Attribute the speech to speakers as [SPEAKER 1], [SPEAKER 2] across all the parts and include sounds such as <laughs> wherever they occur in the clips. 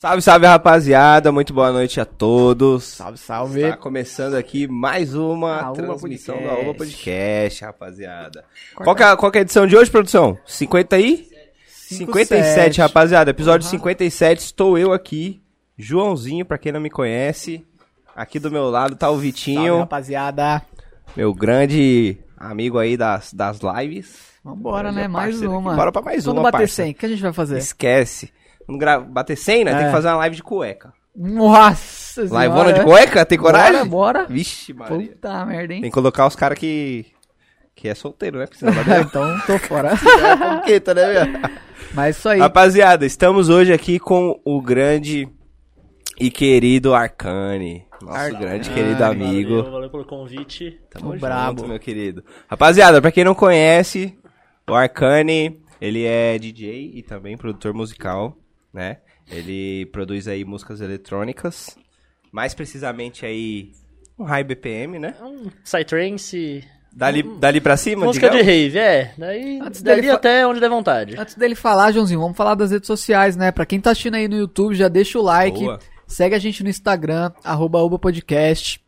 [SPEAKER 1] Salve, salve, rapaziada. Muito boa noite a todos.
[SPEAKER 2] Salve, salve.
[SPEAKER 1] Está começando aqui mais uma
[SPEAKER 2] Aoba
[SPEAKER 1] transmissão
[SPEAKER 2] Podcast.
[SPEAKER 1] da Oba Podcast, rapaziada. Qual que, é, qual que é a edição de hoje, produção? 50 e? 57, rapaziada. Episódio 57. Estou eu aqui, Joãozinho, pra quem não me conhece. Aqui do meu lado tá o
[SPEAKER 2] Salve,
[SPEAKER 1] Vitinho,
[SPEAKER 2] rapaziada.
[SPEAKER 1] meu grande amigo aí das, das lives.
[SPEAKER 3] Vambora,
[SPEAKER 1] Grande
[SPEAKER 3] né? Mais
[SPEAKER 1] parceiro aqui.
[SPEAKER 3] uma.
[SPEAKER 1] Bora pra mais
[SPEAKER 3] Quando
[SPEAKER 1] uma,
[SPEAKER 3] bater
[SPEAKER 1] parça.
[SPEAKER 3] 100, o que a gente vai fazer?
[SPEAKER 1] Esquece. Vamos gra- bater 100, né? Tem
[SPEAKER 2] É.
[SPEAKER 1] que fazer uma live de cueca.
[SPEAKER 3] Nossa
[SPEAKER 1] Liveona de
[SPEAKER 3] é?
[SPEAKER 1] cueca? Tem coragem?
[SPEAKER 3] Bora, bora.
[SPEAKER 1] Vixe, Maria.
[SPEAKER 3] Puta merda,
[SPEAKER 1] Tem
[SPEAKER 3] <laughs> hein?
[SPEAKER 1] que colocar os caras que. que é solteiro, né? Porque senão vai dar <laughs>
[SPEAKER 3] então, tô fora.
[SPEAKER 1] conqueta, né, meu?
[SPEAKER 3] Mas isso
[SPEAKER 1] Tá.
[SPEAKER 3] aí.
[SPEAKER 1] Rapaziada, estamos hoje aqui com o grande e querido Arcane. Nosso grande e querido
[SPEAKER 2] Arcane,
[SPEAKER 1] amigo.
[SPEAKER 4] Valeu, valeu pelo convite.
[SPEAKER 1] Tamo
[SPEAKER 2] Tô
[SPEAKER 1] junto,
[SPEAKER 2] brabo.
[SPEAKER 1] meu querido. Rapaziada, pra quem não conhece, o Arcane, ele é DJ e também produtor musical, né? Ele produz aí músicas eletrônicas, mais precisamente aí um high BPM, né?
[SPEAKER 4] É um Psytrance,
[SPEAKER 1] Dali, dali pra cima,
[SPEAKER 4] música de
[SPEAKER 1] digamos?
[SPEAKER 4] rave, é. Daí,
[SPEAKER 3] Antes dele
[SPEAKER 4] dali
[SPEAKER 3] fa- Ah.
[SPEAKER 4] até onde der vontade.
[SPEAKER 3] Antes dele falar, Joãozinho, vamos falar das redes sociais, né? Pra quem tá assistindo aí no YouTube, já deixa o like.
[SPEAKER 1] Boa.
[SPEAKER 3] Segue a gente no Instagram, arroba Uba Podcast.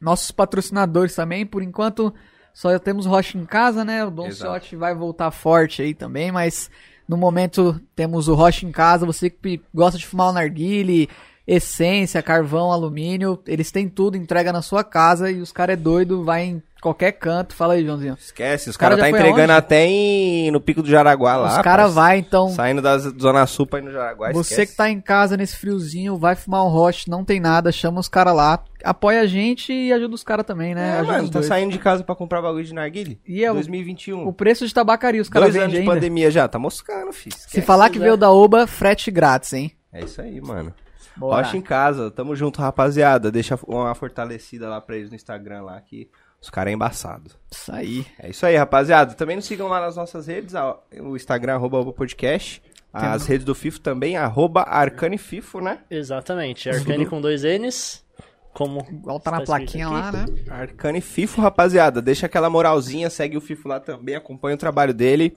[SPEAKER 3] Nossos patrocinadores também, por enquanto, só temos Rocha em casa, né? O Don
[SPEAKER 1] Exato.
[SPEAKER 3] Ciotti vai voltar forte aí também, mas no momento temos o Rocha em casa. Você que pe- gosta de fumar o narguile, essência, carvão, alumínio, eles têm tudo, entrega na sua casa e os caras é doido, vai em qualquer canto. Fala aí, Joãozinho.
[SPEAKER 1] Esquece, os
[SPEAKER 3] Cara,
[SPEAKER 1] caras
[SPEAKER 3] já
[SPEAKER 1] tá
[SPEAKER 3] foi
[SPEAKER 1] entregando
[SPEAKER 3] aonde?
[SPEAKER 1] até em, no Pico do Jaraguá lá.
[SPEAKER 3] os caras
[SPEAKER 1] rapaz.
[SPEAKER 3] vai, então...
[SPEAKER 1] Saindo da Zona Sul pra ir no Jaraguá,
[SPEAKER 3] Você
[SPEAKER 1] esquece.
[SPEAKER 3] que tá em casa nesse friozinho, vai fumar um roche, não tem nada, chama os caras lá, apoia a gente e ajuda os caras também,
[SPEAKER 1] É,
[SPEAKER 3] né? ajuda
[SPEAKER 1] mano,
[SPEAKER 3] os
[SPEAKER 1] tá
[SPEAKER 3] dois.
[SPEAKER 1] saindo de casa pra comprar bagulho de narguile?
[SPEAKER 3] E é o-
[SPEAKER 1] 2021.
[SPEAKER 3] O preço de tabacaria, os caras
[SPEAKER 1] Dois anos de
[SPEAKER 3] vendem ainda.
[SPEAKER 1] pandemia É, né? já, tá moscando, filho.
[SPEAKER 3] Se
[SPEAKER 1] esquece.
[SPEAKER 3] falar que veio da Oba, frete grátis, hein?
[SPEAKER 1] É isso aí, mano.
[SPEAKER 3] Bora.
[SPEAKER 1] Rocha em casa, tamo junto, rapaziada. Deixa uma fortalecida lá pra eles no Instagram lá, que os caras é embaçado.
[SPEAKER 3] Isso aí.
[SPEAKER 1] É isso aí, rapaziada. Também nos sigam lá nas nossas redes, a- o Instagram, arroba Oba podcast.
[SPEAKER 3] um-
[SPEAKER 1] As redes do FIFO também, arroba arcanefifo, né?
[SPEAKER 4] Exatamente. Arcane com dois N's. Como.
[SPEAKER 3] Igual tá na
[SPEAKER 4] está escrito
[SPEAKER 3] plaquinha
[SPEAKER 4] aqui.
[SPEAKER 3] lá, né?
[SPEAKER 1] Arcane Fifo, rapaziada. Deixa aquela moralzinha, segue o Fifo lá também, acompanha o trabalho dele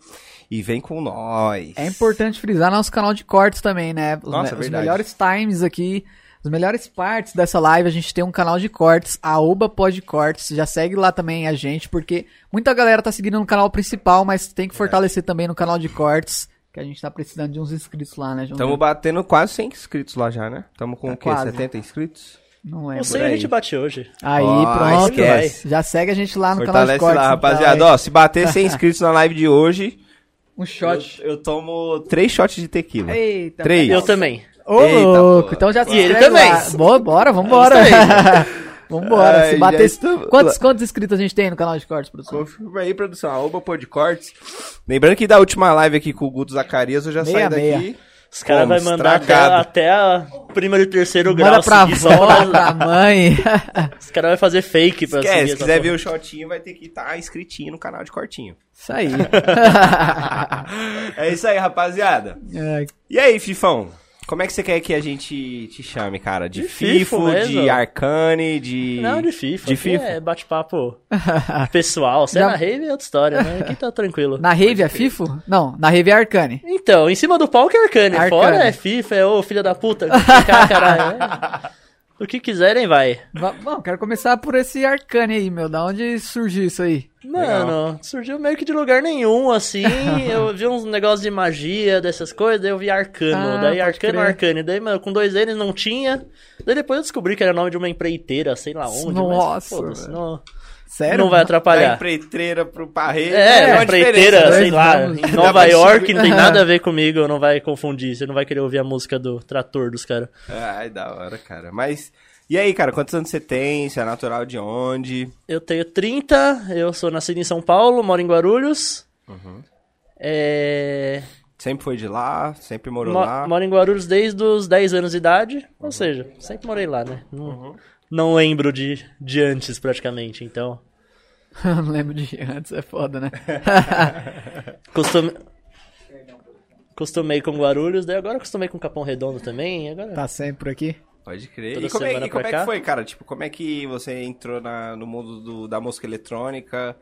[SPEAKER 1] e vem com nós.
[SPEAKER 3] É importante frisar nosso canal de cortes também, né? Os,
[SPEAKER 1] Nossa,
[SPEAKER 3] me- os
[SPEAKER 1] verdade.
[SPEAKER 3] melhores times aqui, as melhores partes dessa live, a gente tem um canal de cortes, a Oba Pod Cortes. Já segue lá também a gente, porque muita galera tá seguindo no canal principal, mas tem que fortalecer também no canal de cortes, que a gente tá precisando de uns inscritos lá, né, João?
[SPEAKER 1] Tamo batendo quase 100 inscritos lá já, né? Tamo com
[SPEAKER 3] Tá
[SPEAKER 1] o quê?
[SPEAKER 3] quase.
[SPEAKER 1] 70 inscritos?
[SPEAKER 3] Não
[SPEAKER 4] Não
[SPEAKER 3] lembro.
[SPEAKER 4] sei,
[SPEAKER 1] por
[SPEAKER 4] a
[SPEAKER 1] aí.
[SPEAKER 4] gente bate hoje.
[SPEAKER 3] Aí,
[SPEAKER 1] Ó,
[SPEAKER 3] pronto.
[SPEAKER 1] esquece.
[SPEAKER 3] Já segue a gente lá no canal de
[SPEAKER 1] Fortalece
[SPEAKER 3] cortes.
[SPEAKER 1] lá,
[SPEAKER 3] então,
[SPEAKER 1] rapaziada.
[SPEAKER 3] aí.
[SPEAKER 1] Ó, se bater
[SPEAKER 3] <laughs>
[SPEAKER 1] 100 inscritos na live de hoje,
[SPEAKER 3] Um shot.
[SPEAKER 1] eu, eu tomo 3 shots de tequila.
[SPEAKER 3] Eita,
[SPEAKER 1] Três.
[SPEAKER 4] Eu também.
[SPEAKER 3] Ô,
[SPEAKER 1] Eita,
[SPEAKER 3] louco,
[SPEAKER 1] porra.
[SPEAKER 3] então já se
[SPEAKER 4] E ele
[SPEAKER 3] inscreve
[SPEAKER 4] também.
[SPEAKER 3] lá. Bora, bora, vambora. <laughs> vambora,
[SPEAKER 1] Ai,
[SPEAKER 3] se bater...
[SPEAKER 1] já estamos-
[SPEAKER 3] Quantos, quantos inscritos a gente tem no canal de cortes, produção?
[SPEAKER 1] Confirma aí, produção. Arroba Pod Cortes. Lembrando que da última live aqui com o Guto Zacarias, eu já
[SPEAKER 3] Meia,
[SPEAKER 1] saí daqui.
[SPEAKER 3] meia.
[SPEAKER 4] Os caras
[SPEAKER 1] Como?
[SPEAKER 4] vão mandar até,
[SPEAKER 1] Estragado.
[SPEAKER 4] até a primeiro e terceiro grau.
[SPEAKER 3] Manda pra
[SPEAKER 4] seguir só
[SPEAKER 3] avó, pra
[SPEAKER 4] pra-
[SPEAKER 3] mãe.
[SPEAKER 4] Os caras vão fazer fake pra
[SPEAKER 1] Esquece,
[SPEAKER 4] seguir
[SPEAKER 1] se
[SPEAKER 4] essa
[SPEAKER 1] quiser
[SPEAKER 4] porra.
[SPEAKER 1] ver o shotinho, vai ter que estar inscritinho no canal de cortinho.
[SPEAKER 3] <laughs>
[SPEAKER 1] <laughs>
[SPEAKER 3] Isso aí.
[SPEAKER 1] é isso aí, rapaziada.
[SPEAKER 3] <laughs> É,
[SPEAKER 1] E aí, Fifão? Como é que você quer que a gente te chame, cara? De,
[SPEAKER 4] De
[SPEAKER 1] Fifo,
[SPEAKER 4] Fifo
[SPEAKER 1] de
[SPEAKER 4] mesmo?
[SPEAKER 1] Arcane, de.
[SPEAKER 4] Não, de FIFA.
[SPEAKER 1] De
[SPEAKER 4] aqui
[SPEAKER 1] FIFA?
[SPEAKER 4] É
[SPEAKER 3] <laughs>
[SPEAKER 4] bate-papo pessoal. Se é
[SPEAKER 3] Já-
[SPEAKER 4] na rave é outra história, né? Aqui tá tranquilo.
[SPEAKER 3] na Rave é FIFO? Não, na Rave é Arcane.
[SPEAKER 4] Então, em cima do palco é Arcane.
[SPEAKER 3] Arcane.
[SPEAKER 4] Fora é FIFA, é ô filha da puta. fica, caralho. é.
[SPEAKER 3] <laughs>
[SPEAKER 4] O que quiserem, vai.
[SPEAKER 3] Va- Bom, quero começar por esse Arcane aí, meu. Da onde surgiu isso aí? <laughs>
[SPEAKER 4] Mano, surgiu meio que de lugar nenhum, assim. eu vi uns negócios de magia, dessas coisas, daí eu vi Arcano.
[SPEAKER 3] Ah,
[SPEAKER 4] daí
[SPEAKER 3] pode
[SPEAKER 4] Arcano,
[SPEAKER 3] crer.
[SPEAKER 4] Arcane. Daí, mano, com dois N's não tinha. Daí depois eu descobri que era o nome de uma empreiteira, sei lá onde.
[SPEAKER 3] Nossa,
[SPEAKER 4] mas, foda-se,
[SPEAKER 3] velho.
[SPEAKER 4] não,
[SPEAKER 3] Sério?
[SPEAKER 4] não vai
[SPEAKER 1] Da
[SPEAKER 4] atrapalhar.
[SPEAKER 1] empreiteira pro parreiro.
[SPEAKER 4] É,
[SPEAKER 1] uma
[SPEAKER 4] empreiteira,
[SPEAKER 1] diferença, né?
[SPEAKER 4] sei lá,
[SPEAKER 3] Dois nomes.
[SPEAKER 4] em Nova
[SPEAKER 1] Dá pra
[SPEAKER 4] York,
[SPEAKER 1] descobrir.
[SPEAKER 4] não tem nada a ver comigo, não vai confundir, você não vai querer ouvir a música do trator dos caras.
[SPEAKER 1] Ai, da hora, cara. Mas. E aí, cara, quantos anos você tem? Você é natural de onde?
[SPEAKER 4] Eu tenho 30, eu sou nascido em São Paulo, moro em Guarulhos.
[SPEAKER 1] Uhum.
[SPEAKER 4] É...
[SPEAKER 1] Sempre foi de lá? Sempre morou
[SPEAKER 4] Mo
[SPEAKER 1] lá? Uhum.
[SPEAKER 4] moro em Guarulhos desde os 10 anos de idade, ou seja, sempre morei lá, né? Não, não lembro de, de antes, praticamente, então...
[SPEAKER 3] não lembro de antes, é foda, né?
[SPEAKER 4] Costume... Costumei com Guarulhos, daí agora acostumei com Capão Redondo também,
[SPEAKER 3] <laughs>
[SPEAKER 4] agora...
[SPEAKER 3] tá sempre por aqui?
[SPEAKER 1] Pode crer.
[SPEAKER 4] Toda
[SPEAKER 1] e como, é,
[SPEAKER 4] semana
[SPEAKER 1] e como
[SPEAKER 4] pra
[SPEAKER 1] é que
[SPEAKER 4] cá?
[SPEAKER 1] foi, cara? Tipo, como é que você entrou na- no mundo do- da música eletrônica?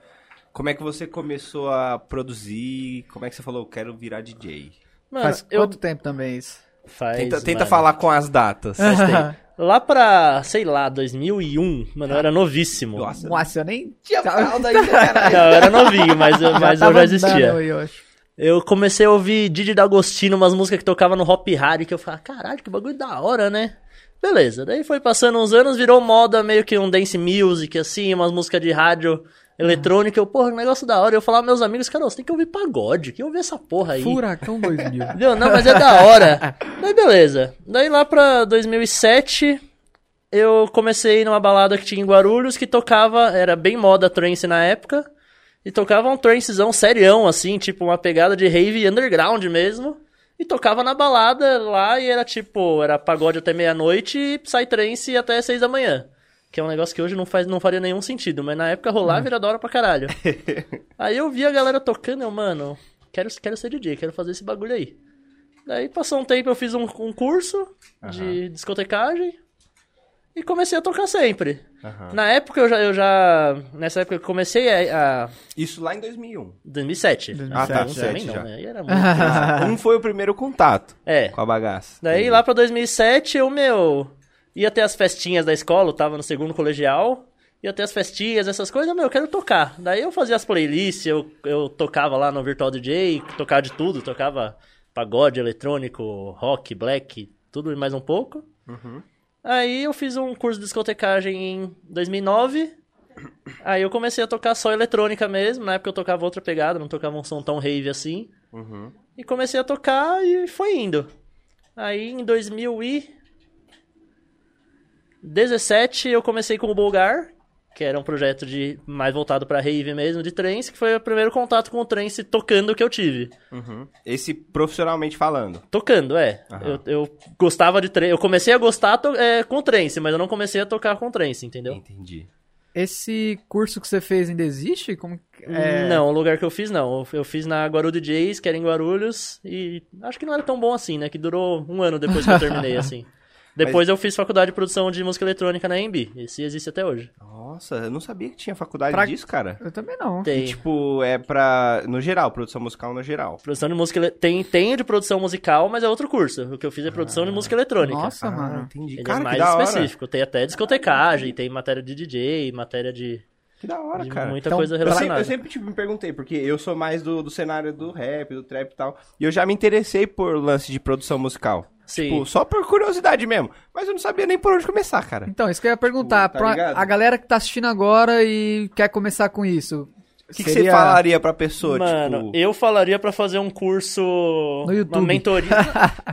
[SPEAKER 1] Como é que você começou a produzir? Como é que você falou, quero virar DJ?
[SPEAKER 4] Mano,
[SPEAKER 3] Faz <laughs>
[SPEAKER 4] eu
[SPEAKER 3] quanto tempo também isso?
[SPEAKER 4] Faz,
[SPEAKER 1] Tenta, tenta
[SPEAKER 4] mano.
[SPEAKER 1] falar com as datas.
[SPEAKER 4] <laughs> Gostei. Lá pra, sei lá, 2001, mano, eu era novíssimo.
[SPEAKER 1] Nossa.
[SPEAKER 3] <laughs> Nossa, eu nem
[SPEAKER 1] Tinha
[SPEAKER 3] Tava-
[SPEAKER 1] fralda ainda, caralho.
[SPEAKER 4] Não, eu era
[SPEAKER 3] <laughs>
[SPEAKER 4] novinho, mas eu, mas eu
[SPEAKER 3] tava
[SPEAKER 4] já
[SPEAKER 3] andando,
[SPEAKER 4] existia.
[SPEAKER 3] eu acho.
[SPEAKER 4] Eu comecei a ouvir Didi D'Agostino, umas músicas que tocava no Hop Hard, que eu falava, caralho, que bagulho da hora, né? Beleza, daí foi passando uns anos, virou moda meio que um dance music, assim, umas músicas de rádio eletrônica. Eu, porra, que negócio da hora. Eu falava aos meus amigos, cara, você tem que ouvir pagode, que ouvir essa porra aí.
[SPEAKER 3] Furacão
[SPEAKER 4] <laughs>
[SPEAKER 3] 2000.
[SPEAKER 4] Entendeu? Não, mas é da hora. Daí beleza. Daí lá pra 2007, eu comecei numa balada que tinha em Guarulhos, que tocava, era bem moda trance na época, e tocava um trancezão serião, assim, tipo uma pegada de rave underground mesmo. E tocava na balada lá e era tipo, era pagode até meia-noite e psytrance até seis da manhã. Que é um negócio que hoje não, faz, não faria nenhum sentido, mas na época rolava e era da hora pra caralho. aí eu vi a galera tocando, eu, mano, quero, quero ser DJ, quero fazer esse bagulho aí. Daí passou um tempo, eu fiz um, um curso de discotecagem e comecei a tocar sempre.
[SPEAKER 1] Aham.
[SPEAKER 4] Na época eu já, eu já. Nessa época eu comecei a. a-
[SPEAKER 1] Isso lá em
[SPEAKER 4] <laughs>
[SPEAKER 1] 2001.
[SPEAKER 4] 2007.
[SPEAKER 1] Ah, tá,
[SPEAKER 4] Não, também
[SPEAKER 1] 2007
[SPEAKER 4] não,
[SPEAKER 1] já.
[SPEAKER 4] né? Aí era muito-
[SPEAKER 1] Um foi o primeiro contato
[SPEAKER 4] É.
[SPEAKER 1] com a bagaça.
[SPEAKER 4] Daí lá pra 2007 eu, meu. Ia até as festinhas da escola, eu tava no segundo colegial. Ia até as festinhas, essas coisas, meu, eu quero tocar. Daí eu fazia as playlists, eu, eu tocava lá no Virtual DJ, tocava de tudo, tocava pagode, eletrônico, rock, black, tudo e mais um pouco.
[SPEAKER 1] Uhum.
[SPEAKER 4] Aí eu fiz um curso de discotecagem em 2009. Aí eu comecei a tocar só eletrônica mesmo. Na época eu tocava outra pegada, não tocava um som tão rave assim.
[SPEAKER 1] Uhum.
[SPEAKER 4] E comecei a tocar e foi indo. Aí em 2017 eu comecei com o Bulgar, que era um projeto de mais voltado pra rave mesmo, de trance, que foi o primeiro contato com o trance tocando que eu tive.
[SPEAKER 1] Uhum. Esse profissionalmente falando.
[SPEAKER 4] Tocando, é.
[SPEAKER 1] Aham.
[SPEAKER 4] Eu, eu gostava de trance. Eu comecei a gostar to- é, com trance, mas eu não comecei a tocar com trance, entendeu?
[SPEAKER 1] Entendi.
[SPEAKER 3] Esse curso que você fez ainda existe? Como que- é...
[SPEAKER 4] Não, o lugar que eu fiz não. Eu eu fiz na Guaru DJs, que era em Guarulhos, e acho que não era tão bom assim, né? Que durou um ano depois que eu terminei, assim. Depois eu fiz faculdade de produção de música eletrônica na EMB. Esse existe até hoje.
[SPEAKER 1] Nossa, eu não sabia que tinha faculdade
[SPEAKER 3] Pra-
[SPEAKER 1] disso, cara.
[SPEAKER 3] Eu também não.
[SPEAKER 4] Tem.
[SPEAKER 1] Tipo, é pra. No geral, produção musical no geral.
[SPEAKER 4] Produção de música ele- tem, tem de produção musical, mas é outro curso. O que eu fiz é produção de música eletrônica.
[SPEAKER 3] Ah, Nossa, mano.
[SPEAKER 1] Ah, entendi.
[SPEAKER 4] Ele
[SPEAKER 1] cara,
[SPEAKER 4] é
[SPEAKER 1] que
[SPEAKER 4] mais
[SPEAKER 1] da hora.
[SPEAKER 4] específico. Tem até discotecagem, tem matéria de DJ, matéria de,
[SPEAKER 1] Que da hora,
[SPEAKER 4] de
[SPEAKER 1] cara.
[SPEAKER 4] muita
[SPEAKER 3] Então,
[SPEAKER 4] coisa
[SPEAKER 1] Eu sempre,
[SPEAKER 4] relacionada.
[SPEAKER 1] eu sempre, tipo, me perguntei, porque eu sou mais do, do cenário do rap, do trap e tal. E eu já me interessei por lance de produção musical.
[SPEAKER 4] Sim.
[SPEAKER 1] Tipo, só por curiosidade mesmo. Mas eu não sabia nem por onde começar, cara.
[SPEAKER 3] Então, isso que eu ia perguntar.
[SPEAKER 1] Tá
[SPEAKER 3] pra-
[SPEAKER 1] ligado?
[SPEAKER 3] a galera que tá assistindo agora e quer começar com isso.
[SPEAKER 1] O que, que você falaria pra pessoa,
[SPEAKER 4] Mano,
[SPEAKER 1] tipo...
[SPEAKER 4] eu falaria pra fazer um curso. No
[SPEAKER 3] YouTube.
[SPEAKER 4] Uma
[SPEAKER 3] <laughs>
[SPEAKER 4] mentoria.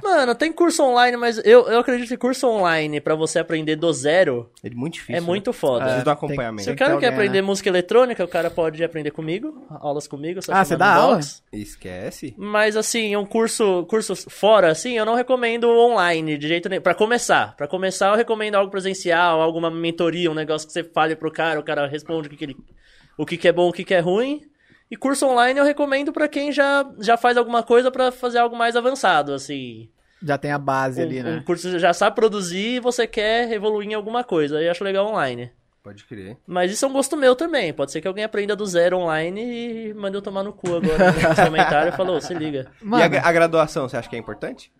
[SPEAKER 4] Mano, tem curso online, mas eu, eu acredito que curso online pra você aprender do zero
[SPEAKER 1] É muito difícil.
[SPEAKER 4] é muito
[SPEAKER 1] né? Precisa
[SPEAKER 4] foda.
[SPEAKER 1] do
[SPEAKER 4] Se
[SPEAKER 1] acompanhamento.
[SPEAKER 3] Tem que
[SPEAKER 4] o cara
[SPEAKER 3] ter
[SPEAKER 4] quer
[SPEAKER 3] alguém, né?
[SPEAKER 4] aprender música eletrônica, o cara pode aprender comigo, aulas comigo. só
[SPEAKER 3] Ah, você
[SPEAKER 4] chamar
[SPEAKER 3] dá
[SPEAKER 4] no
[SPEAKER 3] aula?
[SPEAKER 4] box.
[SPEAKER 1] Esquece.
[SPEAKER 4] Mas assim, um curso, curso fora, assim, eu não recomendo online de jeito nenhum. Pra começar, Pra começar eu recomendo algo presencial, alguma mentoria, um negócio que você fale pro cara, o cara responde o que, que ele, o que, que é bom, o que, que é ruim. E curso online eu recomendo pra quem já, já faz alguma coisa pra fazer algo mais avançado, assim.
[SPEAKER 3] Já tem a base ali,
[SPEAKER 4] um,
[SPEAKER 3] né?
[SPEAKER 4] um curso que você já sabe produzir e você quer evoluir em alguma coisa. Eu acho legal online.
[SPEAKER 1] Pode crer.
[SPEAKER 4] Mas isso é um gosto meu também. Pode ser que alguém aprenda do zero online e mande eu tomar no cu agora né? nos comentários e falou, "Ô, se liga.
[SPEAKER 1] E
[SPEAKER 3] Mano,
[SPEAKER 1] a, gra- a graduação, você acha que é importante?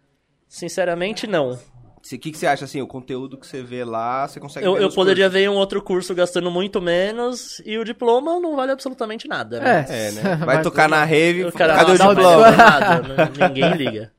[SPEAKER 4] Sinceramente, não.
[SPEAKER 1] Se- O que, que você acha, assim, o conteúdo que você vê lá, você consegue
[SPEAKER 4] Eu,
[SPEAKER 1] ver
[SPEAKER 4] eu
[SPEAKER 1] nos
[SPEAKER 4] poderia
[SPEAKER 1] cursos?
[SPEAKER 4] ver em um outro curso gastando muito menos e o diploma não vale absolutamente nada. né?
[SPEAKER 1] É,
[SPEAKER 3] <laughs>
[SPEAKER 1] né?
[SPEAKER 3] Vai
[SPEAKER 1] Vai tocar na rave,
[SPEAKER 4] O cara
[SPEAKER 1] cadê o
[SPEAKER 4] não dá
[SPEAKER 1] diploma?
[SPEAKER 4] nada, né? ninguém
[SPEAKER 3] <laughs>
[SPEAKER 4] liga.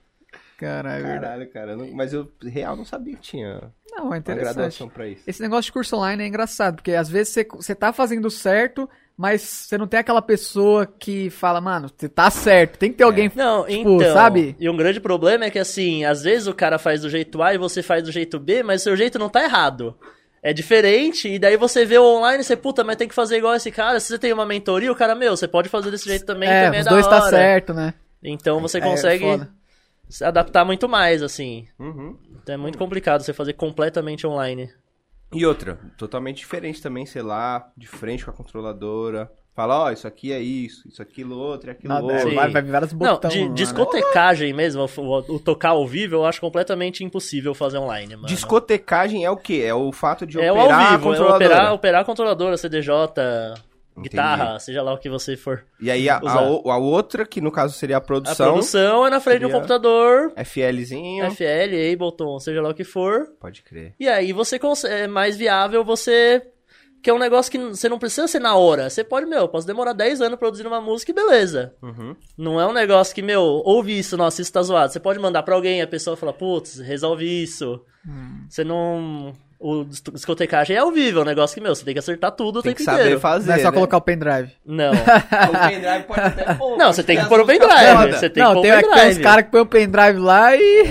[SPEAKER 3] Cara, é verdade.
[SPEAKER 1] Caralho, cara. eu não- Mas eu, real, não sabia que tinha
[SPEAKER 3] Não, é
[SPEAKER 1] uma
[SPEAKER 3] interessante.
[SPEAKER 1] graduação pra isso.
[SPEAKER 3] Esse negócio de curso online é engraçado, porque às vezes você, você tá fazendo certo, mas você não tem aquela pessoa que fala, mano, você tá certo, tem que
[SPEAKER 1] É.
[SPEAKER 3] ter alguém.
[SPEAKER 4] Não,
[SPEAKER 3] Tipo,
[SPEAKER 4] então.
[SPEAKER 3] sabe?
[SPEAKER 4] E um grande problema é que assim, às vezes o cara faz do jeito A e você faz do jeito B, mas seu jeito não tá errado. É diferente, e daí você vê o online e você, puta, mas tem que fazer igual esse cara. Se você tem uma mentoria, o cara, meu, você pode fazer desse jeito também,
[SPEAKER 3] é,
[SPEAKER 4] também é
[SPEAKER 3] os
[SPEAKER 4] da
[SPEAKER 3] dois
[SPEAKER 4] hora.
[SPEAKER 3] tá certo, né?
[SPEAKER 4] Então você
[SPEAKER 3] É,
[SPEAKER 4] consegue
[SPEAKER 3] foda.
[SPEAKER 4] se adaptar muito mais, assim.
[SPEAKER 1] Uhum.
[SPEAKER 4] Então é muito complicado você fazer completamente online.
[SPEAKER 1] E outra, totalmente diferente também, sei lá, de frente com a controladora. Fala, ó, isso aqui é isso, isso aquilo outro, e aquilo
[SPEAKER 3] Nada,
[SPEAKER 1] outro.
[SPEAKER 4] é, sim.
[SPEAKER 3] vai, vai vir vários
[SPEAKER 4] Não,
[SPEAKER 3] botões.
[SPEAKER 4] de,
[SPEAKER 1] né?
[SPEAKER 4] discotecagem mesmo, o, o- o tocar ao vivo, eu acho completamente impossível fazer online, mano.
[SPEAKER 1] Discotecagem é o quê? É o fato de
[SPEAKER 4] é o
[SPEAKER 1] operar
[SPEAKER 4] ao
[SPEAKER 1] a
[SPEAKER 4] vivo, é
[SPEAKER 1] controladora.
[SPEAKER 4] operar, operar a controladora, CDJ, guitarra, seja lá o que você for.
[SPEAKER 1] E aí a, a,
[SPEAKER 4] Usar.
[SPEAKER 1] o- a outra, que no caso seria a
[SPEAKER 4] A
[SPEAKER 1] produção,
[SPEAKER 4] produção é na frente de um
[SPEAKER 1] Seria- É.
[SPEAKER 4] computador,
[SPEAKER 1] FLzinho,
[SPEAKER 4] FL, Ableton, seja lá o que for.
[SPEAKER 1] pode crer.
[SPEAKER 4] E aí você consegue, é mais viável você. Que é um negócio que n- você não precisa ser na hora. Você pode, meu, eu posso demorar 10 anos produzindo uma música e beleza.
[SPEAKER 1] Uhum.
[SPEAKER 4] Não é um negócio que, meu, ouve isso, nossa, isso tá zoado. Você pode mandar pra alguém, a pessoa fala, putz, resolve isso. Você não. O disco- discotecagem é ao vivo, é um negócio que, meu, você tem que acertar tudo o
[SPEAKER 1] Tem
[SPEAKER 4] tempo
[SPEAKER 1] que saber
[SPEAKER 4] inteiro.
[SPEAKER 1] fazer,
[SPEAKER 3] Não é só
[SPEAKER 1] né? <laughs>
[SPEAKER 3] colocar o pendrive.
[SPEAKER 4] Não.
[SPEAKER 1] O pendrive pode até pôr.
[SPEAKER 4] Não, você tem que pôr o pendrive. Você tem que
[SPEAKER 3] não,
[SPEAKER 4] pôr o
[SPEAKER 3] tem, é que tem
[SPEAKER 4] pendrive.
[SPEAKER 3] uns caras que põem o pendrive lá e,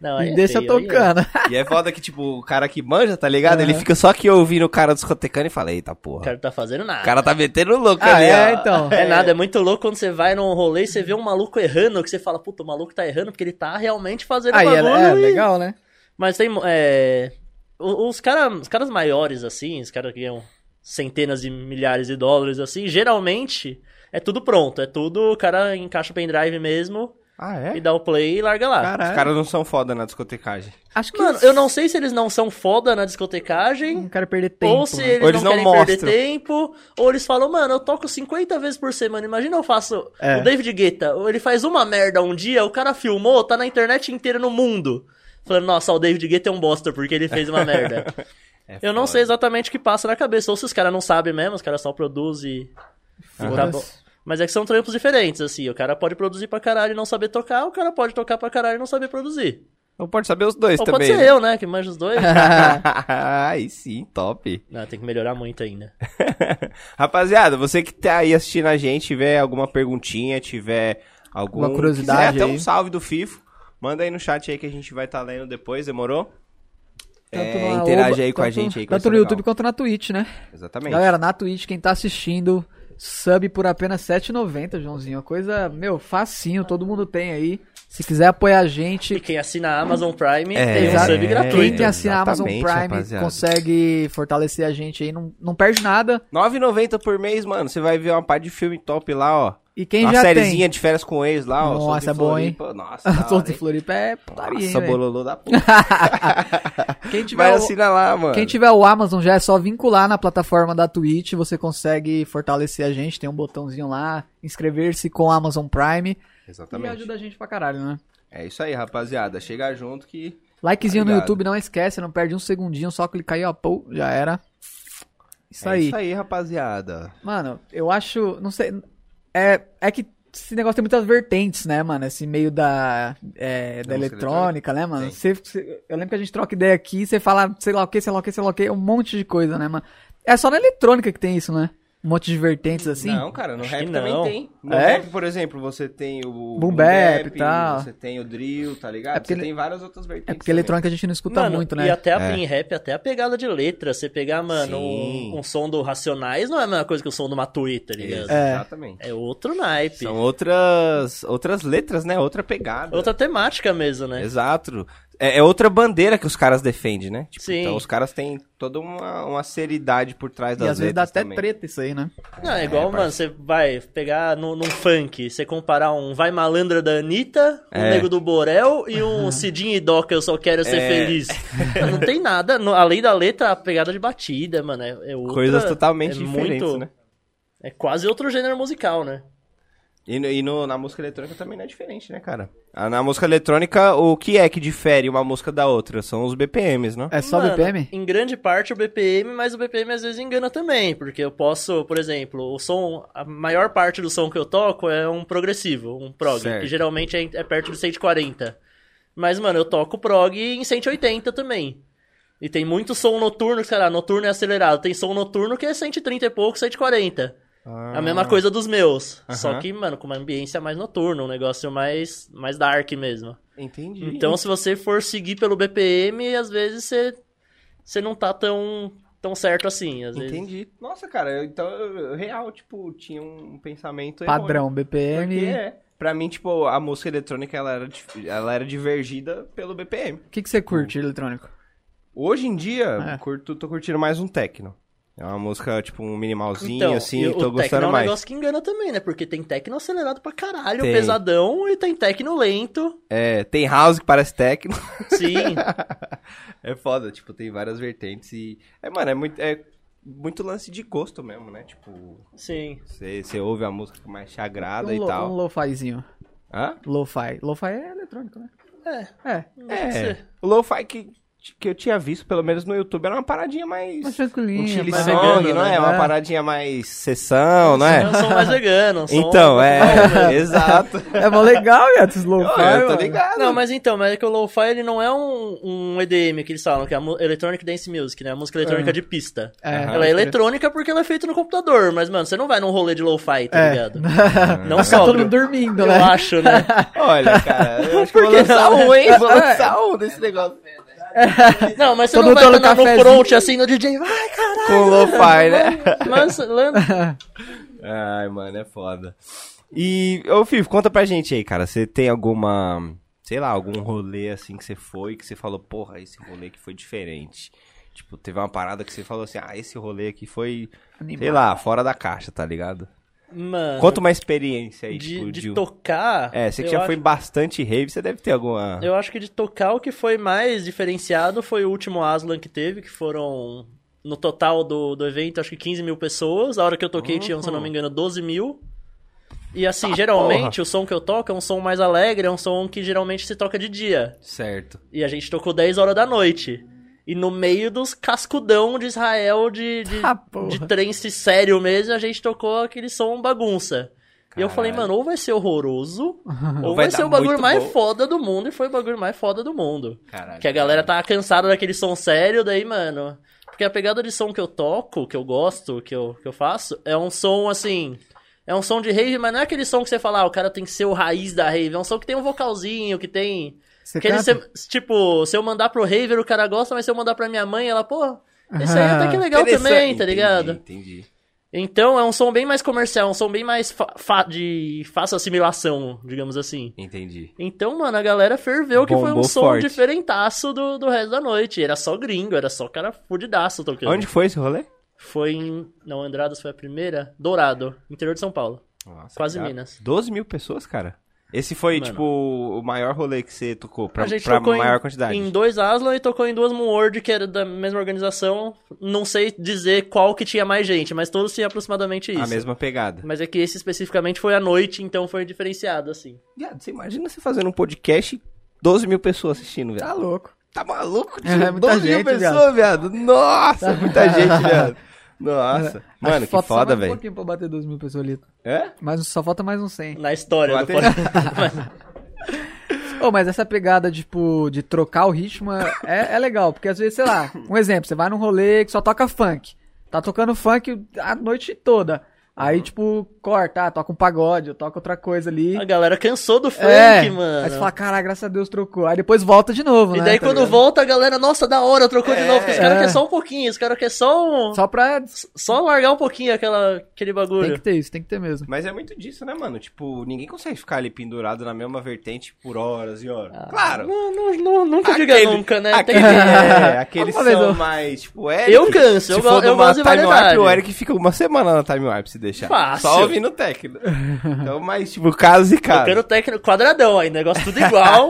[SPEAKER 4] Não,
[SPEAKER 3] e
[SPEAKER 4] aí é
[SPEAKER 3] deixa
[SPEAKER 4] feio, aí é.
[SPEAKER 3] tocando.
[SPEAKER 1] <laughs> E é foda que, tipo, o cara que manja, tá ligado? Ele
[SPEAKER 3] Aham.
[SPEAKER 1] fica só aqui ouvindo o cara discotecando e fala, eita
[SPEAKER 4] O
[SPEAKER 1] porra.
[SPEAKER 4] cara não tá fazendo nada.
[SPEAKER 1] O cara tá metendo louco
[SPEAKER 3] Ah,
[SPEAKER 1] ali,
[SPEAKER 3] é,
[SPEAKER 1] ó.
[SPEAKER 3] então.
[SPEAKER 4] É nada, é muito louco quando você vai num rolê e você vê um maluco errando, que você fala, puta, o maluco tá errando porque ele tá realmente fazendo
[SPEAKER 3] Aí é,
[SPEAKER 4] bagulho.
[SPEAKER 3] é
[SPEAKER 4] e-
[SPEAKER 3] legal, né?
[SPEAKER 4] Mas tem. É... o- Os, cara, os caras maiores, assim, os caras que ganham centenas de milhares de dólares, assim, geralmente é tudo pronto. É tudo. O cara encaixa o pendrive mesmo
[SPEAKER 1] Ah,
[SPEAKER 4] e
[SPEAKER 1] é?
[SPEAKER 4] dá o play e larga lá.
[SPEAKER 1] Os caras não são foda na discotecagem.
[SPEAKER 3] Acho que
[SPEAKER 4] Mano, eu não sei se eles não são foda na discotecagem.
[SPEAKER 3] não quero perder tempo.
[SPEAKER 4] ou se
[SPEAKER 3] né?
[SPEAKER 4] eles,
[SPEAKER 1] Ou eles
[SPEAKER 4] não,
[SPEAKER 1] não
[SPEAKER 4] querem
[SPEAKER 1] mostram.
[SPEAKER 4] perder tempo, ou eles falam, mano, eu toco 50 vezes por semana. Imagina eu faço
[SPEAKER 3] É.
[SPEAKER 4] o David Guetta, ele faz uma merda um dia, o cara filmou, tá na internet inteira no mundo. Falando, nossa, o David Guetta é um bosta porque ele fez
[SPEAKER 3] <laughs>
[SPEAKER 4] uma merda.
[SPEAKER 1] É
[SPEAKER 4] eu não
[SPEAKER 1] foda.
[SPEAKER 4] sei exatamente o que passa na cabeça, ou se os caras não sabem mesmo, os caras só produzem.
[SPEAKER 3] Foda-se.
[SPEAKER 4] tá bom. Mas é que são trampos diferentes, assim. O cara pode produzir pra caralho e não saber tocar, o cara pode tocar pra caralho e não saber produzir.
[SPEAKER 1] Ou Então pode saber os dois
[SPEAKER 4] ou pode
[SPEAKER 1] também.
[SPEAKER 4] ser
[SPEAKER 1] né?
[SPEAKER 4] eu, né, que manjo os dois.
[SPEAKER 1] <laughs> Aí sim, top.
[SPEAKER 4] não, tem que melhorar muito ainda.
[SPEAKER 1] Rapaziada, você que tá aí assistindo a gente, tiver alguma perguntinha, tiver alguma
[SPEAKER 3] Alguma curiosidade
[SPEAKER 1] quiser até um
[SPEAKER 3] aí.
[SPEAKER 1] salve do FIFO, manda aí no chat aí que a gente vai estar lendo depois, demorou?
[SPEAKER 3] Tanto
[SPEAKER 1] é,
[SPEAKER 3] na
[SPEAKER 1] interage
[SPEAKER 3] Oba-
[SPEAKER 1] aí com a
[SPEAKER 3] tanto-
[SPEAKER 1] gente aí. que vai
[SPEAKER 3] Tanto
[SPEAKER 1] ser
[SPEAKER 3] no
[SPEAKER 1] legal.
[SPEAKER 3] YouTube quanto na Twitch, né?
[SPEAKER 1] Exatamente.
[SPEAKER 3] Galera, na Twitch, quem tá assistindo, sub por apenas R$7,90, Joãozinho. Uma coisa, meu, facinho, todo mundo tem aí. Se quiser apoiar a
[SPEAKER 4] E
[SPEAKER 3] gente,
[SPEAKER 4] quem assina a Amazon Prime
[SPEAKER 1] É,
[SPEAKER 4] tem um
[SPEAKER 3] exato.
[SPEAKER 4] sub
[SPEAKER 1] é,
[SPEAKER 4] gratuito.
[SPEAKER 3] quem tem assina a Amazon
[SPEAKER 1] exatamente,
[SPEAKER 3] Prime
[SPEAKER 1] rapaziada.
[SPEAKER 3] consegue fortalecer a gente aí, não, não perde nada.
[SPEAKER 1] 9,90 por mês, mano. Você vai ver uma parte de filme top lá, ó.
[SPEAKER 3] E quem
[SPEAKER 1] uma
[SPEAKER 3] já
[SPEAKER 1] sériezinha de férias com ex lá, ó.
[SPEAKER 3] Nossa,
[SPEAKER 1] Solta em
[SPEAKER 3] é bom, hein? <laughs>
[SPEAKER 1] Floripa. Nossa, da
[SPEAKER 3] tem,
[SPEAKER 1] hora,
[SPEAKER 3] Todos em
[SPEAKER 1] hein?
[SPEAKER 3] Floripé, é putaria, hein,
[SPEAKER 1] Nossa,
[SPEAKER 3] velho?
[SPEAKER 1] bololô
[SPEAKER 3] <laughs>
[SPEAKER 1] da puta.
[SPEAKER 3] Quem
[SPEAKER 1] Vai
[SPEAKER 3] tiver,
[SPEAKER 4] assim,
[SPEAKER 3] o,
[SPEAKER 1] assinar lá, mano.
[SPEAKER 3] quem tiver o Amazon já é só vincular na plataforma da Twitch, você consegue fortalecer a gente, tem um botãozinho lá, inscrever-se com Amazon Prime. E
[SPEAKER 1] Exatamente.
[SPEAKER 3] ajuda a gente pra caralho, né?
[SPEAKER 1] É isso aí, rapaziada. Chega junto que... é
[SPEAKER 3] Likezinho no
[SPEAKER 1] Obrigado.
[SPEAKER 3] YouTube, não esquece, não perde um segundinho, só clicar aí, ó, pô, já era. Isso
[SPEAKER 1] é
[SPEAKER 3] aí.
[SPEAKER 1] isso aí, rapaziada.
[SPEAKER 3] Mano, eu acho, não sei, é, é que esse negócio tem muitas vertentes, né, mano? Esse meio da, é, da
[SPEAKER 1] música
[SPEAKER 3] eletrônica, né, mano?
[SPEAKER 1] Tem.
[SPEAKER 3] Você, você- eu lembro que a gente troca ideia aqui, você fala sei lá o que, sei lá o que, sei lá o que, um monte de coisa, né, mano? É só na eletrônica que tem isso, né? Um monte de vertentes assim.
[SPEAKER 1] Não, cara, no
[SPEAKER 4] Acho
[SPEAKER 1] rap
[SPEAKER 4] que
[SPEAKER 1] também
[SPEAKER 4] não.
[SPEAKER 1] tem. No
[SPEAKER 3] É?
[SPEAKER 1] rap, por exemplo, você tem o boom,
[SPEAKER 3] bap e tal.
[SPEAKER 1] você tem o drill, tá ligado?
[SPEAKER 3] É porque
[SPEAKER 1] você
[SPEAKER 3] ele-
[SPEAKER 1] tem várias outras vertentes.
[SPEAKER 3] é porque eletrônica a gente não escuta
[SPEAKER 4] Mano,
[SPEAKER 3] muito,
[SPEAKER 4] E
[SPEAKER 3] né?
[SPEAKER 4] até a,
[SPEAKER 1] É.
[SPEAKER 4] em rap, até a pegada de letra. Você pegar, mano,
[SPEAKER 1] Sim.
[SPEAKER 4] um, um som do Racionais não é a mesma coisa que o som do Matuí, tá
[SPEAKER 1] também.
[SPEAKER 4] ligado? É,
[SPEAKER 1] É. Exatamente.
[SPEAKER 4] outro naipe.
[SPEAKER 1] São outras, outras letras, né? Outra pegada.
[SPEAKER 4] Outra temática mesmo, né?
[SPEAKER 1] Exato. É, é outra bandeira que os caras defendem, né? Tipo,
[SPEAKER 4] Sim.
[SPEAKER 1] Então os caras têm toda uma, uma seriedade por trás
[SPEAKER 3] E
[SPEAKER 1] das
[SPEAKER 3] às vezes dá
[SPEAKER 1] letras
[SPEAKER 3] até
[SPEAKER 1] também.
[SPEAKER 3] treta isso aí, né?
[SPEAKER 4] Não, é igual, mano, você vai pegar no, num funk, você comparar um Vai Malandra da Anitta, um
[SPEAKER 1] É.
[SPEAKER 4] Nego do Borel
[SPEAKER 1] <laughs>
[SPEAKER 4] e um Cidinho e Doca, Eu Só Quero Ser
[SPEAKER 1] É.
[SPEAKER 4] Feliz. não tem nada, no- além da letra, a pegada de batida, mano, é, é outra...
[SPEAKER 1] Coisas tota- totalmente
[SPEAKER 4] é
[SPEAKER 1] diferentes, né?
[SPEAKER 4] É quase outro gênero musical, né?
[SPEAKER 1] E, no- e no- na música eletrônica também não é diferente, né, cara? Ah, Na música eletrônica, o que é que difere uma música da outra? São os BPMs, né?
[SPEAKER 3] É só
[SPEAKER 4] Mano,
[SPEAKER 3] BPM?
[SPEAKER 4] Em grande parte o BPM, mas o BPM às vezes engana também, porque eu posso, por exemplo, o som, a maior parte do som que eu toco é um progressivo, um prog,
[SPEAKER 1] Certo.
[SPEAKER 4] que geralmente é, é perto de 140. Mas, mano, eu toco prog em 180 também. E tem muito som noturno, sei lá, noturno é acelerado, tem som noturno que é 130 e pouco, 140. É A mesma coisa dos meus, só
[SPEAKER 1] Ah. Aham.
[SPEAKER 4] que, mano, com uma ambiência mais noturna, um negócio mais, mais dark mesmo.
[SPEAKER 1] Ah, Entendi.
[SPEAKER 4] Então, se você for seguir pelo BPM, às vezes você, você não tá tão, tão certo assim. Às vezes.
[SPEAKER 1] Entendi. Nossa, cara, eu, então, eu, eu real, tipo, tinha um pensamento errôneo.
[SPEAKER 3] Padrão,
[SPEAKER 1] Porque,
[SPEAKER 3] BPM.
[SPEAKER 1] é, pra mim, tipo, a música eletrônica, ela era, dif- ela era divergida pelo BPM.
[SPEAKER 3] O que, que você
[SPEAKER 1] tipo,
[SPEAKER 3] curte eletrônico?
[SPEAKER 1] Hoje em dia,
[SPEAKER 3] É.
[SPEAKER 1] curto, tô curtindo mais um techno. É uma música, tipo, um minimalzinho,
[SPEAKER 4] Então,
[SPEAKER 1] assim,
[SPEAKER 4] e
[SPEAKER 1] eu
[SPEAKER 4] o
[SPEAKER 1] tô
[SPEAKER 4] techno é
[SPEAKER 1] gostando
[SPEAKER 4] um
[SPEAKER 1] mais.
[SPEAKER 4] negócio que engana também, né? Porque tem tecno acelerado pra caralho,
[SPEAKER 1] Tem.
[SPEAKER 4] pesadão, e tem tecno lento.
[SPEAKER 1] É, tem house que parece techno. <laughs>
[SPEAKER 4] Sim.
[SPEAKER 1] é foda, tipo, tem várias vertentes e... É, mano, é muito... É... muito lance de gosto mesmo, né? Tipo,
[SPEAKER 4] Sim.
[SPEAKER 1] você você ouve a música mais chagrada
[SPEAKER 3] um,
[SPEAKER 1] e
[SPEAKER 3] lo- um
[SPEAKER 1] tal.
[SPEAKER 3] lo-fizinho.
[SPEAKER 1] Hã?
[SPEAKER 3] Lo-fi. Lo-fi é eletrônico, né? É. É.
[SPEAKER 1] É. O lo-fi que, que eu tinha visto, pelo menos no YouTube, era uma paradinha mais.
[SPEAKER 3] Mais
[SPEAKER 1] um
[SPEAKER 3] tranquilinho.
[SPEAKER 1] chili
[SPEAKER 4] mais
[SPEAKER 1] song,
[SPEAKER 4] vegano,
[SPEAKER 1] não é?
[SPEAKER 4] né?
[SPEAKER 1] Uma
[SPEAKER 3] É.
[SPEAKER 1] paradinha mais sessão, não
[SPEAKER 4] Eu
[SPEAKER 1] é?
[SPEAKER 4] sou mais vegano. sou
[SPEAKER 1] Então,
[SPEAKER 4] um-
[SPEAKER 1] é. <laughs> Exato.
[SPEAKER 3] É mó legal, Yato, esse lo-fi.
[SPEAKER 1] Eu tô
[SPEAKER 3] mano.
[SPEAKER 1] é, tá ligado.
[SPEAKER 4] Não, mas então, mas é que o lo-fi ele não é um, um EDM que eles falam, que é a mu- Electronic Dance Music, né? A música eletrônica
[SPEAKER 3] Ah.
[SPEAKER 4] de pista.
[SPEAKER 3] É,
[SPEAKER 4] Ela é eletrônica porque ela é feita no computador, mas, mano, você não vai num rolê de lo-fi, tá
[SPEAKER 3] É. <laughs>
[SPEAKER 4] ligado?
[SPEAKER 1] Ah.
[SPEAKER 4] Não
[SPEAKER 3] Ficar todo
[SPEAKER 4] sobra.
[SPEAKER 3] mundo dormindo,
[SPEAKER 4] Eu
[SPEAKER 1] é.
[SPEAKER 3] né?
[SPEAKER 1] <laughs>
[SPEAKER 4] acho, né?
[SPEAKER 1] Olha, cara, eu acho que
[SPEAKER 4] Por
[SPEAKER 1] vou
[SPEAKER 4] que
[SPEAKER 1] lançar
[SPEAKER 4] não,
[SPEAKER 1] um, hein? Vou
[SPEAKER 3] É.
[SPEAKER 1] lançar um desse negócio.
[SPEAKER 4] Não, mas você
[SPEAKER 3] Todo
[SPEAKER 4] não vai
[SPEAKER 3] mundo
[SPEAKER 4] estar
[SPEAKER 3] no
[SPEAKER 4] no
[SPEAKER 3] cafezinho.
[SPEAKER 4] front assim no DJ, vai, caralho.
[SPEAKER 1] Com lo-fi, né?
[SPEAKER 4] Lança, lança.
[SPEAKER 1] Ai, mano, é foda. E, ô Fivo, conta pra gente aí, cara. Você tem alguma, sei lá, algum rolê assim que você foi que você falou, porra, esse rolê que foi diferente? Tipo, teve uma parada que você falou assim, ah, esse rolê aqui foi, sei lá, fora da caixa, tá ligado?
[SPEAKER 4] Mano,
[SPEAKER 1] Conta uma experiência aí, tipo,
[SPEAKER 4] de, de
[SPEAKER 1] um-
[SPEAKER 4] tocar.
[SPEAKER 1] É, você que
[SPEAKER 4] eu
[SPEAKER 1] já
[SPEAKER 4] acho-
[SPEAKER 1] foi em bastante rave, você deve ter alguma.
[SPEAKER 4] Eu acho que de tocar o que foi mais diferenciado foi o último Aslan que teve, que foram. No total do, do evento, acho que 15 mil pessoas. A hora que eu toquei
[SPEAKER 1] Uhum.
[SPEAKER 4] tinham, se eu não me engano, 12 mil. E assim,
[SPEAKER 1] Ah,
[SPEAKER 4] geralmente
[SPEAKER 1] porra.
[SPEAKER 4] o som que eu toco é um som mais alegre, é um som que geralmente se toca de dia.
[SPEAKER 1] Certo.
[SPEAKER 4] E a gente tocou 10 horas da noite. E no meio dos cascudão de Israel de, de,
[SPEAKER 3] <laughs> Ah, porra.
[SPEAKER 4] de trance sério mesmo, a gente tocou aquele som bagunça. E eu falei,
[SPEAKER 1] Caralho.
[SPEAKER 4] mano, ou vai ser
[SPEAKER 1] <laughs>
[SPEAKER 4] horroroso, ou
[SPEAKER 1] vai
[SPEAKER 4] vai, ser
[SPEAKER 1] dar
[SPEAKER 4] o bagulho
[SPEAKER 1] muito
[SPEAKER 4] mais
[SPEAKER 1] bom.
[SPEAKER 4] foda do mundo. E foi o bagulho mais foda do mundo.
[SPEAKER 1] Caralho.
[SPEAKER 4] Que a galera tá tava cansada daquele som sério, daí, mano. Porque a pegada de som que eu toco, que eu gosto, que eu, que eu faço, é um som assim. É um som de rave, mas não é aquele som que você fala, ah, o cara tem que ser o raiz da rave. É um som que tem um vocalzinho, que tem.
[SPEAKER 3] Você
[SPEAKER 4] Aquele
[SPEAKER 3] canta?
[SPEAKER 4] se- tipo, se eu mandar pro Raver, o cara gosta, mas se eu mandar pra minha mãe, ela, pô, esse aí
[SPEAKER 3] Ah.
[SPEAKER 4] até que é legal
[SPEAKER 1] Interessante.
[SPEAKER 4] também, tá ligado?
[SPEAKER 1] Entendi. entendi.
[SPEAKER 4] Então é um som bem mais comercial, um som bem mais fa- fa- de fácil assimilação, digamos assim.
[SPEAKER 1] entendi.
[SPEAKER 4] Então, mano, a galera ferveu que foi um
[SPEAKER 1] Bombou
[SPEAKER 4] som
[SPEAKER 1] forte.
[SPEAKER 4] diferentaço do, do resto da noite. Era só gringo, era só cara fudidaço tocando.
[SPEAKER 1] Onde foi esse rolê?
[SPEAKER 4] Foi em. Não, Andradas foi a primeira. Dourado, interior de São Paulo.
[SPEAKER 1] Nossa,
[SPEAKER 4] Quase
[SPEAKER 1] cara.
[SPEAKER 4] Minas.
[SPEAKER 1] 12 mil pessoas, cara. Esse foi,
[SPEAKER 4] Mano.
[SPEAKER 1] tipo, o maior rolê que você tocou pra,
[SPEAKER 4] a gente
[SPEAKER 1] pra
[SPEAKER 4] tocou
[SPEAKER 1] maior
[SPEAKER 4] em,
[SPEAKER 1] quantidade.
[SPEAKER 4] em dois Aslan e tocou em duas Moonward, que era da mesma organização. Não sei dizer qual que tinha mais gente, mas todos tinham aproximadamente isso.
[SPEAKER 1] A mesma pegada.
[SPEAKER 4] Mas é que esse especificamente foi à noite, então foi diferenciado, assim.
[SPEAKER 1] Viado, você imagina você fazendo um podcast e 12 mil pessoas assistindo, viado.
[SPEAKER 3] Tá louco.
[SPEAKER 1] Tá maluco, tio?
[SPEAKER 3] É, é muita
[SPEAKER 1] 12 mil
[SPEAKER 3] gente,
[SPEAKER 1] pessoas, viado. Nossa, <laughs> muita gente, viado. <laughs> Nossa. Mano,
[SPEAKER 3] Acho
[SPEAKER 1] que
[SPEAKER 3] falta só
[SPEAKER 1] foda,
[SPEAKER 3] mais Um
[SPEAKER 1] velho.
[SPEAKER 3] pouquinho pra bater 2 mil pessoas ali.
[SPEAKER 1] É?
[SPEAKER 3] Mas só falta mais um uns 100.
[SPEAKER 4] Na história do
[SPEAKER 1] Bater-
[SPEAKER 4] podcast.
[SPEAKER 3] Ô, mas essa pegada, tipo, de trocar o ritmo é, é legal, porque às vezes, sei lá, um exemplo, você vai num rolê que só toca funk. Tá tocando funk a noite toda. Aí, tipo, corta, ah, toca um pagode, ou toca outra coisa ali.
[SPEAKER 4] a galera cansou do funk,
[SPEAKER 3] é, Aí você
[SPEAKER 4] mano.
[SPEAKER 3] fala, caralho, graças a Deus trocou. Aí depois volta de novo,
[SPEAKER 4] E
[SPEAKER 3] né?
[SPEAKER 4] daí
[SPEAKER 3] tá
[SPEAKER 4] quando
[SPEAKER 3] ligado?
[SPEAKER 4] volta, a galera, nossa, da hora, trocou de
[SPEAKER 1] É.
[SPEAKER 4] novo. Porque os caras
[SPEAKER 3] É.
[SPEAKER 4] querem só um pouquinho, os caras querem só um. Só...
[SPEAKER 3] Só
[SPEAKER 4] <laughs>
[SPEAKER 3] pra.
[SPEAKER 4] largar um pouquinho aquela, aquele
[SPEAKER 3] Tem que
[SPEAKER 4] bagulho.
[SPEAKER 3] ter isso, tem que ter
[SPEAKER 4] <laughs>
[SPEAKER 3] mesmo.
[SPEAKER 1] Mas é muito disso, né, mano? Tipo, ninguém consegue ficar ali pendurado na mesma vertente por horas e horas. claro.
[SPEAKER 4] Ah. Não, não, não- nunca diga
[SPEAKER 1] Aquele-
[SPEAKER 4] nunca, né?
[SPEAKER 1] Aquele,
[SPEAKER 4] Tem que...
[SPEAKER 1] é, aqueles
[SPEAKER 3] Uma vez
[SPEAKER 1] são
[SPEAKER 3] eu-
[SPEAKER 1] mais, tipo,
[SPEAKER 3] É.
[SPEAKER 1] Eric.
[SPEAKER 4] Eu canso, eu,
[SPEAKER 1] Se
[SPEAKER 4] go
[SPEAKER 1] for
[SPEAKER 4] eu
[SPEAKER 1] numa
[SPEAKER 4] gosto de variedade.
[SPEAKER 1] time-warp, o é Eric fica uma semana na time-warp se deixar.
[SPEAKER 4] Fácil.
[SPEAKER 1] Só ouvindo o técnico. Então, mas, tipo, caso e
[SPEAKER 4] Eu
[SPEAKER 1] caso.
[SPEAKER 4] quero técnico quadradão aí, negócio tudo igual.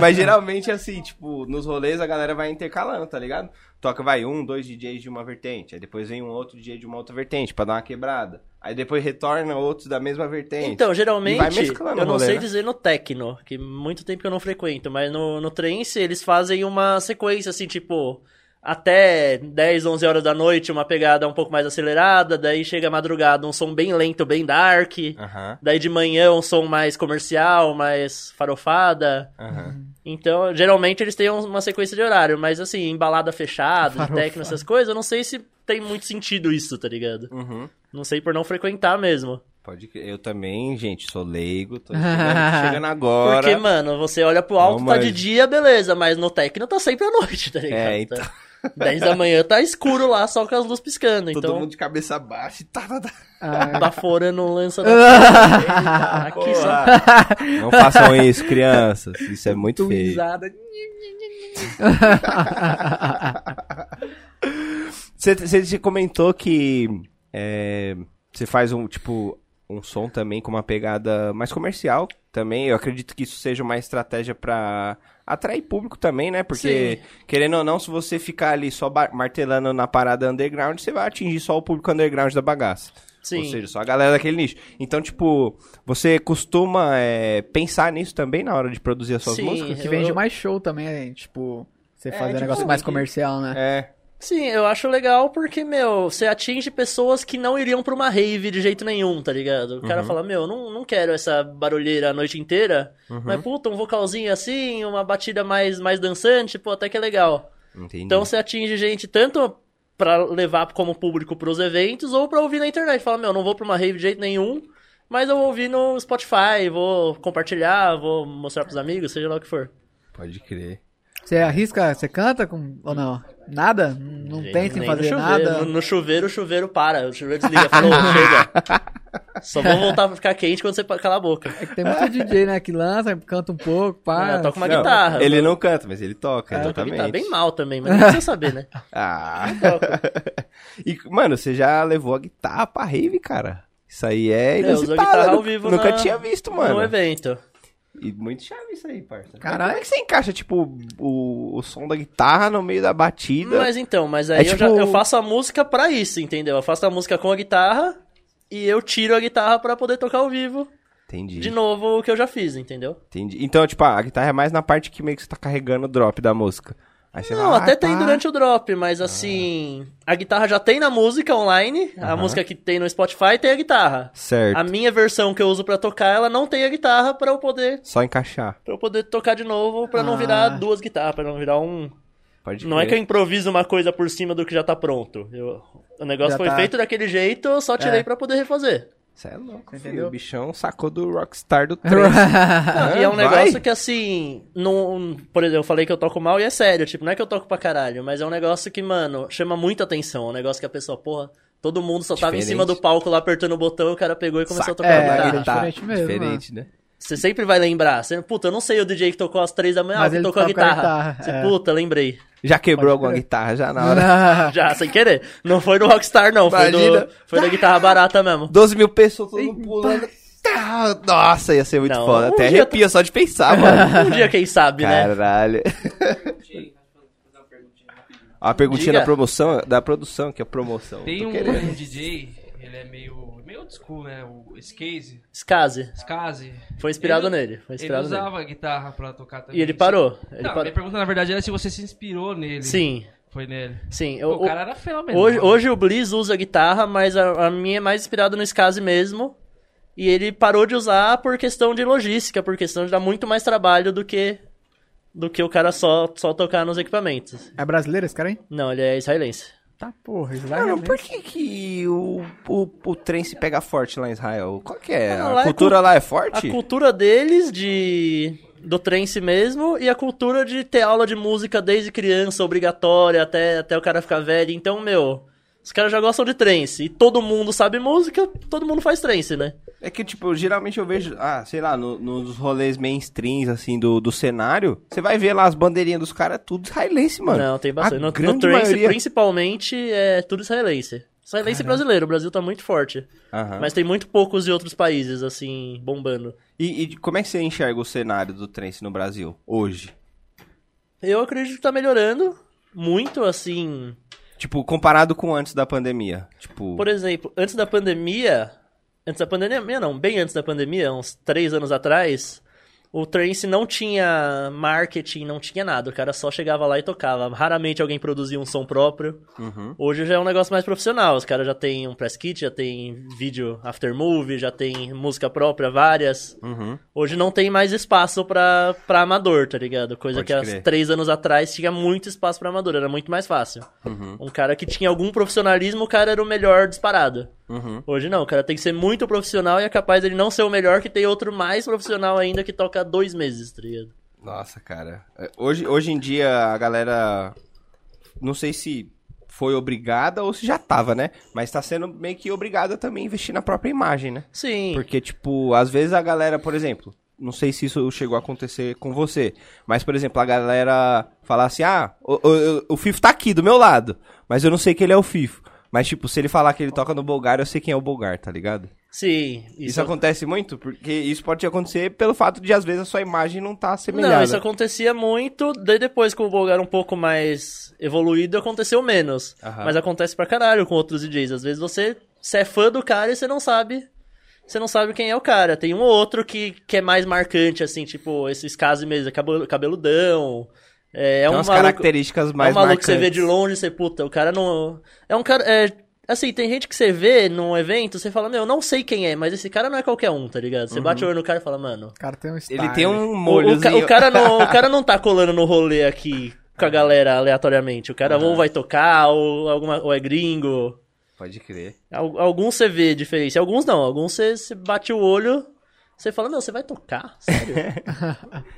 [SPEAKER 1] Mas geralmente, assim, tipo, nos rolês a galera vai intercalando, tá ligado? Toca, vai, um, dois DJs de uma vertente. Aí depois vem um outro DJ de uma outra vertente pra dar uma quebrada. Aí depois retorna outro da mesma vertente.
[SPEAKER 4] então,
[SPEAKER 1] Vai
[SPEAKER 4] geralmente, eu
[SPEAKER 1] mesclando
[SPEAKER 4] não
[SPEAKER 1] o rolê,
[SPEAKER 4] sei
[SPEAKER 1] né?
[SPEAKER 4] dizer no techno, que muito tempo que eu não frequento, mas no, no trance eles fazem uma sequência assim, tipo, até 10, 11 horas da noite, uma pegada um pouco mais acelerada, daí chega a madrugada, um som bem lento, bem dark.
[SPEAKER 1] Aham,
[SPEAKER 4] Daí de manhã um som mais comercial, mais farofada.
[SPEAKER 1] aham.
[SPEAKER 4] Então, geralmente eles têm uma sequência de horário, mas assim, em balada fechada, de
[SPEAKER 3] Farofada.
[SPEAKER 4] techno, essas coisas, eu não sei se tem muito sentido isso, tá ligado?
[SPEAKER 1] Uhum.
[SPEAKER 4] Não sei por não frequentar mesmo.
[SPEAKER 1] Pode crer. Eu também, gente, sou leigo.
[SPEAKER 4] <laughs>
[SPEAKER 1] Tô chegando, chegando agora.
[SPEAKER 4] Porque, mano, você olha pro alto,
[SPEAKER 1] Não
[SPEAKER 4] tá de
[SPEAKER 1] manjo.
[SPEAKER 4] dia, beleza, mas no Tecno tá sempre à noite, tá ligado?
[SPEAKER 1] É,
[SPEAKER 4] <laughs>
[SPEAKER 1] então.
[SPEAKER 4] 10 da manhã tá escuro lá, só com as luzes piscando,
[SPEAKER 1] Todo
[SPEAKER 4] então
[SPEAKER 1] mundo de cabeça baixa. e Tá, tá, tá.
[SPEAKER 3] Ah,
[SPEAKER 4] tá fora não
[SPEAKER 1] <laughs>
[SPEAKER 4] lança
[SPEAKER 1] Eita,
[SPEAKER 4] Aqui só-
[SPEAKER 1] porra. <laughs> Não façam isso, crianças. Isso é muito feio.
[SPEAKER 3] <laughs> risada.
[SPEAKER 1] Você- Você você comentou que é, você faz um tipo um som também com uma pegada mais comercial, também. Eu acredito que isso seja uma estratégia pra atrair público também, né? Porque, querendo ou não, se você ficar ali só ba- martelando na parada underground, você vai atingir só o público underground da bagaça.
[SPEAKER 4] Sim.
[SPEAKER 1] Ou seja, só a galera daquele nicho. Então, tipo, você costuma é, pensar nisso também na hora de produzir as suas
[SPEAKER 4] Sim.
[SPEAKER 1] músicas?
[SPEAKER 3] Que vende
[SPEAKER 4] eu-
[SPEAKER 3] mais show também, né? tipo,
[SPEAKER 4] É,
[SPEAKER 3] você fazer um
[SPEAKER 1] tipo,
[SPEAKER 3] negócio mais
[SPEAKER 1] que-
[SPEAKER 3] comercial, né?
[SPEAKER 1] É.
[SPEAKER 4] Sim, eu acho legal porque, meu, você atinge pessoas que não iriam pra uma rave de jeito nenhum, tá ligado? O cara
[SPEAKER 1] Uhum.
[SPEAKER 4] fala, meu, não, não quero essa barulheira a noite inteira,
[SPEAKER 1] Uhum.
[SPEAKER 4] mas puta, um vocalzinho assim, uma batida mais, mais dançante, pô, até que é legal.
[SPEAKER 1] Entendi.
[SPEAKER 4] Então você atinge gente tanto pra levar como público pros eventos ou pra ouvir na internet. Fala, meu, não vou pra uma rave de jeito nenhum, mas eu vou ouvir no Spotify, vou compartilhar, vou mostrar pros amigos, seja lá o que for.
[SPEAKER 1] Pode crer.
[SPEAKER 3] Você arrisca, você canta com, ou não? Nada? Não
[SPEAKER 4] Gente,
[SPEAKER 3] tenta em
[SPEAKER 4] nem
[SPEAKER 3] fazer
[SPEAKER 4] no chuveiro.
[SPEAKER 3] nada?
[SPEAKER 4] No, no chuveiro, o chuveiro para. O chuveiro desliga. Falou, chega. Só vou voltar pra ficar quente quando você pa- calar a boca.
[SPEAKER 3] É Tem muito DJ, né, que lança, canta um pouco, pá. <laughs>
[SPEAKER 4] É, toca uma
[SPEAKER 1] Não,
[SPEAKER 4] guitarra.
[SPEAKER 1] Ele não canta, mas ele toca,
[SPEAKER 4] Toca
[SPEAKER 1] É, exatamente.
[SPEAKER 4] guitarra tá bem mal também, mas não precisa saber, né?
[SPEAKER 1] Ah.
[SPEAKER 4] Toca.
[SPEAKER 1] <laughs> E, mano, você já levou a guitarra pra rave, cara? Isso aí é
[SPEAKER 4] É, usou
[SPEAKER 1] inusitado.
[SPEAKER 4] guitarra ao
[SPEAKER 1] nu-
[SPEAKER 4] vivo
[SPEAKER 1] Nunca
[SPEAKER 4] na-
[SPEAKER 1] tinha visto,
[SPEAKER 4] No
[SPEAKER 1] mano.
[SPEAKER 4] evento.
[SPEAKER 1] E muito chave isso aí, parça.
[SPEAKER 3] Caralho.
[SPEAKER 1] Como é que você encaixa, tipo, o, o som da guitarra no meio da batida?
[SPEAKER 4] Mas então, mas aí
[SPEAKER 1] É
[SPEAKER 4] eu, já-
[SPEAKER 1] tipo-
[SPEAKER 4] eu faço a música pra isso, entendeu? Eu faço a música com a guitarra e eu tiro a guitarra pra poder tocar ao vivo
[SPEAKER 1] Entendi,
[SPEAKER 4] de novo o que eu já fiz, entendeu?
[SPEAKER 1] entendi. Então, tipo, a guitarra é mais na parte que meio que você tá carregando o drop da música. Aí você
[SPEAKER 4] Não,
[SPEAKER 1] vai,
[SPEAKER 4] até
[SPEAKER 1] ah,
[SPEAKER 4] tem
[SPEAKER 1] pá.
[SPEAKER 4] durante o drop, mas assim, a guitarra já tem na música online, a
[SPEAKER 1] Aham.
[SPEAKER 4] música que tem no Spotify tem a guitarra.
[SPEAKER 1] Certo,
[SPEAKER 4] A minha versão que eu uso pra tocar, ela não tem a guitarra pra eu poder
[SPEAKER 1] só encaixar.
[SPEAKER 4] para eu poder tocar de novo, pra
[SPEAKER 3] Ah.
[SPEAKER 4] não virar duas guitarras, pra não virar um.
[SPEAKER 1] Pode
[SPEAKER 4] Não é que eu
[SPEAKER 1] crer.
[SPEAKER 4] improviso uma coisa por cima do que já tá pronto. Eu- O negócio
[SPEAKER 3] Já
[SPEAKER 4] foi
[SPEAKER 3] tá.
[SPEAKER 4] feito daquele jeito, eu só
[SPEAKER 1] É.
[SPEAKER 4] tirei pra poder refazer.
[SPEAKER 1] Você é louco,
[SPEAKER 3] Entendeu?
[SPEAKER 1] filho. O bichão sacou do Rockstar
[SPEAKER 4] É
[SPEAKER 1] do
[SPEAKER 3] <laughs>
[SPEAKER 1] 3.
[SPEAKER 4] e é um
[SPEAKER 1] vai?
[SPEAKER 4] negócio que assim, não, por exemplo, eu falei que eu toco mal e é sério, tipo, não é que eu toco pra caralho, mas é um negócio que, mano, chama muita atenção, é um negócio que a pessoa, porra, todo mundo só tava em
[SPEAKER 1] Diferente.
[SPEAKER 4] cima do palco lá apertando o botão, o cara pegou e começou
[SPEAKER 1] Sacou
[SPEAKER 4] a tocar
[SPEAKER 3] É,
[SPEAKER 4] a guitarra.
[SPEAKER 3] ele tá- Diferente mesmo,
[SPEAKER 1] Diferente, né?
[SPEAKER 4] Você sempre vai lembrar. Você, puta, eu não sei o DJ que tocou às três da manhã,
[SPEAKER 3] Mas
[SPEAKER 4] ah, que
[SPEAKER 3] ele
[SPEAKER 4] tocou a
[SPEAKER 3] toca a
[SPEAKER 4] guitarra.
[SPEAKER 3] guitarra,
[SPEAKER 4] Você,
[SPEAKER 3] é.
[SPEAKER 4] puta, lembrei.
[SPEAKER 1] Já quebrou
[SPEAKER 3] Pode
[SPEAKER 1] alguma
[SPEAKER 3] crer.
[SPEAKER 1] guitarra já na hora?
[SPEAKER 3] Não.
[SPEAKER 4] Já, sem querer. Não foi do Rockstar, não. Foi, do,
[SPEAKER 1] Imagina.
[SPEAKER 4] foi da guitarra barata mesmo.
[SPEAKER 1] 12 mil pessoas, todo mundo pulando. Tá, Nossa, ia ser muito
[SPEAKER 4] Não,
[SPEAKER 1] foda.
[SPEAKER 4] um
[SPEAKER 1] Até
[SPEAKER 4] dia
[SPEAKER 1] arrepia só de pensar, mano.
[SPEAKER 4] Um dia, quem <laughs> sabe, né?
[SPEAKER 1] Caralho. A perguntinha
[SPEAKER 4] Diga.
[SPEAKER 1] da promoção, da produção, que é promoção.
[SPEAKER 2] Tem
[SPEAKER 1] tô
[SPEAKER 2] um,
[SPEAKER 1] querendo.
[SPEAKER 2] um <laughs> DJ, ele é meio, meio old school, né? O Skaze,
[SPEAKER 4] Skaze.
[SPEAKER 2] Skaze.
[SPEAKER 4] Foi inspirado
[SPEAKER 2] Ele-
[SPEAKER 4] nele. Foi
[SPEAKER 2] Ele
[SPEAKER 4] inspirado nele.
[SPEAKER 2] usava a guitarra pra tocar também.
[SPEAKER 4] E ele parou. Ele
[SPEAKER 2] Não,
[SPEAKER 4] parou.
[SPEAKER 2] minha pergunta, na verdade, era se você se inspirou nele.
[SPEAKER 4] Sim,
[SPEAKER 2] Foi nele.
[SPEAKER 4] sim.
[SPEAKER 2] Pô,
[SPEAKER 4] Eu,
[SPEAKER 2] o cara era fenomenal.
[SPEAKER 4] hoje, hoje o Blizz usa a guitarra, mas a, a minha é mais inspirada no Skaze mesmo. E ele parou de usar por questão de logística, por questão de dar muito mais trabalho do que do que o cara só, só tocar nos equipamentos.
[SPEAKER 3] É brasileiro esse cara, hein?
[SPEAKER 4] Não, ele é israelense.
[SPEAKER 3] Tá porra, Israel.
[SPEAKER 4] né?
[SPEAKER 1] Mano, por que que o, o, o trem se pega forte lá em Israel? Qual que é?
[SPEAKER 4] Ah, lá
[SPEAKER 1] a
[SPEAKER 4] é
[SPEAKER 1] cultura lá é
[SPEAKER 4] A
[SPEAKER 1] forte?
[SPEAKER 4] cultura deles de do trance mesmo e a cultura de ter aula de música desde criança obrigatória até até o cara ficar velho. Então, meu, os caras já gostam de trance e todo mundo sabe música, todo mundo faz trance, né?
[SPEAKER 1] É que, tipo, geralmente eu vejo, ah, sei lá, no- nos rolês mainstreams, assim, do, do cenário, você vai ver lá as bandeirinhas dos caras, é tudo israelense, mano.
[SPEAKER 4] Não, tem
[SPEAKER 1] A
[SPEAKER 4] bastante. No, no
[SPEAKER 1] grande
[SPEAKER 4] trance,
[SPEAKER 1] maioria-
[SPEAKER 4] principalmente, é tudo israelense. Israelense brasileiro, o Brasil tá muito forte.
[SPEAKER 1] Aham.
[SPEAKER 4] Mas tem muito poucos de outros países, assim, bombando.
[SPEAKER 1] E, e como é que você enxerga o cenário do trance no Brasil hoje?
[SPEAKER 4] Eu acredito que tá melhorando muito, assim.
[SPEAKER 1] Tipo, comparado com antes da pandemia. Tipo,
[SPEAKER 4] Por exemplo, antes da pandemia. Antes da pandemia, não, bem antes da pandemia, uns três anos atrás, o Trance não tinha marketing, não tinha nada. O cara só chegava lá e tocava. Raramente alguém produzia um som próprio.
[SPEAKER 1] Uhum.
[SPEAKER 4] Hoje já é um negócio mais profissional. Os caras já tem um press kit, já tem vídeo after movie, já tem música própria, várias.
[SPEAKER 1] uhum.
[SPEAKER 4] Hoje não tem mais espaço pra, pra amador, tá ligado? Coisa
[SPEAKER 1] Pode
[SPEAKER 4] que há
[SPEAKER 1] crer.
[SPEAKER 4] três anos atrás tinha muito espaço pra amador, era muito mais fácil.
[SPEAKER 1] Uhum.
[SPEAKER 4] Um cara que tinha algum profissionalismo, o cara era o melhor disparado.
[SPEAKER 1] Uhum.
[SPEAKER 4] Hoje não, o cara tem que ser muito profissional e é capaz dele não ser o melhor, que tem outro mais profissional ainda que toca dois meses, tá ligado?
[SPEAKER 1] Nossa, cara. É, Hoje, hoje em dia a galera. Não sei se foi obrigada ou se já tava, né? Mas tá sendo meio que obrigada também a investir na própria imagem, né?
[SPEAKER 4] Sim.
[SPEAKER 1] Porque, tipo, às vezes a galera, por exemplo, não sei se isso chegou a acontecer com você, mas, por exemplo, a galera falar assim, ah, o, o, o Fifo tá aqui do meu lado, mas eu não sei que ele é o Fifo. Mas, tipo, se ele falar que ele toca no Bulgar, eu sei quem é o Bulgar, tá ligado?
[SPEAKER 4] Sim.
[SPEAKER 1] Isso acontece muito? Porque isso pode acontecer pelo fato de, às vezes, a sua imagem não tá semelhada.
[SPEAKER 4] Não, isso é acontecia muito, daí depois com o vulgar era um pouco mais evoluído, aconteceu menos.
[SPEAKER 1] Aham.
[SPEAKER 4] Mas acontece pra caralho com outros DJs. Às vezes você, você é fã do cara e você não sabe. Você não sabe quem é o cara. Tem um ou outro que, que é mais marcante, assim, tipo, esses casos mesmo, é cabelo- cabeludão. É, é
[SPEAKER 1] Tem
[SPEAKER 4] um
[SPEAKER 1] umas
[SPEAKER 4] maluco,
[SPEAKER 1] características mais
[SPEAKER 4] é um maluco que
[SPEAKER 1] marcantes.
[SPEAKER 4] você vê de longe, você, puta, o cara não. É um cara. é, assim, tem gente que você vê num evento, você fala, meu, eu não sei quem é, mas esse cara não é qualquer um, tá ligado? Você
[SPEAKER 1] Uhum.
[SPEAKER 4] bate o olho no cara e fala, mano.
[SPEAKER 3] O cara tem um
[SPEAKER 1] Ele
[SPEAKER 3] style.
[SPEAKER 1] tem um
[SPEAKER 4] O- O, ca-
[SPEAKER 1] molhozinho.
[SPEAKER 4] o cara não,
[SPEAKER 1] <laughs>
[SPEAKER 4] o cara não tá colando no rolê aqui com a galera aleatoriamente. O cara ou vai tocar, ou, alguma, ou é gringo.
[SPEAKER 1] Pode crer.
[SPEAKER 4] Al- Alguns você vê diferença, alguns não. Alguns você, você bate o olho, você fala, meu, você vai tocar? Sério?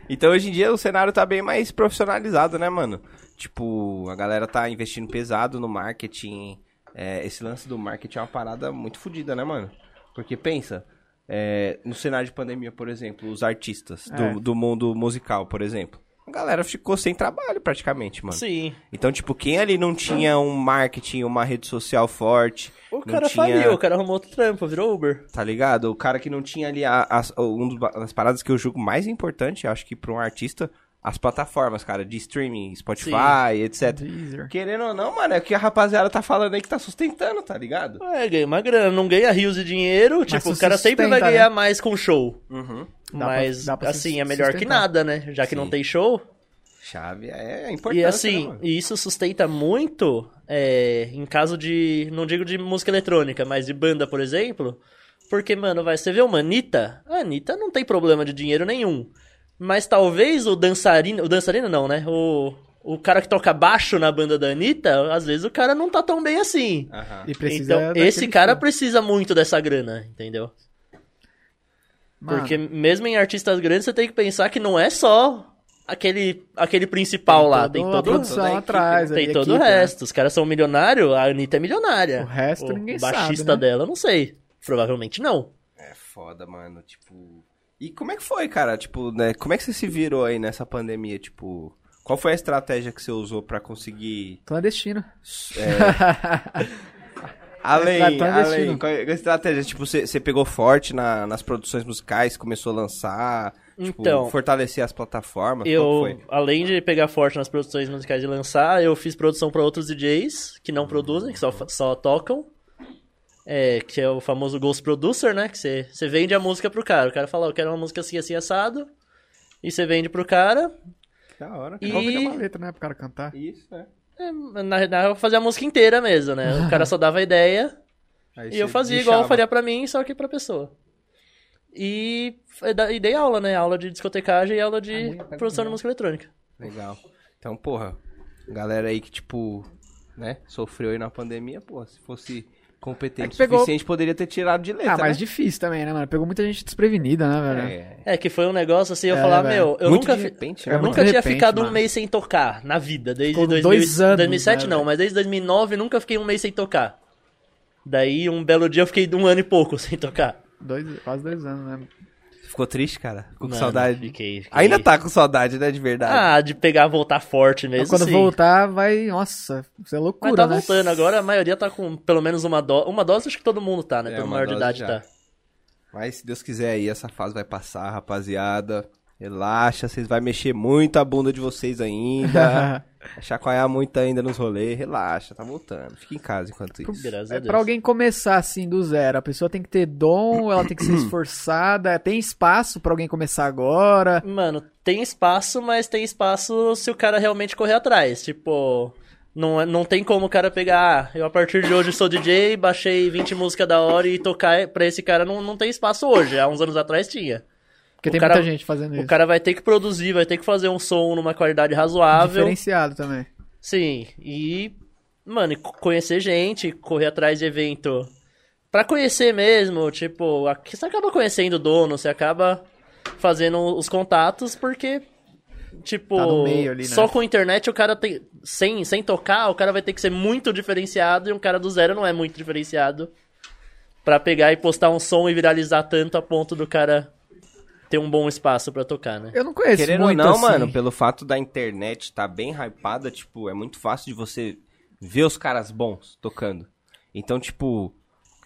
[SPEAKER 1] Então, hoje em dia, o cenário tá bem mais profissionalizado, né, mano? Tipo, a galera tá investindo pesado no marketing. É, esse lance do marketing é uma parada muito fodida, né, mano? Porque, pensa, é, no cenário de pandemia, por exemplo, os artistas
[SPEAKER 3] É.
[SPEAKER 1] do, do mundo musical, por exemplo. A galera ficou sem trabalho, praticamente, <laughs> mano.
[SPEAKER 4] Sim.
[SPEAKER 1] Então, tipo, quem ali não tinha um marketing, uma rede social forte...
[SPEAKER 4] O
[SPEAKER 1] não
[SPEAKER 4] cara
[SPEAKER 1] tinha...
[SPEAKER 4] faliu, o cara arrumou outro trampo, virou Uber.
[SPEAKER 1] Tá ligado? O cara que não tinha ali a, as- um dos ba- das paradas que eu julgo mais importante, acho que pra um artista, as plataformas, cara, de streaming, Spotify, etc.
[SPEAKER 3] Deezer.
[SPEAKER 1] Querendo ou não, mano, é o que a rapaziada tá falando aí que tá sustentando, tá ligado?
[SPEAKER 4] É, ganha uma grana, não ganha rios de dinheiro, tipo,
[SPEAKER 3] se
[SPEAKER 4] o cara sempre vai
[SPEAKER 3] sustenta,
[SPEAKER 4] ganhar mais com show.
[SPEAKER 1] né? Uhum.
[SPEAKER 3] Dá pra-
[SPEAKER 4] mas,
[SPEAKER 3] dá pra se
[SPEAKER 4] assim, é melhor que
[SPEAKER 3] sustentar.
[SPEAKER 4] nada, né? Já que não
[SPEAKER 1] Sim.
[SPEAKER 4] tem show,
[SPEAKER 1] Chave é importante.
[SPEAKER 4] E assim,
[SPEAKER 1] né, mano?
[SPEAKER 4] e isso sustenta muito é, em caso de. Não digo de música eletrônica, mas de banda, por exemplo. Porque, mano, vai, você vê uma Anitta, a Anitta não tem problema de dinheiro nenhum. Mas talvez o dançarino. O dançarino não, né? O, o cara que toca baixo na banda da Anitta, às vezes o cara não tá tão bem assim.
[SPEAKER 1] Aham.
[SPEAKER 3] E precisa
[SPEAKER 4] então,
[SPEAKER 3] daquele
[SPEAKER 4] esse cara
[SPEAKER 3] show.
[SPEAKER 4] precisa muito dessa grana, entendeu?
[SPEAKER 3] Mano,
[SPEAKER 4] Porque mesmo em artistas grandes, você tem que pensar que não é só aquele, aquele principal lá. Tem
[SPEAKER 3] toda
[SPEAKER 4] todo
[SPEAKER 3] a
[SPEAKER 1] produção.
[SPEAKER 3] produção
[SPEAKER 1] toda a equipe,
[SPEAKER 3] atrás.
[SPEAKER 4] tem
[SPEAKER 3] ali,
[SPEAKER 4] todo
[SPEAKER 3] equipe,
[SPEAKER 4] o
[SPEAKER 3] né?
[SPEAKER 4] resto. Os caras são milionários, a Anitta é milionária.
[SPEAKER 3] O resto ninguém sabe,
[SPEAKER 4] baixista
[SPEAKER 3] né?
[SPEAKER 4] dela, eu não sei. Provavelmente não.
[SPEAKER 1] É foda, mano. Tipo. E como é que foi, cara? Tipo, né? Como é que você se virou aí nessa pandemia? Tipo, qual foi a estratégia que você usou pra conseguir. é,
[SPEAKER 3] Clandestino.
[SPEAKER 4] É.
[SPEAKER 3] <laughs>
[SPEAKER 1] Além,
[SPEAKER 3] Tá clandestino.
[SPEAKER 1] além, qual é a estratégia? Tipo, você você pegou forte na- nas produções musicais, começou a lançar, tipo,
[SPEAKER 4] Então,
[SPEAKER 1] fortalecer as plataformas, qual
[SPEAKER 4] Eu,
[SPEAKER 1] que foi?
[SPEAKER 4] além de pegar forte nas produções musicais e lançar, eu fiz produção pra outros DJs que não produzem, que só, fa- só tocam. É, que é o famoso Ghost Producer, né? Que você você vende a música pro cara. O cara fala, "Ó, eu quero uma música assim, assim, assado. E você vende pro cara.
[SPEAKER 1] Da hora.
[SPEAKER 4] E-
[SPEAKER 3] Vamos criar uma letra, né? Pro cara cantar.
[SPEAKER 1] Isso, né?
[SPEAKER 4] É, na real, eu fazia a música inteira mesmo, né? O cara só dava a ideia.
[SPEAKER 1] Aí
[SPEAKER 4] E eu
[SPEAKER 1] você
[SPEAKER 4] fazia igual eu
[SPEAKER 1] deixava.
[SPEAKER 4] faria pra mim, só que pra pessoa. E, e da- e dei aula, né? Aula de discotecagem e aula de produção de música eletrônica.
[SPEAKER 1] Legal. Então, porra, galera aí que, tipo, né, sofreu aí na pandemia, porra, se fosse competente
[SPEAKER 3] É que
[SPEAKER 1] o
[SPEAKER 3] pegou-
[SPEAKER 1] suficiente, poderia ter tirado de letra,
[SPEAKER 3] Ah, mas
[SPEAKER 1] né?
[SPEAKER 3] difícil também, né, mano? Pegou muita gente desprevenida, né, velho?
[SPEAKER 1] É.
[SPEAKER 4] É, que foi um negócio assim, eu
[SPEAKER 3] É,
[SPEAKER 4] falar,
[SPEAKER 3] velho.
[SPEAKER 4] meu, eu
[SPEAKER 1] Muito
[SPEAKER 4] nunca,
[SPEAKER 1] de
[SPEAKER 4] fi- É
[SPEAKER 1] repente,
[SPEAKER 4] eu
[SPEAKER 1] né,
[SPEAKER 3] muito
[SPEAKER 1] mano?
[SPEAKER 4] nunca
[SPEAKER 3] de
[SPEAKER 4] tinha
[SPEAKER 3] repente,
[SPEAKER 4] ficado
[SPEAKER 3] mano.
[SPEAKER 4] um mês sem tocar na vida, desde
[SPEAKER 3] Ficou
[SPEAKER 4] 2000,
[SPEAKER 3] dois anos,
[SPEAKER 4] 2007
[SPEAKER 3] né,
[SPEAKER 4] não,
[SPEAKER 3] velho?
[SPEAKER 4] mas desde 2009 nunca fiquei um mês sem tocar. Daí um belo dia eu fiquei um ano e pouco <laughs> sem tocar.
[SPEAKER 3] Dois, quase dois anos, né?
[SPEAKER 1] Ficou triste, cara? Ficou com
[SPEAKER 4] Mano,
[SPEAKER 1] saudade?
[SPEAKER 4] Fiquei, fiquei-
[SPEAKER 1] Ainda tá com saudade, né, de verdade?
[SPEAKER 4] Ah, de pegar, voltar forte mesmo.
[SPEAKER 3] Quando
[SPEAKER 4] sim.
[SPEAKER 3] voltar, vai. Nossa, isso é
[SPEAKER 4] Mas
[SPEAKER 3] loucura,
[SPEAKER 4] tá
[SPEAKER 3] né? <laughs>
[SPEAKER 4] voltando agora, a maioria tá com pelo menos uma dose. Uma dose acho que todo mundo tá, né?
[SPEAKER 1] É,
[SPEAKER 4] todo
[SPEAKER 1] uma
[SPEAKER 4] maior de
[SPEAKER 1] dose
[SPEAKER 4] idade
[SPEAKER 1] já.
[SPEAKER 4] tá.
[SPEAKER 1] Mas se Deus quiser aí, essa fase vai passar, rapaziada. Relaxa, vocês vai mexer muito a bunda de vocês
[SPEAKER 3] <laughs>
[SPEAKER 1] ainda. vai chacoalhar muito ainda nos rolês. Relaxa, tá voltando. Fica em casa enquanto isso.
[SPEAKER 4] Graças a
[SPEAKER 3] É,
[SPEAKER 4] Deus.
[SPEAKER 3] pra alguém começar assim do zero, a pessoa tem que ter dom, ela tem
[SPEAKER 4] <coughs>
[SPEAKER 3] que ser esforçada, tem espaço pra alguém começar agora.
[SPEAKER 4] Mano, tem espaço, mas tem espaço se o cara realmente correr atrás. Tipo, não, é- não tem como o cara pegar, ah, eu a partir de hoje sou DJ, baixei 20 músicas da hora e tocar pra esse cara não, não tem espaço hoje. Há uns anos atrás tinha.
[SPEAKER 3] Porque
[SPEAKER 4] O
[SPEAKER 3] tem
[SPEAKER 4] cara-
[SPEAKER 3] muita gente fazendo isso.
[SPEAKER 4] O cara vai ter que produzir, vai ter que fazer um som numa qualidade razoável.
[SPEAKER 3] Diferenciado também.
[SPEAKER 4] Sim, e, mano, e co- conhecer gente, correr atrás de evento. Pra conhecer mesmo, tipo, a- você acaba conhecendo o dono, você acaba fazendo os contatos, porque, tipo,
[SPEAKER 3] Tá no meio ali, né?
[SPEAKER 4] só com internet o cara tem. Sem, sem tocar, o cara vai ter que ser muito diferenciado e um cara do zero não é muito diferenciado. Pra pegar e postar um som e viralizar tanto a ponto do cara ter um bom espaço pra tocar, né?
[SPEAKER 3] Eu não conheço
[SPEAKER 1] Querendo ou
[SPEAKER 3] muito
[SPEAKER 1] não,
[SPEAKER 3] assim.
[SPEAKER 1] mano, pelo fato da internet tá bem hypada, tipo, é muito fácil de você ver os caras bons tocando. Então, tipo,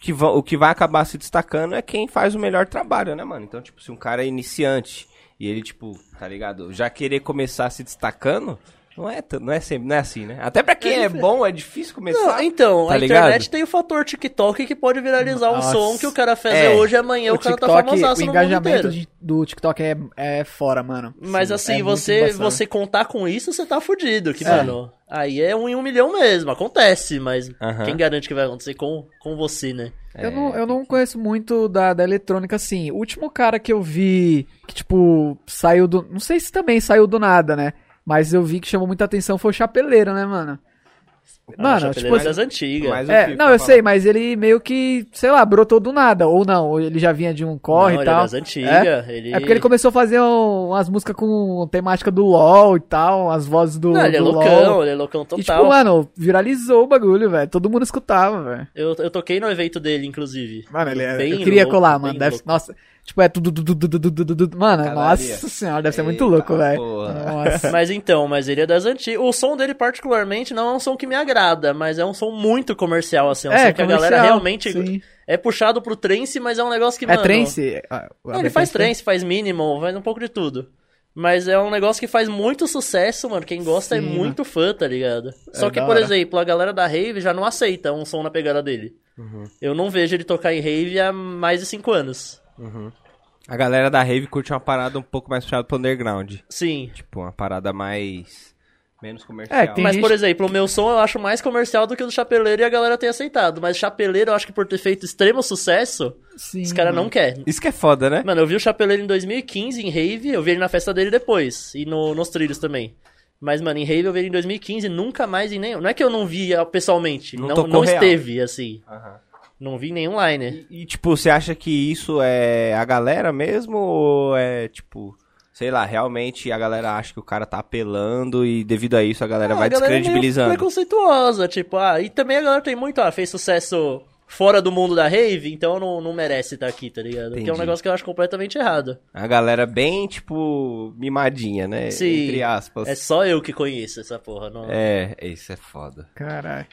[SPEAKER 1] que vão, o que vai acabar se destacando é quem faz o melhor trabalho, né, mano? Então, tipo, se um cara é iniciante e ele, tipo, tá ligado? Já querer começar se destacando, não é, tan- não é sempre, não é assim, né? Até pra quem é, bom, é difícil começar.
[SPEAKER 4] Não, então,
[SPEAKER 1] tá
[SPEAKER 4] a
[SPEAKER 1] ligado?
[SPEAKER 4] internet tem o fator TikTok que pode viralizar um
[SPEAKER 3] Nossa.
[SPEAKER 4] som que o cara fez
[SPEAKER 1] É.
[SPEAKER 4] hoje e amanhã o, cara tá famosaço
[SPEAKER 3] o
[SPEAKER 4] no mundo inteiro.
[SPEAKER 3] engajamento de- do TikTok é, é fora, mano.
[SPEAKER 4] Mas
[SPEAKER 3] Sim, é
[SPEAKER 4] assim,
[SPEAKER 3] muito
[SPEAKER 4] você
[SPEAKER 3] embaçado.
[SPEAKER 4] você contar com isso, você tá fudido, que
[SPEAKER 3] É.
[SPEAKER 4] mano. Aí é um em um milhão mesmo, acontece, mas
[SPEAKER 1] Aham.
[SPEAKER 4] quem garante que vai acontecer com, com você, né?
[SPEAKER 1] É,
[SPEAKER 3] Eu não, eu não conheço muito da, da eletrônica, assim. O último cara que eu vi que, tipo, saiu do. Não sei se também saiu do nada, né? Mas eu vi que chamou muita ação foi o Chapeleiro, né, mano? Mano,
[SPEAKER 4] A
[SPEAKER 3] tipo.
[SPEAKER 4] chapeleira é das antigas.
[SPEAKER 1] Mas o
[SPEAKER 3] É,
[SPEAKER 1] que-
[SPEAKER 3] não, eu sei, mas ele meio que, sei lá, brotou do nada. Ou não, ou ele já vinha de um corre
[SPEAKER 4] Não,
[SPEAKER 3] e
[SPEAKER 4] ele é
[SPEAKER 3] tal.
[SPEAKER 4] das antigas. Ele...
[SPEAKER 3] É porque ele começou a fazer um- umas músicas com temática do LOL e tal, as vozes do.
[SPEAKER 4] Não, ele é
[SPEAKER 3] do
[SPEAKER 4] loucão,
[SPEAKER 3] LOL.
[SPEAKER 4] ele é loucão
[SPEAKER 3] E tipo,
[SPEAKER 4] total.
[SPEAKER 3] mano, viralizou o bagulho, velho. Todo mundo escutava, velho.
[SPEAKER 4] eu, eu toquei no evento dele, inclusive.
[SPEAKER 3] Mano, ele é.
[SPEAKER 4] Bem
[SPEAKER 3] eu queria
[SPEAKER 4] louco,
[SPEAKER 3] colar,
[SPEAKER 4] bem
[SPEAKER 3] mano. Deve,
[SPEAKER 4] louco.
[SPEAKER 3] nossa, tipo, é tudo. tudo, tudo, tudo, tudo, tudo, mano,
[SPEAKER 1] Cadaria.
[SPEAKER 3] nossa senhora, deve ser é muito
[SPEAKER 1] Eita,
[SPEAKER 3] louco, velho. É.
[SPEAKER 1] porra.
[SPEAKER 3] Nossa. <laughs>
[SPEAKER 4] Mas então, mas ele é das antigas. O som dele, particularmente, não é um som que me agrada, mas é um som muito comercial, assim. É um som que a galera
[SPEAKER 3] comercial,
[SPEAKER 4] realmente
[SPEAKER 3] sim.
[SPEAKER 4] é puxado pro trance, mas é um negócio que,
[SPEAKER 3] É
[SPEAKER 4] mano...
[SPEAKER 3] trance? Ah,
[SPEAKER 4] Não,
[SPEAKER 3] a
[SPEAKER 4] ele faz
[SPEAKER 3] BTS
[SPEAKER 4] trance, faz minimal, faz um pouco de tudo. Mas é um negócio que faz muito sucesso, mano. Quem gosta é
[SPEAKER 3] Sim, né?
[SPEAKER 4] muito fã, tá ligado? Só
[SPEAKER 3] É
[SPEAKER 4] que,
[SPEAKER 3] da
[SPEAKER 4] por
[SPEAKER 3] hora.
[SPEAKER 4] exemplo, a galera da rave já não aceita um som na pegada dele.
[SPEAKER 3] Uhum.
[SPEAKER 4] Eu não vejo ele tocar em rave há mais de 5 anos.
[SPEAKER 1] A galera da Rave curte uma parada um pouco mais puxada pro underground.
[SPEAKER 4] Sim.
[SPEAKER 1] Tipo, uma parada mais. menos comercial.
[SPEAKER 3] É, que tem-
[SPEAKER 4] Mas, por
[SPEAKER 3] gente-
[SPEAKER 4] exemplo, o meu som eu acho mais comercial do que o do Chapeleiro e a galera tem aceitado. Mas Chapeleiro, eu acho que por ter feito extremo sucesso,
[SPEAKER 3] Sim,
[SPEAKER 4] os caras não querem.
[SPEAKER 1] Isso que é foda, né?
[SPEAKER 4] Mano, eu vi o Chapeleiro em 2015 em Rave, eu vi ele na festa dele depois, e no, nos trilhos também. Mas, mano, em Rave eu vi ele em 2015, nunca mais em nenhum. Não é que eu não vi ah, pessoalmente,
[SPEAKER 1] Não
[SPEAKER 4] não, não,
[SPEAKER 1] tocou real.
[SPEAKER 4] esteve, assim.
[SPEAKER 1] Aham.
[SPEAKER 4] Não vi em nenhum liner.
[SPEAKER 1] E, e, tipo, você acha que isso é a galera mesmo? Ou é, tipo, sei lá, realmente a galera acha que o cara tá apelando e devido a isso a galera
[SPEAKER 4] Ah,
[SPEAKER 1] vai
[SPEAKER 4] a galera é meio
[SPEAKER 1] descredibilizando?
[SPEAKER 4] preconceituosa, tipo, ah, e também a galera tem muito, ah, fez sucesso fora do mundo da Rave, então não, não merece estar aqui, tá ligado? Que é um
[SPEAKER 1] Entendi.
[SPEAKER 4] negócio que eu acho completamente errado.
[SPEAKER 1] A galera bem, tipo, mimadinha, né?
[SPEAKER 4] Sim.
[SPEAKER 1] Entre aspas.
[SPEAKER 4] É só eu que conheço essa porra. Não...
[SPEAKER 1] É, isso é foda.
[SPEAKER 3] Caralho.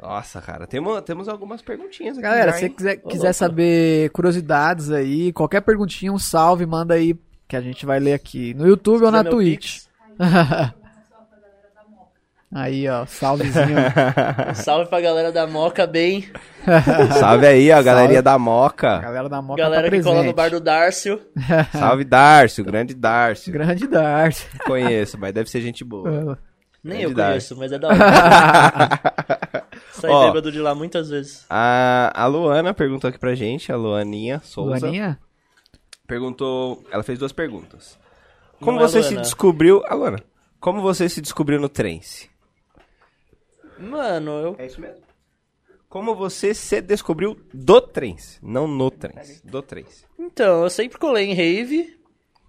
[SPEAKER 1] Nossa, cara, temos, temos algumas perguntinhas aqui.
[SPEAKER 3] Galera,
[SPEAKER 1] já,
[SPEAKER 3] se você
[SPEAKER 1] hein?
[SPEAKER 3] quiser,
[SPEAKER 4] Ô,
[SPEAKER 3] quiser
[SPEAKER 4] louco.
[SPEAKER 3] saber curiosidades aí, qualquer perguntinha, um salve, manda aí, que a gente vai ler aqui. No YouTube ou na
[SPEAKER 4] Meu
[SPEAKER 3] Twitch. <laughs> aí, ó, salvezinho.
[SPEAKER 1] <laughs>
[SPEAKER 4] Salve pra galera da Moca, bem.
[SPEAKER 1] Salve aí, ó, galeria da Moca.
[SPEAKER 3] galera da Moca
[SPEAKER 4] galera
[SPEAKER 3] tá
[SPEAKER 4] que
[SPEAKER 3] presente.
[SPEAKER 4] cola no bar do Dárcio.
[SPEAKER 1] Salve Dárcio, grande Dárcio.
[SPEAKER 3] Grande Dart.
[SPEAKER 1] Conheço, mas deve ser gente boa.
[SPEAKER 4] Nem
[SPEAKER 1] É
[SPEAKER 4] eu
[SPEAKER 1] de dar.
[SPEAKER 4] conheço, mas é
[SPEAKER 3] <laughs>
[SPEAKER 4] da hora.
[SPEAKER 1] <laughs>
[SPEAKER 4] Sai
[SPEAKER 1] Ó.
[SPEAKER 4] bêbado de lá muitas vezes.
[SPEAKER 1] A, a Luana perguntou aqui pra gente, a Luaninha Souza.
[SPEAKER 3] Luaninha?
[SPEAKER 1] Perguntou. Ela fez duas perguntas. Como
[SPEAKER 4] Não é
[SPEAKER 1] você se
[SPEAKER 4] Luana.
[SPEAKER 1] descobriu. A Luana. Como você se descobriu no trance?
[SPEAKER 4] Mano, eu.
[SPEAKER 1] É isso mesmo? Como você se descobriu do trance? Não no trance. Do trance.
[SPEAKER 4] Então, eu sempre colei em rave.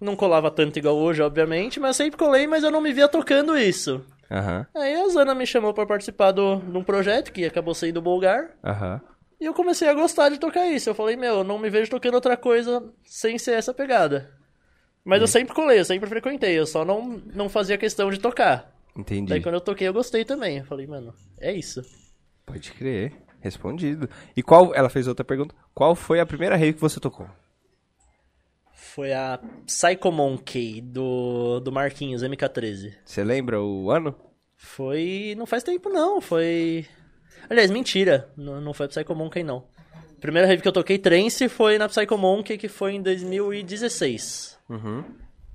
[SPEAKER 4] Não colava tanto igual hoje, obviamente, mas sempre colei, mas eu não me via tocando isso.
[SPEAKER 1] Aham,
[SPEAKER 4] Aí a Zana me chamou pra participar do, de um projeto que acabou saindo Bulgar.
[SPEAKER 1] aham.
[SPEAKER 4] E eu comecei a gostar de tocar isso. Eu falei, meu, eu não me vejo tocando outra coisa sem ser essa pegada. Mas eu sempre colei, eu sempre frequentei, eu só não, não fazia questão de tocar.
[SPEAKER 1] Entendi.
[SPEAKER 4] Daí quando eu toquei, eu gostei também. Eu falei, mano, é isso.
[SPEAKER 1] Pode crer. Respondido. E qual. Ela fez outra pergunta. Qual foi a primeira rave que você tocou?
[SPEAKER 4] Foi a Psycho Monkey do, do Marquinhos, MK13.
[SPEAKER 1] Você lembra o ano?
[SPEAKER 4] Foi. Não faz tempo, não. Foi. Aliás, mentira. Não, não foi a Psycho Monkey, não. A primeira rave que eu toquei trance foi na Psycho Monkey, que foi em 2016.
[SPEAKER 1] Uhum.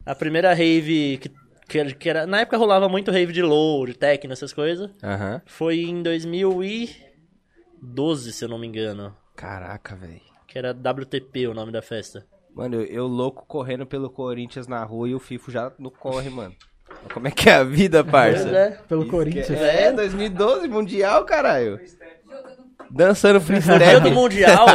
[SPEAKER 4] A primeira rave que, que, era- que era. Na época rolava muito rave de low, de techno, essas coisas.
[SPEAKER 1] Aham.
[SPEAKER 4] Foi em 2012, se eu não me engano.
[SPEAKER 1] Caraca, velho.
[SPEAKER 4] Que era WTP o nome da festa.
[SPEAKER 1] Mano, eu, eu louco correndo pelo Corinthians na rua e o Fifo já no corre, mano. Olha Como é que é a vida,
[SPEAKER 4] Pois
[SPEAKER 1] parça?
[SPEAKER 4] <laughs> é. <laughs>
[SPEAKER 3] Pelo
[SPEAKER 1] Isso
[SPEAKER 3] Corinthians.
[SPEAKER 1] que É, é, 2012, Mundial, caralho. Dançando
[SPEAKER 4] No dia do
[SPEAKER 1] freestyle. <laughs>
[SPEAKER 4] Mundial,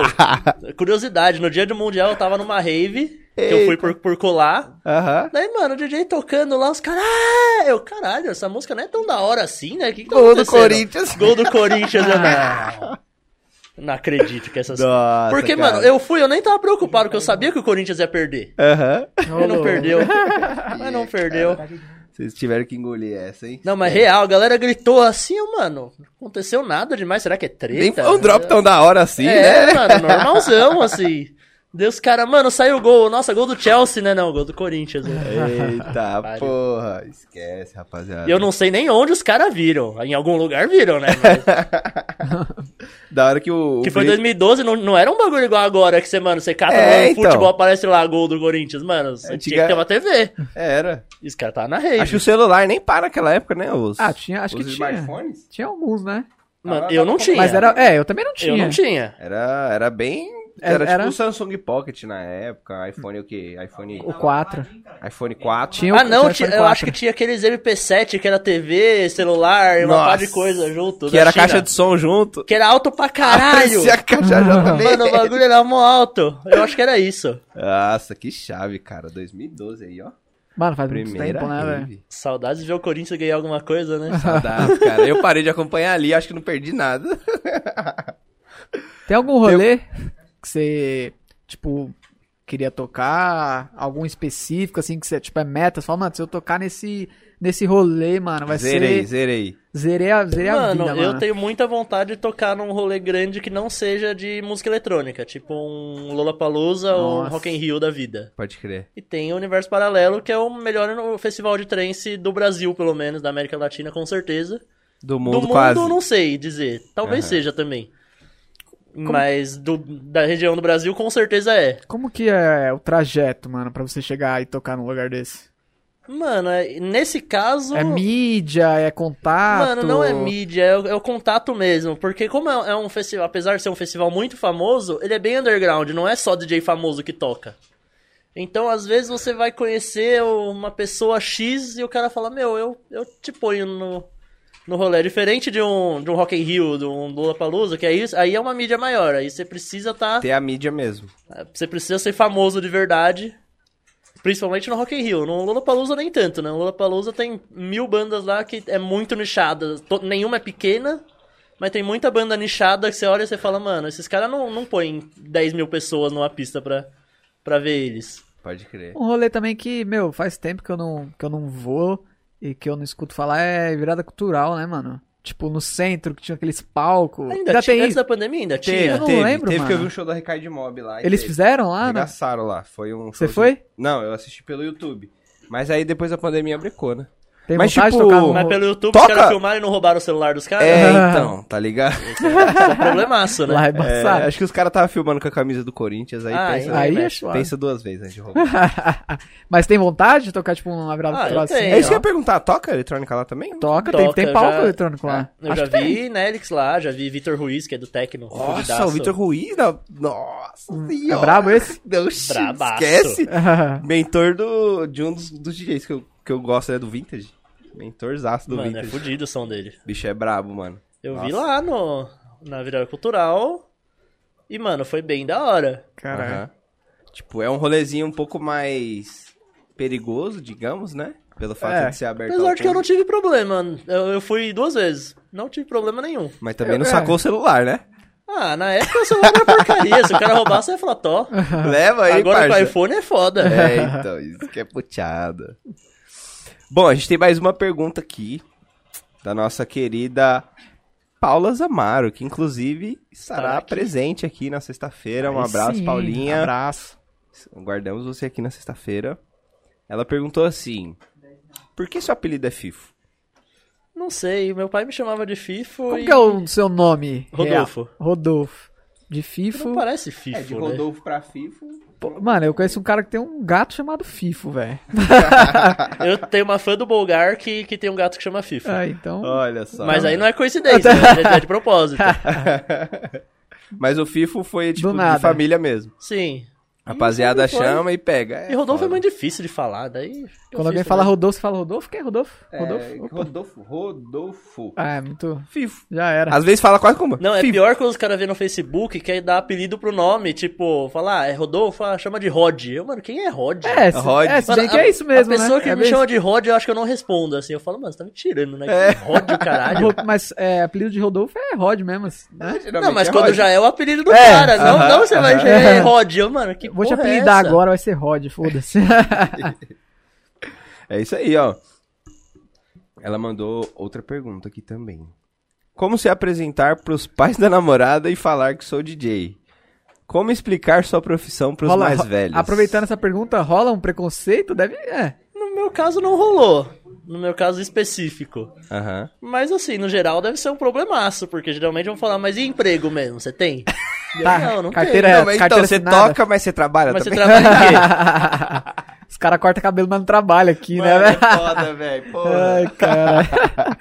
[SPEAKER 4] curiosidade, no dia do Mundial eu tava numa rave, que eu
[SPEAKER 1] Eita.
[SPEAKER 4] fui por, por colar.
[SPEAKER 1] Aham.
[SPEAKER 4] Daí, mano, o DJ tocando lá, os caras. "Ah!" Eu, caralho, essa música não é tão da hora assim, né? Que que tá
[SPEAKER 1] Gol do
[SPEAKER 4] acontecendo?"
[SPEAKER 1] Corinthians.
[SPEAKER 4] Gol do Corinthians, eu.
[SPEAKER 1] <laughs>
[SPEAKER 4] Não, não acredito que essas
[SPEAKER 1] Nossa,
[SPEAKER 4] Porque,
[SPEAKER 1] cara.
[SPEAKER 4] mano, eu fui, eu nem tava preocupado, porque eu sabia que o Corinthians ia perder.
[SPEAKER 1] Aham.
[SPEAKER 4] Mas não perdeu. Mas não perdeu.
[SPEAKER 1] Vocês tiveram que engolir essa, hein?
[SPEAKER 4] Não, mas real, a galera gritou assim, eu, mano, não aconteceu nada demais, será que é
[SPEAKER 1] Nem
[SPEAKER 4] treta?
[SPEAKER 1] foi um drop tão da hora assim,
[SPEAKER 4] é,
[SPEAKER 1] né?
[SPEAKER 4] <laughs> mano, normalzão, assim. Deus, cara, mano, saiu o gol. Nossa, gol do Chelsea, né? Não, gol do Corinthians. né?
[SPEAKER 1] É. Eita
[SPEAKER 4] Pariu.
[SPEAKER 1] porra, esquece, rapaziada.
[SPEAKER 4] E eu não sei nem onde os caras viram. Em algum lugar viram, né? Mas-
[SPEAKER 1] Da hora que <laughs> o.
[SPEAKER 4] que
[SPEAKER 1] o
[SPEAKER 4] foi
[SPEAKER 1] Brito-
[SPEAKER 4] 2012, não, não era um bagulho igual agora que você, mano, você cata
[SPEAKER 1] É,
[SPEAKER 4] lá no
[SPEAKER 1] então.
[SPEAKER 4] futebol, aparece lá gol do Corinthians. Mano, você tinha
[SPEAKER 1] Antiga-
[SPEAKER 4] que ter uma TV.
[SPEAKER 1] É, Era.
[SPEAKER 4] E os caras tava na rede.
[SPEAKER 1] Acho que o celular nem para naquela época, né? Os,
[SPEAKER 3] Ah, tinha, acho
[SPEAKER 1] os
[SPEAKER 3] que tinha.
[SPEAKER 1] smartphones?
[SPEAKER 3] Tinha alguns, né?
[SPEAKER 4] Mano,
[SPEAKER 1] Ah,
[SPEAKER 4] eu não
[SPEAKER 1] tá
[SPEAKER 4] tinha.
[SPEAKER 3] Mas era, é, eu também não tinha.
[SPEAKER 4] Eu não tinha.
[SPEAKER 1] Era, era bem. Era,
[SPEAKER 3] Era- era-
[SPEAKER 1] tipo o Samsung Pocket na época, iPhone o quê? iPhone,
[SPEAKER 3] O 4.
[SPEAKER 1] iPhone 4.
[SPEAKER 3] Tinha
[SPEAKER 4] ah, não,
[SPEAKER 3] telefone
[SPEAKER 4] tinha- eu
[SPEAKER 3] 4.
[SPEAKER 4] acho que tinha aqueles MP7 que era TV, celular, e uma
[SPEAKER 1] Nossa.
[SPEAKER 4] par de coisa junto.
[SPEAKER 1] que
[SPEAKER 4] da
[SPEAKER 1] era
[SPEAKER 4] China.
[SPEAKER 1] caixa de som junto.
[SPEAKER 4] Que era alto pra caralho.
[SPEAKER 1] Parecia a <laughs> caixa já
[SPEAKER 4] Mano, o bagulho era mó alto. Eu acho que era isso.
[SPEAKER 1] Nossa, que chave, cara. 2012 aí, ó.
[SPEAKER 3] Mano, faz muito
[SPEAKER 1] Primeira
[SPEAKER 3] tempo, né, velho?
[SPEAKER 1] rave.
[SPEAKER 4] Saudades de ver o Corinthians ganhar alguma coisa,
[SPEAKER 1] <laughs>
[SPEAKER 4] né?
[SPEAKER 1] Saudades, cara. Eu parei de acompanhar ali, acho que não perdi nada.
[SPEAKER 3] Tem algum rolê
[SPEAKER 4] um-
[SPEAKER 3] que você, tipo, queria tocar? Algum específico, assim, que você, tipo, é meta? Você fala, mano, se eu tocar nesse, nesse rolê, mano, vai
[SPEAKER 1] zerei,
[SPEAKER 3] ser...
[SPEAKER 1] zerei.
[SPEAKER 3] Zerei a, zerei a
[SPEAKER 4] Mano,
[SPEAKER 3] vida,
[SPEAKER 4] eu
[SPEAKER 3] mano.
[SPEAKER 4] tenho muita vontade de tocar num rolê grande que não seja de música eletrônica, tipo um Lollapalooza ou um
[SPEAKER 3] Nossa.
[SPEAKER 4] Rock in Rio da vida.
[SPEAKER 1] Pode crer.
[SPEAKER 4] E tem o Universo Paralelo, que é o melhor no- festival de trance do Brasil, pelo menos, da América Latina, com certeza.
[SPEAKER 1] Do
[SPEAKER 4] do
[SPEAKER 1] mundo,
[SPEAKER 4] mundo,
[SPEAKER 1] quase.
[SPEAKER 4] eu não sei dizer. Talvez
[SPEAKER 1] Aham.
[SPEAKER 4] seja também. Mas do, da região do Brasil, com certeza é.
[SPEAKER 3] Como que é o trajeto, mano, pra você chegar e tocar num lugar desse?
[SPEAKER 4] Mano, é- nesse caso.
[SPEAKER 3] É mídia, é contato?
[SPEAKER 4] Mano, não é mídia, é o, é o contato mesmo. Porque como é, é um festival, apesar de ser um festival muito famoso, ele é bem underground, não é só DJ famoso que toca. Então, às vezes, você vai conhecer uma pessoa X e o cara fala, meu, eu, eu te ponho no, no rolê. Diferente de um, de um Rock in Rio, de um Lollapalooza, que aí, aí é uma mídia maior, aí você precisa tá...
[SPEAKER 1] Ter a mídia mesmo.
[SPEAKER 4] Você precisa ser famoso de verdade. Principalmente no Rock in Rio. No Lollapalooza nem tanto, né? No Lollapalooza tem mil bandas lá que é muito nichada. To- Nenhuma é pequena, mas tem muita banda nichada que você olha e você fala, mano, esses caras não, não põem 10 mil pessoas numa pista pra, pra ver eles.
[SPEAKER 1] Pode crer.
[SPEAKER 3] Um rolê também que, meu, faz tempo que eu não, que eu não vou e que eu não escuto falar é virada cultural, né, mano? Tipo, no centro, que tinha aqueles palcos.
[SPEAKER 4] Ainda
[SPEAKER 3] Ainda
[SPEAKER 4] tinha,
[SPEAKER 3] tem
[SPEAKER 4] antes
[SPEAKER 3] isso.
[SPEAKER 4] da pandemia ainda
[SPEAKER 3] eu
[SPEAKER 4] tinha.
[SPEAKER 3] não
[SPEAKER 1] teve,
[SPEAKER 3] lembro,
[SPEAKER 1] teve que eu
[SPEAKER 3] mano.
[SPEAKER 1] vi um show da Ricardo de Mob lá. e
[SPEAKER 3] Eles
[SPEAKER 1] teve.
[SPEAKER 3] fizeram lá, né?
[SPEAKER 1] Arregaçaram lá. Foi um
[SPEAKER 3] Você
[SPEAKER 1] showzinho-
[SPEAKER 3] foi?
[SPEAKER 1] Não, eu assisti pelo YouTube. Mas aí depois a pandemia brecou,
[SPEAKER 3] <laughs>
[SPEAKER 1] né?
[SPEAKER 3] Tem
[SPEAKER 1] Mas,
[SPEAKER 3] vontade
[SPEAKER 1] tipo,
[SPEAKER 3] de tocar num
[SPEAKER 4] Mas
[SPEAKER 3] ro-
[SPEAKER 4] pelo YouTube
[SPEAKER 1] Toca!
[SPEAKER 4] os caras filmaram e não roubaram o celular dos caras. né?
[SPEAKER 1] É,
[SPEAKER 3] Ah.
[SPEAKER 1] então, tá
[SPEAKER 3] <laughs>
[SPEAKER 1] ligado? <laughs>
[SPEAKER 4] Isso é um problemaço, né?
[SPEAKER 3] lá é
[SPEAKER 1] É,
[SPEAKER 3] embaçado.
[SPEAKER 1] acho que os caras tava filmando com a camisa do Corinthians, aí
[SPEAKER 4] Ah,
[SPEAKER 1] pensa,
[SPEAKER 3] aí é
[SPEAKER 1] mexe,
[SPEAKER 3] suave.
[SPEAKER 1] pensa duas vezes antes de roubar.
[SPEAKER 3] <laughs> Mas tem vontade de tocar, tipo, uma virada
[SPEAKER 4] Ah, eu
[SPEAKER 3] cultural assim?
[SPEAKER 4] tenho.
[SPEAKER 1] É isso que eu
[SPEAKER 3] ó?
[SPEAKER 1] ia perguntar, toca eletrônica lá também?
[SPEAKER 3] Toca, tem, tem
[SPEAKER 4] Toca,
[SPEAKER 3] palco
[SPEAKER 4] já- Ah,
[SPEAKER 3] eletrônico lá.
[SPEAKER 4] Eu
[SPEAKER 3] Acho
[SPEAKER 4] já
[SPEAKER 3] que tem.
[SPEAKER 4] vi Nelix lá, já vi Vitor Ruiz, que é do Tecno.
[SPEAKER 1] Nossa,
[SPEAKER 4] fudidaço.
[SPEAKER 1] o Vitor Ruiz, não- nossa senhora.
[SPEAKER 3] É brabo esse? <laughs>
[SPEAKER 1] Oxi,
[SPEAKER 4] Brabaço.
[SPEAKER 1] esquece. Mentor do, de um dos, dos DJs que eu, que eu gosto, é do Vintage. Mentorzaço do
[SPEAKER 4] Mano, é
[SPEAKER 1] Vintage.
[SPEAKER 4] fudido o som dele.
[SPEAKER 1] Bicho é brabo, mano.
[SPEAKER 4] Eu
[SPEAKER 1] Nossa.
[SPEAKER 4] vi lá no, na virada cultural. E, mano, foi bem da hora.
[SPEAKER 3] Caralho.
[SPEAKER 1] Aham. Tipo, é um rolezinho um pouco mais perigoso, digamos, né? Pelo fato
[SPEAKER 3] É.
[SPEAKER 1] de ser aberto
[SPEAKER 4] Apesar
[SPEAKER 1] ao
[SPEAKER 4] de que eu não
[SPEAKER 1] público.
[SPEAKER 4] tive problema. Eu, eu fui duas vezes. Não tive problema nenhum.
[SPEAKER 1] Mas também não
[SPEAKER 3] É.
[SPEAKER 1] sacou o celular, né?
[SPEAKER 4] Ah, na época o celular era porcaria. Se o cara roubasse, você ia falar, tó.
[SPEAKER 1] Leva aí,
[SPEAKER 3] tá
[SPEAKER 4] Agora com o
[SPEAKER 1] parça.
[SPEAKER 4] iPhone é foda.
[SPEAKER 1] É, então, isso que é puteada. Bom, a gente tem mais uma pergunta aqui da nossa querida Paula Zamaro, que inclusive estará
[SPEAKER 4] Estará aqui.
[SPEAKER 1] presente aqui na sexta-feira. Um
[SPEAKER 3] Tá Aí
[SPEAKER 1] abraço,
[SPEAKER 3] sim,
[SPEAKER 1] Paulinha.
[SPEAKER 3] Abraço.
[SPEAKER 1] Guardamos você aqui na sexta-feira. Ela perguntou assim: Por que seu apelido é Fifo?
[SPEAKER 4] Não sei, meu pai me chamava de Fifo
[SPEAKER 3] Como
[SPEAKER 4] e...
[SPEAKER 3] que é o seu nome? real?
[SPEAKER 4] Rodolfo.
[SPEAKER 3] Rodolfo. De
[SPEAKER 4] Não
[SPEAKER 3] Fifo.
[SPEAKER 4] parece Fifo, né?
[SPEAKER 1] É, pra Fifo.
[SPEAKER 3] Pô, Mano, eu conheço um cara que tem um gato chamado Fifo,
[SPEAKER 4] <laughs>
[SPEAKER 3] velho.
[SPEAKER 4] Eu tenho uma fã do Bulgar que, que tem um gato que chama Fifo.
[SPEAKER 3] Ah, então.
[SPEAKER 1] Olha só.
[SPEAKER 4] Mas aí não é coincidência, né? é de
[SPEAKER 3] <laughs>
[SPEAKER 4] propósito.
[SPEAKER 1] Mas o Fifo foi tipo
[SPEAKER 3] Do nada.
[SPEAKER 1] de família mesmo.
[SPEAKER 4] Sim.
[SPEAKER 1] Rapaziada
[SPEAKER 4] sempre foi.
[SPEAKER 1] chama e pega. É,
[SPEAKER 4] E Rodolfo é
[SPEAKER 1] foda.
[SPEAKER 4] muito difícil de falar, daí... né?
[SPEAKER 3] Quando alguém fala Rodolfo, você fala Rodolfo? Quem é Rodolfo? Rodolfo? Opa.
[SPEAKER 1] Rodolfo. Rodolfo.
[SPEAKER 3] Ah, é muito.
[SPEAKER 1] Fifo.
[SPEAKER 3] Já era.
[SPEAKER 1] Às vezes fala quase como.
[SPEAKER 4] Tá. Não, é
[SPEAKER 1] Fifo.
[SPEAKER 4] pior quando os caras vêem no Facebook que aí dá apelido pro nome, tipo, falar, ah, é Rodolfo, ah, chama de Rod. Eu, mano, quem é Rod?
[SPEAKER 3] É, se,
[SPEAKER 1] Rod.
[SPEAKER 3] é, se
[SPEAKER 4] Mano,
[SPEAKER 3] bem que é isso mesmo, É.
[SPEAKER 4] A pessoa
[SPEAKER 3] né?
[SPEAKER 4] que
[SPEAKER 3] É
[SPEAKER 4] me
[SPEAKER 3] bem
[SPEAKER 4] chama de Rod, eu acho que eu não respondo, assim. Eu falo, mano, você tá me tirando, né? Que Rod,
[SPEAKER 3] <laughs>
[SPEAKER 4] caralho.
[SPEAKER 3] Ro- Mas é, apelido de Rodolfo é Rod mesmo, né?
[SPEAKER 4] Não,
[SPEAKER 1] Geralmente
[SPEAKER 4] mas
[SPEAKER 1] é
[SPEAKER 4] quando
[SPEAKER 1] Rod.
[SPEAKER 4] já é o apelido do
[SPEAKER 3] É,
[SPEAKER 4] cara, não,
[SPEAKER 1] aham,
[SPEAKER 4] não você vai
[SPEAKER 1] aham.
[SPEAKER 4] chegar é Rod. Eu, mano, que
[SPEAKER 3] Vou te
[SPEAKER 4] porra é
[SPEAKER 3] apelidar
[SPEAKER 4] <laughs> essa?
[SPEAKER 3] agora, vai ser Rod, foda-se.
[SPEAKER 1] É isso aí, ó. Ela mandou outra pergunta aqui também. Como se apresentar pros pais da namorada e falar que sou DJ? Como explicar sua profissão pros
[SPEAKER 3] Rola-
[SPEAKER 1] mais
[SPEAKER 3] ro-
[SPEAKER 1] velhos?
[SPEAKER 3] Aproveitando essa pergunta, rola um preconceito? Deve. É.
[SPEAKER 4] No meu caso não rolou. No meu caso específico.
[SPEAKER 1] Aham.
[SPEAKER 4] Mas assim, no geral deve ser um problemaço, porque geralmente vão falar, mas e emprego mesmo?
[SPEAKER 3] <laughs>
[SPEAKER 4] Você tem? E eu,
[SPEAKER 3] Tá,
[SPEAKER 4] não, não
[SPEAKER 3] carteira-
[SPEAKER 4] tenho.
[SPEAKER 1] Não, mas então,
[SPEAKER 3] carteira
[SPEAKER 1] você
[SPEAKER 3] assinada.
[SPEAKER 1] toca, mas você trabalha
[SPEAKER 4] Mas você
[SPEAKER 1] também?
[SPEAKER 4] trabalha em quê?
[SPEAKER 3] <laughs> Os caras cortam cabelo, mas não trabalha aqui, né, velho?
[SPEAKER 1] é foda, velho.
[SPEAKER 3] Ai, cara.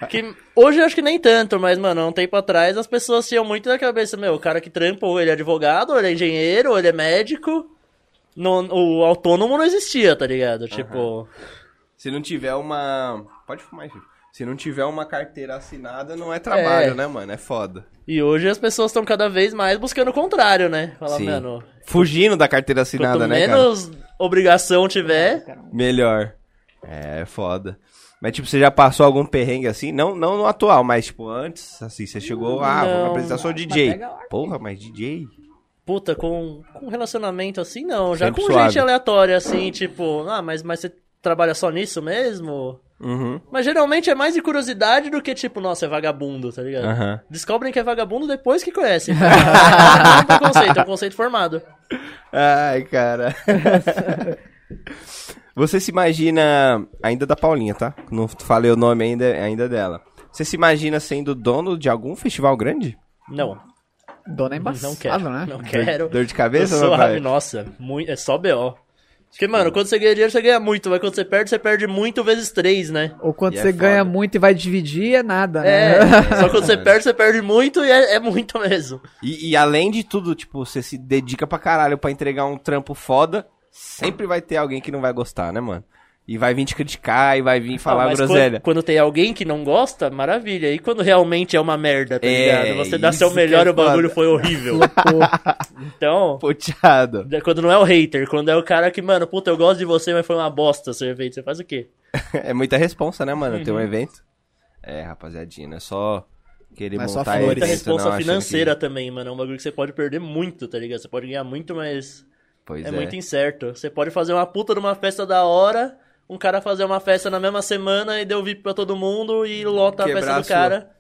[SPEAKER 4] Que hoje eu acho que nem tanto, mas, mano, há um tempo atrás as pessoas tinham muito na cabeça, meu, o cara que trampa, ou ele é advogado, ou ele é engenheiro, ou ele é médico. Não- o autônomo não existia, tá ligado? Tipo,
[SPEAKER 1] Se não tiver uma. Pode fumar, Chico. Se não tiver uma carteira assinada, não é trabalho,
[SPEAKER 4] É.
[SPEAKER 1] né, mano? É foda.
[SPEAKER 4] e hoje as pessoas estão cada vez mais buscando o contrário, né? Falar,
[SPEAKER 1] Sim.
[SPEAKER 4] mano,
[SPEAKER 1] Fugindo da carteira assinada,
[SPEAKER 4] quanto
[SPEAKER 1] né, cara?
[SPEAKER 4] menos obrigação tiver,
[SPEAKER 1] Melhor. É, é foda. Mas, tipo, você já passou algum perrengue assim? Não, não no atual, mas, tipo, antes, assim, você chegou, ah, vou me
[SPEAKER 4] Não.
[SPEAKER 1] apresentar, sou DJ. Porra, mas DJ?
[SPEAKER 4] Puta, com, com um relacionamento assim, não. Já
[SPEAKER 1] Sempre
[SPEAKER 4] com
[SPEAKER 1] suave.
[SPEAKER 4] gente aleatória, assim, tipo, ah, mas, mas você trabalha só nisso mesmo?
[SPEAKER 1] Uhum.
[SPEAKER 4] Mas geralmente é mais de curiosidade do que, tipo, nossa, é vagabundo, tá ligado?
[SPEAKER 1] Aham.
[SPEAKER 4] Descobrem que é vagabundo depois que conhecem. <laughs> Não é um preconceito, é um conceito formado.
[SPEAKER 1] Ai,
[SPEAKER 4] <laughs>
[SPEAKER 1] cara. Você se imagina. Ainda da Paulinha, tá? Não falei o nome ainda, ainda dela. Você se imagina sendo dono de algum festival grande?
[SPEAKER 4] Não,
[SPEAKER 3] Dona é
[SPEAKER 4] não
[SPEAKER 3] embaçado,
[SPEAKER 4] quero.
[SPEAKER 3] né?
[SPEAKER 4] Não quero.
[SPEAKER 1] Dor de cabeça,
[SPEAKER 4] Eu sou
[SPEAKER 1] papai?
[SPEAKER 4] suave, nossa, muito, é só B.O. Porque, mano, quando você ganha dinheiro, você ganha muito, mas quando você perde, você perde muito vezes três, né?
[SPEAKER 3] Ou quando
[SPEAKER 1] E é
[SPEAKER 3] você ganha
[SPEAKER 1] foda.
[SPEAKER 3] muito e vai dividir, é nada,
[SPEAKER 4] É,
[SPEAKER 3] <laughs> né?
[SPEAKER 4] só quando você perde, você perde muito e é- é muito mesmo.
[SPEAKER 1] E, e além de tudo, tipo, você se dedica pra caralho pra entregar um trampo foda, sempre vai ter alguém que não vai gostar, né, mano? E vai vir te criticar e vai vir falar
[SPEAKER 4] Ah, mas
[SPEAKER 1] groselha.
[SPEAKER 4] Quando, quando tem alguém que não gosta, maravilha. E quando realmente é uma merda, tá
[SPEAKER 1] É,
[SPEAKER 4] ligado? Você dá seu
[SPEAKER 1] isso que
[SPEAKER 4] melhor
[SPEAKER 1] é
[SPEAKER 4] e o bagulho
[SPEAKER 1] foda.
[SPEAKER 4] foi horrível.
[SPEAKER 1] <laughs>
[SPEAKER 4] então,
[SPEAKER 1] Poteado.
[SPEAKER 4] é quando não é o hater, quando é o cara que, mano, puta, eu gosto de você, mas foi uma bosta seu evento, você faz o quê?
[SPEAKER 1] É muita responsa, né, mano?
[SPEAKER 4] Uhum.
[SPEAKER 1] Ter um evento. É, rapaziadinha, não é só querer
[SPEAKER 3] Não é só
[SPEAKER 1] montar
[SPEAKER 3] flores.
[SPEAKER 1] evento,
[SPEAKER 4] Muita
[SPEAKER 3] Isso,
[SPEAKER 4] responsa
[SPEAKER 1] não, achando que-
[SPEAKER 4] financeira também, mano. É um bagulho que você pode perder muito, tá ligado? Você pode ganhar muito, mas
[SPEAKER 1] Pois
[SPEAKER 4] é, muito incerto. Você pode fazer uma puta numa festa da hora, um cara fazer uma festa na mesma semana e deu VIP pra todo mundo e lota
[SPEAKER 1] Quebrar
[SPEAKER 4] a festa
[SPEAKER 1] a
[SPEAKER 4] do
[SPEAKER 1] sua.
[SPEAKER 4] cara.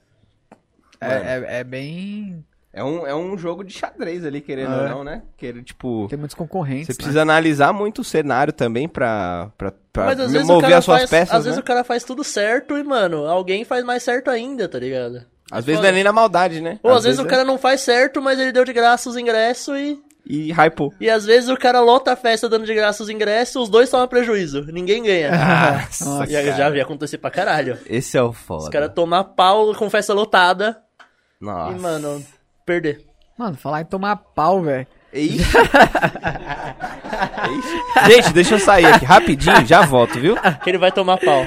[SPEAKER 3] É, é- é bem.
[SPEAKER 1] É um, é um jogo de xadrez ali, querendo ou
[SPEAKER 3] É.
[SPEAKER 1] não, né? Querendo, tipo.
[SPEAKER 3] Tem muitos concorrentes.
[SPEAKER 1] Você
[SPEAKER 3] né?
[SPEAKER 1] precisa analisar muito o cenário também pra, pra, pra
[SPEAKER 4] Mas às vezes, o
[SPEAKER 1] mover
[SPEAKER 4] cara
[SPEAKER 1] as suas
[SPEAKER 4] faz,
[SPEAKER 1] peças. né?
[SPEAKER 4] às vezes o cara faz tudo certo e, mano, alguém faz mais certo ainda, tá ligado?
[SPEAKER 1] Às vezes não é nem na maldade, né?
[SPEAKER 4] Ou às, vezes, o
[SPEAKER 1] é-
[SPEAKER 4] cara não faz certo, mas ele deu de graça os ingressos e.
[SPEAKER 1] E hypou.
[SPEAKER 4] E às vezes o cara lota a festa dando de graça os ingressos, os dois tomam prejuízo. Ninguém
[SPEAKER 3] Ah,
[SPEAKER 4] ganha.
[SPEAKER 1] <laughs> Nossa,
[SPEAKER 4] e aí já vi acontecer pra caralho.
[SPEAKER 1] Ah, Esse é o foda.
[SPEAKER 4] Os caras tomar pau com festa lotada
[SPEAKER 1] Nossa.
[SPEAKER 4] e, mano, perder.
[SPEAKER 3] Mano, falar em tomar pau, velho.
[SPEAKER 4] <laughs>
[SPEAKER 1] Ixi. Ixi. Gente, deixa eu sair aqui rapidinho, já volto,
[SPEAKER 4] <laughs>
[SPEAKER 1] viu?
[SPEAKER 4] Que ele vai tomar pau.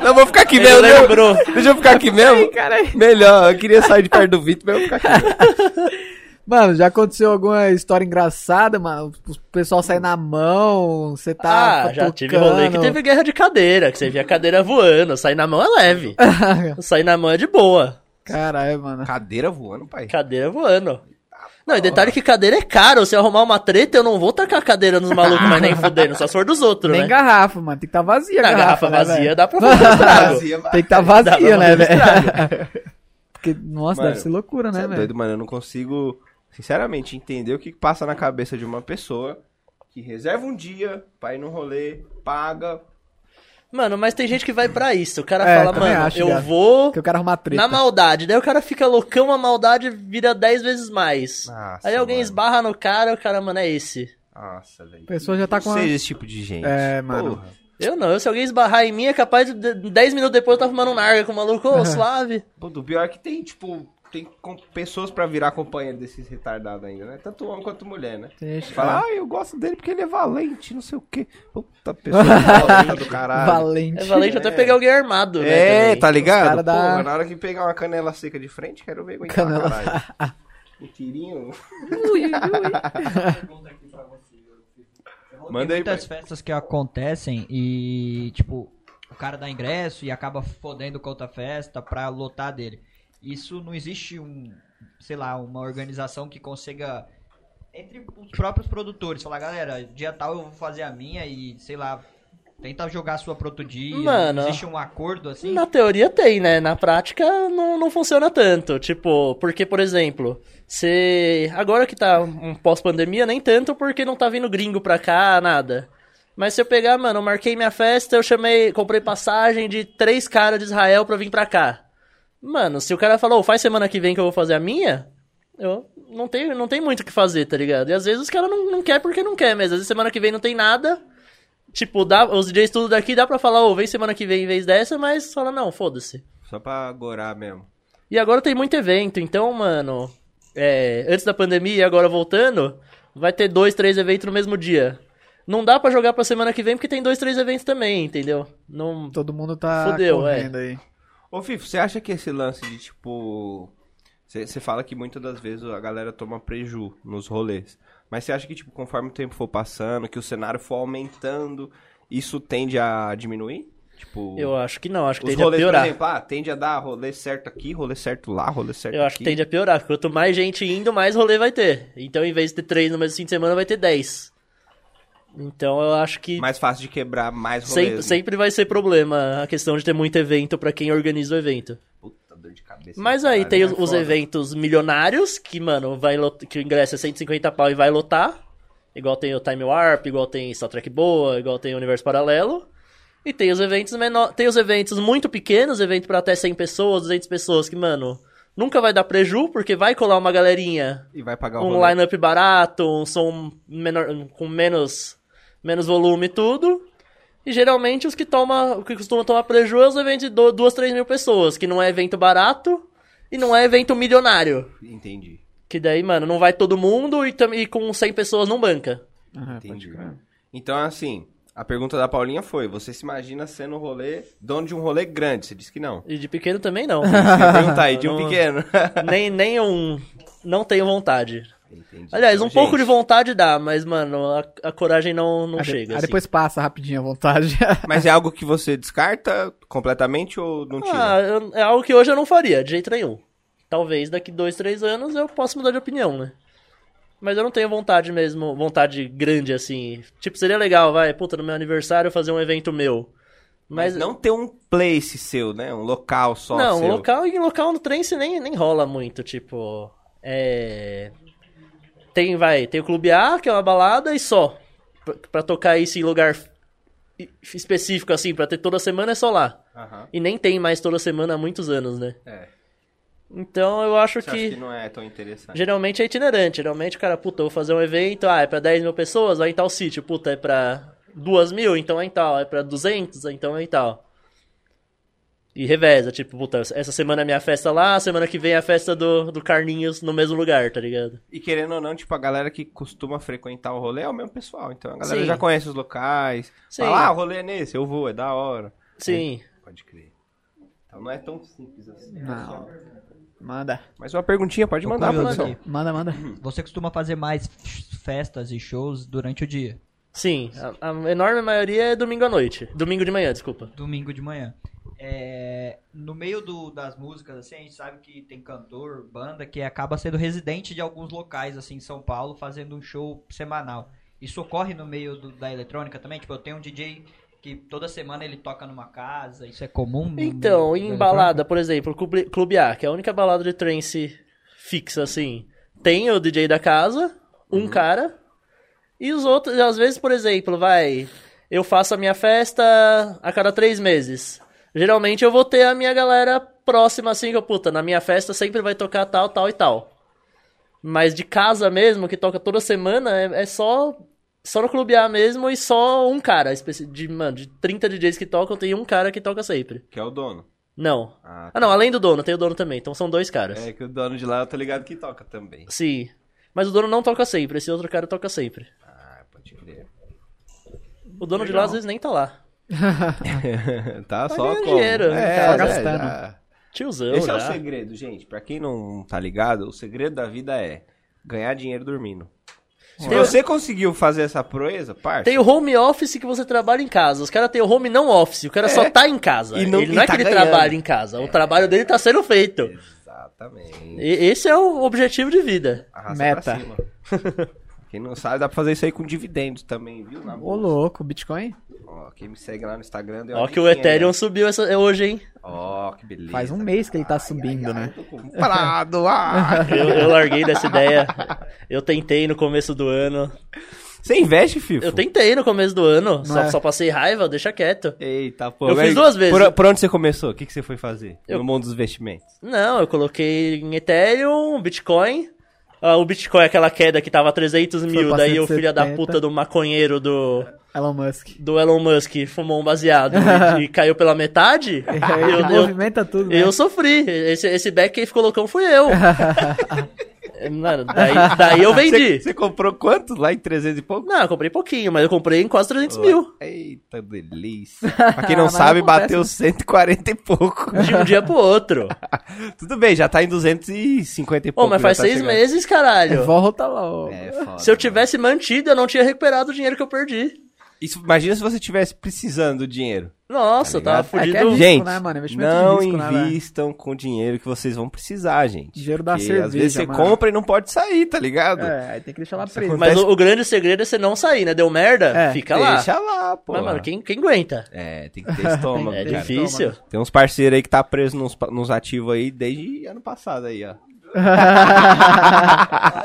[SPEAKER 1] Não, eu vou ficar aqui
[SPEAKER 4] Ele
[SPEAKER 1] mesmo. né?
[SPEAKER 4] lembrou.
[SPEAKER 1] Deixa eu ficar aqui mesmo.
[SPEAKER 4] é
[SPEAKER 1] Melhor, eu queria sair de perto do Vitor, mas eu vou ficar aqui.
[SPEAKER 3] Mano, já aconteceu alguma história engraçada, mano? O pessoal sai na mão, você <laughs> tá.
[SPEAKER 4] ah, já tive rolê que teve guerra de cadeira, que você via a cadeira voando. Sair na mão é leve.
[SPEAKER 3] teve.
[SPEAKER 4] Sair na mão é de boa.
[SPEAKER 3] <laughs> Caralho, mano.
[SPEAKER 1] Cadeira voando, pai.
[SPEAKER 4] Cadeira voando. Não, e detalhe que cadeira é caro. Se eu arrumar uma treta, eu não vou tacar a cadeira nos malucos,
[SPEAKER 3] <laughs>
[SPEAKER 4] mas nem fudendo, só se for dos outros,
[SPEAKER 3] Nem
[SPEAKER 4] né?
[SPEAKER 3] garrafa, mano. Tem que tá vazia, a
[SPEAKER 4] Na
[SPEAKER 3] garrafa.
[SPEAKER 4] garrafa
[SPEAKER 3] né,
[SPEAKER 4] vazia
[SPEAKER 3] velho?
[SPEAKER 4] dá pra fazer
[SPEAKER 3] <laughs>
[SPEAKER 4] um estrago.
[SPEAKER 1] Vazia,
[SPEAKER 3] Tem que tá
[SPEAKER 4] Dá pra
[SPEAKER 3] vazia, né,
[SPEAKER 4] fazer um
[SPEAKER 3] velho?
[SPEAKER 4] estrago.
[SPEAKER 3] <laughs> Porque, nossa,
[SPEAKER 1] Mano,
[SPEAKER 3] deve ser loucura,
[SPEAKER 1] Você
[SPEAKER 3] né,
[SPEAKER 1] é
[SPEAKER 3] velho?
[SPEAKER 1] doido, mano. Eu não consigo, sinceramente, entender o que que passa na cabeça de uma pessoa que reserva um dia pra ir num rolê, paga.
[SPEAKER 4] Mano, mas tem gente que vai pra isso. O cara
[SPEAKER 3] É,
[SPEAKER 4] fala,
[SPEAKER 3] também
[SPEAKER 4] mano,
[SPEAKER 3] acho,
[SPEAKER 4] eu
[SPEAKER 3] Gabi.
[SPEAKER 4] vou
[SPEAKER 3] Porque eu quero arrumar treta.
[SPEAKER 4] na maldade. Daí o cara fica loucão, a maldade vira 10 vezes mais.
[SPEAKER 1] Nossa,
[SPEAKER 4] Aí alguém
[SPEAKER 1] mano.
[SPEAKER 4] esbarra no cara, o cara, mano, é esse.
[SPEAKER 1] Nossa, velho.
[SPEAKER 3] A pessoa já tá com
[SPEAKER 1] Não
[SPEAKER 3] a-
[SPEAKER 1] seja esse tipo de gente.
[SPEAKER 3] É, mano.
[SPEAKER 1] Porra.
[SPEAKER 4] Eu não, eu, se alguém esbarrar em mim, é capaz de 10 minutos depois eu tá fumando um narga com o maluco, ô, suave.
[SPEAKER 3] <laughs>
[SPEAKER 1] Pô, do pior é que tem, tipo, tem com- pessoas pra virar companheiro desses retardados ainda, né? Tanto homem quanto mulher, né?
[SPEAKER 3] Tem gente que
[SPEAKER 1] Fala,
[SPEAKER 3] fala,
[SPEAKER 1] ah, eu gosto dele porque ele é valente, não sei o quê. Puta
[SPEAKER 3] <laughs>
[SPEAKER 1] pessoa valente do caralho.
[SPEAKER 3] valente.
[SPEAKER 4] É valente até pegar alguém armado, né?
[SPEAKER 1] É,
[SPEAKER 4] também.
[SPEAKER 1] tá
[SPEAKER 3] Os
[SPEAKER 1] ligado?
[SPEAKER 3] cara
[SPEAKER 1] Pô,
[SPEAKER 3] dá-
[SPEAKER 1] mas na hora que pegar uma canela seca de frente, quero ver aguentar,
[SPEAKER 3] Canela-
[SPEAKER 1] caralho.
[SPEAKER 4] <laughs>
[SPEAKER 1] Um tirinho. Manda
[SPEAKER 5] Tem
[SPEAKER 1] aí, pai.
[SPEAKER 5] muitas festas que acontecem e, tipo, o cara dá ingresso e acaba fodendo com outra festa pra lotar dele. Isso não existe um, sei lá, uma organização que consiga, entre os próprios produtores, falar, galera, dia tal eu vou fazer a minha e, sei lá, Tenta jogar a sua pro outro dia.
[SPEAKER 4] Mano.
[SPEAKER 5] não Existe um acordo assim?
[SPEAKER 4] Na teoria tem, né? Na prática não, não funciona tanto. Tipo, porque, por exemplo, você. Agora que tá um pós-pandemia, nem tanto porque não tá vindo gringo pra cá, nada. Mas se eu pegar, mano, eu marquei minha festa, eu chamei, comprei passagem de três caras de Israel pra vir pra cá. Mano, se o cara falou, faz semana que vem que eu vou fazer a minha, eu não tenho, não tem muito o que fazer, tá ligado? E às vezes os caras não, não quer porque não quer mesmo. Às vezes semana que vem não tem nada. Tipo, dá, os DJs tudo daqui dá pra falar, ô, vem semana que vem em vez dessa, mas fala, não, foda-se.
[SPEAKER 1] Só pra gorar mesmo.
[SPEAKER 4] E agora tem muito evento, então, mano, é, antes da pandemia e agora voltando, vai ter dois, três eventos no mesmo dia. Não dá pra jogar pra semana que vem porque tem dois, três eventos também, entendeu? Não.
[SPEAKER 3] Todo mundo tá
[SPEAKER 4] Fudeu,
[SPEAKER 3] correndo aí.
[SPEAKER 1] Ô, Fifo, você acha que esse lance de, tipo... Você você fala que muitas das vezes a galera toma preju nos rolês. Mas você acha que, tipo, conforme o tempo for passando, que o cenário for aumentando, isso tende a diminuir? Tipo...
[SPEAKER 4] Eu acho que não, acho que
[SPEAKER 1] Os
[SPEAKER 4] tende a
[SPEAKER 1] rolês, por
[SPEAKER 4] piorar.
[SPEAKER 1] exemplo, ah, tende a dar rolê certo aqui, rolê certo lá, rolê certo
[SPEAKER 4] Eu acho que
[SPEAKER 1] aqui.
[SPEAKER 4] tende a piorar. Quanto mais gente indo, mais rolê vai ter. Então, em vez de ter três no mesmo fim de semana, vai ter dez. Então, eu acho que
[SPEAKER 1] Mais fácil de quebrar mais
[SPEAKER 4] sem-
[SPEAKER 1] rolês. né?
[SPEAKER 4] sempre vai ser problema a questão de ter muito evento pra quem organiza o evento.
[SPEAKER 1] Puta dor de cabeça.
[SPEAKER 4] Mas aí
[SPEAKER 1] caralho,
[SPEAKER 4] tem
[SPEAKER 1] é
[SPEAKER 4] os, os
[SPEAKER 1] foda.
[SPEAKER 4] eventos milionários, que, mano, vai lot... que o ingresso é 150 pau e vai lotar. Igual tem o Time Warp, igual tem Star Trek Boa, igual tem o Universo Paralelo. E tem os eventos menor... tem os eventos muito pequenos, evento pra até 100 pessoas, 200 pessoas, que, mano, nunca vai dar preju, porque vai colar uma galerinha,
[SPEAKER 1] E vai pagar o
[SPEAKER 4] um
[SPEAKER 1] rolê.
[SPEAKER 4] line-up barato, um som menor... um, com menos... menos volume e tudo. E geralmente os que toma, o que costuma tomar prejuízo é os eventos de 2, 3 mil pessoas, que não é evento barato e não é evento milionário.
[SPEAKER 1] Entendi.
[SPEAKER 4] Que daí, mano, não vai todo mundo e, tam- e com 100 pessoas não banca.
[SPEAKER 1] Entendi. Então, assim, a pergunta da Paulinha foi: você se imagina sendo um rolê, dono de um rolê grande? Você disse que
[SPEAKER 4] <laughs>
[SPEAKER 1] não.
[SPEAKER 4] E de pequeno também não.
[SPEAKER 1] Eu ia perguntar aí, de um
[SPEAKER 4] Não.
[SPEAKER 1] pequeno.
[SPEAKER 4] nem, nem um. Não tenho vontade.
[SPEAKER 1] Entendi.
[SPEAKER 4] <laughs> Aliás,
[SPEAKER 1] Então,
[SPEAKER 4] um pouco
[SPEAKER 1] gente,
[SPEAKER 4] de vontade dá, mas, mano, a, a coragem não, não
[SPEAKER 3] Aí de-
[SPEAKER 4] chega.
[SPEAKER 3] aí
[SPEAKER 4] assim.
[SPEAKER 3] depois passa rapidinho à vontade. <laughs>
[SPEAKER 1] Mas é algo que você descarta completamente ou não tira?
[SPEAKER 4] Ah, eu- é algo que hoje eu não faria, de jeito nenhum. Talvez daqui dois, três anos eu possa mudar de opinião, né? Mas eu não tenho vontade mesmo, vontade grande assim. Tipo, seria legal, vai, puta, no meu aniversário eu fazer um evento meu.
[SPEAKER 1] mas...
[SPEAKER 4] Mas,
[SPEAKER 1] não ter um place seu, né? Um local só
[SPEAKER 4] não,
[SPEAKER 1] seu.
[SPEAKER 4] local em local no trem se nem, nem rola muito, tipo. É. Tem, vai, tem o Clube A, que é uma balada, e só. Pra, pra tocar isso em lugar f- específico, assim, pra ter toda semana é só lá.
[SPEAKER 1] Aham.
[SPEAKER 4] E nem tem mais toda semana há muitos anos, né?
[SPEAKER 1] É.
[SPEAKER 4] Então eu acho
[SPEAKER 1] Você acha
[SPEAKER 4] que,
[SPEAKER 1] que não é tão interessante?
[SPEAKER 4] geralmente é itinerante. Geralmente o cara, puta, eu vou fazer um evento, ah, é pra 10 mil pessoas, aí em tal sítio, puta, é pra 2 mil, então é em tal, é pra 200, então é em tal. E reveza, tipo, puta, essa semana é minha festa lá, semana que vem é a festa do, do Carlinhos no mesmo lugar, tá ligado?
[SPEAKER 1] E querendo ou não, tipo, a galera que costuma frequentar o rolê é o mesmo pessoal. Então a galera
[SPEAKER 4] Sim.
[SPEAKER 1] já conhece os locais.
[SPEAKER 4] Sim.
[SPEAKER 1] Fala, ah, o rolê é nesse, eu vou, é da hora.
[SPEAKER 4] Sim.
[SPEAKER 1] Pode crer. Então não é tão simples assim.
[SPEAKER 3] Não. Manda.
[SPEAKER 1] Mas uma perguntinha, pode
[SPEAKER 5] Tô
[SPEAKER 1] mandar,
[SPEAKER 5] curioso
[SPEAKER 1] produção.
[SPEAKER 5] aqui.
[SPEAKER 3] Manda, manda.
[SPEAKER 5] Você costuma fazer mais f- festas e shows durante o dia?
[SPEAKER 4] Sim, a, a enorme maioria é domingo à noite. Domingo de manhã, desculpa.
[SPEAKER 5] domingo de manhã. É, no meio do- das músicas, assim, a gente sabe que tem cantor, banda que acaba sendo residente de alguns locais, assim, em São Paulo, fazendo um show semanal. Isso ocorre no meio do- da eletrônica também? Tipo, eu tenho um DJ que toda semana ele toca numa casa, isso é comum? no
[SPEAKER 4] Então,
[SPEAKER 5] meio da
[SPEAKER 4] em balada, por exemplo, Clube, Clube A, que é a única balada de trance fixa, assim, tem o DJ da casa, um cara, e os outros, às vezes, por exemplo, vai, eu faço a minha festa a cada três meses. Geralmente eu vou ter a minha galera próxima, assim, que eu, puta, na minha festa sempre vai tocar tal, tal e tal. Mas de casa mesmo, que toca toda semana, é, é só... Só no Clube A mesmo e só um cara. especi- De, mano, de 30 DJs que tocam, tem um cara que toca sempre.
[SPEAKER 1] Que é o dono.
[SPEAKER 4] Não.
[SPEAKER 1] Ah,
[SPEAKER 4] Ah, não, além do dono, tem o dono também. Então são dois caras.
[SPEAKER 1] É que o dono de lá eu tô ligado que toca também.
[SPEAKER 4] Sim. Mas o dono não toca sempre, esse outro cara toca sempre.
[SPEAKER 1] Ah, pode crer.
[SPEAKER 4] O dono de lá às vezes nem tá lá.
[SPEAKER 1] tá
[SPEAKER 4] Tá
[SPEAKER 1] só
[SPEAKER 4] ganhando
[SPEAKER 1] como.
[SPEAKER 4] dinheiro, né?
[SPEAKER 1] é,
[SPEAKER 4] Tá
[SPEAKER 1] né,
[SPEAKER 3] gastando.
[SPEAKER 1] já.
[SPEAKER 4] Tiozão, né?
[SPEAKER 1] Esse é
[SPEAKER 4] já.
[SPEAKER 1] o segredo, gente. Pra quem não tá ligado, o segredo da vida é ganhar dinheiro dormindo. Se
[SPEAKER 4] Tem-
[SPEAKER 1] você conseguiu fazer essa proeza, parça,
[SPEAKER 4] Tem o home office que você trabalha em casa. Os caras têm o home não office. O cara só tá em casa.
[SPEAKER 1] É. E não-
[SPEAKER 4] ele
[SPEAKER 1] e
[SPEAKER 4] não é
[SPEAKER 1] tá
[SPEAKER 4] que ele
[SPEAKER 1] ganhando. É.
[SPEAKER 4] trabalha em casa. O trabalho dele tá sendo feito.
[SPEAKER 1] Exatamente.
[SPEAKER 4] E- esse é o objetivo de vida.
[SPEAKER 1] Arrasta
[SPEAKER 3] Meta.
[SPEAKER 1] pra cima. <laughs> Quem não sabe, dá pra fazer isso aí com dividendos também, viu? Na
[SPEAKER 3] <laughs> Ô,
[SPEAKER 1] bolsa.
[SPEAKER 3] louco, Bitcoin?
[SPEAKER 1] Ó, quem me segue lá no Instagram deu
[SPEAKER 4] Ó
[SPEAKER 1] uma
[SPEAKER 4] que o
[SPEAKER 1] diquinha,
[SPEAKER 4] Ethereum
[SPEAKER 1] né?
[SPEAKER 4] subiu essa, é hoje, hein?
[SPEAKER 1] Ó, que beleza.
[SPEAKER 3] Faz um mês que ele tá subindo,
[SPEAKER 1] Ai,
[SPEAKER 3] né?
[SPEAKER 1] ai, tô com-
[SPEAKER 3] <laughs>
[SPEAKER 1] Parado, ah.
[SPEAKER 4] Eu, eu larguei dessa ideia. Eu tentei no começo do ano.
[SPEAKER 1] Você investe, Fifo?
[SPEAKER 4] Eu tentei no começo do ano, só,
[SPEAKER 3] é.
[SPEAKER 4] só passei raiva, deixa quieto.
[SPEAKER 1] Eita, pô.
[SPEAKER 4] Eu
[SPEAKER 1] mas
[SPEAKER 4] fiz duas vezes.
[SPEAKER 1] Por, por onde você começou? O que, que você foi fazer
[SPEAKER 4] Eu-
[SPEAKER 1] no mundo dos investimentos?
[SPEAKER 4] Não, eu coloquei em Ethereum, Bitcoin. Ah, o Bitcoin, aquela queda que tava 300 mil,
[SPEAKER 3] pra
[SPEAKER 4] daí o filho da
[SPEAKER 3] 170.
[SPEAKER 4] puta do maconheiro do,
[SPEAKER 3] Elon Musk.
[SPEAKER 4] do Elon Musk fumou um baseado
[SPEAKER 1] <laughs>
[SPEAKER 4] e, e caiu pela metade. eu, eu,
[SPEAKER 3] Movimenta
[SPEAKER 1] um
[SPEAKER 3] tudo, né?
[SPEAKER 4] eu sofri. Esse, esse back que ficou loucão
[SPEAKER 1] <laughs>
[SPEAKER 4] fui eu. Mano, daí, daí eu
[SPEAKER 1] Você,
[SPEAKER 4] vendi.
[SPEAKER 1] você comprou quantos lá em 300 e pouco?
[SPEAKER 4] Não, eu comprei pouquinho, mas eu comprei em quase 300 mil.
[SPEAKER 1] Eita,
[SPEAKER 3] <laughs>
[SPEAKER 1] delícia. Pra quem não
[SPEAKER 3] Mas
[SPEAKER 1] sabe,
[SPEAKER 3] acontece,
[SPEAKER 1] bateu 140 e
[SPEAKER 3] <laughs>
[SPEAKER 1] pouco.
[SPEAKER 4] De um dia pro
[SPEAKER 1] <laughs>
[SPEAKER 4] outro.
[SPEAKER 1] Tudo bem, já tá em 250 e
[SPEAKER 4] Ô,
[SPEAKER 1] pouco. já
[SPEAKER 4] mas faz
[SPEAKER 1] tá
[SPEAKER 4] seis
[SPEAKER 1] chegando.
[SPEAKER 4] meses, caralho.
[SPEAKER 3] Volta lá, ô.
[SPEAKER 1] É, foda,
[SPEAKER 4] Se eu
[SPEAKER 1] mano.
[SPEAKER 4] tivesse mantido, eu não tinha recuperado o dinheiro que eu perdi.
[SPEAKER 1] Isso, imagina se você tivesse precisando do dinheiro.
[SPEAKER 4] Nossa, eu
[SPEAKER 1] Tá
[SPEAKER 4] tava
[SPEAKER 1] ligado?
[SPEAKER 3] É que
[SPEAKER 4] fudido.
[SPEAKER 3] é Risco,
[SPEAKER 1] gente,
[SPEAKER 3] né, mano? Investimento em
[SPEAKER 1] não
[SPEAKER 3] risco, né, velho?
[SPEAKER 1] invistam com dinheiro que vocês vão precisar, gente.
[SPEAKER 3] Dinheiro da
[SPEAKER 1] Porque
[SPEAKER 3] cerveja,
[SPEAKER 1] Às vezes você
[SPEAKER 3] mano.
[SPEAKER 1] compra e não pode sair, tá ligado?
[SPEAKER 3] É, aí tem que deixar lá
[SPEAKER 1] Isso
[SPEAKER 3] preso.
[SPEAKER 1] acontece.
[SPEAKER 4] Mas o, o grande segredo é você não sair, né? Deu merda,
[SPEAKER 3] É,
[SPEAKER 4] fica lá.
[SPEAKER 1] Deixa lá, pô.
[SPEAKER 4] Mas, mano, quem, quem aguenta?
[SPEAKER 1] É, tem que ter
[SPEAKER 4] <laughs>
[SPEAKER 1] estômago,
[SPEAKER 4] É
[SPEAKER 1] cara.
[SPEAKER 4] difícil.
[SPEAKER 1] Tem uns parceiros aí que tá preso nos, pa- nos ativos aí desde ano passado aí, ó.
[SPEAKER 4] <laughs>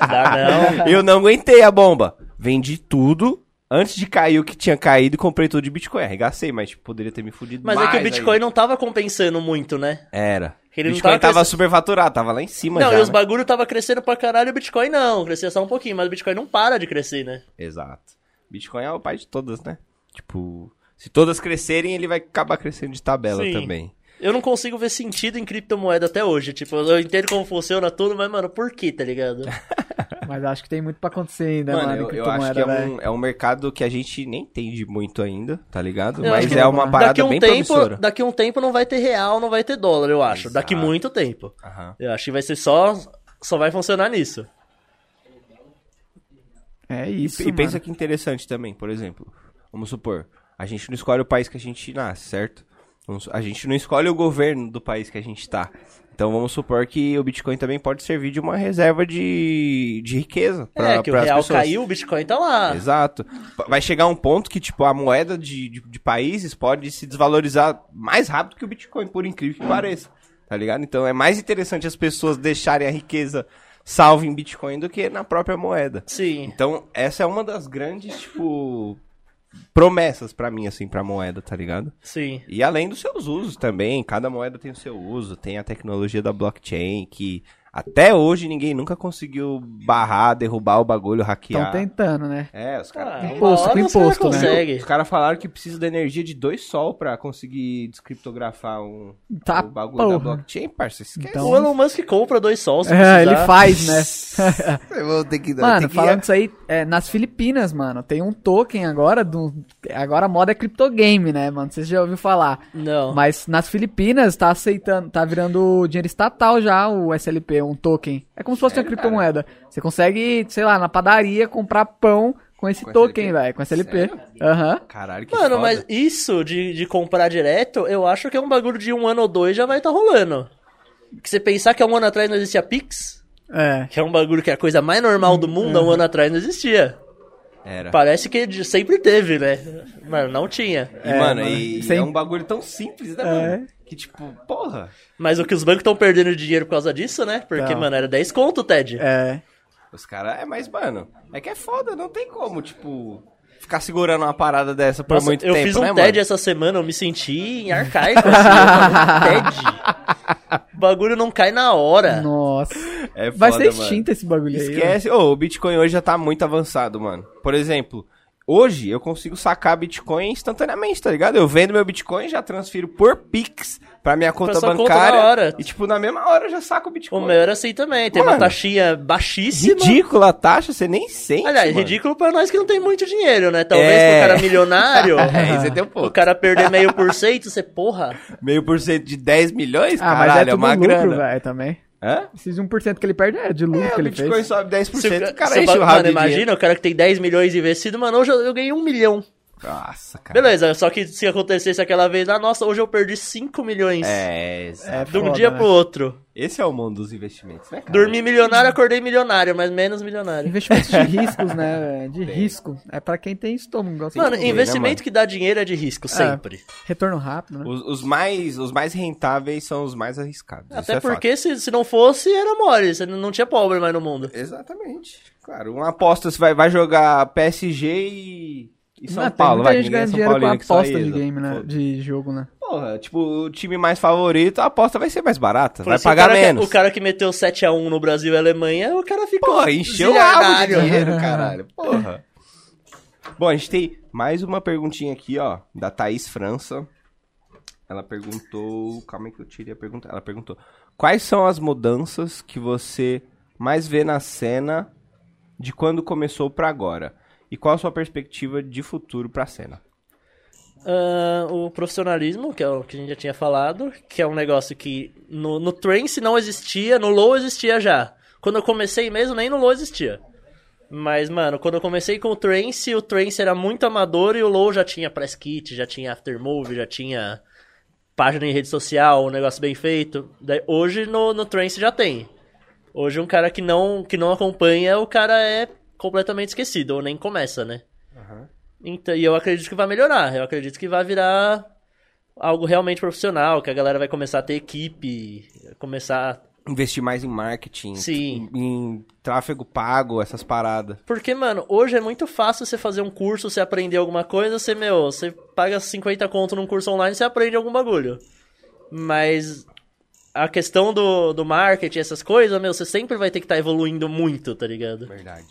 [SPEAKER 4] Dá
[SPEAKER 1] <laughs>
[SPEAKER 4] não.
[SPEAKER 1] Eu não aguentei a bomba. Vendi tudo. Antes de cair o que tinha caído, comprei tudo de Bitcoin. Arregacei, mas tipo, poderia ter me fudido
[SPEAKER 4] Mas
[SPEAKER 1] mais
[SPEAKER 4] é que o Bitcoin
[SPEAKER 1] ainda.
[SPEAKER 4] não tava compensando muito, né?
[SPEAKER 1] Era.
[SPEAKER 4] Ele não
[SPEAKER 1] Bitcoin
[SPEAKER 4] tava
[SPEAKER 1] tava,
[SPEAKER 4] crescendo.
[SPEAKER 1] superfaturado, tava lá em cima
[SPEAKER 4] não,
[SPEAKER 1] já,
[SPEAKER 4] e os
[SPEAKER 1] né?
[SPEAKER 4] bagulho tava crescendo pra caralho, o Bitcoin não. Crescia só um pouquinho, mas o Bitcoin não para de crescer, né?
[SPEAKER 1] Exato. Bitcoin é o pai de todas, né? Tipo, se todas crescerem, ele vai acabar crescendo de tabela
[SPEAKER 4] Sim.
[SPEAKER 1] também.
[SPEAKER 4] Eu não consigo ver sentido em criptomoeda até hoje. Tipo, eu entendo como funciona tudo, mas, mano, por que,
[SPEAKER 1] <laughs>
[SPEAKER 4] tá ligado?
[SPEAKER 3] <laughs> Mas acho que tem muito pra acontecer ainda, mano,
[SPEAKER 1] Mano, eu,
[SPEAKER 3] em
[SPEAKER 1] eu acho que
[SPEAKER 3] criptomoeda,
[SPEAKER 1] é
[SPEAKER 3] velho.
[SPEAKER 1] um, é um mercado que a gente nem entende muito ainda, tá ligado?
[SPEAKER 4] Eu acho
[SPEAKER 1] Mas
[SPEAKER 4] que
[SPEAKER 1] é
[SPEAKER 3] não,
[SPEAKER 1] uma
[SPEAKER 3] né?
[SPEAKER 1] parada
[SPEAKER 4] daqui um
[SPEAKER 1] bem
[SPEAKER 4] tempo,
[SPEAKER 1] promissora.
[SPEAKER 4] daqui um tempo não vai ter real, não vai ter dólar, eu acho. Daqui
[SPEAKER 1] Exato.
[SPEAKER 4] muito tempo.
[SPEAKER 1] Aham.
[SPEAKER 4] Eu acho que vai ser só só vai funcionar nisso.
[SPEAKER 3] É
[SPEAKER 1] E-
[SPEAKER 3] isso,
[SPEAKER 1] e pensa que interessante também, por exemplo. Vamos supor, a gente não escolhe o país que a gente nasce, certo? Vamos- a gente não escolhe o governo do país que a gente tá. Então vamos supor que o Bitcoin também pode servir de uma reserva de, de riqueza para
[SPEAKER 4] é, que o real
[SPEAKER 1] pessoas.
[SPEAKER 4] caiu, o Bitcoin tá lá.
[SPEAKER 1] Exato. Pa- Vai chegar um ponto que, tipo, a moeda de, de, de países pode se desvalorizar mais rápido que o Bitcoin, por incrível que pareça. Tá ligado? Então é mais interessante as pessoas deixarem a riqueza salva em Bitcoin do que na própria moeda.
[SPEAKER 4] Sim.
[SPEAKER 1] Então, essa é uma das grandes, tipo, promessas pra mim, assim, pra moeda, tá ligado?
[SPEAKER 4] Sim.
[SPEAKER 1] E além dos seus usos também, cada moeda tem o seu uso, tem a tecnologia da blockchain, que até hoje ninguém nunca conseguiu barrar, derrubar o bagulho, hackear.
[SPEAKER 3] Estão tentando, né?
[SPEAKER 1] É, os
[SPEAKER 4] Ah,
[SPEAKER 1] caras
[SPEAKER 4] uma
[SPEAKER 3] Imposto,
[SPEAKER 4] hora
[SPEAKER 3] com
[SPEAKER 4] os cara
[SPEAKER 3] imposto, né?
[SPEAKER 4] consegue.
[SPEAKER 1] Os caras falaram que precisa da energia de dois sol pra conseguir descriptografar um
[SPEAKER 3] Tá,
[SPEAKER 1] o bagulho da
[SPEAKER 3] porra.
[SPEAKER 1] blockchain, parça. Esquece.
[SPEAKER 3] Então-
[SPEAKER 4] O Elon Musk compra dois sols se
[SPEAKER 3] <laughs> É, ele
[SPEAKER 4] precisar.
[SPEAKER 3] faz,
[SPEAKER 1] <laughs>
[SPEAKER 3] né?
[SPEAKER 1] Eu vou ter que
[SPEAKER 3] Mano, falando isso aí, é, nas Filipinas, mano, tem um token agora, do, agora a moda é criptogame, né, mano? Vocês já ouviram falar.
[SPEAKER 4] Não.
[SPEAKER 3] Mas nas Filipinas tá aceitando, tá virando dinheiro estatal já o SLP, um token. É como se fosse uma criptomoeda. Você consegue, sei lá, na padaria comprar pão com esse
[SPEAKER 1] Com
[SPEAKER 3] token,
[SPEAKER 1] SLP?
[SPEAKER 3] velho, com SLP. Aham.
[SPEAKER 1] Caralho, que
[SPEAKER 4] Mano,
[SPEAKER 1] foda.
[SPEAKER 4] mas isso de, de comprar direto, eu acho que é um bagulho de um ano ou dois já vai estar rolando. Que você pensar que há um ano atrás não existia Pix,
[SPEAKER 3] É.
[SPEAKER 4] que é um bagulho que é a coisa mais normal do mundo,
[SPEAKER 3] Uhum.
[SPEAKER 4] há um ano atrás não existia.
[SPEAKER 1] Era.
[SPEAKER 4] Parece que de- sempre teve, né? Mano, não tinha.
[SPEAKER 1] E, mano,
[SPEAKER 3] mano,
[SPEAKER 1] e
[SPEAKER 3] sem-
[SPEAKER 1] é um bagulho tão simples, né, mano? Que tipo, porra.
[SPEAKER 4] Mas o que os bancos estão perdendo de dinheiro por causa disso, né? Porque,
[SPEAKER 3] Tá.
[SPEAKER 4] mano, era 10 conto, Ted.
[SPEAKER 3] É.
[SPEAKER 1] Os caras é mais, mano. É que é foda, não tem como, tipo, ficar segurando uma parada dessa por
[SPEAKER 4] Nossa,
[SPEAKER 1] muito
[SPEAKER 4] eu
[SPEAKER 1] tempo,
[SPEAKER 4] fiz um
[SPEAKER 1] né,
[SPEAKER 4] TED
[SPEAKER 1] mano?
[SPEAKER 4] essa semana, eu me senti em arcaico, assim, eu falei, TED. O bagulho não cai na hora.
[SPEAKER 3] Nossa.
[SPEAKER 1] É
[SPEAKER 3] Vai
[SPEAKER 1] foda,
[SPEAKER 3] ser
[SPEAKER 1] mano.
[SPEAKER 3] extinto esse bagulho aí.
[SPEAKER 1] Esquece. Ô, o Bitcoin hoje já tá muito avançado, mano. Por exemplo, hoje eu consigo sacar Bitcoin instantaneamente, tá ligado? Eu vendo meu Bitcoin, já transfiro por Pix pra minha conta
[SPEAKER 4] sua conta
[SPEAKER 1] bancária.
[SPEAKER 4] na hora.
[SPEAKER 1] E, tipo, na mesma hora eu já saco o
[SPEAKER 4] O
[SPEAKER 1] Bitcoin.
[SPEAKER 4] meu era assim também, teve uma
[SPEAKER 1] Mano.
[SPEAKER 4] taxinha baixíssima.
[SPEAKER 1] Ridícula a taxa, você nem sente.
[SPEAKER 4] Aliás,
[SPEAKER 1] mano.
[SPEAKER 4] é ridículo pra nós que não tem muito dinheiro, né? Talvez
[SPEAKER 1] É.
[SPEAKER 4] pro cara milionário,
[SPEAKER 1] <laughs> <laughs> É, isso é teu ponto.
[SPEAKER 4] <laughs> o cara perder meio por cento, você, porra,
[SPEAKER 1] Meio por cento de 10 milhões?
[SPEAKER 3] Ah, mas é
[SPEAKER 1] Caralho, é,
[SPEAKER 3] tudo
[SPEAKER 1] uma
[SPEAKER 3] lucro,
[SPEAKER 1] grana.
[SPEAKER 3] velho, também.
[SPEAKER 1] Hã?
[SPEAKER 3] Esses 1% que ele perde é de lucro
[SPEAKER 1] É,
[SPEAKER 3] que
[SPEAKER 1] o
[SPEAKER 3] ele
[SPEAKER 1] Bitcoin
[SPEAKER 3] fez.
[SPEAKER 1] sobe 10%,
[SPEAKER 4] Se
[SPEAKER 1] o cara
[SPEAKER 4] se
[SPEAKER 1] enche o rabo
[SPEAKER 4] ba- mano,
[SPEAKER 1] de dinheiro.
[SPEAKER 4] imagina, o cara que tem 10 milhões investido, mano, hoje eu, eu ganhei um milhão.
[SPEAKER 1] Nossa, cara.
[SPEAKER 4] Beleza, só que se acontecesse aquela vez, ah, nossa, hoje eu perdi 5 milhões.
[SPEAKER 1] É, exato.
[SPEAKER 4] de um
[SPEAKER 6] foda,
[SPEAKER 4] dia
[SPEAKER 6] né?
[SPEAKER 4] pro outro.
[SPEAKER 1] Esse é o mundo dos investimentos, né, cara?
[SPEAKER 4] Dormi milionário, acordei milionário, mas menos milionário.
[SPEAKER 6] Investimentos de riscos,
[SPEAKER 1] <laughs>
[SPEAKER 6] né? velho? De risco. É pra quem tem estômago. igual você
[SPEAKER 4] Mano,
[SPEAKER 6] falou.
[SPEAKER 1] né,
[SPEAKER 4] investimento
[SPEAKER 1] mano?
[SPEAKER 4] que dá dinheiro é de risco, sempre.
[SPEAKER 6] Retorno rápido, né?
[SPEAKER 1] Os, os mais, os mais rentáveis são os mais arriscados. isso
[SPEAKER 4] Até
[SPEAKER 1] é fato.
[SPEAKER 4] porque se, se não fosse, era mole. Você não tinha pobre mais no mundo.
[SPEAKER 1] Exatamente. Claro, uma aposta, você vai, vai jogar PSG e, e São
[SPEAKER 6] Ah, tem
[SPEAKER 1] Paulo.
[SPEAKER 6] muita
[SPEAKER 1] Vai,
[SPEAKER 6] gente
[SPEAKER 1] ninguém é
[SPEAKER 6] ganhando
[SPEAKER 1] São
[SPEAKER 6] dinheiro com
[SPEAKER 1] Paulino que só
[SPEAKER 6] aposta
[SPEAKER 1] ia,
[SPEAKER 6] de game, né?
[SPEAKER 1] foda.
[SPEAKER 6] De jogo, né?
[SPEAKER 1] Porra, tipo, o time mais favorito, a aposta vai ser mais barata.
[SPEAKER 4] Por
[SPEAKER 1] vai
[SPEAKER 4] isso, assim, o
[SPEAKER 1] pagar
[SPEAKER 4] cara que-
[SPEAKER 1] menos.
[SPEAKER 4] o cara que meteu 7x1 no Brasil e Alemanha, o cara ficou.
[SPEAKER 1] Porra, encheu o rabo de
[SPEAKER 4] zilhardário.
[SPEAKER 1] dinheiro, caralho. Porra. Bom, a gente tem mais uma perguntinha aqui, ó, da Thaís França. Ela perguntou. Calma aí que eu tirei a pergunta. Ela perguntou: Quais são as mudanças que você mais vê na cena de quando começou pra agora? E qual a sua perspectiva de futuro pra cena?
[SPEAKER 4] Ah, o profissionalismo, que é o que a gente já tinha falado, que é um negócio que no, no Trance não existia, no Low existia já. Quando eu comecei mesmo, nem no Low existia. Mas, mano, quando eu comecei com o Trance, o Trance era muito amador e o Low já tinha press kit, já tinha aftermovie, já tinha página em rede social, um negócio bem feito. Daí, hoje no, no Trance já tem. Hoje um cara que não, que não acompanha, o cara é completamente esquecido, ou nem começa, né? Então, e eu acredito que vai melhorar. Eu acredito que vai virar algo realmente profissional, que a galera vai começar a ter equipe, começar.
[SPEAKER 1] Investir mais em marketing,
[SPEAKER 4] Sim.
[SPEAKER 1] Em, em tráfego pago, essas paradas.
[SPEAKER 4] Porque, mano, hoje é muito fácil você fazer um curso, você aprender alguma coisa, você, meu, você paga 50 conto num curso online, você aprende algum bagulho. Mas a questão do, do marketing, essas coisas, meu, você sempre vai ter que estar evoluindo muito, tá ligado?
[SPEAKER 1] Verdade.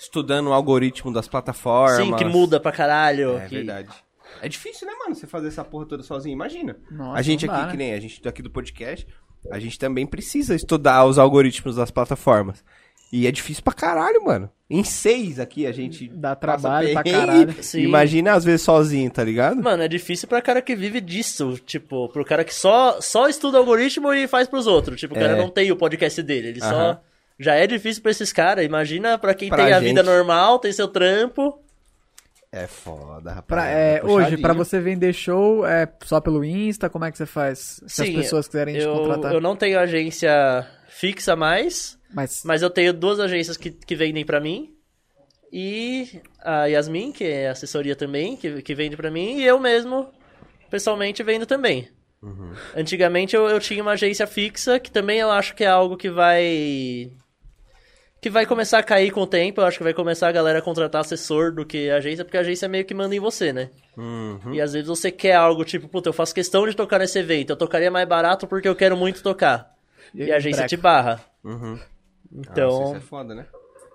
[SPEAKER 1] Estudando o algoritmo das plataformas.
[SPEAKER 4] Sim, que muda pra caralho.
[SPEAKER 1] É
[SPEAKER 4] que-
[SPEAKER 1] verdade. É difícil, né, mano, você fazer essa porra toda sozinho. Imagina.
[SPEAKER 6] Nossa,
[SPEAKER 1] a gente
[SPEAKER 6] não
[SPEAKER 1] aqui,
[SPEAKER 6] dá, né?
[SPEAKER 1] que nem a gente aqui do podcast, a gente também precisa estudar os algoritmos das plataformas. E é difícil pra caralho, mano. Em seis aqui a gente.
[SPEAKER 6] né? Dá
[SPEAKER 1] passa
[SPEAKER 6] trabalho pra
[SPEAKER 1] perrengue.
[SPEAKER 6] caralho.
[SPEAKER 1] <laughs>
[SPEAKER 4] Sim.
[SPEAKER 1] Imagina às vezes sozinho, tá ligado?
[SPEAKER 4] Mano, é difícil pra cara que vive disso. Tipo, pro cara que só, só estuda algoritmo e faz pros outros. Tipo, o cara
[SPEAKER 1] É.
[SPEAKER 4] não tem o podcast dele. Ele
[SPEAKER 1] Aham.
[SPEAKER 4] só. Já é difícil pra esses caras. Imagina pra quem
[SPEAKER 1] Pra
[SPEAKER 4] tem a
[SPEAKER 1] gente.
[SPEAKER 4] vida normal, tem seu trampo.
[SPEAKER 1] É foda, rapaz.
[SPEAKER 6] Pra, é, hoje, pra você vender show, é só pelo Insta? Como é que você faz? Se
[SPEAKER 4] Sim,
[SPEAKER 6] as pessoas quiserem te
[SPEAKER 4] Eu,
[SPEAKER 6] contratar.
[SPEAKER 4] eu não tenho agência fixa mais,
[SPEAKER 6] Mas,
[SPEAKER 4] mas eu tenho duas agências que, que vendem pra mim. E a Yasmin, que é assessoria também, que, que vende pra mim, e eu mesmo, pessoalmente, vendo também. Antigamente eu, eu tinha uma agência fixa, que também eu acho que é algo que vai. que vai começar a cair com o tempo. Eu acho que vai começar a galera a contratar assessor do que a agência, porque a agência meio que manda em você, né?
[SPEAKER 1] Uhum,
[SPEAKER 4] E às vezes você quer algo tipo, puta, eu faço questão de tocar nesse evento, eu tocaria mais barato porque eu quero muito tocar. E, a
[SPEAKER 1] é
[SPEAKER 4] agência
[SPEAKER 1] tipo-
[SPEAKER 4] te barra.
[SPEAKER 1] uhum.
[SPEAKER 4] Então.
[SPEAKER 1] Nossa, isso é foda, né?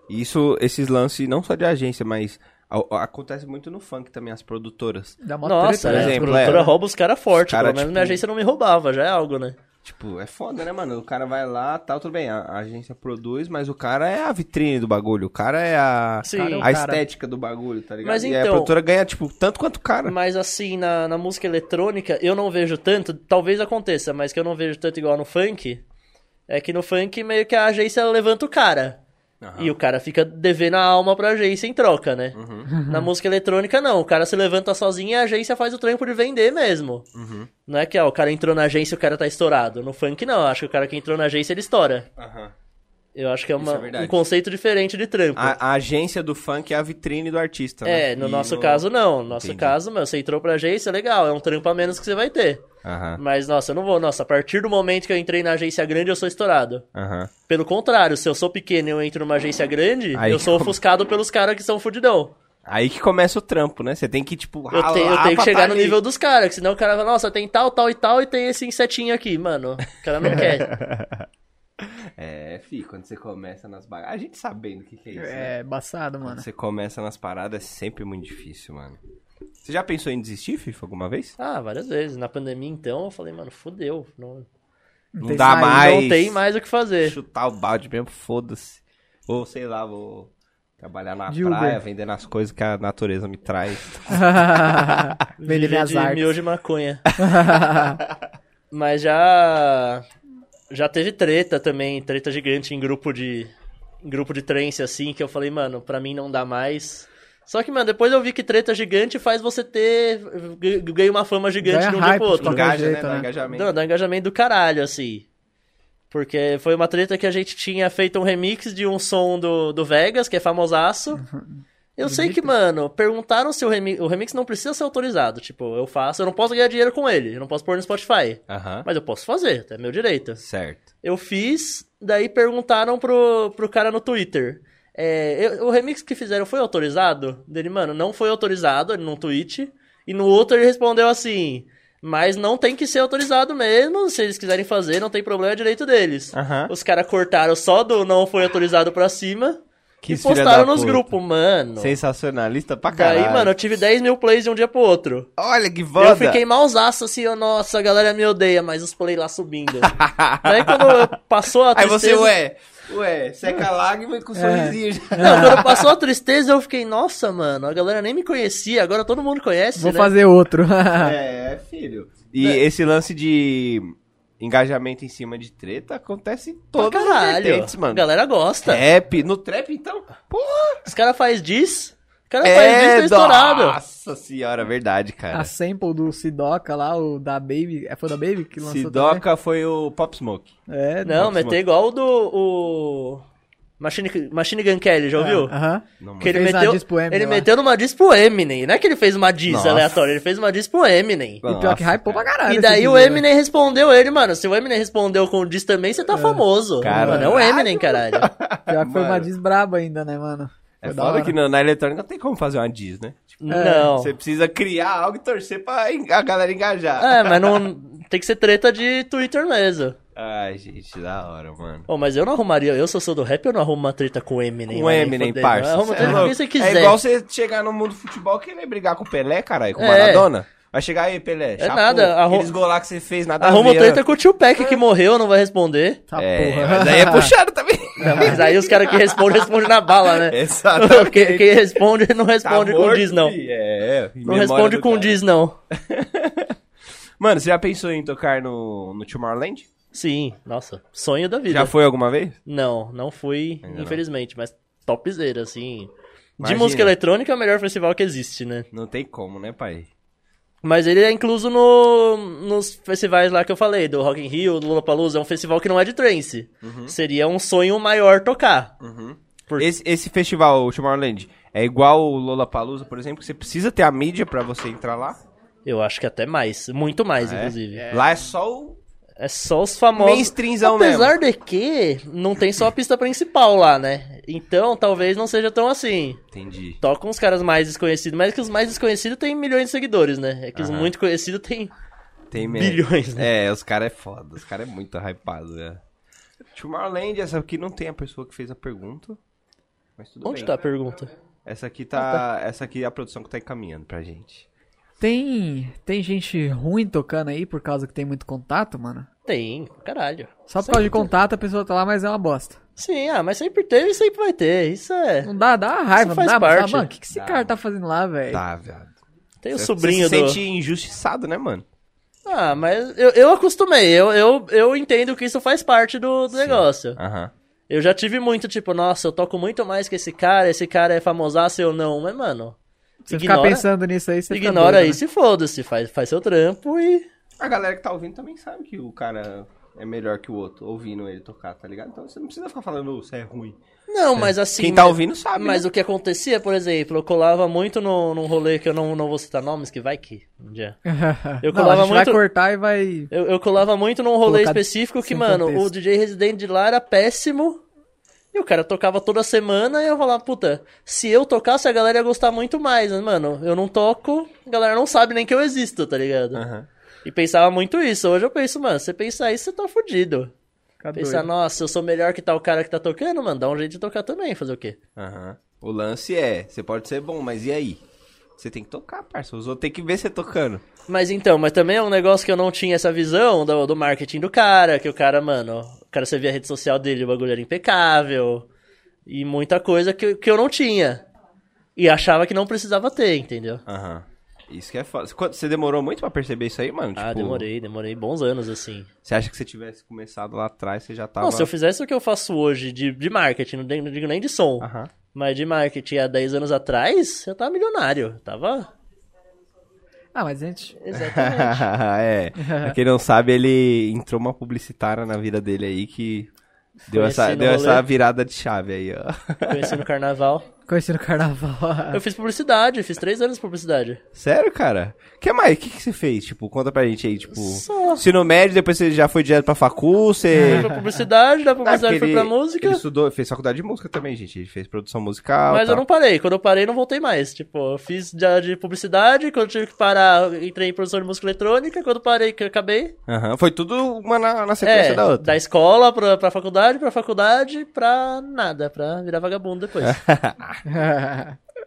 [SPEAKER 1] E Isso, esses lances, não só de agência, mas a- a- acontece muito no funk também, as produtoras.
[SPEAKER 6] dá mó
[SPEAKER 4] Nossa,
[SPEAKER 1] Por
[SPEAKER 6] treta,
[SPEAKER 4] né?
[SPEAKER 6] né?
[SPEAKER 1] exemplo,
[SPEAKER 4] a produtora
[SPEAKER 1] é.
[SPEAKER 4] rouba os caras fortes.
[SPEAKER 1] Os cara,
[SPEAKER 4] pelo menos minha
[SPEAKER 1] tipo-
[SPEAKER 4] agência não me roubava, já é algo, né?
[SPEAKER 1] Tipo, é foda, né, mano? O cara vai lá, tal, tudo bem. A, a agência produz, mas o cara é a vitrine do bagulho. O cara é a,
[SPEAKER 4] Sim.
[SPEAKER 1] a
[SPEAKER 4] Cara é o
[SPEAKER 6] cara.
[SPEAKER 1] estética do bagulho, tá ligado?
[SPEAKER 4] Mas
[SPEAKER 1] e aí a
[SPEAKER 4] então-
[SPEAKER 1] produtora ganha, tipo, tanto quanto o cara.
[SPEAKER 4] Mas assim, na, na música eletrônica, eu não vejo tanto, talvez aconteça, mas que eu não vejo tanto igual no funk. É que no funk meio que a agência levanta o cara. E o cara fica devendo a alma pra agência em troca, né?
[SPEAKER 1] Uhum.
[SPEAKER 4] Na música eletrônica, não. O cara se levanta sozinho e a agência faz o trampo de vender mesmo.
[SPEAKER 1] Uhum.
[SPEAKER 4] Não é que ó, o cara entrou na agência e o cara tá estourado. No funk, não. Eu acho que o cara que entrou na agência, ele estoura.
[SPEAKER 1] Aham.
[SPEAKER 4] Eu acho que é, uma-
[SPEAKER 1] é verdade.
[SPEAKER 4] um conceito diferente de trampo.
[SPEAKER 1] A, a agência do funk é a vitrine do artista, né?
[SPEAKER 4] É, no
[SPEAKER 1] E
[SPEAKER 4] nosso caso, não. No nosso
[SPEAKER 1] Entendi.
[SPEAKER 4] caso, meu, você entrou pra agência, legal. É um trampo a menos que você vai ter.
[SPEAKER 1] Aham,
[SPEAKER 4] Mas, nossa, eu não vou. Nossa, a partir do momento que eu entrei na agência grande, eu sou estourado.
[SPEAKER 1] aham.
[SPEAKER 4] Pelo contrário, se eu sou pequeno e eu entro numa agência grande,
[SPEAKER 1] Aí
[SPEAKER 4] eu sou
[SPEAKER 1] como-
[SPEAKER 4] ofuscado pelos caras que são fudidão.
[SPEAKER 1] Aí que começa o trampo, né? Você tem que, tipo,
[SPEAKER 4] Eu, tenho, eu
[SPEAKER 1] ralar
[SPEAKER 4] tenho que
[SPEAKER 1] pra
[SPEAKER 4] chegar
[SPEAKER 1] tá
[SPEAKER 4] no
[SPEAKER 1] ali.
[SPEAKER 4] nível dos caras, que senão o cara vai, nossa, tem tal, tal e tal e tem esse insetinho aqui, mano. O cara não
[SPEAKER 1] <laughs>
[SPEAKER 4] quer.
[SPEAKER 1] É, fi, quando você começa nas bagagens... A gente sabendo o que, que é isso, né?
[SPEAKER 6] <laughs> É, embaçado,
[SPEAKER 1] Quando
[SPEAKER 6] mano.
[SPEAKER 1] você começa nas paradas, é sempre muito difícil, mano. Você já pensou em desistir, FIFA, alguma vez?
[SPEAKER 4] Ah, várias vezes. Na pandemia, então, eu falei, mano, fudeu. Não,
[SPEAKER 1] Não,
[SPEAKER 6] tem
[SPEAKER 1] dá
[SPEAKER 6] saída,
[SPEAKER 1] mais.
[SPEAKER 4] não tem mais o que fazer.
[SPEAKER 1] chutar o balde mesmo, foda-se. Ou sei lá, vou trabalhar na
[SPEAKER 6] De
[SPEAKER 1] praia,
[SPEAKER 6] Uber.
[SPEAKER 1] vendendo as coisas que a natureza me traz.
[SPEAKER 6] né? <laughs> Vender
[SPEAKER 4] Viver
[SPEAKER 6] minhas
[SPEAKER 4] de
[SPEAKER 6] artes.
[SPEAKER 4] miojo e maconha. Mas já. Já teve treta também, treta gigante em grupo de. Em grupo de trance, assim, que eu falei, mano, pra mim não dá mais. Só que, mano, depois eu vi que treta gigante faz você ter. g- ganha uma fama gigante
[SPEAKER 6] Ganha
[SPEAKER 4] <laughs> de um dia
[SPEAKER 6] hype,
[SPEAKER 4] pro outro.
[SPEAKER 6] qualquer
[SPEAKER 1] Engaja,
[SPEAKER 6] jeito,
[SPEAKER 1] né? Dá
[SPEAKER 6] né?
[SPEAKER 1] engajamento.
[SPEAKER 4] Não, dá engajamento do caralho, assim. Porque foi uma treta que a gente tinha feito um remix de um som do, do Vegas, que é famosaço.
[SPEAKER 6] Uhum.
[SPEAKER 4] Eu sei que, mano, perguntaram se o remix. O remix não precisa ser autorizado. Tipo, eu faço, eu não posso ganhar dinheiro com ele, eu não posso pôr no Spotify.
[SPEAKER 1] Aham.
[SPEAKER 4] Mas eu posso fazer, é meu direito.
[SPEAKER 1] Certo.
[SPEAKER 4] Eu fiz, daí perguntaram pro, pro cara no Twitter. é, eu- o remix que fizeram foi autorizado? Dele, mano, não foi autorizado, ele num tweet. E no outro ele respondeu assim: Mas não tem que ser autorizado mesmo, se eles quiserem fazer, não tem problema, é direito deles.
[SPEAKER 1] Aham.
[SPEAKER 4] Os caras cortaram só do não foi autorizado pra cima
[SPEAKER 1] Que
[SPEAKER 4] e
[SPEAKER 1] filha
[SPEAKER 4] postaram
[SPEAKER 1] da
[SPEAKER 4] nos
[SPEAKER 1] puta.
[SPEAKER 4] grupos, mano.
[SPEAKER 1] Sensacionalista pra caralho.
[SPEAKER 4] Daí, mano, eu tive 10 mil plays de um dia pro outro.
[SPEAKER 1] Olha que
[SPEAKER 4] E
[SPEAKER 1] foda.
[SPEAKER 4] Eu fiquei malzaço assim, eu, nossa, a galera me odeia, mas os play
[SPEAKER 1] <laughs>
[SPEAKER 4] lá subindo. Daí quando eu- passou a
[SPEAKER 1] Aí você,
[SPEAKER 4] tristeza...
[SPEAKER 1] ué, ué, seca a lágrima
[SPEAKER 4] É.
[SPEAKER 1] com um sorrisinho.
[SPEAKER 4] <laughs> Não, quando passou a tristeza eu fiquei, nossa, mano, a galera nem me conhecia, agora todo mundo conhece,
[SPEAKER 6] <laughs> Vou
[SPEAKER 4] né?
[SPEAKER 6] fazer outro.
[SPEAKER 4] Ah.
[SPEAKER 1] É, filho. E esse lance de engajamento em cima de treta acontece em
[SPEAKER 4] Pra
[SPEAKER 1] todas as
[SPEAKER 4] caralho,
[SPEAKER 1] vertentes,
[SPEAKER 4] a
[SPEAKER 1] mano. É.
[SPEAKER 4] galera gosta.
[SPEAKER 1] Trap, no trap, então, porra.
[SPEAKER 4] Os caras fazem diz, os caras fazem diz, tá estourado.
[SPEAKER 1] É, nossa senhora, verdade,
[SPEAKER 6] A
[SPEAKER 1] cara.
[SPEAKER 6] sample do Sidoca lá, o da Baby. é, Foi da Baby que lançou
[SPEAKER 1] Sidoca foi o Pop Smoke.
[SPEAKER 6] também? É,
[SPEAKER 4] Não,
[SPEAKER 1] Nossa,
[SPEAKER 4] mas tem igual o do... O... Machine, Machine Gun Kelly, já ouviu?
[SPEAKER 6] Aham.
[SPEAKER 1] Não,
[SPEAKER 4] Que ele
[SPEAKER 6] Fez na
[SPEAKER 4] meteu,
[SPEAKER 6] diz pro Eminem
[SPEAKER 4] ele
[SPEAKER 6] lá.
[SPEAKER 4] meteu numa diz pro Eminem. Não é que ele fez uma diz
[SPEAKER 1] Nossa.
[SPEAKER 4] aleatória, ele fez uma diz pro Eminem.
[SPEAKER 6] E pior que
[SPEAKER 1] Nossa,
[SPEAKER 6] hypou pra
[SPEAKER 1] cara.
[SPEAKER 6] caralho.
[SPEAKER 4] E
[SPEAKER 6] esse
[SPEAKER 4] daí
[SPEAKER 6] vídeo,
[SPEAKER 4] o
[SPEAKER 6] né?
[SPEAKER 4] Eminem respondeu ele, mano. Se o Eminem respondeu com o diz também, você
[SPEAKER 6] Ah.
[SPEAKER 4] tá famoso.
[SPEAKER 1] Caralho. É.
[SPEAKER 4] Mano, é o
[SPEAKER 1] <laughs>
[SPEAKER 4] Eminem, caralho.
[SPEAKER 6] Pior que foi uma
[SPEAKER 1] Mano.
[SPEAKER 6] desbraba ainda, né, mano?
[SPEAKER 1] É
[SPEAKER 6] Foi da
[SPEAKER 1] foda
[SPEAKER 6] hora.
[SPEAKER 1] que na, na eletrônica não tem como fazer uma diz, né? Tipo,
[SPEAKER 4] Não.
[SPEAKER 1] Você precisa criar algo e torcer pra en- a galera engajar.
[SPEAKER 4] É, mas não. Tem que ser treta de Twitter mesmo.
[SPEAKER 1] Ai, gente, da hora, mano.
[SPEAKER 4] Ô, mas eu não arrumaria. Eu, se eu sou do rap, eu não arrumo uma treta com o Eminem.
[SPEAKER 1] Um
[SPEAKER 4] vai nem
[SPEAKER 1] Eminem,
[SPEAKER 4] foder.
[SPEAKER 1] parça.
[SPEAKER 4] Eu Arrumo
[SPEAKER 1] Cê é
[SPEAKER 4] treta com
[SPEAKER 1] louco.
[SPEAKER 4] quem você quiser.
[SPEAKER 1] É igual você chegar no mundo do futebol querer brigar com o Pelé, caralho, com o
[SPEAKER 4] É.
[SPEAKER 1] Maradona. Vai chegar aí, Pelé.
[SPEAKER 4] nada, arru-
[SPEAKER 1] Aqueles golar que você fez, nada
[SPEAKER 4] Arruma
[SPEAKER 1] a ver.
[SPEAKER 4] treta com o Tio Pack que morreu, não
[SPEAKER 1] <laughs>
[SPEAKER 4] vai responder.
[SPEAKER 6] Tá
[SPEAKER 1] é,
[SPEAKER 6] porra.
[SPEAKER 1] mas aí é puxado
[SPEAKER 4] <laughs>
[SPEAKER 1] também.
[SPEAKER 4] Não, mas aí os caras que respondem, respondem na bala, né?
[SPEAKER 1] Exatamente.
[SPEAKER 4] Quem, quem responde, não
[SPEAKER 1] Tá
[SPEAKER 4] responde com
[SPEAKER 1] morto,
[SPEAKER 4] diz, não.
[SPEAKER 1] fi. É, é. em
[SPEAKER 4] Não
[SPEAKER 1] memória
[SPEAKER 4] responde
[SPEAKER 1] do
[SPEAKER 4] com
[SPEAKER 1] cara.
[SPEAKER 4] diz, não.
[SPEAKER 1] Mano, você já pensou em tocar no, no Tomorrowland?
[SPEAKER 4] Sim, nossa. Sonho da vida.
[SPEAKER 1] Já foi alguma vez?
[SPEAKER 4] Não, não fui,
[SPEAKER 1] Ainda não.
[SPEAKER 4] infelizmente, mas topzera, assim. De
[SPEAKER 1] Imagina.
[SPEAKER 4] música eletrônica é o melhor festival que existe, né?
[SPEAKER 1] Não tem como, né, pai?
[SPEAKER 4] Mas ele é incluso no, nos festivais lá que eu falei, do Rock in Rio, do Lollapalooza, é um festival que não é de trance.
[SPEAKER 1] Uhum.
[SPEAKER 4] Seria um sonho maior tocar. Por-
[SPEAKER 1] Esse, esse festival, o Tomorrowland, é igual o Lollapalooza, por exemplo, que você precisa ter a mídia pra você entrar lá?
[SPEAKER 4] Eu acho que até mais, muito mais,
[SPEAKER 1] É?
[SPEAKER 4] inclusive. É.
[SPEAKER 1] Lá é só o
[SPEAKER 4] só os famosos...
[SPEAKER 1] mainstreamzão mesmo.
[SPEAKER 4] Apesar de que não tem só a pista principal lá, né? Então talvez não seja tão assim.
[SPEAKER 1] Entendi.
[SPEAKER 4] Tocam os caras mais desconhecidos, mas é que os mais desconhecidos têm milhões de seguidores, né? É que os
[SPEAKER 1] Aham.
[SPEAKER 4] muito conhecidos têm
[SPEAKER 1] Tem mesmo.
[SPEAKER 4] bilhões, né?
[SPEAKER 1] É, os caras é foda. Os caras é muito hypado, velho. Tomorrowland, essa aqui não tem a pessoa que fez a pergunta. Mas tudo
[SPEAKER 4] Onde
[SPEAKER 1] bem.
[SPEAKER 4] tá a pergunta?
[SPEAKER 1] Essa aqui tá.
[SPEAKER 4] Ah,
[SPEAKER 1] Essa aqui é a produção que tá encaminhando pra gente.
[SPEAKER 6] <laughs> Tem, tem gente ruim tocando aí por causa que tem muito contato, mano?
[SPEAKER 4] Tem, caralho.
[SPEAKER 6] Só por causa de
[SPEAKER 4] Sempre-
[SPEAKER 6] contato a pessoa tá lá, mas é uma bosta.
[SPEAKER 4] Sim, ah, mas sempre teve e sempre vai ter. Isso é.
[SPEAKER 6] Não dá, dá uma raiva,
[SPEAKER 4] Isso faz
[SPEAKER 6] não dá, mas fala,
[SPEAKER 4] parte.
[SPEAKER 6] mano, o que, que esse
[SPEAKER 1] Dá.
[SPEAKER 6] cara tá fazendo lá,
[SPEAKER 4] É.
[SPEAKER 6] velho?
[SPEAKER 1] Tá, viado.
[SPEAKER 4] Tem o
[SPEAKER 1] Você-
[SPEAKER 4] sobrinho
[SPEAKER 1] você se
[SPEAKER 4] do.
[SPEAKER 1] sente injustiçado, né, mano?
[SPEAKER 4] Ah, mas eu, eu acostumei. Eu, eu, eu entendo que isso faz parte do, do negócio.
[SPEAKER 1] Aham.
[SPEAKER 4] Eu já tive muito, tipo, nossa, eu toco muito mais que esse cara, esse cara é famosaço, eu não. Mas, mano,
[SPEAKER 6] Você
[SPEAKER 4] ignora,
[SPEAKER 6] ficar pensando nisso aí, você
[SPEAKER 4] ignora
[SPEAKER 6] <laughs> fica doido,
[SPEAKER 1] né?
[SPEAKER 6] né?
[SPEAKER 4] isso e foda-se. Faz, faz seu trampo e.
[SPEAKER 1] A galera que tá ouvindo também sabe que o cara é melhor que o outro, ouvindo ele tocar, tá ligado? Então você não precisa ficar falando você é ruim.
[SPEAKER 4] Não, mas assim.
[SPEAKER 1] Quem tá ouvindo sabe.
[SPEAKER 4] Mas
[SPEAKER 1] né?
[SPEAKER 4] o que acontecia, por exemplo, eu colava muito no, num rolê que eu não, não vou citar nomes, que vai que. Um dia.
[SPEAKER 6] né?
[SPEAKER 4] Eu
[SPEAKER 6] não, a
[SPEAKER 4] colava
[SPEAKER 6] gente
[SPEAKER 4] muito-
[SPEAKER 6] vai cortar e vai...
[SPEAKER 4] Eu, eu colava muito num rolê
[SPEAKER 6] Colocado
[SPEAKER 4] específico que,
[SPEAKER 6] sem
[SPEAKER 4] mano,
[SPEAKER 6] contexto.
[SPEAKER 4] o DJ residente de lá era péssimo. E o cara tocava toda semana e eu falava, puta, se eu tocasse a galera ia gostar muito mais, mas, mano, eu não toco, a galera não sabe nem que eu existo, tá ligado?
[SPEAKER 1] Aham.
[SPEAKER 4] E pensava muito isso. Hoje eu penso, mano, você pensar isso, você tá fudido.
[SPEAKER 6] Fica Tá
[SPEAKER 4] Pensar,
[SPEAKER 6] doido.
[SPEAKER 4] nossa, eu sou melhor que tal cara que tá tocando, mano, dá um jeito de tocar também, fazer o quê?
[SPEAKER 1] Aham. O lance é, você pode ser bom, mas e aí? Você tem que tocar, parça. Os outros tem que ver você tocando.
[SPEAKER 4] Mas então, mas também é um negócio que eu não tinha essa visão do, do marketing do cara, que o cara, mano, o cara você via a rede social dele, o bagulho era impecável, e muita coisa que, que eu não tinha. E achava que não precisava ter, entendeu?
[SPEAKER 1] Aham. Isso que é foda. Quanto- Você demorou muito pra perceber isso aí, mano?
[SPEAKER 4] Ah,
[SPEAKER 1] Tipo,
[SPEAKER 4] demorei, demorei bons anos, assim.
[SPEAKER 1] Você acha que você tivesse começado lá atrás, você já tava.
[SPEAKER 4] Não, se eu fizesse o que eu faço hoje de, de marketing, não digo não digo nem de som,
[SPEAKER 1] Aham.
[SPEAKER 4] Mas de marketing há 10 anos atrás, eu tava milionário. Tava.
[SPEAKER 3] Ah, mas gente,
[SPEAKER 4] Exatamente.
[SPEAKER 1] <laughs> é. Pra quem não sabe, ele entrou uma publicitária na vida dele aí que deu,
[SPEAKER 4] Foi
[SPEAKER 1] essa,
[SPEAKER 4] assim no
[SPEAKER 1] deu
[SPEAKER 4] rolê.
[SPEAKER 1] essa virada de chave aí, ó. <laughs>
[SPEAKER 4] Conheci no carnaval.
[SPEAKER 3] conheci no carnaval.
[SPEAKER 1] Ah.
[SPEAKER 4] Eu fiz publicidade, fiz três anos de publicidade.
[SPEAKER 1] Sério, cara? O que mais? O que, que você fez? Tipo, conta pra gente aí, tipo.
[SPEAKER 4] Só.
[SPEAKER 1] Ensino médio, depois você já foi direto pra facu,
[SPEAKER 4] Fui
[SPEAKER 1] você. <laughs>
[SPEAKER 4] pra publicidade, da
[SPEAKER 1] Ah, porque
[SPEAKER 4] publicidade fui pra música.
[SPEAKER 1] Ele estudou, fez faculdade de música também, gente. Ele fez produção musical.
[SPEAKER 4] Mas
[SPEAKER 1] tal.
[SPEAKER 4] eu não parei. Quando eu parei, não voltei mais. Tipo, eu fiz já de publicidade. Quando eu tive que parar, eu entrei em produção de música eletrônica. Quando eu parei, que eu acabei.
[SPEAKER 1] Aham, Foi tudo uma na, na sequência
[SPEAKER 4] É,
[SPEAKER 1] da
[SPEAKER 4] da,
[SPEAKER 1] outra.
[SPEAKER 4] escola pra, pra faculdade, pra faculdade, pra nada. Pra virar vagabundo depois.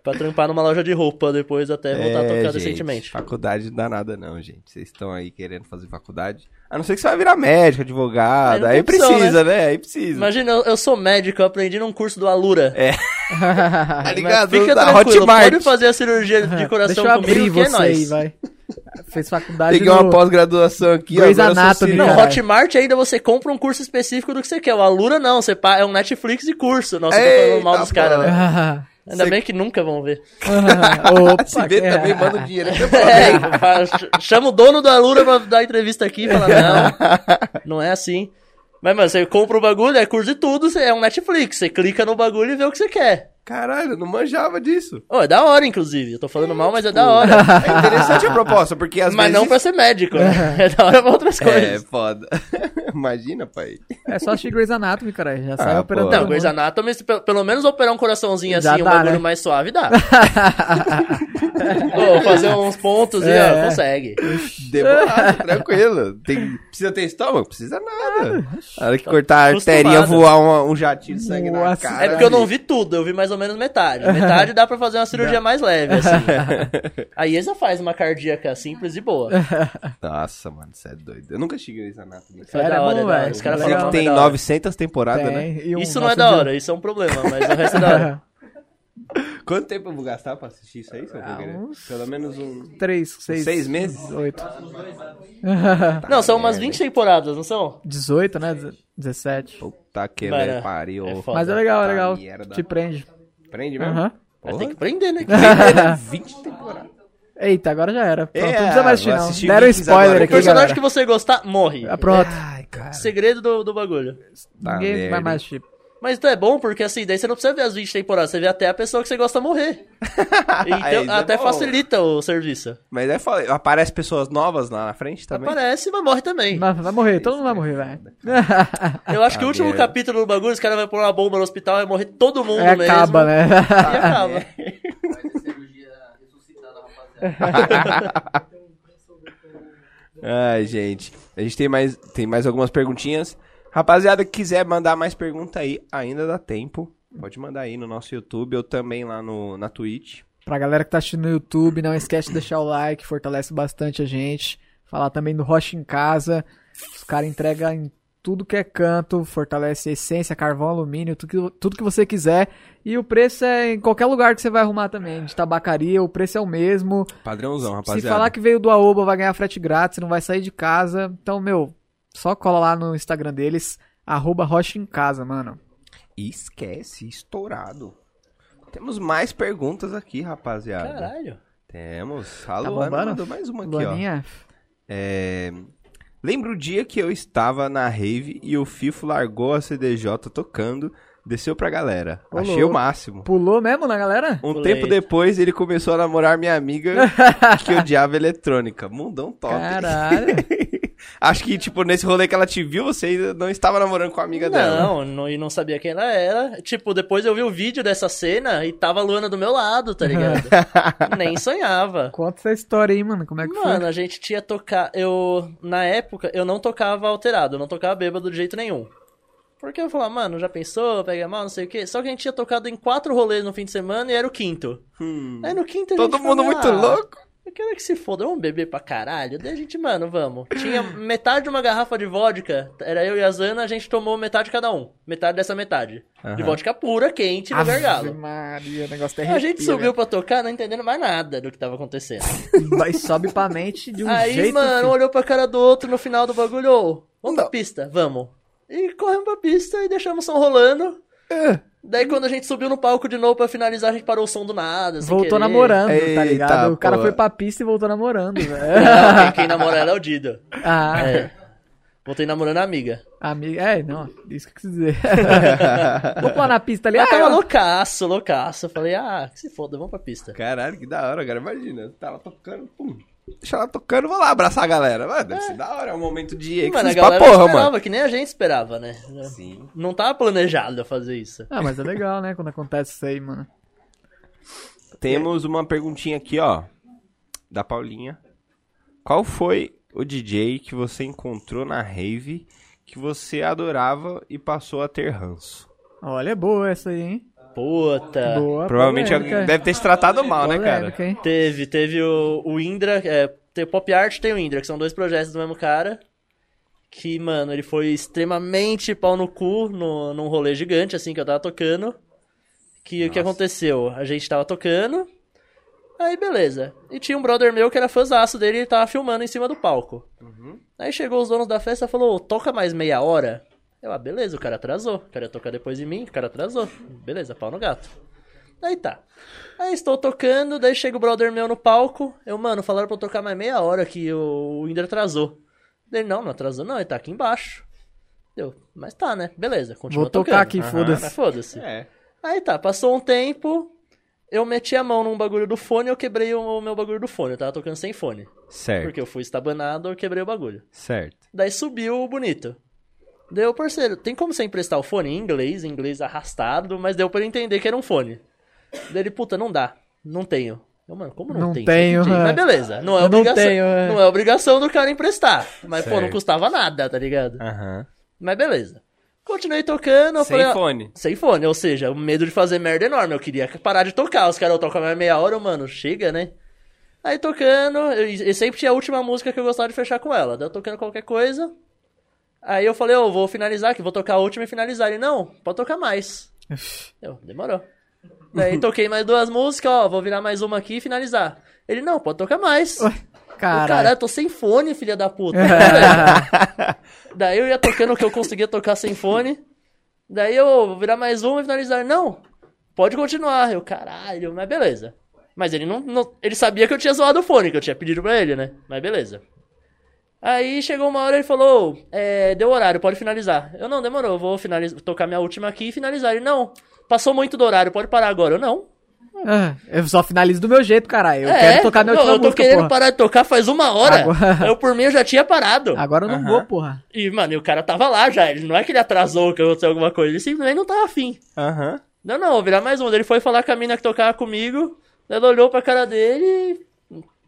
[SPEAKER 4] pra trampar numa loja de roupa depois, até voltar a
[SPEAKER 1] É,
[SPEAKER 4] tocar
[SPEAKER 1] gente,
[SPEAKER 4] decentemente.
[SPEAKER 1] Faculdade não dá nada, não, gente. Vocês estão aí querendo fazer faculdade. A não ser que você vai virar médico,
[SPEAKER 4] Aí
[SPEAKER 1] advogado.
[SPEAKER 4] não
[SPEAKER 1] Aí,
[SPEAKER 4] tem opção,
[SPEAKER 1] precisa, né? Aí precisa.
[SPEAKER 4] Imagina, eu, eu sou médico, eu aprendi num curso do Alura. É,
[SPEAKER 1] tá ligado?
[SPEAKER 4] Fica
[SPEAKER 1] da
[SPEAKER 4] tranquilo,
[SPEAKER 1] Hotmart.
[SPEAKER 4] pode fazer a cirurgia de coração
[SPEAKER 3] Deixa eu
[SPEAKER 4] comigo,
[SPEAKER 3] abrir
[SPEAKER 4] que é
[SPEAKER 3] você
[SPEAKER 4] nóis.
[SPEAKER 3] aí, vai. Fez faculdade
[SPEAKER 1] Peguei
[SPEAKER 3] no...
[SPEAKER 1] uma pós-graduação aqui,
[SPEAKER 3] Grey's
[SPEAKER 1] agora eu sou
[SPEAKER 3] Anatomy,
[SPEAKER 1] cirurgião.
[SPEAKER 4] Não,
[SPEAKER 1] <laughs>
[SPEAKER 3] Caralho.
[SPEAKER 4] Hotmart ainda você compra um curso específico do que você quer. O Alura não, você pa- é um Netflix de curso. Nossa, eu tô falando mal
[SPEAKER 1] Eita,
[SPEAKER 4] dos caras, né?
[SPEAKER 3] Ah,
[SPEAKER 4] Ainda
[SPEAKER 1] Você-
[SPEAKER 4] bem que nunca
[SPEAKER 1] <laughs>
[SPEAKER 4] vão ver.
[SPEAKER 3] ah, <laughs> Opa,
[SPEAKER 1] Se vê
[SPEAKER 3] que-
[SPEAKER 1] também, manda o dinheiro.
[SPEAKER 4] <laughs> É, fa- ch- chama o dono do Alura pra dar entrevista aqui
[SPEAKER 1] <laughs>
[SPEAKER 4] e fala, não, não é assim. Mas, mano, você compra o bagulho, é curso de tudo, você- é um Netflix. Você clica no bagulho e vê o que você quer.
[SPEAKER 1] Caralho, eu não manjava disso.
[SPEAKER 4] Oh, é da hora, inclusive. Eu tô falando mal, mas é da hora.
[SPEAKER 1] É interessante a proposta, porque <laughs> às
[SPEAKER 4] <laughs> Mas
[SPEAKER 1] vezes...
[SPEAKER 4] não pra
[SPEAKER 1] <laughs>
[SPEAKER 4] ser médico, né? É da hora pra outras
[SPEAKER 1] É,
[SPEAKER 4] coisas.
[SPEAKER 1] foda. <laughs> Imagina, pai.
[SPEAKER 3] É só assistir Grey's Anatomy, cara. Já sai
[SPEAKER 1] Ah,
[SPEAKER 3] operando
[SPEAKER 1] pô.
[SPEAKER 3] todo
[SPEAKER 4] Não, Grey's
[SPEAKER 3] mundo.
[SPEAKER 4] Anatomy, se pe- pelo menos operar um coraçãozinho
[SPEAKER 3] Já
[SPEAKER 4] assim, um
[SPEAKER 3] dá,
[SPEAKER 4] bagulho
[SPEAKER 3] né?
[SPEAKER 4] mais
[SPEAKER 3] <laughs>
[SPEAKER 4] suave, dá. Ou fazer uns pontos e
[SPEAKER 3] É.
[SPEAKER 4] ó, consegue. <laughs>
[SPEAKER 1] Demorado, tranquilo. Tem... Precisa ter estômago? Precisa nada. A hora que cortar a
[SPEAKER 4] acostumado.
[SPEAKER 1] artéria, voar uma- um jatinho de sangue na
[SPEAKER 3] Nossa,
[SPEAKER 1] cara.
[SPEAKER 4] É porque eu não vi tudo, eu vi mais ou menos metade. Metade dá pra fazer uma cirurgia mais
[SPEAKER 3] <laughs>
[SPEAKER 1] <laughs>
[SPEAKER 4] leve, assim. Aí você faz uma cardíaca simples e boa.
[SPEAKER 1] Nossa, mano, você é doido. Eu nunca cheguei nesse anatomy.
[SPEAKER 4] Isso é
[SPEAKER 3] Sério,
[SPEAKER 4] da
[SPEAKER 3] é
[SPEAKER 4] hora,
[SPEAKER 3] bom,
[SPEAKER 4] é da hora.
[SPEAKER 3] velho.
[SPEAKER 4] Os caras
[SPEAKER 3] Legal.
[SPEAKER 4] falam
[SPEAKER 1] Você
[SPEAKER 4] mal,
[SPEAKER 1] que tem
[SPEAKER 4] é da hora.
[SPEAKER 1] 900 temporadas, né?
[SPEAKER 3] Tem, e um
[SPEAKER 4] Isso não é
[SPEAKER 3] nosso
[SPEAKER 4] da
[SPEAKER 3] dia-
[SPEAKER 4] hora, isso é um problema, mas o resto é
[SPEAKER 3] <laughs>
[SPEAKER 4] da hora.
[SPEAKER 1] Quanto tempo eu vou gastar pra assistir isso aí, seu
[SPEAKER 3] Ah,
[SPEAKER 1] Figueiredo?
[SPEAKER 3] uns-
[SPEAKER 1] Pelo menos um...
[SPEAKER 3] Três, seis.
[SPEAKER 1] Seis meses? <laughs>
[SPEAKER 3] Oito.
[SPEAKER 4] Não,
[SPEAKER 3] Tá,
[SPEAKER 4] são umas 20 temporadas, não são?
[SPEAKER 3] 18, né? Deze- 17.
[SPEAKER 1] Puta que
[SPEAKER 4] Mano,
[SPEAKER 1] velho, pariu.
[SPEAKER 4] é foda.
[SPEAKER 3] Mas é legal, é
[SPEAKER 1] Puta
[SPEAKER 3] legal.
[SPEAKER 1] Tá merda. Tá
[SPEAKER 3] Te prende.
[SPEAKER 1] Prende mesmo?
[SPEAKER 3] Aham.
[SPEAKER 4] Mas
[SPEAKER 1] Porra. <laughs>
[SPEAKER 4] tem que
[SPEAKER 3] <laughs>
[SPEAKER 4] prender, né?
[SPEAKER 1] 20 temporadas.
[SPEAKER 3] Eita, agora já era. Pronto,
[SPEAKER 1] É,
[SPEAKER 3] não precisa mais
[SPEAKER 1] vou
[SPEAKER 3] assistir,
[SPEAKER 1] assistir
[SPEAKER 3] não. Deram
[SPEAKER 1] Vikings
[SPEAKER 3] spoiler
[SPEAKER 1] agora,
[SPEAKER 4] O
[SPEAKER 3] aqui,
[SPEAKER 4] personagem
[SPEAKER 3] galera.
[SPEAKER 4] que você gostar morre. É,
[SPEAKER 3] Ah, pronto.
[SPEAKER 1] Ai, cara.
[SPEAKER 4] Segredo do, do bagulho.
[SPEAKER 1] Tá
[SPEAKER 3] Ninguém vai
[SPEAKER 1] merda. <laughs>
[SPEAKER 3] mais assistir.
[SPEAKER 4] Mas então é bom, porque assim, daí você não precisa ver as 20 temporadas, você vê até a pessoa que você
[SPEAKER 1] <laughs>
[SPEAKER 4] gosta morrer.
[SPEAKER 1] É,
[SPEAKER 4] Então
[SPEAKER 1] isso é
[SPEAKER 4] até
[SPEAKER 1] bom.
[SPEAKER 4] facilita o serviço.
[SPEAKER 1] Mas é foda. Aparece pessoas novas lá na frente também?
[SPEAKER 4] Aparece, mas morre também.
[SPEAKER 3] Mas Vai morrer, todo mundo vai morrer, velho.
[SPEAKER 4] Eu acho que
[SPEAKER 1] Ah,
[SPEAKER 4] o último
[SPEAKER 1] merda.
[SPEAKER 4] capítulo do bagulho, os caras vão pôr uma bomba no hospital, vai morrer todo mundo
[SPEAKER 3] Aí
[SPEAKER 4] mesmo.
[SPEAKER 3] acaba, né? <laughs>
[SPEAKER 4] E
[SPEAKER 1] <laughs>
[SPEAKER 4] acaba. <laughs>
[SPEAKER 1] Ai, gente. A gente tem mais, tem mais algumas perguntinhas. Rapaziada, que quiser mandar mais pergunta aí, ainda dá tempo. Pode mandar aí no nosso YouTube ou também lá no, na Twitch.
[SPEAKER 3] Pra galera que tá assistindo no YouTube, não esquece de deixar o like, fortalece bastante a gente. Falar também do Rocha em Casa. Os caras entregam em tudo que é canto, fortalece essência, carvão, alumínio, tudo que, tudo que você quiser. E o preço é em qualquer lugar que você vai arrumar também, de tabacaria, o preço é o mesmo.
[SPEAKER 1] Padrãozão, rapaziada.
[SPEAKER 3] Se falar que veio do Aoba, vai ganhar frete grátis, não vai sair de casa. Então, meu, só cola lá no Instagram deles, arroba Rocha em Casa, mano.
[SPEAKER 1] Esquece, estourado. Temos mais perguntas aqui, rapaziada.
[SPEAKER 4] Caralho.
[SPEAKER 1] Temos. A
[SPEAKER 3] Tá
[SPEAKER 1] Luana
[SPEAKER 3] bombando?
[SPEAKER 1] mandou mais uma aqui, ó.
[SPEAKER 3] Luaninha,
[SPEAKER 1] É... Lembro o dia que eu estava na rave e o Fifo largou a CDJ tocando, desceu pra galera.
[SPEAKER 3] Ô,
[SPEAKER 1] Achei o
[SPEAKER 3] louco.
[SPEAKER 1] máximo.
[SPEAKER 3] pulou mesmo, né, galera?
[SPEAKER 1] Um
[SPEAKER 4] Pulei.
[SPEAKER 1] tempo depois, ele começou a namorar minha amiga
[SPEAKER 4] <laughs>
[SPEAKER 1] que odiava eletrônica. Mundão top. <laughs>
[SPEAKER 3] Caralho.
[SPEAKER 4] <laughs>
[SPEAKER 1] Acho que, tipo, nesse rolê que ela te viu, você ainda não estava namorando com a amiga dela.
[SPEAKER 4] Não, não, e não sabia quem ela era. Tipo, depois eu vi o vídeo dessa cena e tava a Luana do meu lado,
[SPEAKER 1] <laughs>
[SPEAKER 4] tá ligado? Nem sonhava.
[SPEAKER 3] Conta essa história aí, mano. Como é que foi?
[SPEAKER 4] Mano, a gente tinha tocar. Eu. Na época, eu não tocava alterado, eu não tocava bêbado de jeito nenhum. Porque eu falava, mano, já pensou, pega mal, não sei o quê. Só que a gente tinha tocado em quatro rolês no fim de semana e era o quinto.
[SPEAKER 1] Hum.
[SPEAKER 4] Aí no quinto a
[SPEAKER 1] Todo
[SPEAKER 4] gente
[SPEAKER 1] mundo
[SPEAKER 4] falou,
[SPEAKER 1] muito
[SPEAKER 4] "Ah,
[SPEAKER 1] louco.
[SPEAKER 4] Eu quero que se foda, vamos beber pra caralho. Daí a gente, mano, vamos. Tinha metade de uma garrafa de vodka, era eu e a Zana, a gente tomou metade cada um. Metade dessa metade. De
[SPEAKER 1] Aham.
[SPEAKER 4] vodka pura, quente, no
[SPEAKER 3] Ave
[SPEAKER 4] gargalo.
[SPEAKER 3] Maria, o negócio é
[SPEAKER 4] A gente subiu pra tocar, não entendendo mais nada do que tava acontecendo.
[SPEAKER 3] Vai, sobe pra mente de um
[SPEAKER 4] Aí,
[SPEAKER 3] jeito.
[SPEAKER 4] mano,
[SPEAKER 3] filho.
[SPEAKER 4] olhou pra cara do outro no final do bagulho, ô, vamos pra
[SPEAKER 1] Não.
[SPEAKER 4] pista, vamos. E corremos pra pista e deixamos o som rolando. Daí quando a gente subiu no palco de novo pra finalizar, a gente parou o som do nada. sem
[SPEAKER 6] Voltou
[SPEAKER 4] querer.
[SPEAKER 6] namorando, tá ligado?
[SPEAKER 1] Eita,
[SPEAKER 6] o cara
[SPEAKER 1] pô.
[SPEAKER 6] foi pra pista e voltou namorando,
[SPEAKER 4] <laughs>
[SPEAKER 6] velho.
[SPEAKER 4] Não, quem, quem namora era o Dido.
[SPEAKER 6] ah,
[SPEAKER 4] É. Voltei namorando a amiga.
[SPEAKER 6] amiga. É, não, isso que eu quis
[SPEAKER 4] <laughs>
[SPEAKER 6] dizer. Vamos lá na pista
[SPEAKER 3] é
[SPEAKER 6] ali.
[SPEAKER 4] Ela
[SPEAKER 6] Ah,
[SPEAKER 4] tava
[SPEAKER 6] eu-
[SPEAKER 4] loucaço, loucaço. Eu falei, ah, que se foda, vamos pra pista.
[SPEAKER 1] <laughs> Caralho, que da hora, cara. Imagina. Tava tocando, pum. Deixa ela tocando, vou lá abraçar a galera. Mano, deve ser da hora. É um momento de
[SPEAKER 4] E, mano, a
[SPEAKER 1] êxtase pra
[SPEAKER 4] galera
[SPEAKER 1] porra,
[SPEAKER 4] esperava,
[SPEAKER 1] mano.
[SPEAKER 4] que nem a gente esperava, né?
[SPEAKER 1] Sim.
[SPEAKER 4] Não tava planejado fazer isso.
[SPEAKER 6] Ah, mas é legal, né, quando acontece isso aí, mano.
[SPEAKER 1] Temos uma perguntinha aqui, ó. Da Paulinha. Qual foi o DJ que você encontrou na rave que você adorava e passou a ter ranço?
[SPEAKER 6] Olha, é boa essa aí, hein?
[SPEAKER 4] Puta.
[SPEAKER 6] Boa,
[SPEAKER 1] Provavelmente
[SPEAKER 6] polêmica.
[SPEAKER 1] alguém deve ter se tratado mal, né, cara?
[SPEAKER 6] Polêmica, hein?
[SPEAKER 4] Teve, teve o, o Indra, é, tem o Pop Art e tem o Indra, que são dois projetos do mesmo cara. Que, mano, ele foi extremamente pau no cu no, num rolê gigante, assim, que eu tava tocando. Que o que aconteceu? A gente tava tocando, aí beleza. E tinha um brother meu que era fãzaço dele e ele tava filmando em cima do palco.
[SPEAKER 6] Uhum.
[SPEAKER 4] Aí chegou os donos da festa e falou, toca mais meia hora. Eu, ah, beleza, o cara atrasou. O cara ia tocar depois de mim, o cara atrasou. Beleza, pau no gato. Aí tá. Aí estou tocando, daí chega o brother meu no palco. Eu, mano, falaram pra eu tocar mais meia hora que o o Indra atrasou. Ele, não, não atrasou não, ele tá aqui embaixo. Deu, mas tá, né? Beleza, continua
[SPEAKER 6] Vou tocar aqui,
[SPEAKER 1] Aham.
[SPEAKER 6] foda-se.
[SPEAKER 4] Mas foda-se.
[SPEAKER 1] É.
[SPEAKER 4] Aí tá, passou um tempo, eu meti a mão num bagulho do fone e eu quebrei o meu bagulho do fone. Eu tava tocando sem fone.
[SPEAKER 1] Certo,
[SPEAKER 4] Porque eu fui estabanado, eu quebrei o bagulho.
[SPEAKER 1] certo.
[SPEAKER 4] Daí subiu o bonito. Deu, parceiro, tem como você emprestar o fone em inglês, em inglês arrastado, mas deu pra ele entender que era um fone. Daí ele, puta, não dá, não tenho. Eu, mano, como não,
[SPEAKER 6] Não
[SPEAKER 4] tem?
[SPEAKER 6] tenho,
[SPEAKER 4] Você é DJ,
[SPEAKER 6] é.
[SPEAKER 4] Mas beleza, não é
[SPEAKER 6] Eu não
[SPEAKER 4] obrigação.
[SPEAKER 6] tenho, é.
[SPEAKER 4] não é obrigação do cara emprestar. Mas, pô, não
[SPEAKER 1] Certo.
[SPEAKER 4] custava nada, tá ligado?
[SPEAKER 1] Aham.
[SPEAKER 4] Mas beleza. Continuei tocando, eu
[SPEAKER 1] Sem
[SPEAKER 4] falei. "Ah, ó,
[SPEAKER 1] fone.
[SPEAKER 4] Sem fone, ou seja, o medo de fazer merda é enorme. Eu queria parar de tocar. Os caras tocam mais meia hora, eu, mano, chega, né? Aí tocando, eu- e sempre tinha a última música que eu gostava de fechar com ela. Daí eu tocando qualquer coisa. Aí eu falei, eu vou finalizar aqui, vou tocar a última e finalizar. Ele, não, pode tocar mais. Eu, demorou. Daí toquei mais duas músicas, ó, vou virar mais uma aqui e finalizar. Ele, não, pode tocar mais. Eu,
[SPEAKER 6] Caralho.
[SPEAKER 4] Caralho, eu tô sem fone, filha da puta.
[SPEAKER 6] <laughs>
[SPEAKER 4] Daí eu ia tocando o que eu conseguia tocar sem fone. Daí eu vou virar mais uma e finalizar. Não, pode continuar. Eu, caralho, mas beleza. Mas ele não, não- Ele sabia que eu tinha zoado o fone, que eu tinha pedido pra ele, né? Mas beleza. Aí chegou uma hora e ele falou: é, deu horário, pode finalizar. Eu não, demorou, eu vou finalizar, tocar minha última aqui e finalizar. Ele, não, passou muito do horário, pode parar agora. Eu não.
[SPEAKER 6] Ah, eu só finalizo do meu jeito, caralho. Eu
[SPEAKER 4] É,
[SPEAKER 6] quero tocar minha
[SPEAKER 4] não,
[SPEAKER 6] última
[SPEAKER 4] Eu tô
[SPEAKER 6] música,
[SPEAKER 4] querendo
[SPEAKER 6] porra.
[SPEAKER 4] parar de tocar faz uma hora.
[SPEAKER 6] Agora-
[SPEAKER 4] Eu, por mim, eu já tinha parado.
[SPEAKER 6] Agora eu não
[SPEAKER 1] Aham.
[SPEAKER 6] vou, porra.
[SPEAKER 4] E, mano, e o cara tava lá já. Ele não é que ele atrasou que aconteceu alguma coisa. Ele simplesmente não tava afim.
[SPEAKER 1] Aham.
[SPEAKER 4] Não, não, vou virar mais um. Ele foi falar com a mina que tocava comigo. Ela olhou pra cara dele e.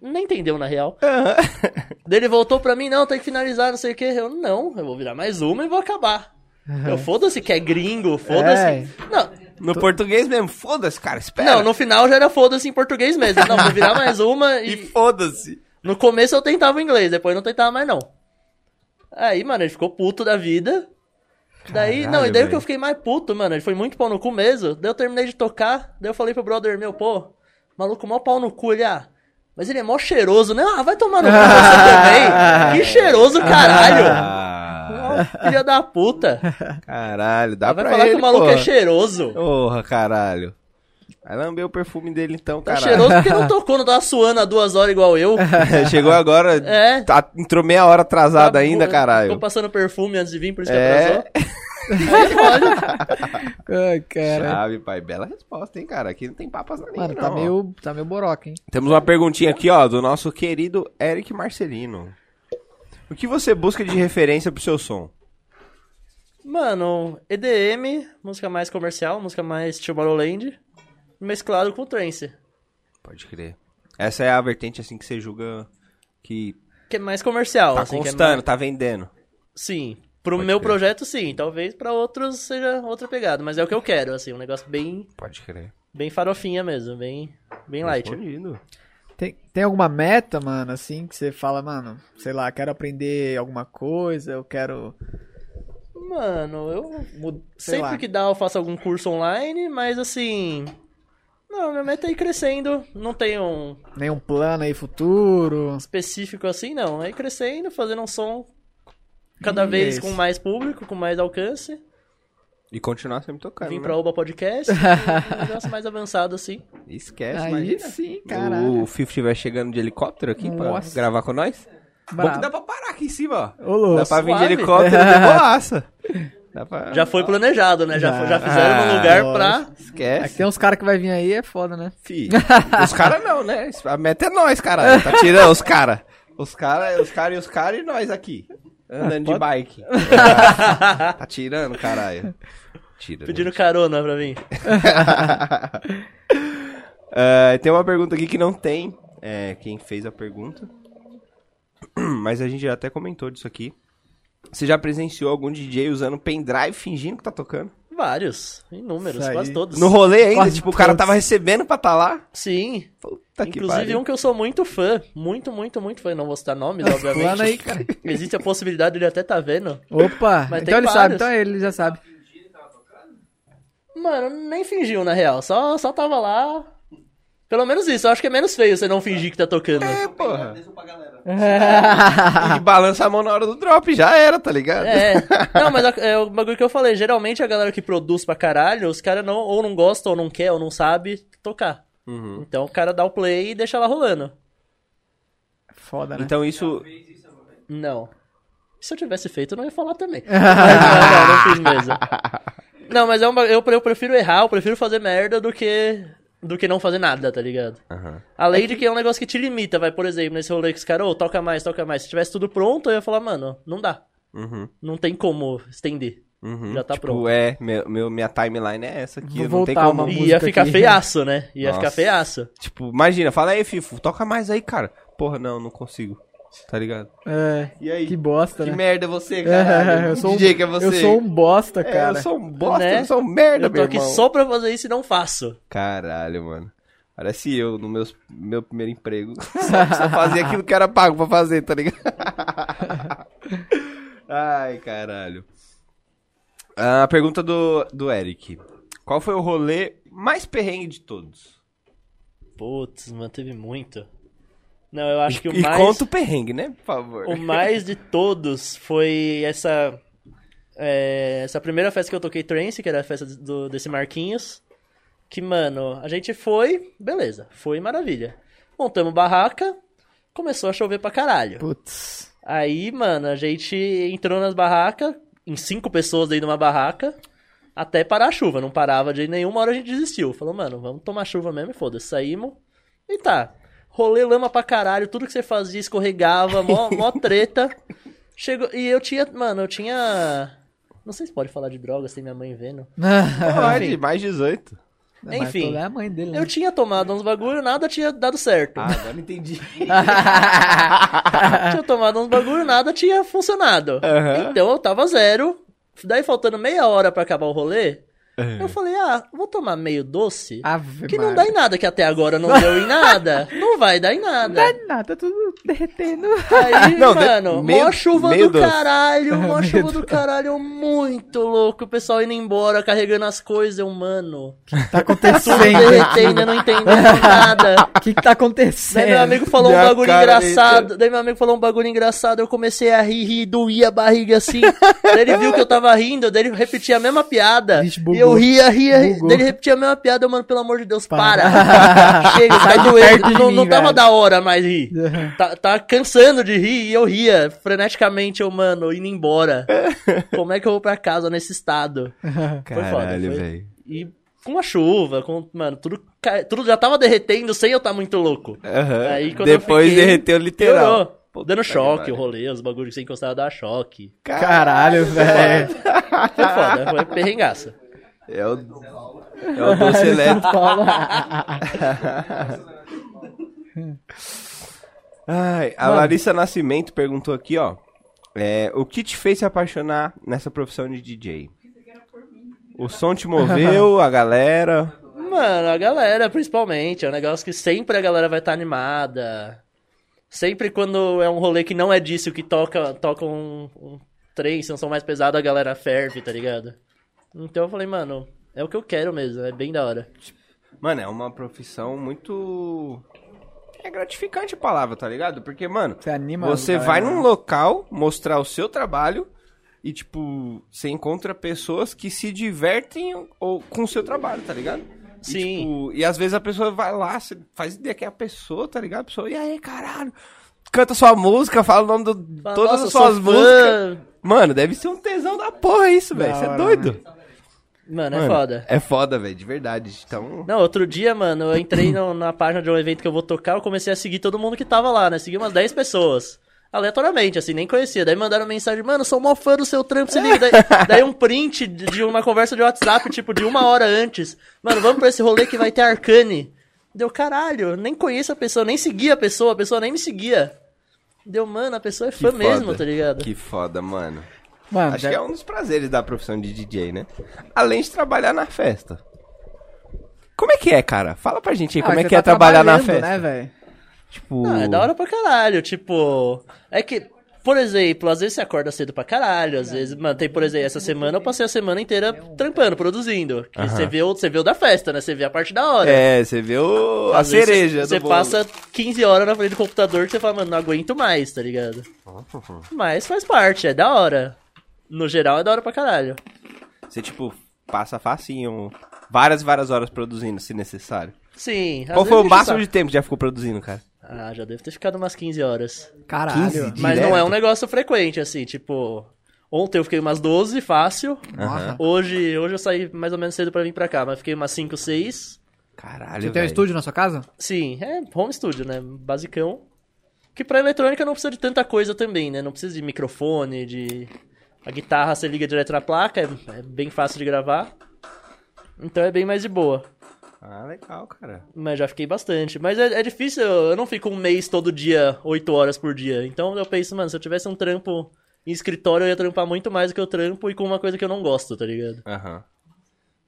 [SPEAKER 4] Nem entendeu, na real. Daí ele voltou pra mim, não, tem que finalizar, não sei o que. Eu, não, eu vou virar mais uma e vou acabar. Eu, foda-se que é gringo, foda-se.
[SPEAKER 6] É.
[SPEAKER 4] Não,
[SPEAKER 1] No português mesmo, foda-se, cara, espera.
[SPEAKER 4] não, no final já era foda-se em português mesmo. Não, vou virar mais uma
[SPEAKER 1] E
[SPEAKER 4] e.
[SPEAKER 1] foda-se.
[SPEAKER 4] No começo eu tentava inglês, depois não tentava mais não. Aí, mano, ele ficou puto da vida. Daí,
[SPEAKER 1] Caralho,
[SPEAKER 4] não, e daí
[SPEAKER 1] velho.
[SPEAKER 4] que eu fiquei mais puto, mano. Ele foi muito pau no cu mesmo. Daí eu terminei de tocar, daí eu falei pro brother meu, pô, maluco, mó pau no cu, ele, ah, mas ele é mó cheiroso, né? Ah, vai tomar no cu
[SPEAKER 1] <laughs>
[SPEAKER 4] você também. Que cheiroso, caralho.
[SPEAKER 1] Ah,
[SPEAKER 4] Filha da puta.
[SPEAKER 1] caralho, dá
[SPEAKER 4] Vai
[SPEAKER 1] Ah, pra
[SPEAKER 4] falar
[SPEAKER 1] ele,
[SPEAKER 4] que o maluco
[SPEAKER 1] porra.
[SPEAKER 4] é cheiroso.
[SPEAKER 1] Porra, caralho. Vai lamber o perfume dele então,
[SPEAKER 4] Tá
[SPEAKER 1] caralho.
[SPEAKER 4] cheiroso porque não tocou, não tava suando há duas horas
[SPEAKER 1] <laughs>
[SPEAKER 4] igual eu.
[SPEAKER 1] Chegou agora,
[SPEAKER 4] É. Tá
[SPEAKER 1] tá- entrou meia hora atrasada ainda,
[SPEAKER 4] Ficou
[SPEAKER 1] caralho.
[SPEAKER 4] passando perfume antes de vir, por isso que
[SPEAKER 1] É.
[SPEAKER 4] atrasou. Aí, olha.
[SPEAKER 6] Ai, cara.
[SPEAKER 1] Chave, pai. Bela resposta, hein, cara. Aqui não tem papas na língua,
[SPEAKER 6] Mano,
[SPEAKER 1] não.
[SPEAKER 6] tá
[SPEAKER 1] ó.
[SPEAKER 6] meio, tá meio boroca, hein?
[SPEAKER 1] Temos uma perguntinha aqui, ó, do nosso querido Eric Marcelino. O que você busca de referência pro seu som?
[SPEAKER 4] Mano, EDM, música mais comercial, música mais Tomorrowland, mesclado com trance.
[SPEAKER 1] Pode crer. Essa é a vertente, assim, que você julga que
[SPEAKER 4] Que é mais comercial,
[SPEAKER 1] tá
[SPEAKER 4] assim, que é
[SPEAKER 1] constando,
[SPEAKER 4] mais-
[SPEAKER 1] tá vendendo.
[SPEAKER 4] Sim. Pro
[SPEAKER 1] Pode
[SPEAKER 4] meu
[SPEAKER 1] crer.
[SPEAKER 4] projeto, sim. Talvez pra outros seja outra pegada, mas é o que eu quero, assim, um negócio bem,
[SPEAKER 1] Pode crer.
[SPEAKER 4] bem farofinha mesmo, bem, bem light.
[SPEAKER 1] Respondido.
[SPEAKER 6] Tem, tem alguma meta, mano, assim, que você fala, mano, sei lá, quero aprender alguma coisa, eu quero.
[SPEAKER 4] Mano, eu mu-
[SPEAKER 6] Sei
[SPEAKER 4] sempre
[SPEAKER 6] lá.
[SPEAKER 4] que dá eu faço algum curso online, mas assim, não, minha meta é ir crescendo, não tenho um
[SPEAKER 6] Nenhum plano aí futuro.
[SPEAKER 4] específico assim, não. É ir crescendo, fazendo um som cada vez
[SPEAKER 6] Isso.
[SPEAKER 4] com mais público, com mais alcance.
[SPEAKER 1] E continuar sempre tocando.
[SPEAKER 4] Vim
[SPEAKER 1] Né?
[SPEAKER 4] pra Oba Podcast, um negócio mais avançado assim.
[SPEAKER 1] Esquece,
[SPEAKER 3] Aí
[SPEAKER 1] imagina.
[SPEAKER 3] sim, caralho.
[SPEAKER 1] O Fifty vai chegando de helicóptero aqui
[SPEAKER 3] Nossa.
[SPEAKER 1] pra gravar com nós. Bom que
[SPEAKER 3] Brabo.
[SPEAKER 1] dá pra parar aqui em cima, ó.
[SPEAKER 3] Ô, louco.
[SPEAKER 1] Dá pra vir de
[SPEAKER 4] suave.
[SPEAKER 1] helicóptero de boaça. Dá pra...
[SPEAKER 4] Já foi planejado, né? Já, já fizeram
[SPEAKER 1] Ah,
[SPEAKER 4] um lugar pra.
[SPEAKER 3] É que
[SPEAKER 1] Esquece.
[SPEAKER 3] tem uns caras que vai vir aí, é foda, né?
[SPEAKER 1] Fi. Os caras não, né? A meta é nós, caralho. Tá tirando os caras. Os caras os cara e os caras e nós aqui. Andando de
[SPEAKER 4] <laughs>
[SPEAKER 1] bike. tá tirando, caralho. Tira. né?
[SPEAKER 4] Pediram carona pra mim.
[SPEAKER 1] <laughs> Ah, tem uma pergunta aqui que não tem é, quem fez a pergunta. <clears throat> Mas a gente já até comentou disso aqui. Você já presenciou algum DJ usando pendrive fingindo que tá tocando?
[SPEAKER 4] Vários, inúmeros,
[SPEAKER 3] Isso aí.
[SPEAKER 4] quase todos.
[SPEAKER 1] No rolê ainda?
[SPEAKER 3] Quase
[SPEAKER 1] tipo, o cara
[SPEAKER 3] todos.
[SPEAKER 1] tava recebendo pra tá lá?
[SPEAKER 4] Sim.
[SPEAKER 1] Puta Tá que
[SPEAKER 4] Inclusive
[SPEAKER 1] pariu.
[SPEAKER 4] um que eu sou muito fã. Muito, muito, muito fã. Não vou citar nomes, obviamente.
[SPEAKER 3] Plano aí, cara.
[SPEAKER 4] Existe a possibilidade de ele até tá vendo.
[SPEAKER 3] Opa,
[SPEAKER 4] Mas tem
[SPEAKER 3] então ele sabe,
[SPEAKER 4] vários.
[SPEAKER 3] então ele já sabe.
[SPEAKER 4] Mano, nem fingiu, na real. Só, só tava lá. Pelo menos isso. Eu acho que é menos feio você não fingir que tá tocando.
[SPEAKER 1] É, porra. E <laughs> balança a mão na hora do drop, já era, tá ligado?
[SPEAKER 4] É. Não, mas a- é o bagulho que eu falei. Geralmente a galera que produz pra caralho, os caras não, ou não gostam, ou não quer, ou não sabe tocar.
[SPEAKER 1] Uhum.
[SPEAKER 4] Então o cara dá o play e deixa lá rolando.
[SPEAKER 3] Foda, né?
[SPEAKER 1] Então isso.
[SPEAKER 4] Não. Se eu tivesse feito, eu não ia falar
[SPEAKER 3] <laughs>
[SPEAKER 4] também. Mas não, não, não fiz mesmo. Não, mas é uma, eu, eu prefiro errar, eu prefiro fazer merda do que do que não fazer nada, tá ligado?
[SPEAKER 1] Aham.
[SPEAKER 4] Além de que é um negócio que te limita, vai, por exemplo, nesse rolê que os caras, ô, toca mais, toca mais. Se tivesse tudo pronto, eu ia falar, mano, não dá.
[SPEAKER 1] Uhum.
[SPEAKER 4] Não tem como estender.
[SPEAKER 1] Uhum.
[SPEAKER 4] Já tá
[SPEAKER 1] tipo,
[SPEAKER 4] pronto.
[SPEAKER 1] É, meu, meu- minha timeline é essa aqui.
[SPEAKER 3] Vou
[SPEAKER 1] não tem
[SPEAKER 3] voltar
[SPEAKER 1] como.
[SPEAKER 3] uma-
[SPEAKER 4] Ia
[SPEAKER 3] música
[SPEAKER 4] ficar
[SPEAKER 3] aqui.
[SPEAKER 4] feiaço, né? Ia
[SPEAKER 1] Nossa.
[SPEAKER 4] ficar feiaço.
[SPEAKER 1] Tipo, imagina, fala aí, Fifo, toca mais aí, cara. Porra, não, não consigo. Tá ligado?
[SPEAKER 3] É,
[SPEAKER 1] E aí?
[SPEAKER 3] que bosta,
[SPEAKER 1] Que
[SPEAKER 3] né?
[SPEAKER 1] merda é você,
[SPEAKER 6] <laughs>
[SPEAKER 1] cara.
[SPEAKER 3] É, eu sou um-
[SPEAKER 1] DJ que é você.
[SPEAKER 3] Eu sou um bosta,
[SPEAKER 1] É,
[SPEAKER 3] cara.
[SPEAKER 1] eu sou um bosta,
[SPEAKER 4] Né?
[SPEAKER 1] eu sou um merda,
[SPEAKER 4] Eu tô
[SPEAKER 1] meu
[SPEAKER 4] aqui
[SPEAKER 1] irmão.
[SPEAKER 4] só pra fazer isso e não faço.
[SPEAKER 1] Caralho, mano. Parece eu no meus, meu primeiro
[SPEAKER 3] <laughs>
[SPEAKER 1] emprego. Só, só fazia aquilo que era pago pra fazer, tá ligado? <laughs> Ai, caralho. A pergunta do, do Eric. Qual foi o rolê mais perrengue de todos?
[SPEAKER 4] Putz, mano, teve muito. Não, eu acho que o
[SPEAKER 1] e
[SPEAKER 4] mais...
[SPEAKER 1] conta o perrengue, né? Por favor.
[SPEAKER 4] O mais de todos foi essa. é, essa primeira festa que eu toquei trance, que era a festa do- desse Marquinhos. Que, mano, a gente foi, beleza, foi maravilha. Montamos barraca, começou a chover pra caralho.
[SPEAKER 3] <laughs> Putz.
[SPEAKER 4] Aí, mano, a gente entrou nas barracas, em cinco pessoas dentro de uma barraca, até parar a chuva. Não parava de nenhuma hora a gente desistiu. Falou, mano, vamos tomar chuva mesmo e foda-se. Saímos e tá. Rolê lama pra caralho, tudo que você fazia escorregava, mó, mó treta. Chegou, e eu tinha, mano, eu tinha. Não sei se pode falar de droga sem minha mãe vendo.
[SPEAKER 1] Pode, mais 18.
[SPEAKER 3] Mas
[SPEAKER 4] Enfim.
[SPEAKER 3] tu É a mãe dele, <laughs> né?
[SPEAKER 4] Eu tinha tomado uns bagulho, nada tinha dado certo.
[SPEAKER 1] agora entendi. tá
[SPEAKER 4] tinha tomado uns bagulho, nada tinha
[SPEAKER 1] <laughs>
[SPEAKER 4] funcionado.
[SPEAKER 1] É. Aham.
[SPEAKER 4] Então eu tava zero. Daí faltando meia hora pra acabar o rolê,
[SPEAKER 1] É.
[SPEAKER 4] eu falei, ah, vou tomar meio doce.
[SPEAKER 3] Ave
[SPEAKER 4] que não
[SPEAKER 3] Maria.
[SPEAKER 4] dá em nada, que até agora não deu em nada. não vai dar em nada.
[SPEAKER 3] nada, tá tudo derretendo.
[SPEAKER 1] Tá
[SPEAKER 4] Aí,
[SPEAKER 1] Não, de-
[SPEAKER 4] mano,
[SPEAKER 1] meio-
[SPEAKER 4] mó chuva
[SPEAKER 1] meio
[SPEAKER 4] do
[SPEAKER 1] doce. <laughs>
[SPEAKER 4] caralho, mó chuva do caralho, muito louco. O pessoal indo embora, carregando as coisas, eu, mano.
[SPEAKER 3] Tá
[SPEAKER 4] Tudo
[SPEAKER 1] <laughs>
[SPEAKER 3] acontecendo.
[SPEAKER 4] derretendo, eu não entendendo nada.
[SPEAKER 3] O que, que tá
[SPEAKER 4] Daí meu
[SPEAKER 3] acontecendo?
[SPEAKER 4] amigo falou um
[SPEAKER 1] Minha
[SPEAKER 4] bagulho
[SPEAKER 1] cara,
[SPEAKER 4] engraçado. Daí meu amigo falou um bagulho engraçado. Eu comecei a rir, rir, doía a barriga
[SPEAKER 1] <laughs>
[SPEAKER 4] assim. daí ele viu que eu tava rindo, daí ele repetia a mesma piada.
[SPEAKER 3] Vixe, bugou.
[SPEAKER 4] e eu ria, ria, ria.
[SPEAKER 3] Bugou.
[SPEAKER 4] Daí ele repetia a mesma piada. Eu, mano, pelo amor de
[SPEAKER 3] <laughs>
[SPEAKER 4] Deus, para. Chega, tá doendo.
[SPEAKER 3] perto de
[SPEAKER 4] Não,
[SPEAKER 3] mim,
[SPEAKER 4] não tava
[SPEAKER 3] velho. É.
[SPEAKER 4] da hora mais rir. Tá, tá cansando de rir e eu ria. Freneticamente, eu, mano, indo embora.
[SPEAKER 1] <laughs>
[SPEAKER 4] Como é que eu vou pra casa nesse estado? foda,
[SPEAKER 1] Caralho,
[SPEAKER 4] foi-
[SPEAKER 1] velho.
[SPEAKER 4] E com a chuva, com, mano, tudo, ca- tudo já tava derretendo sem eu estar muito louco.
[SPEAKER 1] Aham.
[SPEAKER 4] Aí, quando eu
[SPEAKER 1] Depois
[SPEAKER 4] fiquei,
[SPEAKER 1] derreteu literal.
[SPEAKER 4] Piorou.
[SPEAKER 1] Tá
[SPEAKER 4] Dando choque,
[SPEAKER 1] pariu.
[SPEAKER 4] o rolê, os bagulhos que você encostava dava choque.
[SPEAKER 3] <laughs> Caralho, velho.
[SPEAKER 4] Foi foda, né? foi perrengaça.
[SPEAKER 1] É o, é o doce
[SPEAKER 4] <laughs>
[SPEAKER 1] elétrico. <laughs> Ai, a Larissa Nascimento perguntou aqui, ó. é, o que te fez se apaixonar nessa profissão de DJ? O som te
[SPEAKER 4] <laughs>
[SPEAKER 1] moveu, a galera.
[SPEAKER 4] Mano, a galera, principalmente, é um negócio que sempre a galera vai estar animada. Sempre quando é um rolê que não é disso, que toca, toca um, um trance, um som mais pesado, a galera ferve, tá ligado? Então eu falei, mano, é o que eu quero mesmo, é bem da hora.
[SPEAKER 1] Mano, é uma profissão muito. É gratificante a palavra, tá ligado? Porque, mano,
[SPEAKER 4] é
[SPEAKER 3] Você anima.
[SPEAKER 1] você
[SPEAKER 3] a galera.
[SPEAKER 1] vai num local mostrar o seu trabalho E, tipo, você encontra pessoas que se divertem ou, com o seu trabalho, tá ligado? E,
[SPEAKER 4] Sim.
[SPEAKER 1] tipo, e às vezes a pessoa vai lá, você faz ideia que é a pessoa, tá ligado? A pessoa, e aí, caralho? Canta sua música, fala o nome de
[SPEAKER 4] Fala,
[SPEAKER 1] todas
[SPEAKER 4] "Nossa,
[SPEAKER 1] as suas
[SPEAKER 4] sou fã".
[SPEAKER 1] músicas. Mano, deve ser um tesão da porra isso, velho. Você é doido.
[SPEAKER 4] Mano, é
[SPEAKER 1] Mano,
[SPEAKER 4] foda.
[SPEAKER 1] É foda, velho, de verdade. Então.
[SPEAKER 4] Não, outro dia, mano, eu entrei no- na página de um evento que eu vou tocar, eu comecei a seguir todo mundo que tava lá, né? Segui umas 10 pessoas. Aleatoriamente, assim, nem conhecia. Daí mandaram mensagem, mano, sou mó fã do seu trampo, se liga. Daí, daí um print de de uma conversa de WhatsApp, tipo, de uma hora antes. Mano, vamos pra esse rolê que vai ter Arcane. Deu, caralho, eu nem conheço a pessoa, nem segui a pessoa, a pessoa nem me seguia. Deu, mano, a pessoa é fã
[SPEAKER 1] foda.
[SPEAKER 4] mesmo, tá ligado?
[SPEAKER 1] Que foda, mano.
[SPEAKER 3] Mano,
[SPEAKER 1] Acho que é um dos prazeres da profissão de DJ, né? Além de trabalhar na festa. Como é que é, cara? Fala pra
[SPEAKER 3] Ah,
[SPEAKER 1] gente aí, como é que é trabalhar na festa.
[SPEAKER 3] tá né, velho?
[SPEAKER 1] Tipo,
[SPEAKER 4] Ah, é da hora pra caralho, tipo. É que, por exemplo, às vezes você acorda cedo pra caralho, às vezes, mano, tem, por exemplo, essa semana eu passei a semana inteira trampando, produzindo. Que
[SPEAKER 1] Aham.
[SPEAKER 4] Você vê, o, você vê o da festa, né? Você vê a parte da hora.
[SPEAKER 1] é, você vê o... a
[SPEAKER 4] Às vezes
[SPEAKER 1] cereja
[SPEAKER 4] Você,
[SPEAKER 1] do
[SPEAKER 4] você
[SPEAKER 1] bolo.
[SPEAKER 4] passa 15 horas na frente do computador que você fala, mano, não aguento mais, tá ligado? Mas faz parte, é da hora. No geral é da hora pra caralho.
[SPEAKER 1] Você, tipo, passa facinho várias, várias horas produzindo, se necessário.
[SPEAKER 4] Sim. às
[SPEAKER 1] Qual
[SPEAKER 4] vezes tá-
[SPEAKER 1] foi o
[SPEAKER 4] enche
[SPEAKER 1] máximo
[SPEAKER 4] saco.
[SPEAKER 1] de tempo que já ficou produzindo, cara?
[SPEAKER 4] Ah, já deve ter ficado umas 15 horas.
[SPEAKER 1] 15
[SPEAKER 3] Caralho.
[SPEAKER 1] dias.
[SPEAKER 4] Mas
[SPEAKER 1] Direto?
[SPEAKER 4] não é um negócio frequente, assim, tipo. Ontem eu fiquei umas 12, fácil.
[SPEAKER 1] Aham.
[SPEAKER 4] Hoje, hoje eu saí mais ou menos cedo pra vir pra cá, mas fiquei umas 5, 6.
[SPEAKER 1] Caralho,
[SPEAKER 3] Você tem um
[SPEAKER 1] velho.
[SPEAKER 3] estúdio na sua casa?
[SPEAKER 4] Sim, é home studio, né? Basicão. Que pra eletrônica não precisa de tanta coisa também, né? Não precisa de microfone, de. A guitarra você liga direto na placa, é, é bem fácil de gravar. Então é bem mais de boa.
[SPEAKER 1] Ah, legal, cara.
[SPEAKER 4] Mas já fiquei bastante. Mas é, é difícil, eu eu não fico um mês todo dia, 8 horas por dia. Então eu penso, mano, se eu tivesse um trampo em escritório, eu ia trampar muito mais do que eu trampo e com uma coisa que eu não gosto, tá ligado?
[SPEAKER 1] Aham.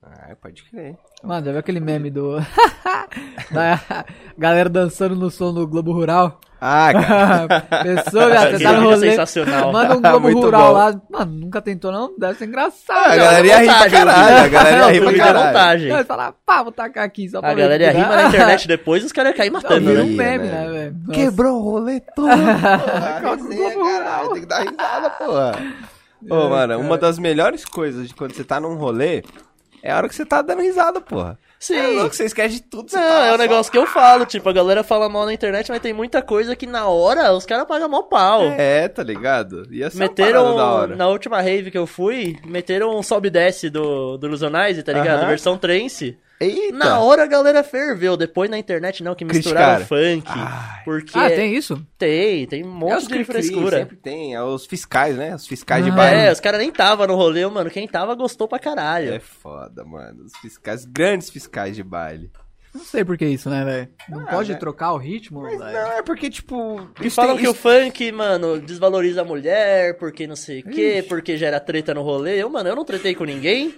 [SPEAKER 1] Ah, pode crer.
[SPEAKER 3] Mano, já viu aquele meme do. <laughs> da galera dançando no som do Globo Rural?
[SPEAKER 1] Ah, cara.
[SPEAKER 3] <laughs> Pensou, viado? Você
[SPEAKER 4] Aquele
[SPEAKER 3] tá no
[SPEAKER 4] vídeo é
[SPEAKER 3] rolê.
[SPEAKER 4] sensacional.
[SPEAKER 3] Manda um <laughs> Globo
[SPEAKER 1] Muito
[SPEAKER 3] Rural
[SPEAKER 1] bom.
[SPEAKER 3] lá. Mano, nunca tentou, não? Deve ser engraçado.
[SPEAKER 1] a
[SPEAKER 3] né?
[SPEAKER 1] galera ia rir pra
[SPEAKER 4] vontade, né? eu duvido.
[SPEAKER 1] caralho. A galera ia
[SPEAKER 4] Eu
[SPEAKER 1] rir pra
[SPEAKER 4] duvido da
[SPEAKER 1] caralho.
[SPEAKER 4] vontade.
[SPEAKER 3] Não, eles falaram, pá, vou tacar aqui só pra
[SPEAKER 4] A galera ia
[SPEAKER 3] <laughs>
[SPEAKER 4] rir, mas na
[SPEAKER 3] respirar.
[SPEAKER 4] internet depois os caras iam cair
[SPEAKER 3] Não,
[SPEAKER 4] matando,
[SPEAKER 3] vira
[SPEAKER 1] Ia,
[SPEAKER 3] um
[SPEAKER 4] né?
[SPEAKER 3] meme,
[SPEAKER 1] né,
[SPEAKER 3] né, velho? Nossa.
[SPEAKER 1] Quebrou o rolê <laughs> todo. Tem que dar risada, porra. Ô,
[SPEAKER 4] É,
[SPEAKER 1] mano, uma das melhores coisas de quando você tá num rolê é a hora que você tá dando risada, porra.
[SPEAKER 4] Sim.
[SPEAKER 1] É louco, você esquece de tudo. Você tá
[SPEAKER 4] Não,
[SPEAKER 1] lá
[SPEAKER 4] é um
[SPEAKER 1] só-
[SPEAKER 4] negócio que eu falo, tipo, a galera fala mal na internet, mas tem muita coisa que na hora os caras pagam mó pau.
[SPEAKER 1] É, tá ligado? E essa Meteram...
[SPEAKER 4] Meteram,
[SPEAKER 1] parada da hora.
[SPEAKER 4] na última rave que eu fui, meteram um sobe e desce do, do Illusionize, tá ligado?
[SPEAKER 1] Aham.
[SPEAKER 4] Versão trance.
[SPEAKER 1] Eita.
[SPEAKER 4] Na hora a galera ferveu, depois na internet não, que misturaram funk.
[SPEAKER 1] Ai.
[SPEAKER 4] Porque
[SPEAKER 3] Ah, tem isso?
[SPEAKER 4] tem, tem um
[SPEAKER 1] É
[SPEAKER 4] monte
[SPEAKER 1] os
[SPEAKER 4] de
[SPEAKER 1] cri-cri,
[SPEAKER 4] frescura.
[SPEAKER 1] Sempre tem. É os fiscais, né? Os fiscais de
[SPEAKER 3] Ah.
[SPEAKER 1] bairro.
[SPEAKER 4] É, os caras nem tava no rolê, mano. Quem tava gostou pra caralho.
[SPEAKER 1] É foda, mano. Os fiscais, grandes fiscais de baile.
[SPEAKER 3] Não sei por que isso, né, velho? Não
[SPEAKER 1] Ah,
[SPEAKER 3] pode
[SPEAKER 1] né?
[SPEAKER 3] trocar o ritmo,
[SPEAKER 1] Mas
[SPEAKER 3] velho?
[SPEAKER 1] não, é porque, tipo.
[SPEAKER 4] E falam que o funk, mano, desvaloriza a mulher, porque não sei o quê, porque gera treta no rolê. Eu, mano, eu não tretei com ninguém.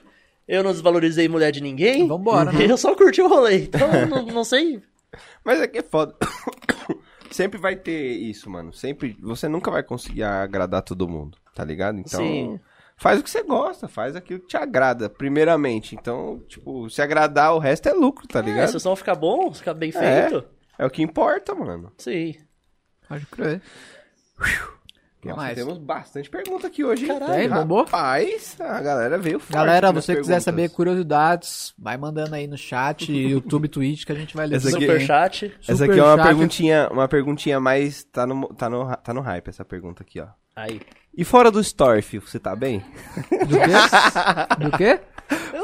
[SPEAKER 4] Eu não desvalorizei mulher de ninguém.
[SPEAKER 3] Vambora, né?
[SPEAKER 4] Eu só curti o rolê. Então,
[SPEAKER 1] <laughs>
[SPEAKER 4] eu não, não sei.
[SPEAKER 1] Mas é que é foda. <coughs> Sempre vai ter isso, mano. Sempre. Você nunca vai conseguir agradar todo mundo, tá ligado? Então.
[SPEAKER 4] Sim.
[SPEAKER 1] Faz o que você gosta, faz aquilo que te agrada, primeiramente. Então, tipo, se agradar, o resto é lucro, tá
[SPEAKER 4] É, se
[SPEAKER 1] ligado?
[SPEAKER 4] o som ficar bom, ficar bem
[SPEAKER 1] É.
[SPEAKER 4] feito.
[SPEAKER 1] É, o que importa, mano.
[SPEAKER 4] Sim.
[SPEAKER 3] Pode crer. que
[SPEAKER 1] Nossa,
[SPEAKER 3] mais?
[SPEAKER 1] temos bastante pergunta aqui hoje, hein?
[SPEAKER 3] Tem, bombou?
[SPEAKER 1] Rapaz, a galera veio forte
[SPEAKER 3] Galera,
[SPEAKER 1] nas
[SPEAKER 3] você quiser
[SPEAKER 1] perguntas.
[SPEAKER 3] saber curiosidades, vai mandando aí no chat, <laughs> YouTube, Twitch, que a gente vai ler
[SPEAKER 1] Essa
[SPEAKER 3] tudo
[SPEAKER 1] aqui-
[SPEAKER 3] bem.
[SPEAKER 4] Superchat.
[SPEAKER 1] Essa
[SPEAKER 3] Super
[SPEAKER 1] aqui é uma
[SPEAKER 3] chato.
[SPEAKER 1] perguntinha, uma perguntinha mais. Tá no, tá, no, tá no hype essa pergunta aqui, ó.
[SPEAKER 4] Aí.
[SPEAKER 1] E fora do story, filho, você tá bem?
[SPEAKER 3] Do <laughs> quê? Do quê?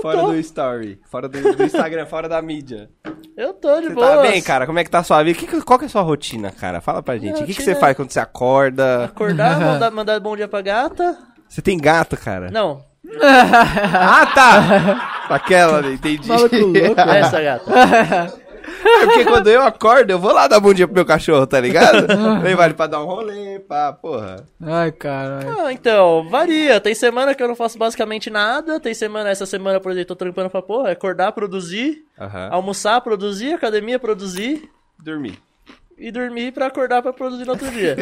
[SPEAKER 1] fora do story. Fora do, do Instagram, <laughs> fora da mídia.
[SPEAKER 4] Eu tô de
[SPEAKER 1] Você
[SPEAKER 4] boa.
[SPEAKER 1] tá bem, cara? Como é que tá a sua vida? Que que- qual que é a sua rotina, cara? Fala pra gente.
[SPEAKER 4] Minha
[SPEAKER 1] O que, que
[SPEAKER 4] rotina
[SPEAKER 1] você
[SPEAKER 4] é-
[SPEAKER 1] faz quando você acorda? <laughs>
[SPEAKER 4] Acordar, mandar, mandar bom dia pra gata.
[SPEAKER 1] Você tem gato, cara? <laughs>
[SPEAKER 4] Não,
[SPEAKER 1] Ah, tá! Aquela, né? entendi.
[SPEAKER 3] Maluco
[SPEAKER 1] <laughs>
[SPEAKER 3] louco.
[SPEAKER 4] essa gata.
[SPEAKER 1] É Porque quando eu acordo, eu vou lá dar bom dia pro meu cachorro, tá ligado?
[SPEAKER 4] <laughs>
[SPEAKER 1] Levar ele pra dar um rolê, pá, porra.
[SPEAKER 3] <laughs> Ai, caralho.
[SPEAKER 4] Ah, então, varia. Tem semana que eu não faço basicamente nada. Tem semana, essa semana, por exemplo, tô trampando pra porra. é Acordar, produzir.
[SPEAKER 1] Aham.
[SPEAKER 4] <laughs> Almoçar, produzir. Academia, produzir.
[SPEAKER 1] Dormir.
[SPEAKER 4] E dormir pra acordar pra produzir no outro
[SPEAKER 1] <laughs>
[SPEAKER 4] dia.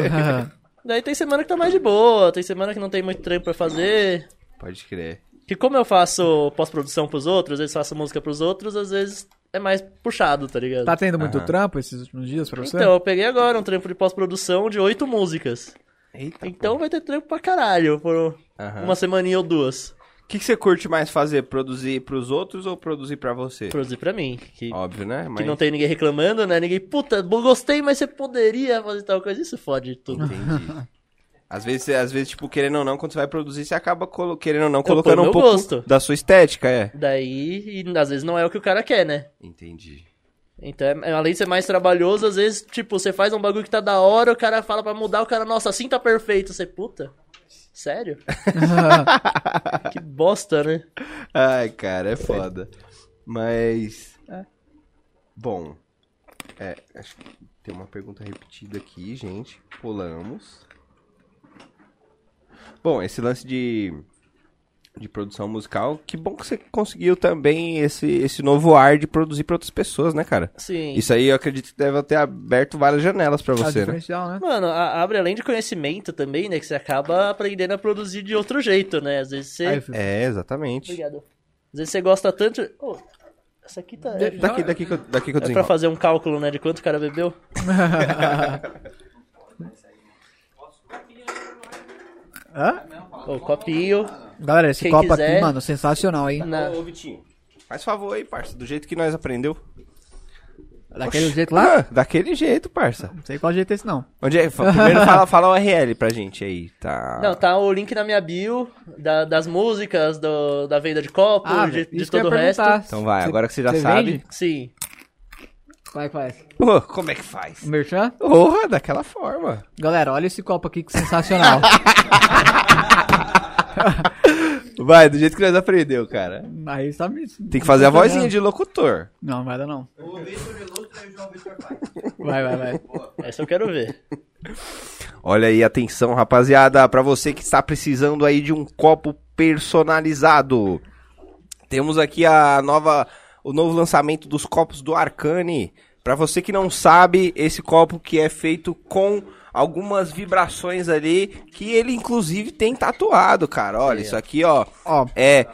[SPEAKER 4] Daí tem semana que tá mais de boa. Tem semana que não tem muito trampo pra fazer.
[SPEAKER 1] Pode crer.
[SPEAKER 4] Que como eu faço pós-produção pros outros, às vezes faço música pros outros, às vezes é mais puxado, tá ligado?
[SPEAKER 3] Tá tendo muito
[SPEAKER 1] Aham.
[SPEAKER 3] trampo esses últimos dias pra você?
[SPEAKER 4] Então, eu peguei agora um trampo de pós-produção de oito músicas.
[SPEAKER 1] Eita.
[SPEAKER 4] Então vai ter trampo pra caralho por
[SPEAKER 1] Aham.
[SPEAKER 4] uma semaninha ou duas.
[SPEAKER 1] O que, que você curte mais fazer? Produzir pros outros ou produzir pra você?
[SPEAKER 4] Produzir pra mim. Que,
[SPEAKER 1] Óbvio, né?
[SPEAKER 4] que
[SPEAKER 1] Mas-
[SPEAKER 4] não tem ninguém reclamando, né? Ninguém, puta, bo- gostei, mas você poderia fazer tal coisa. Isso fode tudo.
[SPEAKER 1] Entendi. <laughs> Às vezes, às vezes, tipo, querendo ou não, quando você vai produzir, você acaba colo- querendo ou não
[SPEAKER 4] põe
[SPEAKER 1] colocando um
[SPEAKER 4] meu
[SPEAKER 1] pouco
[SPEAKER 4] gosto.
[SPEAKER 1] da sua estética, é.
[SPEAKER 4] Daí, e às vezes não é o que o cara quer, né?
[SPEAKER 1] Entendi.
[SPEAKER 4] Então, é- além de ser mais trabalhoso, às vezes, tipo, você faz um bagulho que tá da hora, o cara fala pra mudar, o cara, nossa, assim tá perfeito. Você, puta, sério? Então.
[SPEAKER 3] <laughs>
[SPEAKER 1] <laughs>
[SPEAKER 4] que bosta, né?
[SPEAKER 1] Ai, cara, é foda. Mas. é. Bom. É, acho que tem uma pergunta repetida aqui, gente. Pulamos. Bom, esse lance de. De produção musical, que bom que você conseguiu também esse, esse novo ar de produzir pra outras pessoas, né, cara?
[SPEAKER 4] Sim.
[SPEAKER 1] Isso aí eu acredito que deve ter aberto várias janelas pra
[SPEAKER 6] Ah,
[SPEAKER 1] você, né?
[SPEAKER 6] diferencial, né?
[SPEAKER 4] Mano, a- abre além de conhecimento também, né? Que você acaba aprendendo a produzir de outro jeito, né? Às vezes você.
[SPEAKER 6] Aí, filho. <laughs>
[SPEAKER 1] É, exatamente.
[SPEAKER 4] Obrigado. Às vezes você gosta tanto. Ô, essa aqui tá. É,
[SPEAKER 1] Daqui, daqui, que eu, daqui que eu
[SPEAKER 4] é pra
[SPEAKER 1] desenrolo.
[SPEAKER 4] fazer um cálculo, né? De quanto o cara bebeu.
[SPEAKER 6] Hã?
[SPEAKER 4] Ô, copinho.
[SPEAKER 6] Galera, esse
[SPEAKER 4] Quem
[SPEAKER 6] copo
[SPEAKER 4] quiser-
[SPEAKER 6] aqui, mano, sensacional, hein?
[SPEAKER 4] Na...
[SPEAKER 1] Ô, Vitinho, faz favor aí, parça. Do jeito que nós aprendeu.
[SPEAKER 6] Daquele jeito lá?
[SPEAKER 1] Ah, daquele jeito, parça.
[SPEAKER 6] Não sei qual jeito é esse, não.
[SPEAKER 1] Onde é? Fa- Primeiro fala, fala o URL pra gente aí,
[SPEAKER 6] Ah.
[SPEAKER 1] tá?
[SPEAKER 4] Não, tá o link na minha bio da- das músicas, do- da venda de copo,
[SPEAKER 6] Ah,
[SPEAKER 4] de, de todo o resto.
[SPEAKER 1] Então vai,
[SPEAKER 6] Cê- <laughs>
[SPEAKER 1] agora que você já
[SPEAKER 6] cê
[SPEAKER 1] sabe.
[SPEAKER 6] vende?
[SPEAKER 4] Sim.
[SPEAKER 6] Como é que faz?
[SPEAKER 1] Ô, como é que faz?
[SPEAKER 6] Merchan?
[SPEAKER 1] Porra, daquela forma. <laughs>
[SPEAKER 6] Galera, olha esse copo aqui que sensacional.
[SPEAKER 1] Vai, do jeito que nós aprendeu, cara.
[SPEAKER 6] Aí tá me...
[SPEAKER 1] Tem que fazer a vozinha de locutor.
[SPEAKER 6] Não, não vai dar não.
[SPEAKER 5] O Vitor Ilustra e o João Vitor Paz.
[SPEAKER 6] Vai, vai, vai.
[SPEAKER 4] Essa eu quero ver.
[SPEAKER 6] <laughs>
[SPEAKER 1] Olha aí, atenção, rapaziada, pra você que está precisando aí de um copo personalizado. Temos aqui a nova o novo lançamento dos copos do Arcane. Pra você que não sabe, esse copo que é feito com algumas vibrações ali que ele inclusive tem tatuado, cara. Olha isso aqui, ó.
[SPEAKER 6] Ó,
[SPEAKER 1] É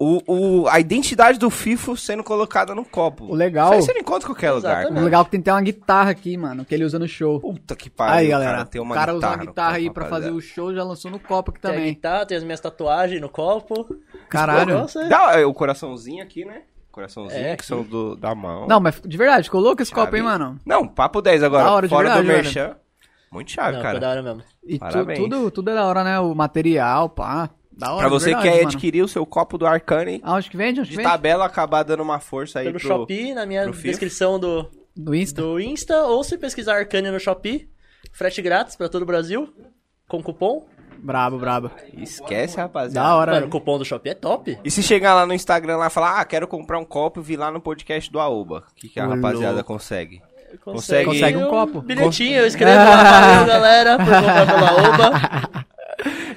[SPEAKER 1] o, o- a identidade do FIFO sendo colocada no copo.
[SPEAKER 6] O legal-
[SPEAKER 1] Isso aí você não encontra em qualquer lugar.
[SPEAKER 4] Exatamente.
[SPEAKER 6] o legal é que tem até uma guitarra aqui, mano, que ele usa no show.
[SPEAKER 1] Puta que pariu,
[SPEAKER 6] aí,
[SPEAKER 1] o
[SPEAKER 6] galera,
[SPEAKER 1] cara tem
[SPEAKER 6] o
[SPEAKER 1] uma
[SPEAKER 6] cara
[SPEAKER 1] guitarra.
[SPEAKER 6] usa uma
[SPEAKER 1] no
[SPEAKER 6] guitarra aí
[SPEAKER 1] copo,
[SPEAKER 6] pra
[SPEAKER 1] rapaziada.
[SPEAKER 6] fazer o show, já lançou no copo aqui
[SPEAKER 4] Tem a
[SPEAKER 6] também.
[SPEAKER 4] guitarra, tem as minhas tatuagens no copo.
[SPEAKER 6] Caralho.
[SPEAKER 4] Nossa, é-
[SPEAKER 1] Dá é, o coraçãozinho aqui, né? Coraçãozinho,
[SPEAKER 4] É,
[SPEAKER 1] que são do, da mão.
[SPEAKER 6] Não, mas de verdade, coloca esse
[SPEAKER 1] Chave.
[SPEAKER 6] copo aí, mano.
[SPEAKER 1] Não, papo 10 agora.
[SPEAKER 6] Da hora, de
[SPEAKER 1] Fora do
[SPEAKER 6] verdade,
[SPEAKER 1] merchan. Muito
[SPEAKER 6] Ah,
[SPEAKER 1] chave,
[SPEAKER 4] Não, ficou da
[SPEAKER 1] cara.
[SPEAKER 4] hora mesmo.
[SPEAKER 6] E tu-
[SPEAKER 1] Parabéns.
[SPEAKER 6] tudo, tudo é da hora, né? O material, pá. Da hora,
[SPEAKER 1] Pra
[SPEAKER 6] de
[SPEAKER 1] você que é
[SPEAKER 6] verdade,
[SPEAKER 1] quer
[SPEAKER 6] mano. Ah,
[SPEAKER 1] adquirir o seu copo do Arcane,
[SPEAKER 6] Aonde que vende? Aonde que
[SPEAKER 1] de
[SPEAKER 6] vende?
[SPEAKER 1] tabela acabar dando uma força aí
[SPEAKER 4] Pelo
[SPEAKER 1] pro...
[SPEAKER 4] Shopee, na minha
[SPEAKER 1] pro Fio.
[SPEAKER 4] descrição do,
[SPEAKER 6] No Insta.
[SPEAKER 4] do Insta, ou se pesquisar Arcane no Shopee, frete grátis pra todo o Brasil, com cupom.
[SPEAKER 6] Brabo, brabo. <laughs>
[SPEAKER 1] Esquece, rapaziada.
[SPEAKER 6] Da hora.
[SPEAKER 4] Mano, o cupom do Shopee é top.
[SPEAKER 1] E se chegar lá no Instagram lá e falar, ah, quero comprar um copo, vi lá no podcast do Aoba. O que, que a
[SPEAKER 6] Ô,
[SPEAKER 1] rapaziada
[SPEAKER 6] louco.
[SPEAKER 1] consegue?
[SPEAKER 4] Consegue,
[SPEAKER 1] Consegue
[SPEAKER 6] um copo.
[SPEAKER 4] Bilhetinho, eu escrevo
[SPEAKER 6] <laughs>
[SPEAKER 4] lá, valeu galera, por comprar pela
[SPEAKER 1] <laughs>
[SPEAKER 4] Oba.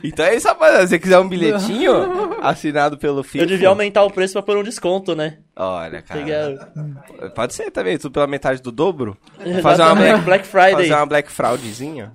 [SPEAKER 1] Então é isso, rapaziada. Se
[SPEAKER 6] <laughs>
[SPEAKER 1] você quiser um bilhetinho assinado pelo filho.
[SPEAKER 4] Eu devia aumentar o preço pra pôr um desconto, né?
[SPEAKER 1] Olha, cara.
[SPEAKER 4] Pegar
[SPEAKER 1] Pode ser também, tudo pela metade do dobro. Fazer uma <laughs>
[SPEAKER 4] Black,
[SPEAKER 1] Black,
[SPEAKER 4] Black Friday.
[SPEAKER 1] Fazer uma Black Fraudzinha.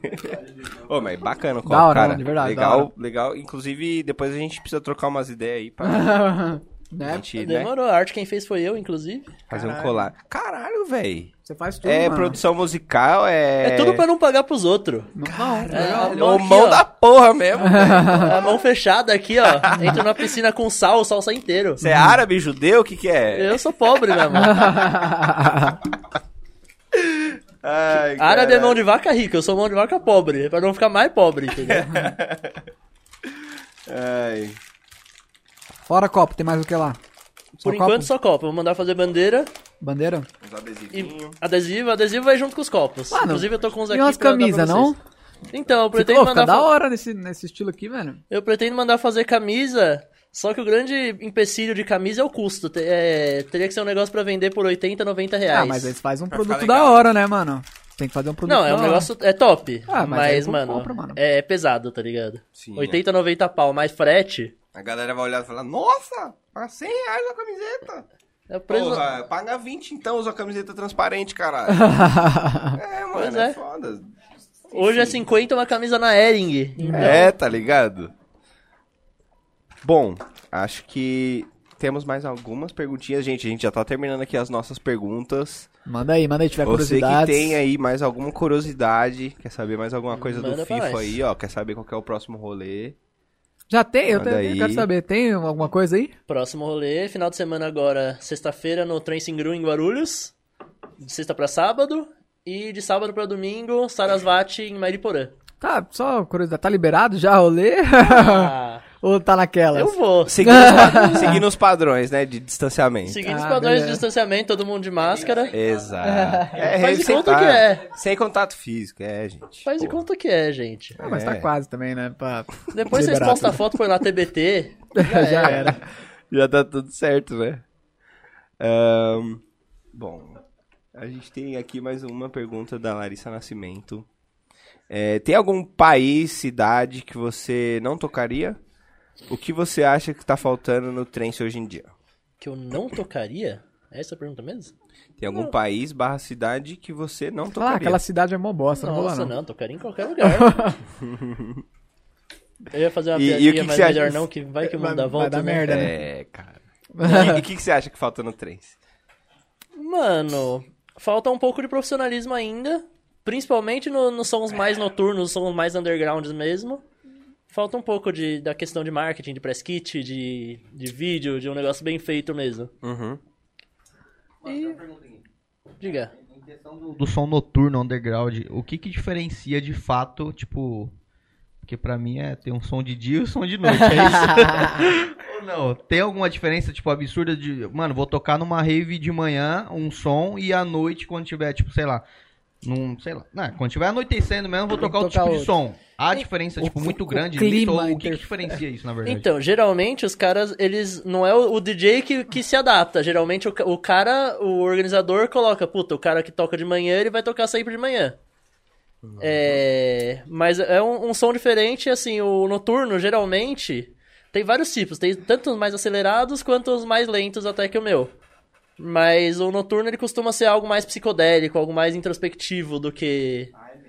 [SPEAKER 1] <laughs> Ô, mas bacana o copo,
[SPEAKER 6] Da hora,
[SPEAKER 1] cara.
[SPEAKER 6] de verdade,
[SPEAKER 1] legal,
[SPEAKER 6] da hora.
[SPEAKER 1] legal. Inclusive, depois a gente precisa trocar umas ideias
[SPEAKER 6] <laughs>
[SPEAKER 1] aí pra
[SPEAKER 6] né?
[SPEAKER 1] gente, né,
[SPEAKER 4] Demorou, a arte quem fez foi eu, inclusive.
[SPEAKER 1] fazer um colar. Caralho, véi.
[SPEAKER 6] Você faz tudo,
[SPEAKER 1] É
[SPEAKER 6] mano.
[SPEAKER 1] produção musical, é...
[SPEAKER 4] É tudo pra não pagar pros outros.
[SPEAKER 6] Não, não,
[SPEAKER 4] É, a
[SPEAKER 1] Ô,
[SPEAKER 4] mão aqui,
[SPEAKER 1] mão
[SPEAKER 4] ó,
[SPEAKER 1] da
[SPEAKER 6] <laughs>
[SPEAKER 1] porra mesmo, velho.
[SPEAKER 4] A mão fechada aqui, ó. Entra na piscina com sal, o sal sai inteiro.
[SPEAKER 1] Você é árabe, judeu, o que que é?
[SPEAKER 4] Eu sou pobre mesmo.
[SPEAKER 1] Ai,
[SPEAKER 4] Árabe é
[SPEAKER 1] caralho.
[SPEAKER 4] mão de vaca rica, eu sou mão de vaca pobre, pra não ficar mais
[SPEAKER 6] <laughs>
[SPEAKER 4] pobre, entendeu?
[SPEAKER 1] Ai.
[SPEAKER 6] <laughs> Fora copo, tem mais o que lá? Só
[SPEAKER 4] Por
[SPEAKER 6] copo?
[SPEAKER 4] enquanto só copo, vou mandar fazer bandeira
[SPEAKER 6] Bandeira?
[SPEAKER 1] Uns
[SPEAKER 4] e
[SPEAKER 1] adesivinhos.
[SPEAKER 4] adesivo, adesivo vai junto com os copos.
[SPEAKER 6] Mano,
[SPEAKER 4] Inclusive eu tô com uns
[SPEAKER 6] e
[SPEAKER 4] aqui
[SPEAKER 6] umas
[SPEAKER 4] pra mandar
[SPEAKER 6] camisas,
[SPEAKER 4] pra vocês. Então, eu pretendo,
[SPEAKER 6] Ficou,
[SPEAKER 4] mandar
[SPEAKER 6] fica da
[SPEAKER 4] fa-
[SPEAKER 6] hora nesse, nesse estilo aqui, velho.
[SPEAKER 4] eu pretendo mandar fazer camisa, só que o grande empecilho de camisa é o custo. Te- é, teria que ser um negócio pra vender por 80, 90
[SPEAKER 1] É,
[SPEAKER 4] reais.
[SPEAKER 6] Ah, mas aí você faz um produto
[SPEAKER 1] legal.
[SPEAKER 6] da hora, né, mano? Tem que fazer um produto
[SPEAKER 4] Não, é
[SPEAKER 6] da
[SPEAKER 4] um
[SPEAKER 6] hora. <laughs>
[SPEAKER 4] negócio. É top.
[SPEAKER 6] Ah, mas aí
[SPEAKER 4] mas,
[SPEAKER 6] tu
[SPEAKER 4] mano,
[SPEAKER 6] compra, mano.
[SPEAKER 4] É, pesado, tá ligado?
[SPEAKER 1] Sim, é.
[SPEAKER 4] 80, 90 pau, mais frete.
[SPEAKER 1] A galera vai olhar e falar, nossa, tá 100 reais a camiseta.
[SPEAKER 4] É o preço.
[SPEAKER 1] Porra, paga 20 então, usa a camiseta transparente, caralho.
[SPEAKER 4] <laughs>
[SPEAKER 1] é,
[SPEAKER 4] Pois
[SPEAKER 1] mano, é.
[SPEAKER 4] é.
[SPEAKER 1] foda.
[SPEAKER 4] Hoje é 50 uma camisa na
[SPEAKER 6] Então,
[SPEAKER 4] Ering.
[SPEAKER 1] É, tá ligado? Bom, acho que temos mais algumas perguntinhas, gente. A gente já tá terminando aqui as nossas perguntas.
[SPEAKER 3] Manda aí, manda aí, tiver
[SPEAKER 1] Você que
[SPEAKER 3] curiosidades.
[SPEAKER 1] tem aí mais alguma curiosidade, quer saber mais alguma coisa do
[SPEAKER 4] Manda pra
[SPEAKER 1] FIFA
[SPEAKER 4] nós.
[SPEAKER 1] aí, ó, quer saber qual que é o próximo rolê.
[SPEAKER 3] Já tem? Eu
[SPEAKER 1] Manda
[SPEAKER 3] também
[SPEAKER 1] aí.
[SPEAKER 3] quero saber. Tem alguma coisa aí?
[SPEAKER 6] é.
[SPEAKER 4] Próximo rolê, final de semana agora, sexta-feira no Trancing Gru em Guarulhos. De sexta pra sábado. E de sábado pra domingo, Sarasvati
[SPEAKER 6] <laughs>
[SPEAKER 4] em Mariporã.
[SPEAKER 3] Tá, só curiosidade. Tá liberado já rolê? <laughs>
[SPEAKER 4] Ah,
[SPEAKER 3] Ou tá naquela?
[SPEAKER 4] eu vou.
[SPEAKER 1] Seguindo os,
[SPEAKER 4] <laughs>
[SPEAKER 1] pa- seguindo os padrões, né, de distanciamento.
[SPEAKER 4] Seguindo os
[SPEAKER 3] Ah,
[SPEAKER 4] padrões de
[SPEAKER 3] beleza.
[SPEAKER 4] distanciamento, todo mundo de máscara. <laughs>
[SPEAKER 1] Exato. É,
[SPEAKER 4] Faz de conta
[SPEAKER 1] respeitar.
[SPEAKER 4] que é.
[SPEAKER 1] Sem contato físico, é, gente.
[SPEAKER 4] Faz de
[SPEAKER 1] Pô.
[SPEAKER 4] conta que é, gente.
[SPEAKER 3] Ah, mas tá
[SPEAKER 1] É.
[SPEAKER 3] quase também, né? Pra...
[SPEAKER 4] Depois vocês
[SPEAKER 3] Liberado.
[SPEAKER 4] postam a foto, põe lá TBT.
[SPEAKER 3] <laughs> já era.
[SPEAKER 1] Já tá tudo certo, né? Ahn, bom, a gente tem aqui mais uma pergunta da Larissa Nascimento. É, tem algum país, cidade que você não tocaria? O que você acha que tá faltando no trance hoje em dia?
[SPEAKER 4] Que eu não tocaria? É essa a pergunta mesmo?
[SPEAKER 1] Tem algum país barra cidade que você não
[SPEAKER 3] Ah,
[SPEAKER 1] tocaria?
[SPEAKER 3] aquela cidade é mó bosta, não vou lá
[SPEAKER 4] Nossa,
[SPEAKER 3] não.
[SPEAKER 4] não, tocaria em qualquer lugar.
[SPEAKER 3] <laughs>
[SPEAKER 4] eu ia fazer uma
[SPEAKER 1] E- e o
[SPEAKER 4] piadinha,
[SPEAKER 1] que que
[SPEAKER 4] mas
[SPEAKER 1] você acha?
[SPEAKER 4] melhor não, que vai que o mundo
[SPEAKER 3] Vai-
[SPEAKER 4] dá
[SPEAKER 3] vai
[SPEAKER 4] volta,
[SPEAKER 3] dar
[SPEAKER 4] né?
[SPEAKER 3] merda, né?
[SPEAKER 1] É, cara. E- E o que, que você acha que falta no trance?
[SPEAKER 4] Mano, falta um pouco de profissionalismo ainda. Principalmente no- nos sons mais noturnos, nos sons mais undergrounds mesmo. Falta um pouco de, da questão de marketing, de press kit, de, de vídeo, de um negócio bem feito mesmo.
[SPEAKER 1] Uhum.
[SPEAKER 4] Diga.
[SPEAKER 7] Em questão do, do som noturno underground, o que que diferencia de fato, tipo. Porque pra mim é ter um som de dia e um som de noite, é isso? Ou não? Tem alguma diferença, tipo, absurda de. Mano, vou tocar numa rave de manhã, um som, e à noite, quando tiver, tipo, sei lá. Num, sei lá. Não, quando tiver anoitecendo mesmo, vou tocar outro
[SPEAKER 3] tocar
[SPEAKER 7] tipo de
[SPEAKER 3] outro.
[SPEAKER 7] som. Há diferença, tipo, muito grande nisso?
[SPEAKER 3] clima
[SPEAKER 7] Ou o que,
[SPEAKER 3] inter-
[SPEAKER 7] que diferencia
[SPEAKER 3] <laughs>
[SPEAKER 7] isso, na verdade?
[SPEAKER 4] Então, geralmente os caras, eles. Não é o, o DJ que, que se adapta. Geralmente o, ca- o cara, o organizador coloca, puta, o cara que toca de manhã, ele vai tocar sempre de manhã.
[SPEAKER 7] Uhum.
[SPEAKER 4] É. Mas é um, um som diferente, assim, o noturno, geralmente, tem vários tipos. Tem tanto os mais acelerados quanto os mais lentos, até que o meu. Mas o noturno ele costuma ser algo mais psicodélico, algo mais introspectivo do que.
[SPEAKER 7] Ah, é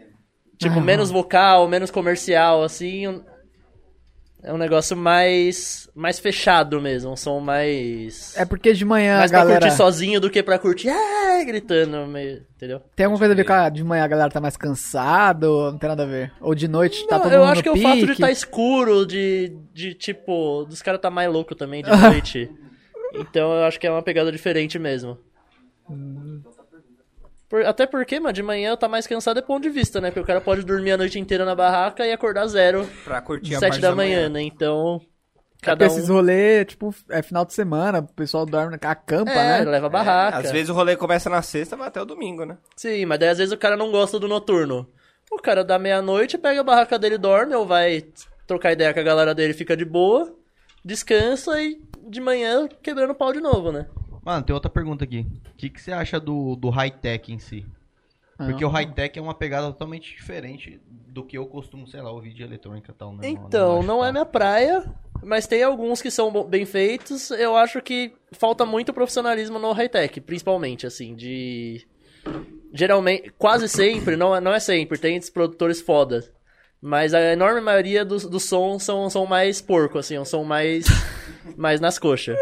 [SPEAKER 4] Tipo, menos vocal, menos comercial, assim. um- É um negócio mais. mais fechado mesmo, um som mais.
[SPEAKER 3] <laughs> É porque de manhã a
[SPEAKER 4] mais pra
[SPEAKER 3] galera...
[SPEAKER 4] curtir sozinho do que pra curtir. "Ah", gritando, meio, entendeu?
[SPEAKER 3] Tem alguma coisa a ver com a... de manhã a galera tá mais cansada ou não tem nada a ver? Ou de noite tá
[SPEAKER 4] Não,
[SPEAKER 3] todo
[SPEAKER 4] eu
[SPEAKER 3] mundo
[SPEAKER 4] acho que
[SPEAKER 3] no
[SPEAKER 4] é o fato de
[SPEAKER 3] pique?
[SPEAKER 4] estar escuro, de, de tipo, dos caras tá mais louco
[SPEAKER 3] <laughs>
[SPEAKER 4] também de noite. então eu acho que é uma pegada diferente mesmo. Por- até porque, mano, de manhã eu tá mais cansado é ponto de vista, né? Porque o cara pode dormir a noite inteira na barraca e acordar zero,
[SPEAKER 1] Pra curtir a
[SPEAKER 4] sete
[SPEAKER 1] parte
[SPEAKER 4] da manhã, né? Então, cada
[SPEAKER 3] Porque
[SPEAKER 4] um
[SPEAKER 3] esses rolês, tipo, é final de semana, o pessoal dorme na acampa,
[SPEAKER 4] é,
[SPEAKER 3] né?
[SPEAKER 4] leva a barraca.
[SPEAKER 1] Às vezes o rolê começa na sexta, vai até o domingo, né?
[SPEAKER 4] Sim, mas daí às vezes o cara não gosta do noturno. O cara da meia-noite pega a barraca dele, dorme, ou vai trocar ideia com a galera dele, fica de boa, descansa e de manhã quebrando pau de novo, né?
[SPEAKER 7] Mano, tem outra pergunta aqui. O que, que você acha do, do high-tech em si?
[SPEAKER 3] Ah.
[SPEAKER 7] Porque o high-tech é uma pegada totalmente diferente do que eu costumo, sei lá, ouvir de eletrônica e tal. Né?
[SPEAKER 4] Então,
[SPEAKER 7] acho
[SPEAKER 4] não é
[SPEAKER 7] tal.
[SPEAKER 4] minha praia, mas tem alguns que são bo- bem feitos. Eu acho que falta muito profissionalismo no high-tech, principalmente, assim, de. Geralmente, quase sempre, não, é- não é sempre, tem esses produtores fodas. Mas a enorme maioria dos dos sons são, são mais porco, assim, são <laughs> mais. mais nas coxas.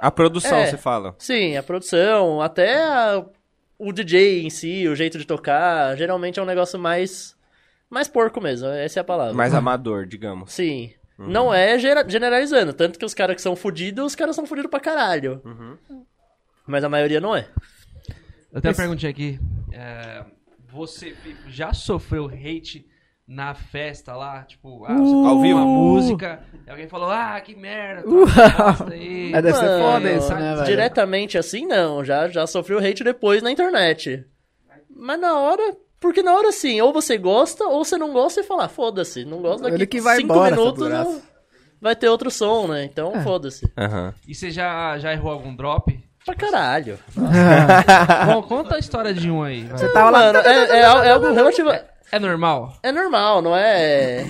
[SPEAKER 1] A produção,
[SPEAKER 4] É.
[SPEAKER 1] você fala.
[SPEAKER 4] Sim, a produção, até a- o DJ em si, o jeito de tocar, geralmente é um negócio mais. mais porco mesmo, essa é a palavra.
[SPEAKER 1] Mais amador, digamos.
[SPEAKER 4] Sim.
[SPEAKER 3] Uhum.
[SPEAKER 4] Não é gera- generalizando. Tanto que os caras que são fudidos, os caras são fudidos pra caralho. Mas a maioria não é.
[SPEAKER 2] Eu tenho uma perguntinha aqui. É, você Pipo, já sofreu hate na festa lá? Tipo, ah,
[SPEAKER 4] Uh!
[SPEAKER 2] você
[SPEAKER 1] Ao
[SPEAKER 2] tocou
[SPEAKER 1] vivo.
[SPEAKER 2] uma música, e alguém falou, ah, que merda,
[SPEAKER 4] Uh!
[SPEAKER 2] tá
[SPEAKER 4] <laughs>
[SPEAKER 2] aí.
[SPEAKER 3] É, deve ser
[SPEAKER 2] Mano,
[SPEAKER 3] foda isso, né,
[SPEAKER 2] sabe?
[SPEAKER 3] velho?
[SPEAKER 4] Diretamente assim, não. Já, já sofreu hate depois na internet. Mas na hora. Porque na hora sim, ou você gosta, ou você não gosta e fala, "Ah, foda-se, não gosto
[SPEAKER 3] Ele
[SPEAKER 4] daqui
[SPEAKER 3] que vai
[SPEAKER 4] cinco
[SPEAKER 3] embora, É. essa
[SPEAKER 4] minutos
[SPEAKER 3] desgraça.
[SPEAKER 4] não- vai ter outro som, né? Então foda-se.
[SPEAKER 1] Aham.
[SPEAKER 2] E você já, já errou algum drop?
[SPEAKER 4] Pra caralho.
[SPEAKER 2] Bom, conta a história de um aí. vai.
[SPEAKER 3] Você tava lá...
[SPEAKER 4] Mano, é,
[SPEAKER 3] <laughs>
[SPEAKER 4] é, al- é algo relativo.
[SPEAKER 2] É normal?
[SPEAKER 4] É normal, não é.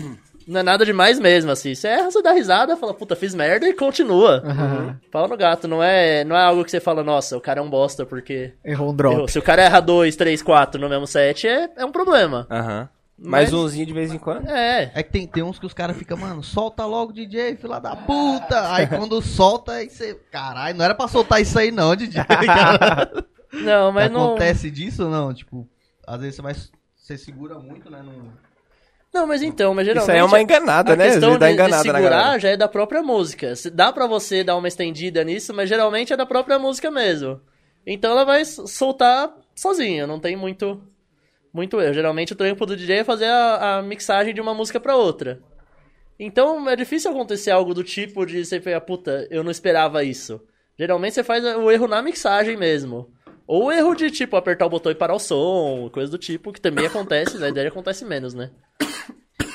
[SPEAKER 4] Não é nada demais mesmo, assim. Você erra, você dá risada, fala, puta, fiz merda e continua. Fala no gato, não é, não é algo que você fala, nossa, o cara é um bosta, porque.
[SPEAKER 3] Errou um drop.
[SPEAKER 4] Errou. Se o cara erra dois, três, quatro no mesmo set, é, é um problema.
[SPEAKER 1] Aham. Mais umzinho de vez em quando.
[SPEAKER 4] É.
[SPEAKER 7] É que tem, tem uns que os caras ficam, mano, solta logo DJ, fila
[SPEAKER 4] <laughs>
[SPEAKER 7] da puta. Aí quando solta, aí você. Caralho, não era pra soltar isso aí não, <laughs> DJ. cara.
[SPEAKER 4] Não, mas não.
[SPEAKER 7] Acontece disso ou não? Tipo, às vezes você vai. Você segura muito, né? Não...
[SPEAKER 4] Não, mas então, mas geralmente.
[SPEAKER 1] Isso aí é uma
[SPEAKER 4] a
[SPEAKER 1] enganada, né? Às vezes
[SPEAKER 4] questão
[SPEAKER 1] dá
[SPEAKER 4] de, de
[SPEAKER 1] enganada na galera.
[SPEAKER 4] <laughs> segurar já é da própria música. Se- Dá pra você dar uma estendida nisso, mas geralmente é da própria música mesmo. Então ela vai s- soltar sozinha, não tem muito muito erro. Geralmente o trampo do DJ é fazer a, a mixagem de uma música pra outra. Então é difícil acontecer algo do tipo de você pegar, puta, eu não esperava isso. Geralmente você faz o erro na mixagem mesmo. Ou o erro de, tipo, apertar o botão e parar o som, coisa do tipo, que também acontece, na ideia acontece menos, né?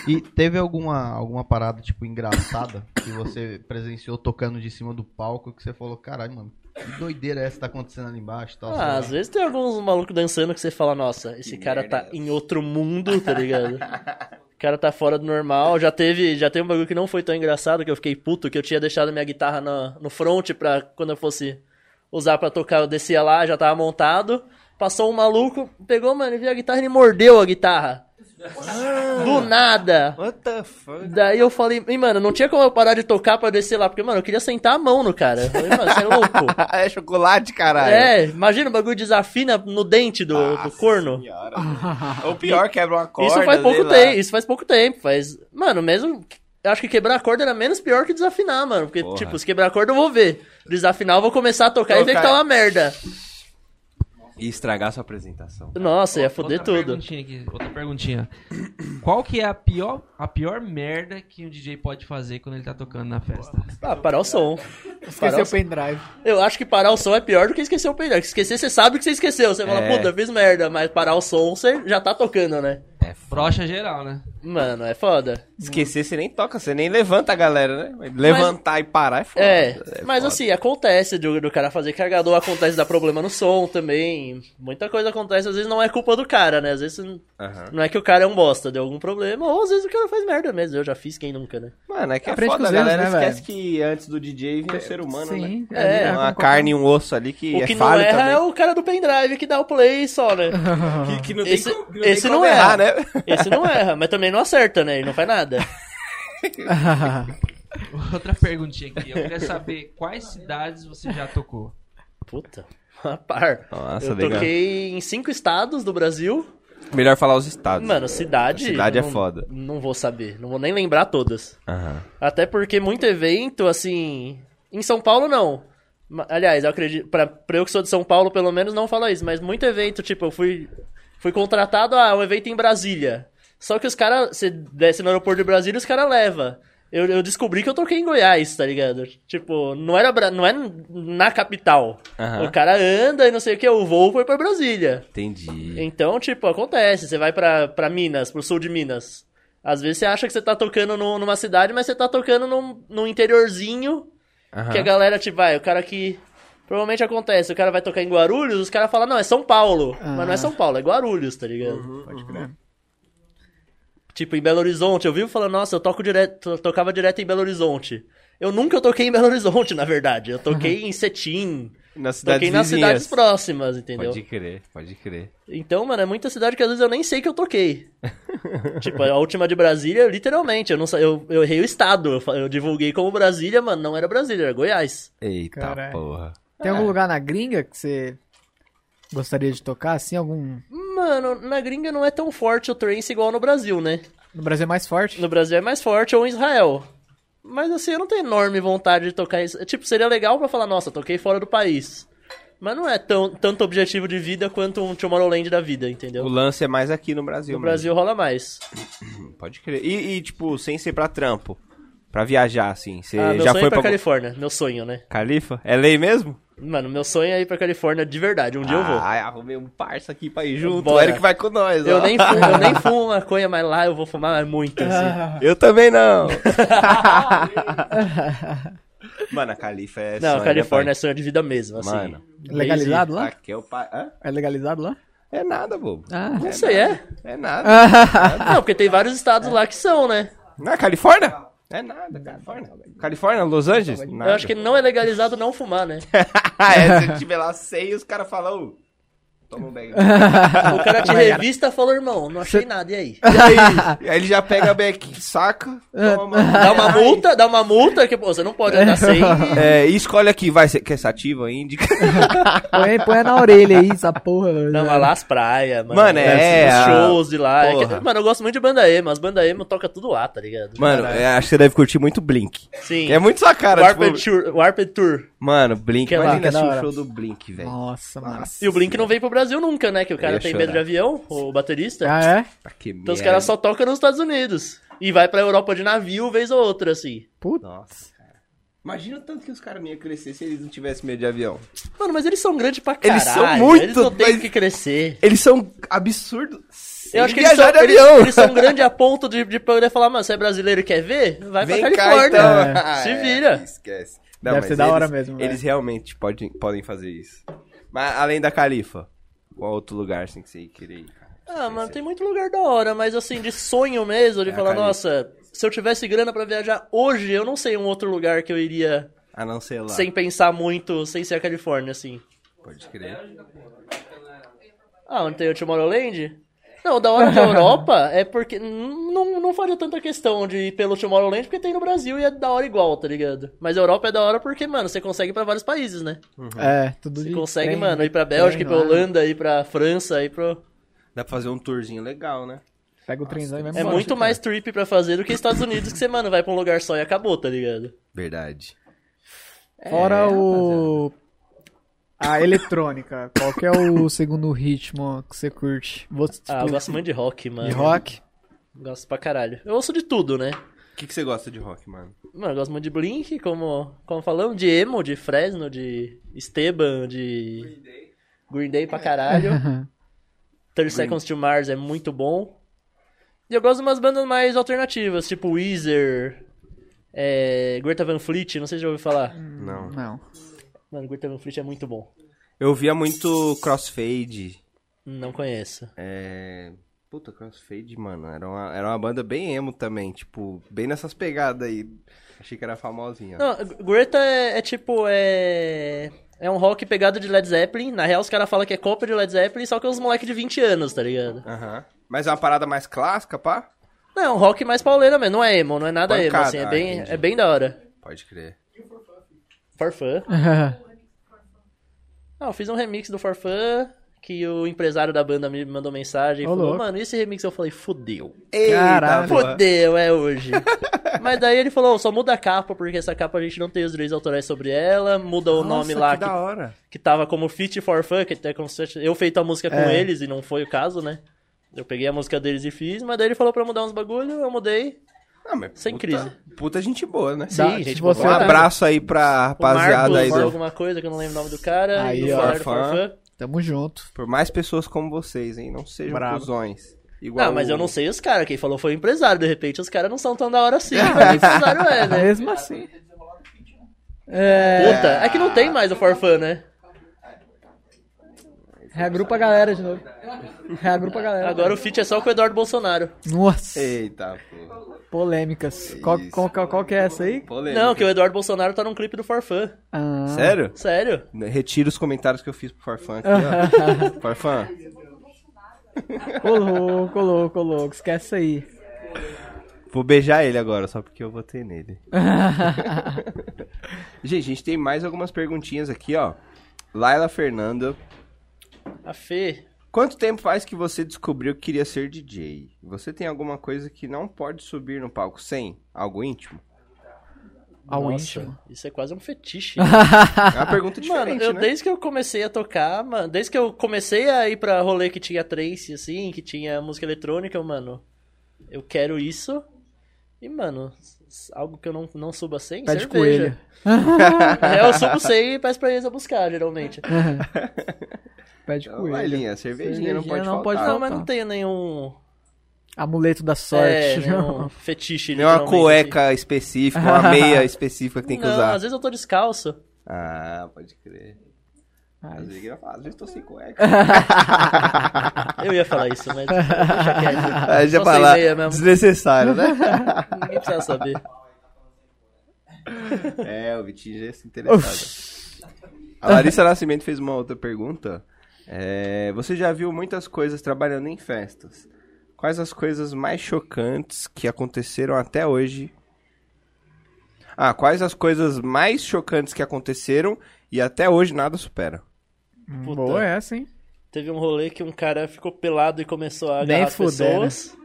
[SPEAKER 7] E teve alguma, alguma parada, tipo, engraçada que você presenciou tocando de cima do palco que você falou, caralho, mano, que doideira é essa que tá acontecendo ali embaixo e tal. sei
[SPEAKER 4] Ah,
[SPEAKER 7] lá."
[SPEAKER 4] às vezes tem alguns malucos dançando que você fala, nossa, esse cara tá em outro mundo, tá ligado? O cara tá fora do normal. Já teve, já teve um bagulho que não foi tão engraçado, que eu fiquei puto, que eu tinha deixado minha guitarra na- no front pra quando eu fosse usar pra tocar, eu descia lá, já tava montado. Passou um maluco, pegou, mano, ele viu a guitarra e ele mordeu a guitarra. Do nada.
[SPEAKER 1] What the fuck?
[SPEAKER 4] Daí eu falei, e, mano, não tinha como eu parar de tocar pra eu descer lá, porque, mano, eu queria sentar a mão no cara. Eu falei, mano, você é louco.
[SPEAKER 1] <laughs> é chocolate, caralho.
[SPEAKER 4] É, imagina o bagulho desafina no dente do, do
[SPEAKER 1] Ah, Nossa <laughs>
[SPEAKER 4] corno.
[SPEAKER 1] senhora. Ou pior, quebra uma corda.
[SPEAKER 4] isso faz pouco
[SPEAKER 1] sei lá.
[SPEAKER 4] tempo, isso faz pouco tempo, faz... Mano, mesmo... Eu acho que quebrar a corda era menos pior que desafinar, mano. Porque,
[SPEAKER 1] Porra.
[SPEAKER 4] tipo, se quebrar a corda eu vou ver. Desafinar eu vou começar a tocar e ver que
[SPEAKER 1] Tocar.
[SPEAKER 4] tá uma merda.
[SPEAKER 1] E estragar sua apresentação.
[SPEAKER 4] Nossa, ia
[SPEAKER 2] Outra
[SPEAKER 4] foder tudo.
[SPEAKER 2] Perguntinha aqui, outra perguntinha. <coughs> Qual que é a pior, a pior merda que um DJ pode fazer quando ele tá tocando na festa?
[SPEAKER 4] Ah, parar o som. Parar
[SPEAKER 3] Esqueceu
[SPEAKER 4] o...
[SPEAKER 3] o
[SPEAKER 4] <laughs>
[SPEAKER 3] pendrive.
[SPEAKER 4] Eu acho que parar o som é pior do que esquecer o pendrive. Esquecer, você sabe que você esqueceu. Você fala,
[SPEAKER 1] É.
[SPEAKER 4] puta, fiz merda. Mas parar o som, você já tá tocando, né?
[SPEAKER 1] É
[SPEAKER 2] Brocha geral, né? <laughs>
[SPEAKER 4] Mano, é foda.
[SPEAKER 1] Esquecer, você nem toca, você nem levanta a galera, né? Mas Levantar e parar é foda.
[SPEAKER 4] É, mas
[SPEAKER 1] foda.
[SPEAKER 4] assim, acontece do, do cara fazer cargador, acontece dar problema no som também. Muita coisa acontece, às vezes não é culpa do cara, né? Às vezes n-
[SPEAKER 1] Aham.
[SPEAKER 4] não é que o cara é um bosta, deu algum problema, ou às vezes o cara faz merda mesmo. Eu já fiz quem nunca, né?
[SPEAKER 1] Mano, é que é
[SPEAKER 3] Aprende
[SPEAKER 1] foda,
[SPEAKER 3] com
[SPEAKER 1] a
[SPEAKER 3] os erros,
[SPEAKER 1] galera
[SPEAKER 3] né,
[SPEAKER 1] esquece que antes do DJ vinha o ser humano, né?
[SPEAKER 3] Sim.
[SPEAKER 4] É,
[SPEAKER 1] Tem
[SPEAKER 3] como
[SPEAKER 1] uma
[SPEAKER 3] qualquer-
[SPEAKER 1] carne e um osso ali que,
[SPEAKER 4] o que
[SPEAKER 1] é
[SPEAKER 4] não
[SPEAKER 1] falho
[SPEAKER 4] erra
[SPEAKER 1] também.
[SPEAKER 4] é o cara do pendrive que dá o play só,
[SPEAKER 1] <laughs>
[SPEAKER 4] né?
[SPEAKER 1] que, que não
[SPEAKER 4] Esse-
[SPEAKER 1] como- não
[SPEAKER 4] esse
[SPEAKER 1] como
[SPEAKER 4] não erra.
[SPEAKER 1] né?
[SPEAKER 4] Esse não erra, mas também não acerta, né? Ele não faz nada.
[SPEAKER 2] Outra perguntinha aqui. Eu queria saber quais cidades você já tocou.
[SPEAKER 4] Puta, <laughs> a par.
[SPEAKER 1] Nossa,
[SPEAKER 4] eu
[SPEAKER 1] legal.
[SPEAKER 4] toquei em cinco estados do Brasil.
[SPEAKER 1] Melhor falar os estados.
[SPEAKER 4] Mano, cidade.
[SPEAKER 1] Cidade é
[SPEAKER 4] não-
[SPEAKER 1] foda.
[SPEAKER 4] Não vou saber, não vou nem lembrar todas.
[SPEAKER 1] Aham.
[SPEAKER 4] Até porque muito evento, assim. Em São Paulo, não. Ma- Aliás, eu acredito. Pra, pra eu que sou de São Paulo, pelo menos, não fala isso. Mas muito evento, tipo, eu fui. Fui contratado a um evento em Brasília. Só que os caras. Você desce no aeroporto de Brasília os caras levam. Eu, eu descobri que eu toquei em Goiás, tá ligado? Tipo, não era, Bra- não era na capital.
[SPEAKER 1] Aham.
[SPEAKER 4] O cara anda e não sei o que, o voo foi pra Brasília.
[SPEAKER 1] Entendi.
[SPEAKER 4] Então, tipo, acontece. Você vai pra, pra Minas, pro sul de Minas. Às vezes você acha que você tá tocando no- numa cidade, mas você tá tocando num, num interiorzinho
[SPEAKER 1] Aham.
[SPEAKER 4] que a galera, tipo, vai, o cara que. Provavelmente acontece, o cara vai tocar em Guarulhos, os caras falam, não, é São Paulo. Mas não é São Paulo, é Guarulhos, tá ligado?
[SPEAKER 1] Uhum,
[SPEAKER 4] Tipo, em Belo Horizonte, eu vivo falando, nossa, eu toco direto, eu tocava direto em Belo Horizonte. Eu nunca toquei em Belo Horizonte, <laughs> na verdade. Eu toquei em Cetim,
[SPEAKER 1] Nas cidades
[SPEAKER 4] toquei nas
[SPEAKER 1] vizinhas.
[SPEAKER 4] cidades próximas, entendeu?
[SPEAKER 1] Pode crer, pode crer.
[SPEAKER 4] Então, mano, é muita cidade que às vezes eu nem sei que
[SPEAKER 1] <laughs>
[SPEAKER 4] eu toquei. tipo, a última de Brasília, literalmente, eu, não, sa- eu, eu errei o estado. Eu, fa- eu divulguei como Brasília, mano, não era Brasília, era Goiás.
[SPEAKER 1] Eita
[SPEAKER 3] Caralho.
[SPEAKER 1] porra.
[SPEAKER 3] Tem
[SPEAKER 4] É.
[SPEAKER 3] algum lugar na gringa que você gostaria de tocar? Assim, algum.
[SPEAKER 4] Mano, na gringa não é tão forte o trance igual no Brasil, né?
[SPEAKER 3] No Brasil é mais forte?
[SPEAKER 4] No Brasil é mais forte ou em Israel. Mas assim, eu não tenho enorme vontade de tocar isso. Tipo, seria legal pra falar, nossa, toquei fora do país. Mas não é tão, tanto objetivo de vida quanto um Tomorrowland da vida, entendeu?
[SPEAKER 1] O lance é mais aqui no Brasil.
[SPEAKER 4] No
[SPEAKER 1] mesmo.
[SPEAKER 4] Brasil rola mais.
[SPEAKER 1] Pode crer. E, e, tipo, sem ser pra trampo. Pra viajar, assim. Você
[SPEAKER 4] Ah, meu
[SPEAKER 1] já
[SPEAKER 4] sonho
[SPEAKER 1] foi
[SPEAKER 4] é pra
[SPEAKER 1] pra.
[SPEAKER 4] Califórnia, meu sonho, né?
[SPEAKER 1] Califa? É lei mesmo?
[SPEAKER 4] Mano, meu sonho é ir pra Califórnia de verdade, um dia eu vou.
[SPEAKER 1] Ah, arrumei um parça aqui pra ir junto.
[SPEAKER 4] Bora.
[SPEAKER 1] O Eric vai com nós,
[SPEAKER 4] Eu
[SPEAKER 1] ó. <laughs>
[SPEAKER 4] nem, fumo, eu nem fumo maconha, mas lá eu vou fumar muito, assim.
[SPEAKER 1] Eu também
[SPEAKER 4] <laughs>
[SPEAKER 1] não. Mano, a Califa é.
[SPEAKER 4] Não,
[SPEAKER 1] sonho,
[SPEAKER 4] Califórnia é
[SPEAKER 1] né,
[SPEAKER 4] sonho de vida mesmo, assim.
[SPEAKER 1] pai? Mano,
[SPEAKER 3] É Legalizado lá?
[SPEAKER 1] aqui é o pai. Hã?
[SPEAKER 3] É legalizado lá?
[SPEAKER 1] É nada, bobo.
[SPEAKER 4] <laughs>
[SPEAKER 3] Ah.
[SPEAKER 4] Não sei, é?
[SPEAKER 1] É nada.
[SPEAKER 4] Não, porque tem vários estados lá que são, né?
[SPEAKER 1] Na Califórnia? É nada, Califórnia. Califórnia, Los Angeles? Nada. <laughs>
[SPEAKER 4] Eu acho que não é legalizado não fumar, né? <laughs>
[SPEAKER 1] Ah, é, se tiver lá 100, os caras falam. "Ô, Toma um bag.
[SPEAKER 4] O cara te revista e falou, irmão, não achei nada, e aí?
[SPEAKER 1] E aí, aí ele já pega a back, saca, toma,
[SPEAKER 4] Dá uma multa, dá uma multa, que pô, você não pode andar
[SPEAKER 3] <laughs>
[SPEAKER 4] sem.
[SPEAKER 1] É, e escolhe aqui, vai, cê quer sativa,
[SPEAKER 4] <laughs>
[SPEAKER 1] índica?
[SPEAKER 6] <laughs> Põe, põe na orelha aí, essa porra.
[SPEAKER 4] Não, mas lá as praias, mano.
[SPEAKER 1] Mano, é,
[SPEAKER 4] Os
[SPEAKER 1] a-
[SPEAKER 4] shows de lá. É que-
[SPEAKER 1] Porra.
[SPEAKER 4] mano, eu gosto muito de banda emo, as bandas emo toca tudo lá, tá ligado?
[SPEAKER 1] Mano, é, acho que você deve curtir muito Blink.
[SPEAKER 4] Sim.
[SPEAKER 1] É muito sua cara,
[SPEAKER 4] Warped,
[SPEAKER 1] tipo...
[SPEAKER 4] Tour, Warped Tour.
[SPEAKER 1] Mano, Blink,
[SPEAKER 4] Que lá,
[SPEAKER 1] imagina
[SPEAKER 6] que da
[SPEAKER 1] assistir o
[SPEAKER 6] hora.
[SPEAKER 1] show do Blink, velho.
[SPEAKER 6] Nossa, mano.
[SPEAKER 4] E o Blink não veio pro Brasil nunca, né? Que o
[SPEAKER 1] Eu
[SPEAKER 4] cara
[SPEAKER 1] ia
[SPEAKER 4] tem
[SPEAKER 1] chorar.
[SPEAKER 4] medo de avião, o baterista.
[SPEAKER 6] Ah, é?
[SPEAKER 1] Tá que
[SPEAKER 4] Então os caras só tocam nos Estados Unidos. E vai pra Europa de navio, vez ou outra, assim.
[SPEAKER 1] Nossa, cara. Imagina o tanto que os caras iam crescer se eles não tivessem medo de avião.
[SPEAKER 4] Mano, mas eles são grandes pra caralho.
[SPEAKER 1] Eles são muito,
[SPEAKER 4] Eles não têm
[SPEAKER 1] mas-
[SPEAKER 4] o que crescer.
[SPEAKER 1] Eles são absurdos. sem
[SPEAKER 4] Eu acho que eles são,
[SPEAKER 1] viajar de
[SPEAKER 4] eles,
[SPEAKER 1] avião. <laughs>
[SPEAKER 4] eles são grandes a ponto de, de poder falar, mano, você é brasileiro e quer ver? Vai pra
[SPEAKER 1] Vem cá,
[SPEAKER 4] Califórnia. <laughs>
[SPEAKER 1] então. Ah,
[SPEAKER 4] Se
[SPEAKER 1] é,
[SPEAKER 4] vira.
[SPEAKER 1] Esquece.
[SPEAKER 6] Deve
[SPEAKER 1] mas
[SPEAKER 6] ser da hora mesmo, é. velho.
[SPEAKER 1] Eles realmente podem, podem fazer isso. Mas além da Califa, qual outro lugar assim que você queria ir? cara?
[SPEAKER 4] Ah, mano, tem muito lugar da hora, mas assim, de sonho mesmo, de
[SPEAKER 1] É,
[SPEAKER 4] falar,
[SPEAKER 1] cara.
[SPEAKER 4] nossa, se eu tivesse grana pra viajar hoje, eu não sei um outro lugar que eu iria
[SPEAKER 1] A não ser lá.
[SPEAKER 4] sem pensar muito, sem ser a Califórnia, assim.
[SPEAKER 1] Pode crer.
[SPEAKER 4] Ah, onde tem o Tomorrowland? Não,
[SPEAKER 6] <laughs>
[SPEAKER 4] da hora da Europa é porque n- não, não faria tanta questão de ir pelo Tomorrowland, porque tem no Brasil e é da hora igual, tá ligado? Mas a Europa é da hora porque, mano, você consegue ir pra vários países, né?
[SPEAKER 6] É, tudo
[SPEAKER 4] Você
[SPEAKER 6] de
[SPEAKER 4] consegue,
[SPEAKER 6] trem.
[SPEAKER 4] mano, ir pra Bélgica, ir pra
[SPEAKER 6] lá.
[SPEAKER 4] Holanda, ir pra França, ir pro...
[SPEAKER 1] Dá pra fazer um tourzinho legal, né?
[SPEAKER 6] Pega o trenzão e vai
[SPEAKER 4] É
[SPEAKER 6] embora.
[SPEAKER 4] muito mais trip pra fazer do que Estados Unidos, que você, mano, vai pra um lugar só e acabou, tá ligado?
[SPEAKER 1] Verdade.
[SPEAKER 6] É, Fora o. A eletrônica. Qual que é o segundo ritmo que você curte? Você,
[SPEAKER 4] Ah, eu
[SPEAKER 6] tipo,
[SPEAKER 4] gosto muito de rock, mano.
[SPEAKER 6] de rock?
[SPEAKER 4] Gosto pra caralho. Eu ouço de tudo, né?
[SPEAKER 1] O que, que você gosta de rock, mano?
[SPEAKER 4] Mano, eu gosto muito de Blink, como, como falamos, de emo, de Fresno, de Esteban, de Green Day, pra caralho. 30 Seconds to Mars é muito bom. E eu gosto de umas bandas mais alternativas, tipo Weezer, é, Greta Van Fleet, não sei se já ouviu falar.
[SPEAKER 6] Hum.
[SPEAKER 1] Não.
[SPEAKER 4] <laughs>
[SPEAKER 6] Não.
[SPEAKER 4] Mano, Greta Van Fleet é muito bom.
[SPEAKER 1] Eu via muito crossfade.
[SPEAKER 4] Não conheço.
[SPEAKER 1] É. Puta, crossfade, mano. Era uma, era uma banda bem emo também. Tipo, bem nessas pegadas aí. Achei que era famosinha.
[SPEAKER 4] Não, Greta é, é tipo, é... É um rock pegado de Led Zeppelin. Na real, os caras falam que é cópia de Led Zeppelin, só que é uns moleques de 20 anos, tá ligado?
[SPEAKER 1] Aham. Mas é uma parada mais clássica, pá?
[SPEAKER 4] Não, é um rock mais pauleira mesmo, não é emo, não é nada emo,
[SPEAKER 1] Pancada,
[SPEAKER 4] assim, é
[SPEAKER 1] ah,
[SPEAKER 4] bem,
[SPEAKER 1] entendi.
[SPEAKER 4] é bem da hora.
[SPEAKER 1] Pode crer.
[SPEAKER 4] Farfã. Ah, eu fiz um remix do Farfã, que o empresário da banda me mandou mensagem e
[SPEAKER 6] Ô,
[SPEAKER 4] falou,
[SPEAKER 6] louco.
[SPEAKER 4] mano, e esse remix? Eu falei, fudeu.
[SPEAKER 6] Caralho.
[SPEAKER 1] porra.
[SPEAKER 4] Fudeu,
[SPEAKER 1] <laughs>
[SPEAKER 4] é hoje. Mas daí ele falou, só muda a capa, porque essa capa a gente não tem os direitos autorais sobre ela, muda o nome lá que,
[SPEAKER 1] da hora.
[SPEAKER 4] que tava como Fit for Fun, que é como se fosse- eu feito a música com
[SPEAKER 6] É.
[SPEAKER 4] eles e não foi o caso, né? Eu peguei a música deles e fiz, mas daí ele falou pra mudar uns bagulho, eu mudei.
[SPEAKER 1] Ah, mas
[SPEAKER 4] Sem
[SPEAKER 1] puta-
[SPEAKER 4] crise.
[SPEAKER 1] Puta gente boa, né?
[SPEAKER 4] Sim,
[SPEAKER 6] se você-
[SPEAKER 4] gente,
[SPEAKER 1] Um
[SPEAKER 4] boa pra caralho.
[SPEAKER 1] abraço aí pra
[SPEAKER 4] O Marcos,
[SPEAKER 1] rapaziada aí do...
[SPEAKER 4] alguma coisa que eu não lembro o nome do cara.
[SPEAKER 6] Aí,
[SPEAKER 4] e do
[SPEAKER 6] ó.
[SPEAKER 4] Farfã.
[SPEAKER 1] Farfã.
[SPEAKER 6] tá- Tamo junto.
[SPEAKER 1] Por mais pessoas como vocês, hein? Não sejam
[SPEAKER 6] Bravo.
[SPEAKER 1] cuzões. Igual
[SPEAKER 4] Não, mas
[SPEAKER 1] o-
[SPEAKER 4] eu não sei os caras. Quem falou foi o empresário. De repente, os caras não são tão da hora
[SPEAKER 1] <laughs>
[SPEAKER 4] assim. mas o empresário é, né?
[SPEAKER 6] Mesmo assim.
[SPEAKER 4] Puta, é que não tem mais o Farfã, né?
[SPEAKER 6] Reagrupa a galera de novo. Reagrupa a galera.
[SPEAKER 4] Agora o feat é só com o Eduardo Bolsonaro.
[SPEAKER 6] Nossa,
[SPEAKER 1] Eita, pô.
[SPEAKER 6] polêmicas. Qual,
[SPEAKER 1] Isso.
[SPEAKER 6] qual, qual, qual que é essa aí?
[SPEAKER 1] Polêmica.
[SPEAKER 4] Não, que o Eduardo Bolsonaro tá num clipe do Farfã.
[SPEAKER 6] Ah,
[SPEAKER 1] Sério?
[SPEAKER 4] Sério?
[SPEAKER 1] Retiro os comentários que eu fiz pro Farfã aqui,
[SPEAKER 4] <laughs>
[SPEAKER 1] ó. Farfã,
[SPEAKER 6] ô louco, ô louco, ô louco. Esquece isso aí.
[SPEAKER 1] vou beijar ele agora, só porque eu votei nele. gente, a gente tem mais algumas perguntinhas aqui, ó. Laila Fernanda.
[SPEAKER 4] A Fê.
[SPEAKER 1] Quanto tempo faz que você descobriu que queria ser DJ? Você tem alguma coisa que não pode subir no palco sem? Algo íntimo?
[SPEAKER 6] Ao
[SPEAKER 4] Nossa,
[SPEAKER 6] íntimo.
[SPEAKER 4] Isso é quase
[SPEAKER 6] <laughs>
[SPEAKER 4] um fetiche.
[SPEAKER 1] É
[SPEAKER 3] <laughs>
[SPEAKER 1] uma pergunta diferente,
[SPEAKER 4] Mano, eu,
[SPEAKER 1] né?
[SPEAKER 4] desde que eu comecei a tocar, mano, desde que eu comecei a ir pra rolê que tinha trance, assim, que tinha música eletrônica, eu, mano, eu quero isso. E, mano, s- algo que eu não, não suba sem,
[SPEAKER 6] Pé de
[SPEAKER 4] cerveja.
[SPEAKER 6] coelho.
[SPEAKER 4] É, eu subo sem e peço pra eles a buscar, geralmente.
[SPEAKER 6] Pé de
[SPEAKER 1] Vai,
[SPEAKER 6] coelho.
[SPEAKER 1] Linha, Então, cervejinha não pode
[SPEAKER 6] Cervejinha não
[SPEAKER 1] faltar.
[SPEAKER 6] pode
[SPEAKER 4] Não, mas não
[SPEAKER 6] tá.
[SPEAKER 4] tenho nenhum,
[SPEAKER 6] Amuleto da
[SPEAKER 1] <laughs>
[SPEAKER 4] é,
[SPEAKER 6] sorte. <laughs>
[SPEAKER 4] nenhum fetiche.
[SPEAKER 1] Nem é uma
[SPEAKER 4] literalmente, assim."
[SPEAKER 1] cueca específica, uma meia específica que tem que
[SPEAKER 4] não,
[SPEAKER 1] usar.
[SPEAKER 4] às vezes eu tô descalço.
[SPEAKER 1] Ah, pode crer.
[SPEAKER 6] Ai,
[SPEAKER 1] Às vezes eu falo, às vezes tô sem cueca. <laughs>
[SPEAKER 4] Eu ia falar isso, mas deixa quieto.
[SPEAKER 1] Aí já
[SPEAKER 4] Só sem
[SPEAKER 1] falar,
[SPEAKER 4] meia mesmo.
[SPEAKER 1] desnecessário, né?
[SPEAKER 4] Ninguém precisa saber.
[SPEAKER 1] É, o Vitinho já é se interessado. A Larissa Nascimento fez uma outra pergunta. É, você já viu muitas coisas trabalhando em festas. Quais as coisas mais chocantes que aconteceram até hoje? Ah, quais as coisas mais chocantes que aconteceram e até hoje nada supera?
[SPEAKER 4] Puta.
[SPEAKER 6] Boa essa, hein?
[SPEAKER 4] Teve um rolê que um cara ficou pelado e começou a
[SPEAKER 6] Nem
[SPEAKER 4] agarrar as
[SPEAKER 6] fuder,
[SPEAKER 4] pessoas.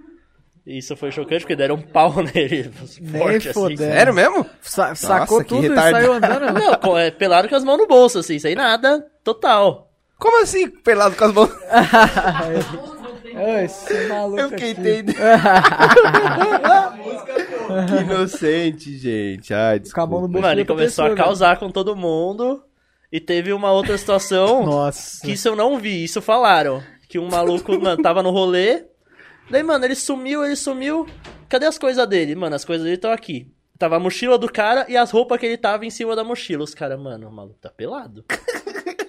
[SPEAKER 4] E Isso foi chocante porque deram um pau <laughs> nele. Forte assim.
[SPEAKER 6] fuder. É.
[SPEAKER 1] Sério mesmo?
[SPEAKER 6] Sa- sacou
[SPEAKER 1] que
[SPEAKER 6] tudo
[SPEAKER 1] retardado.
[SPEAKER 6] e saiu andando.
[SPEAKER 4] <laughs>
[SPEAKER 6] né?
[SPEAKER 4] Não, com- é, pelado com as mãos no bolso, assim, sem nada, total.
[SPEAKER 1] Como assim, pelado com as mãos?
[SPEAKER 6] Ai, esse maluco é
[SPEAKER 1] Eu fiquei
[SPEAKER 6] aqui.
[SPEAKER 1] entendendo. que inocente, gente. Ai,
[SPEAKER 6] <laughs> Com a mão no
[SPEAKER 1] desculpa.
[SPEAKER 6] bolso
[SPEAKER 4] Mano,
[SPEAKER 6] da outra
[SPEAKER 4] ele começou a
[SPEAKER 6] pessoa, né?
[SPEAKER 4] causar com todo mundo. E teve uma outra
[SPEAKER 6] velho. <laughs>
[SPEAKER 4] situação
[SPEAKER 6] Nossa.
[SPEAKER 4] que isso eu não vi, isso falaram. Que
[SPEAKER 6] <laughs>
[SPEAKER 4] um maluco, mano, tava no rolê. Daí, mano, ele sumiu, ele sumiu. Cadê as coisas dele? Mano, as coisas dele estão aqui. Tava a mochila do cara e as roupas que ele tava em cima da mochila. Os caras, mano, o maluco tá
[SPEAKER 6] <laughs>
[SPEAKER 4] pelado.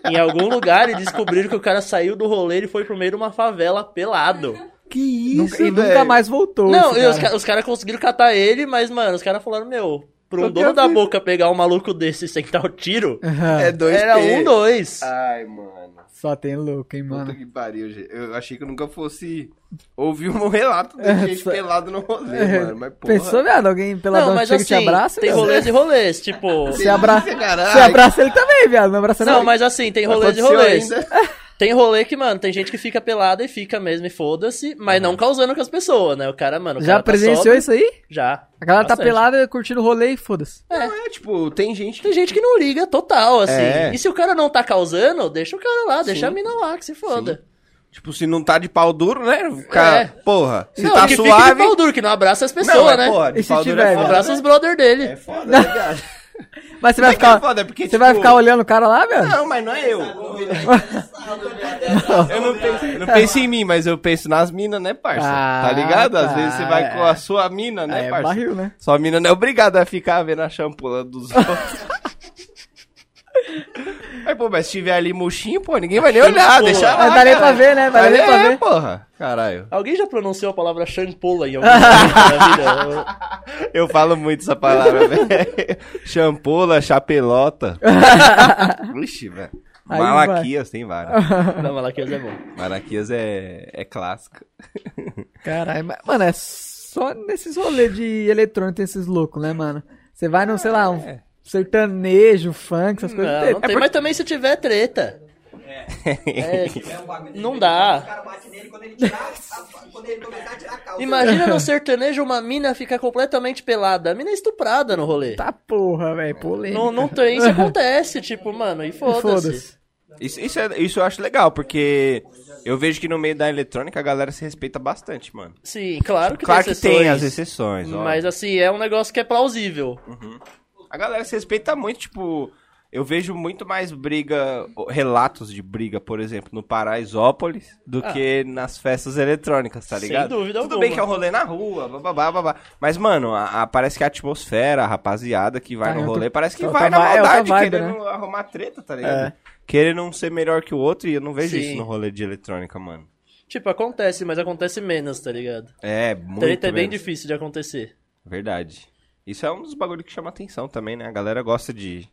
[SPEAKER 4] em algum lugar, eles descobriram que o cara saiu do rolê e foi pro meio de uma favela pelado.
[SPEAKER 1] Que isso,
[SPEAKER 6] Nunca- e
[SPEAKER 1] velho?
[SPEAKER 6] nunca mais voltou.
[SPEAKER 4] Não,
[SPEAKER 6] esse
[SPEAKER 4] e os
[SPEAKER 6] <laughs> cara.
[SPEAKER 4] caras conseguiram catar ele, mas, mano, os caras falaram, meu, pra um
[SPEAKER 1] Qualquer
[SPEAKER 4] dono da
[SPEAKER 1] vida.
[SPEAKER 4] boca pegar um maluco desse sem dar o tiro,
[SPEAKER 1] É dois
[SPEAKER 4] era
[SPEAKER 1] P.
[SPEAKER 4] um, dois.
[SPEAKER 6] Ah,
[SPEAKER 1] Ai, mano.
[SPEAKER 6] Só tem louco, hein, mano.
[SPEAKER 1] Puta que pariu, gente. Eu achei que eu nunca fosse ouvir
[SPEAKER 6] <laughs>
[SPEAKER 1] um relato de gente
[SPEAKER 6] só-
[SPEAKER 1] pelado no rolê, mano. Mas, porra.
[SPEAKER 6] É, Pensou, viado? Alguém pela
[SPEAKER 4] Não,
[SPEAKER 6] dona
[SPEAKER 4] mas
[SPEAKER 6] um chega e
[SPEAKER 4] assim,
[SPEAKER 6] te abraça? né?
[SPEAKER 4] tem
[SPEAKER 6] viado?
[SPEAKER 4] rolês e rolês, tipo...
[SPEAKER 6] Você abra-
[SPEAKER 1] Ih, caralho.
[SPEAKER 6] Você abraça ele também, viado. Não abraça
[SPEAKER 4] Não,
[SPEAKER 6] não.
[SPEAKER 4] mas assim, tem rolês e
[SPEAKER 1] Aconteceu
[SPEAKER 4] rolês.
[SPEAKER 1] ainda.
[SPEAKER 4] Tem rolê que, mano, tem gente que fica pelada e fica mesmo e foda-se, mas não causando com as pessoas, né? O cara, mano, o
[SPEAKER 6] Já
[SPEAKER 4] cara tá
[SPEAKER 6] presenciou
[SPEAKER 4] sóbrio,
[SPEAKER 6] isso aí?
[SPEAKER 4] Já.
[SPEAKER 6] A galera tá
[SPEAKER 4] Bastante.
[SPEAKER 6] pelada curtindo o rolê e foda-se.
[SPEAKER 1] Não é, tipo, tem gente que.
[SPEAKER 4] Tem gente que não liga total, assim.
[SPEAKER 1] É.
[SPEAKER 4] E se o cara não tá causando, deixa o cara lá, deixa a mina lá, que se foda.
[SPEAKER 1] Tipo, se não tá de pau duro, né? Fica,
[SPEAKER 4] É.
[SPEAKER 1] Porra, se
[SPEAKER 4] não,
[SPEAKER 1] tá
[SPEAKER 4] que fica de
[SPEAKER 1] suave.
[SPEAKER 4] pau duro, que não abraça as pessoas,
[SPEAKER 1] não, é,
[SPEAKER 4] né?
[SPEAKER 1] porra, de
[SPEAKER 6] E se
[SPEAKER 1] pau duro
[SPEAKER 6] tiver,
[SPEAKER 1] é
[SPEAKER 6] né?
[SPEAKER 1] foda.
[SPEAKER 4] Abraça os brother dele.
[SPEAKER 1] É foda, tá ligado?
[SPEAKER 6] Mas você vai
[SPEAKER 1] Não é que é
[SPEAKER 6] ficar.
[SPEAKER 1] foda, é porque,
[SPEAKER 6] Você
[SPEAKER 1] tipo,
[SPEAKER 6] vai ficar olhando o cara lá, velho?
[SPEAKER 1] Não, mas não é eu. Eu
[SPEAKER 4] <laughs>
[SPEAKER 1] não penso,
[SPEAKER 6] <laughs>
[SPEAKER 1] eu não penso em mim, mas eu penso nas minas, né, parça?
[SPEAKER 6] Ah,
[SPEAKER 1] tá ligado? Às
[SPEAKER 6] tá,
[SPEAKER 1] vezes você vai
[SPEAKER 6] é.
[SPEAKER 1] com a sua mina, né,
[SPEAKER 6] É,
[SPEAKER 1] parça?
[SPEAKER 6] barril, né?
[SPEAKER 1] Sua mina não é obrigada a ficar vendo a champula
[SPEAKER 6] <laughs>
[SPEAKER 1] dos outros. Aí, pô, mas se tiver ali murchinho, pô, ninguém vai nem olhar,
[SPEAKER 4] Champula.
[SPEAKER 1] deixa lá.
[SPEAKER 6] Mas dá nem pra
[SPEAKER 1] cara.
[SPEAKER 6] ver, né? Vai
[SPEAKER 1] Mas
[SPEAKER 6] nem pra
[SPEAKER 1] é,
[SPEAKER 6] ver.
[SPEAKER 1] porra. Caralho.
[SPEAKER 4] Alguém já pronunciou a palavra
[SPEAKER 1] <laughs>
[SPEAKER 4] champola em algum momento da vida?
[SPEAKER 1] Eu falo muito essa palavra, <laughs> velho.
[SPEAKER 6] <laughs>
[SPEAKER 1] Champula, chapelota. Ixi, velho.
[SPEAKER 6] Aí
[SPEAKER 1] Malaquias, tem várias.
[SPEAKER 4] Não, Malaquias é bom.
[SPEAKER 1] Malaquias é, é clássica.
[SPEAKER 6] Caralho, mas, mano, é só nesses rolês de eletrônico tem esses loucos, né, mano? Você vai num, sei lá, um sertanejo, funk, essas coisas.
[SPEAKER 4] É. Não,
[SPEAKER 6] tem-
[SPEAKER 4] não
[SPEAKER 6] é
[SPEAKER 4] tem, mas também se tiver treta. É, não dá. Imagina no sertanejo uma mina ficar completamente pelada. A mina é estuprada no rolê.
[SPEAKER 6] Tá porra, velho, polêmica.
[SPEAKER 4] Não, não tem, isso acontece, tipo, mano, e
[SPEAKER 6] E
[SPEAKER 4] foda-se.
[SPEAKER 1] Isso, isso, é- isso eu acho legal, porque eu vejo que no meio da eletrônica a galera se respeita bastante, mano.
[SPEAKER 4] Sim, claro que
[SPEAKER 1] Claro
[SPEAKER 4] tem
[SPEAKER 1] que tem as
[SPEAKER 4] exceções.
[SPEAKER 1] exceções, ó.
[SPEAKER 4] Mas assim, é um negócio que é plausível.
[SPEAKER 1] A galera se respeita muito, tipo, eu vejo muito mais briga, relatos de briga, por exemplo, no Paraisópolis do
[SPEAKER 4] Ah.
[SPEAKER 1] que nas festas eletrônicas, tá
[SPEAKER 4] Sem
[SPEAKER 1] ligado?
[SPEAKER 4] dúvida
[SPEAKER 1] Tudo
[SPEAKER 4] alguma.
[SPEAKER 1] bem que é um rolê na rua, bababá, babá. Mas, mano, a- a- parece que a atmosfera, a rapaziada que vai
[SPEAKER 6] Tá,
[SPEAKER 1] no
[SPEAKER 6] eu tô-
[SPEAKER 1] rolê, parece que
[SPEAKER 6] tá-
[SPEAKER 1] vai
[SPEAKER 6] tá
[SPEAKER 1] na
[SPEAKER 6] vi- é, outra
[SPEAKER 1] maldade,
[SPEAKER 6] vibe, É.
[SPEAKER 1] querendo arrumar treta, tá ligado? Querendo um ser melhor que o outro, e eu não vejo
[SPEAKER 4] Sim.
[SPEAKER 1] isso no rolê de eletrônica, mano.
[SPEAKER 4] Tipo, acontece, mas acontece menos, tá ligado?
[SPEAKER 1] É, muito
[SPEAKER 4] treta é bem
[SPEAKER 1] menos.
[SPEAKER 4] difícil de acontecer.
[SPEAKER 1] Verdade. Isso é um dos bagulhos que chama atenção também, né? A galera gosta de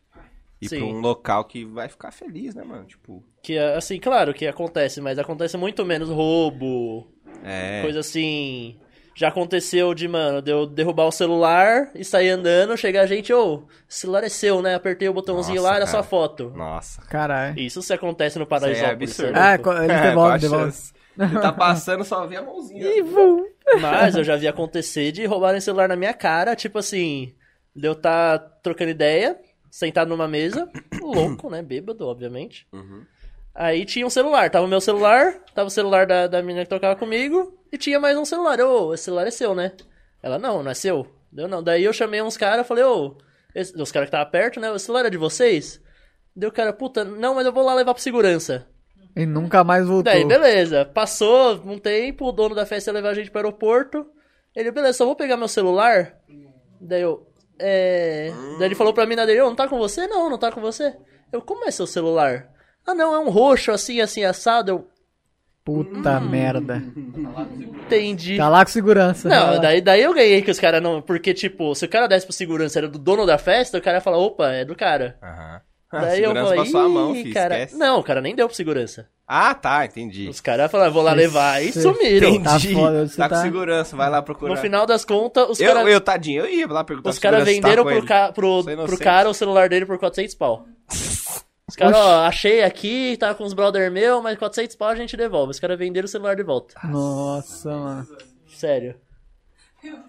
[SPEAKER 1] ir
[SPEAKER 4] Sim.
[SPEAKER 1] pra um local que vai ficar feliz, né, mano? Tipo,
[SPEAKER 4] Que assim, claro que acontece, mas acontece muito menos roubo,
[SPEAKER 1] é.
[SPEAKER 4] coisa assim. Já aconteceu de, mano, de eu derrubar o celular e sair andando, chegar a gente, ô, esse celular é seu, né? Apertei o botãozinho
[SPEAKER 1] Nossa,
[SPEAKER 4] lá, era sua
[SPEAKER 1] cara.
[SPEAKER 4] foto.
[SPEAKER 1] Nossa.
[SPEAKER 6] Caralho.
[SPEAKER 4] Isso se acontece no
[SPEAKER 1] Isso aí é
[SPEAKER 4] Paraisópolis.
[SPEAKER 1] absurdo.
[SPEAKER 4] sabe?
[SPEAKER 6] Ah, co-
[SPEAKER 1] <laughs>
[SPEAKER 6] ele
[SPEAKER 1] É,
[SPEAKER 6] devolve, devolve.
[SPEAKER 1] Ele tá passando, só vê a mãozinha.
[SPEAKER 4] Mas eu já vi acontecer de roubarem celular na minha cara, tipo assim, de eu tá trocando ideia, sentado numa mesa, louco, né? Bêbado, obviamente. Aí tinha um celular, tava o meu celular, tava o celular da, da menina que tocava comigo, e tinha mais um celular. Eu, Ô, esse celular é seu, né? Ela, não, não é seu. Deu não. Daí eu chamei uns caras, falei, ô, esse- os caras que tava perto, né? O celular é de vocês? Deu o cara, puta, não, mas eu vou lá levar pro segurança.
[SPEAKER 6] E nunca mais voltou.
[SPEAKER 4] Daí, beleza. Passou um tempo, o dono da festa ia levar a gente pro aeroporto. Ele, beleza, só vou pegar meu celular. Daí eu. É. Daí ele falou pra mina dele, ô, não tá com você? Não, não tá com você. Eu, como é seu celular? Ah não, é um roxo assim, assim, assado. Eu
[SPEAKER 6] Puta
[SPEAKER 4] Hum.
[SPEAKER 6] merda.
[SPEAKER 4] entendi.
[SPEAKER 6] Tá lá com segurança. vai
[SPEAKER 4] Não,
[SPEAKER 6] lá.
[SPEAKER 4] daí, daí eu ganhei que os caras não. Porque, tipo, se o cara desse pro segurança era do dono da festa, o cara ia falar, opa, é do cara.
[SPEAKER 1] Aham.
[SPEAKER 4] Daí eu
[SPEAKER 1] Ah, segurança
[SPEAKER 4] falei,
[SPEAKER 1] passou a mão,
[SPEAKER 4] "Ih,
[SPEAKER 1] fi,
[SPEAKER 4] cara.
[SPEAKER 1] esquece."
[SPEAKER 4] Não, o cara nem deu pro segurança.
[SPEAKER 1] Ah, tá, entendi.
[SPEAKER 4] Os caras falaram, vou lá levar e
[SPEAKER 3] Você
[SPEAKER 4] sumiram.
[SPEAKER 1] Entendi.
[SPEAKER 3] Tá foda, você
[SPEAKER 1] tá, com
[SPEAKER 3] tá-
[SPEAKER 1] segurança, vai lá
[SPEAKER 4] No
[SPEAKER 1] procurar.
[SPEAKER 4] final das contas, os
[SPEAKER 1] eu,
[SPEAKER 4] caras
[SPEAKER 1] eu, tadinho, eu ia lá perguntar
[SPEAKER 4] os
[SPEAKER 1] se
[SPEAKER 4] cara
[SPEAKER 1] segurança tá
[SPEAKER 4] venderam
[SPEAKER 1] com
[SPEAKER 4] pro,
[SPEAKER 1] ele.
[SPEAKER 4] ca- pro,
[SPEAKER 1] Sou
[SPEAKER 4] pro
[SPEAKER 1] inocente.
[SPEAKER 4] cara o celular dele por 400 pau. Os caras, ó, achei aqui, tá com uns brother meu, mas 400 pau a gente devolve. Os caras venderam o celular de volta.
[SPEAKER 3] Nossa, mano.
[SPEAKER 4] Sério.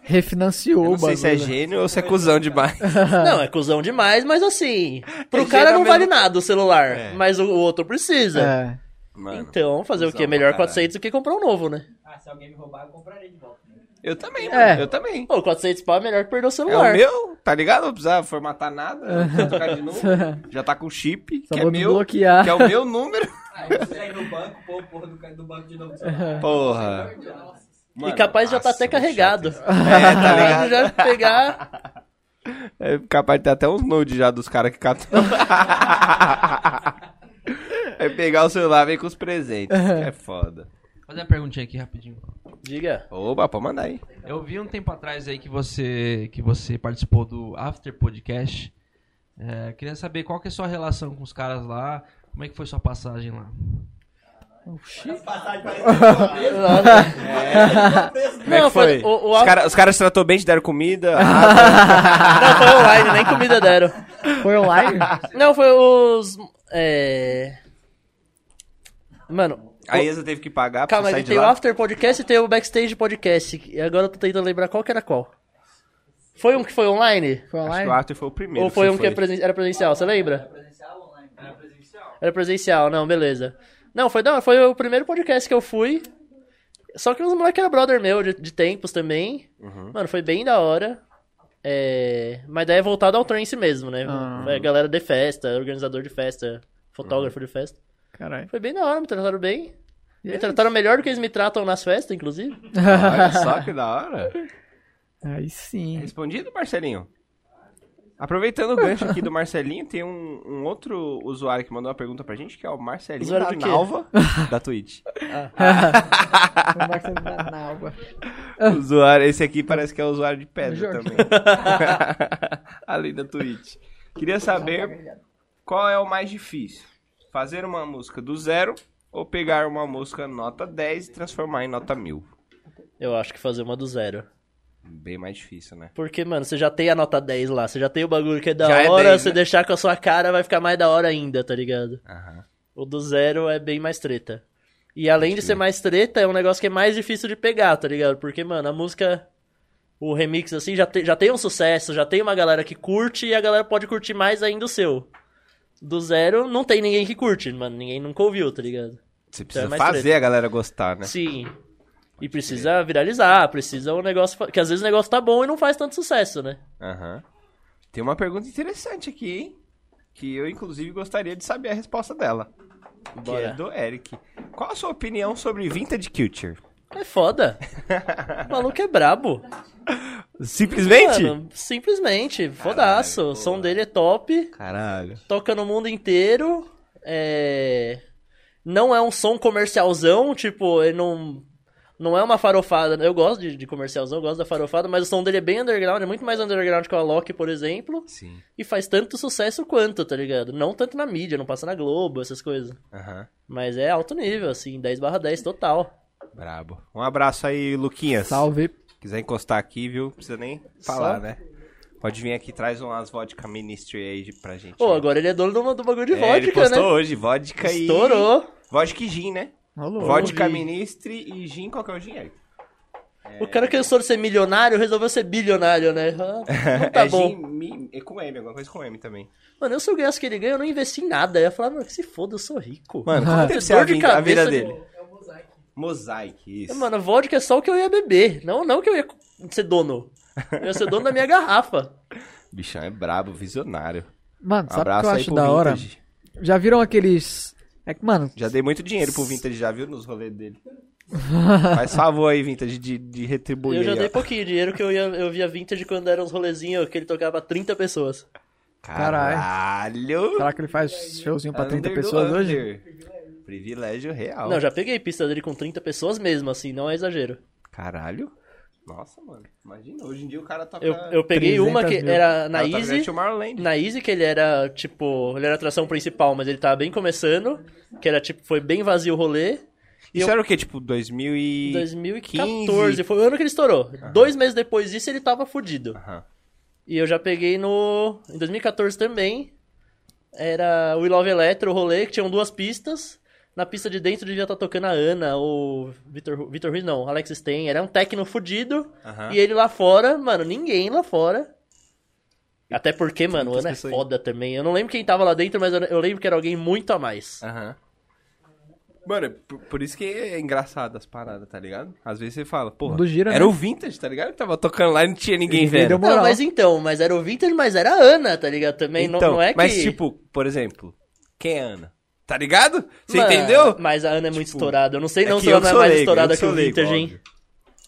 [SPEAKER 3] Refinanciou
[SPEAKER 1] Eu
[SPEAKER 3] o
[SPEAKER 1] não sei se é
[SPEAKER 3] bagulho. <laughs>
[SPEAKER 1] gênio ou se é cuzão demais. <laughs>
[SPEAKER 4] Não, é cuzão demais, mas assim, pro
[SPEAKER 1] Ele
[SPEAKER 4] cara
[SPEAKER 1] era Ah. É,
[SPEAKER 4] não
[SPEAKER 1] mesmo-
[SPEAKER 4] vale nada o celular,
[SPEAKER 1] É.
[SPEAKER 4] mas o, o outro precisa.
[SPEAKER 1] <laughs>
[SPEAKER 3] É.
[SPEAKER 1] Mano,
[SPEAKER 4] Então, fazer o
[SPEAKER 1] cuzão
[SPEAKER 4] quê?
[SPEAKER 1] pra
[SPEAKER 4] Melhor
[SPEAKER 1] caralho.
[SPEAKER 4] 400 do que comprar um novo, né?
[SPEAKER 5] Ah, se alguém me roubar, eu comprarei de volta. né?
[SPEAKER 1] eu também,
[SPEAKER 3] É.
[SPEAKER 1] mano, eu também.
[SPEAKER 4] Pô, 400 pau é melhor que perder o
[SPEAKER 1] É o
[SPEAKER 4] celular.
[SPEAKER 1] meu, tá ligado? Não precisava formatar nada, não tocar de novo.
[SPEAKER 3] <laughs>
[SPEAKER 1] Já tá com chip,
[SPEAKER 3] Só
[SPEAKER 1] que é
[SPEAKER 3] vou
[SPEAKER 1] meu, <laughs>
[SPEAKER 3] desbloquear.
[SPEAKER 1] que é o meu número.
[SPEAKER 5] Ah, eu saí no banco, pô, porra do, ca- do banco de novo.
[SPEAKER 1] Porra. Mano,
[SPEAKER 4] e capaz já tá
[SPEAKER 1] nossa,
[SPEAKER 4] até
[SPEAKER 1] muito
[SPEAKER 4] carregado.
[SPEAKER 1] <laughs> É, tá
[SPEAKER 4] Capaz
[SPEAKER 1] ligado?
[SPEAKER 4] de <laughs>
[SPEAKER 1] <laughs>
[SPEAKER 4] já pegar.
[SPEAKER 1] É capaz de ter até uns nudes já dos caras que
[SPEAKER 4] <laughs>
[SPEAKER 1] catam. é pegar o celular e vem com os presentes. que é foda.
[SPEAKER 2] Fazer uma perguntinha aqui rapidinho.
[SPEAKER 4] Diga.
[SPEAKER 1] Opa, pode mandar aí.
[SPEAKER 2] Eu vi um tempo atrás aí que você que você participou do After Podcast. É, queria saber qual que é a sua relação com os caras lá, como é que foi sua passagem lá?
[SPEAKER 1] Como é que foi?
[SPEAKER 4] o, o,
[SPEAKER 1] Os caras os caras se tratou bem, te deram
[SPEAKER 4] <laughs>
[SPEAKER 1] comida. água.
[SPEAKER 4] Não, foi online, nem comida deram.
[SPEAKER 1] <laughs>
[SPEAKER 3] Foi online?
[SPEAKER 4] <laughs> Não, foi os. É. Mano,
[SPEAKER 1] a Isa teve que pagar pra
[SPEAKER 4] calma,
[SPEAKER 1] você
[SPEAKER 4] aí,
[SPEAKER 1] Ah, sair de
[SPEAKER 4] tem o
[SPEAKER 1] lá.
[SPEAKER 4] After Podcast e tem o Backstage Podcast. E agora eu tô tentando lembrar qual que era qual. Foi um que foi
[SPEAKER 3] Foi
[SPEAKER 4] online?
[SPEAKER 1] Acho que
[SPEAKER 3] online?
[SPEAKER 1] o Arthur foi o primeiro.
[SPEAKER 4] Ou foi um que
[SPEAKER 1] você
[SPEAKER 4] é presen- era presencial, você lembra? Era presencial, não, beleza. Não, foi da hora, foi o primeiro podcast que eu fui. Só que os moleques eram brother meu de, de tempos também. Mano, foi bem da hora. É, Mas daí é voltado ao trance mesmo, né? É galera de festa, organizador de festa, fotógrafo de festa.
[SPEAKER 3] Caralho.
[SPEAKER 4] Foi bem da hora, me trataram bem. Me trataram melhor do que eles me tratam nas festas, inclusive.
[SPEAKER 1] Olha só
[SPEAKER 4] <laughs>
[SPEAKER 1] que é da hora.
[SPEAKER 3] <laughs>
[SPEAKER 1] <laughs>
[SPEAKER 3] Aí sim.
[SPEAKER 1] Respondido, Marcelinho? Aproveitando o gancho aqui do Marcelinho, tem um, um outro usuário que mandou uma pergunta pra gente, que é o Marcelinho
[SPEAKER 4] Usuário do quê? <laughs>
[SPEAKER 1] Nalva, da Twitch.
[SPEAKER 3] Foi o Marcelo da Nalva.
[SPEAKER 1] usuário, esse aqui parece que é usuário de pedra
[SPEAKER 3] Jorge.
[SPEAKER 1] também. <laughs> Além da Twitch. Queria saber qual é o mais difícil: fazer uma música do zero ou pegar uma música nota 10 e transformar em nota 1000?
[SPEAKER 4] Eu acho que fazer uma do zero.
[SPEAKER 1] Bem mais difícil, né?
[SPEAKER 4] Porque, mano, você já tem a nota 10 lá, você já tem o bagulho que é da
[SPEAKER 1] Já é
[SPEAKER 4] hora,
[SPEAKER 1] 10,
[SPEAKER 4] você
[SPEAKER 1] né?
[SPEAKER 4] deixar com a sua cara vai ficar mais da hora ainda, tá ligado?
[SPEAKER 1] Aham.
[SPEAKER 4] O do zero é bem mais treta. E além de ser mais treta, é um negócio que é mais difícil de pegar, tá ligado? Porque, mano, a música, o remix, assim, já, te- já tem um sucesso, já tem uma galera que curte e a galera pode curtir mais ainda o seu. Do zero, não tem ninguém que curte, mano, ninguém nunca ouviu, tá ligado?
[SPEAKER 1] Você precisa
[SPEAKER 4] mais
[SPEAKER 1] fazer
[SPEAKER 4] treta.
[SPEAKER 1] a galera gostar, né?
[SPEAKER 4] Sim. E precisa viralizar, precisa um negócio. fa- Que às vezes o negócio tá bom e não faz tanto sucesso, né?
[SPEAKER 1] Aham. Tem uma pergunta interessante aqui, hein? Que eu, inclusive, gostaria de saber a resposta dela. Que é
[SPEAKER 4] Bora.
[SPEAKER 1] do Eric. Qual a sua opinião sobre vintage culture? <laughs>
[SPEAKER 4] É foda. O maluco é brabo.
[SPEAKER 1] Simplesmente?
[SPEAKER 4] Mano, simplesmente, fodaço. o som dele é top,
[SPEAKER 1] Caralho.
[SPEAKER 4] toca no mundo inteiro. É... Não é um som comercialzão, tipo, ele não. Não é uma farofada. Eu gosto de, de comercialzão, eu gosto da farofada, mas o som dele é bem underground, é muito mais underground que o Alok, por exemplo.
[SPEAKER 1] Sim.
[SPEAKER 4] E faz tanto sucesso quanto, tá ligado? Não tanto na mídia, não passa na Globo, essas coisas.
[SPEAKER 1] Aham.
[SPEAKER 4] Mas é alto nível, assim, 10 barra 10 total.
[SPEAKER 1] Brabo. Um abraço aí, Luquinhas.
[SPEAKER 3] Salve.
[SPEAKER 1] Quiser encostar aqui, viu? Precisa nem falar, né? Pode vir aqui, traz umas vodka ministry aí de- pra gente.
[SPEAKER 4] Pô,
[SPEAKER 1] né?
[SPEAKER 4] agora ele é dono do, do bagulho de
[SPEAKER 1] É, ele
[SPEAKER 4] vodka,
[SPEAKER 1] postou
[SPEAKER 4] né?
[SPEAKER 1] hoje, vodka e...
[SPEAKER 4] Estourou.
[SPEAKER 1] Vodka e gin, né?
[SPEAKER 3] Alô.
[SPEAKER 1] Vodka
[SPEAKER 4] vi.
[SPEAKER 1] ministry e gin, qual que é o gin, Eric?
[SPEAKER 4] O cara que cansou de ser milionário resolveu ser
[SPEAKER 1] <laughs>
[SPEAKER 4] bilionário, né? Ah, Não tá
[SPEAKER 1] é
[SPEAKER 4] bom.
[SPEAKER 1] gin mi- é com M, alguma coisa com M também.
[SPEAKER 4] Mano, eu se eu ganhasse o que ele ganha, eu não investi em nada. Eu ia falar, mano, que se foda, eu sou rico.
[SPEAKER 1] Mano, como
[SPEAKER 4] Tem
[SPEAKER 1] deve ser a
[SPEAKER 4] dor de
[SPEAKER 1] vida, a vida
[SPEAKER 4] cabeça de-
[SPEAKER 1] dele? Mosaic, isso.
[SPEAKER 4] Mano, vodka é só o que eu ia beber. Não, não que eu ia ser dono. Eu ia ser dono da minha garrafa.
[SPEAKER 1] Bichão é brabo, visionário.
[SPEAKER 3] Mano, sabe o que
[SPEAKER 1] Abraço
[SPEAKER 3] eu
[SPEAKER 1] aí
[SPEAKER 3] acho
[SPEAKER 1] pro
[SPEAKER 3] da hora?
[SPEAKER 1] Vintage.
[SPEAKER 3] Já viram aqueles. É que, mano,
[SPEAKER 1] Já dei muito dinheiro pro Vintage, já viu nos rolês dele. Faz favor aí, Vintage, de, de retribuir.
[SPEAKER 4] eu já
[SPEAKER 1] aí,
[SPEAKER 4] dei
[SPEAKER 1] ó.
[SPEAKER 4] pouquinho de dinheiro que eu, ia, eu via vintage quando eram uns rolezinhos que ele tocava 30 pessoas.
[SPEAKER 3] Caralho.
[SPEAKER 1] Caralho.
[SPEAKER 3] será que ele faz showzinho pra 30
[SPEAKER 1] Under do
[SPEAKER 3] pessoas <laughs> hoje?
[SPEAKER 1] under. Privilégio real.
[SPEAKER 4] Não, já peguei pista dele com 30 pessoas mesmo, assim, não é exagero.
[SPEAKER 1] Caralho. Nossa, mano. Imagina, hoje em dia o cara tá toca...
[SPEAKER 4] Eu, eu peguei uma que
[SPEAKER 6] 300 mil.
[SPEAKER 4] era na
[SPEAKER 1] o cara toca
[SPEAKER 4] Easy.
[SPEAKER 1] Tomorrowland.
[SPEAKER 4] Na Easy, que ele era, tipo, ele era a atração principal, mas ele tava bem começando, que era, tipo, foi bem vazio o rolê.
[SPEAKER 1] Isso
[SPEAKER 4] eu-
[SPEAKER 1] era o quê? Tipo, 2000 e...
[SPEAKER 4] 2014, foi o ano que ele estourou. Dois meses depois disso, ele tava fudido.
[SPEAKER 1] Aham.
[SPEAKER 4] E eu já peguei no... Em 2014 também, era o We Love Electro, o rolê, que tinham duas pistas. Na pista de dentro devia estar tocando a Ana, o Vitor, Ru- Vitor Ruiz, não, Alex Stein. Era um tecno fudido.
[SPEAKER 1] Aham.
[SPEAKER 4] E ele lá fora, mano, ninguém lá fora. Até porque, mano, o
[SPEAKER 1] Muitas
[SPEAKER 4] Ana é
[SPEAKER 1] pessoas aí.
[SPEAKER 4] foda também. Eu não lembro quem tava lá dentro, mas eu- eu lembro que era alguém muito a mais.
[SPEAKER 1] Aham. Mano, é por, por isso que é engraçado as paradas, tá ligado? Às vezes você fala, porra,
[SPEAKER 6] mundo gira,
[SPEAKER 1] era
[SPEAKER 6] né?
[SPEAKER 1] o vintage, tá ligado? Que tava tocando lá e não tinha ninguém
[SPEAKER 6] Ele deu
[SPEAKER 1] vendo.
[SPEAKER 4] Não,
[SPEAKER 6] moral.
[SPEAKER 4] mas então, mas era o Vintage, mas era a Ana, tá ligado? Também não-
[SPEAKER 1] Então,
[SPEAKER 4] não é que.
[SPEAKER 1] Mas tipo, por exemplo, quem é Ana? Tá ligado? Você
[SPEAKER 4] Mano,
[SPEAKER 1] entendeu?
[SPEAKER 4] Mas a Ana é muito
[SPEAKER 1] Tipo,
[SPEAKER 4] estourada. Eu não sei não
[SPEAKER 1] É
[SPEAKER 4] se
[SPEAKER 1] eu
[SPEAKER 4] ela não é
[SPEAKER 1] sou
[SPEAKER 4] mais
[SPEAKER 1] leigo,
[SPEAKER 4] estourada
[SPEAKER 1] eu
[SPEAKER 4] que o
[SPEAKER 1] sou leigo,
[SPEAKER 4] Vintage, hein?
[SPEAKER 1] óbvio.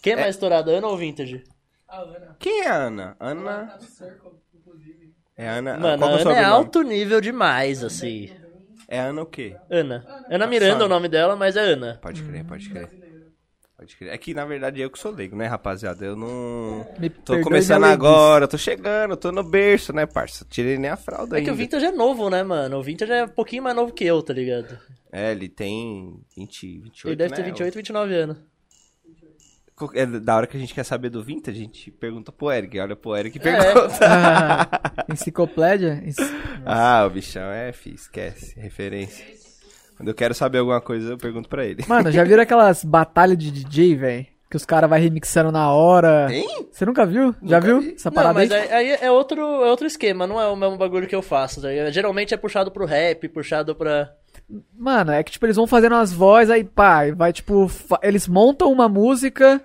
[SPEAKER 4] Quem é mais estourada, Ana ou Vintage?
[SPEAKER 1] Quem é a Ana? Ana... É a Ana...
[SPEAKER 4] Mano,
[SPEAKER 1] qual
[SPEAKER 4] a
[SPEAKER 1] que é o
[SPEAKER 4] Ana é
[SPEAKER 1] sobrenome?
[SPEAKER 4] alto nível demais, assim.
[SPEAKER 1] É Ana o quê?
[SPEAKER 4] Ana.
[SPEAKER 1] Tá
[SPEAKER 4] Ana Miranda é o
[SPEAKER 1] Sabe.
[SPEAKER 4] nome dela, mas é Ana.
[SPEAKER 1] Pode crer,
[SPEAKER 6] Hum.
[SPEAKER 1] pode crer. Pode crer. É que, na verdade, eu que sou leigo, né, rapaziada? Eu não...
[SPEAKER 6] Me
[SPEAKER 1] Tô
[SPEAKER 6] perdoe
[SPEAKER 1] começando
[SPEAKER 6] minha leiguice.
[SPEAKER 1] agora, tô chegando, tô no berço, né, parça? Tirei nem a fralda
[SPEAKER 4] É que
[SPEAKER 1] ainda.
[SPEAKER 4] o Vintage é novo, né, mano? O Vintage é um pouquinho mais novo que eu, tá ligado?
[SPEAKER 1] É, ele tem 20, 28,
[SPEAKER 4] Ele deve
[SPEAKER 1] né?
[SPEAKER 4] ter 28, 29 anos.
[SPEAKER 1] Co- É da hora que a gente quer saber do vintage, a gente pergunta pro Eric, olha pro Eric e
[SPEAKER 4] É.
[SPEAKER 1] pergunta.
[SPEAKER 6] <laughs> Ah, enciclopédia? Ens-
[SPEAKER 1] ah, o bichão é, fi, esquece, referência. Quando eu quero saber alguma coisa, eu pergunto pra ele.
[SPEAKER 6] Mano, já viram aquelas batalhas de DJ, velho? Que os caras vai remixando na hora.
[SPEAKER 1] Hein?
[SPEAKER 6] Você nunca viu? já viu essa
[SPEAKER 4] Não,
[SPEAKER 6] parada
[SPEAKER 4] mas
[SPEAKER 6] aí?
[SPEAKER 4] aí, aí é, outro, é outro esquema, não é o mesmo bagulho que eu faço. tá ligado? Geralmente é puxado pro rap, puxado pra.
[SPEAKER 6] Mano, é que tipo, eles vão fazendo as vozes, aí pá, e vai tipo. fa- Eles montam uma música.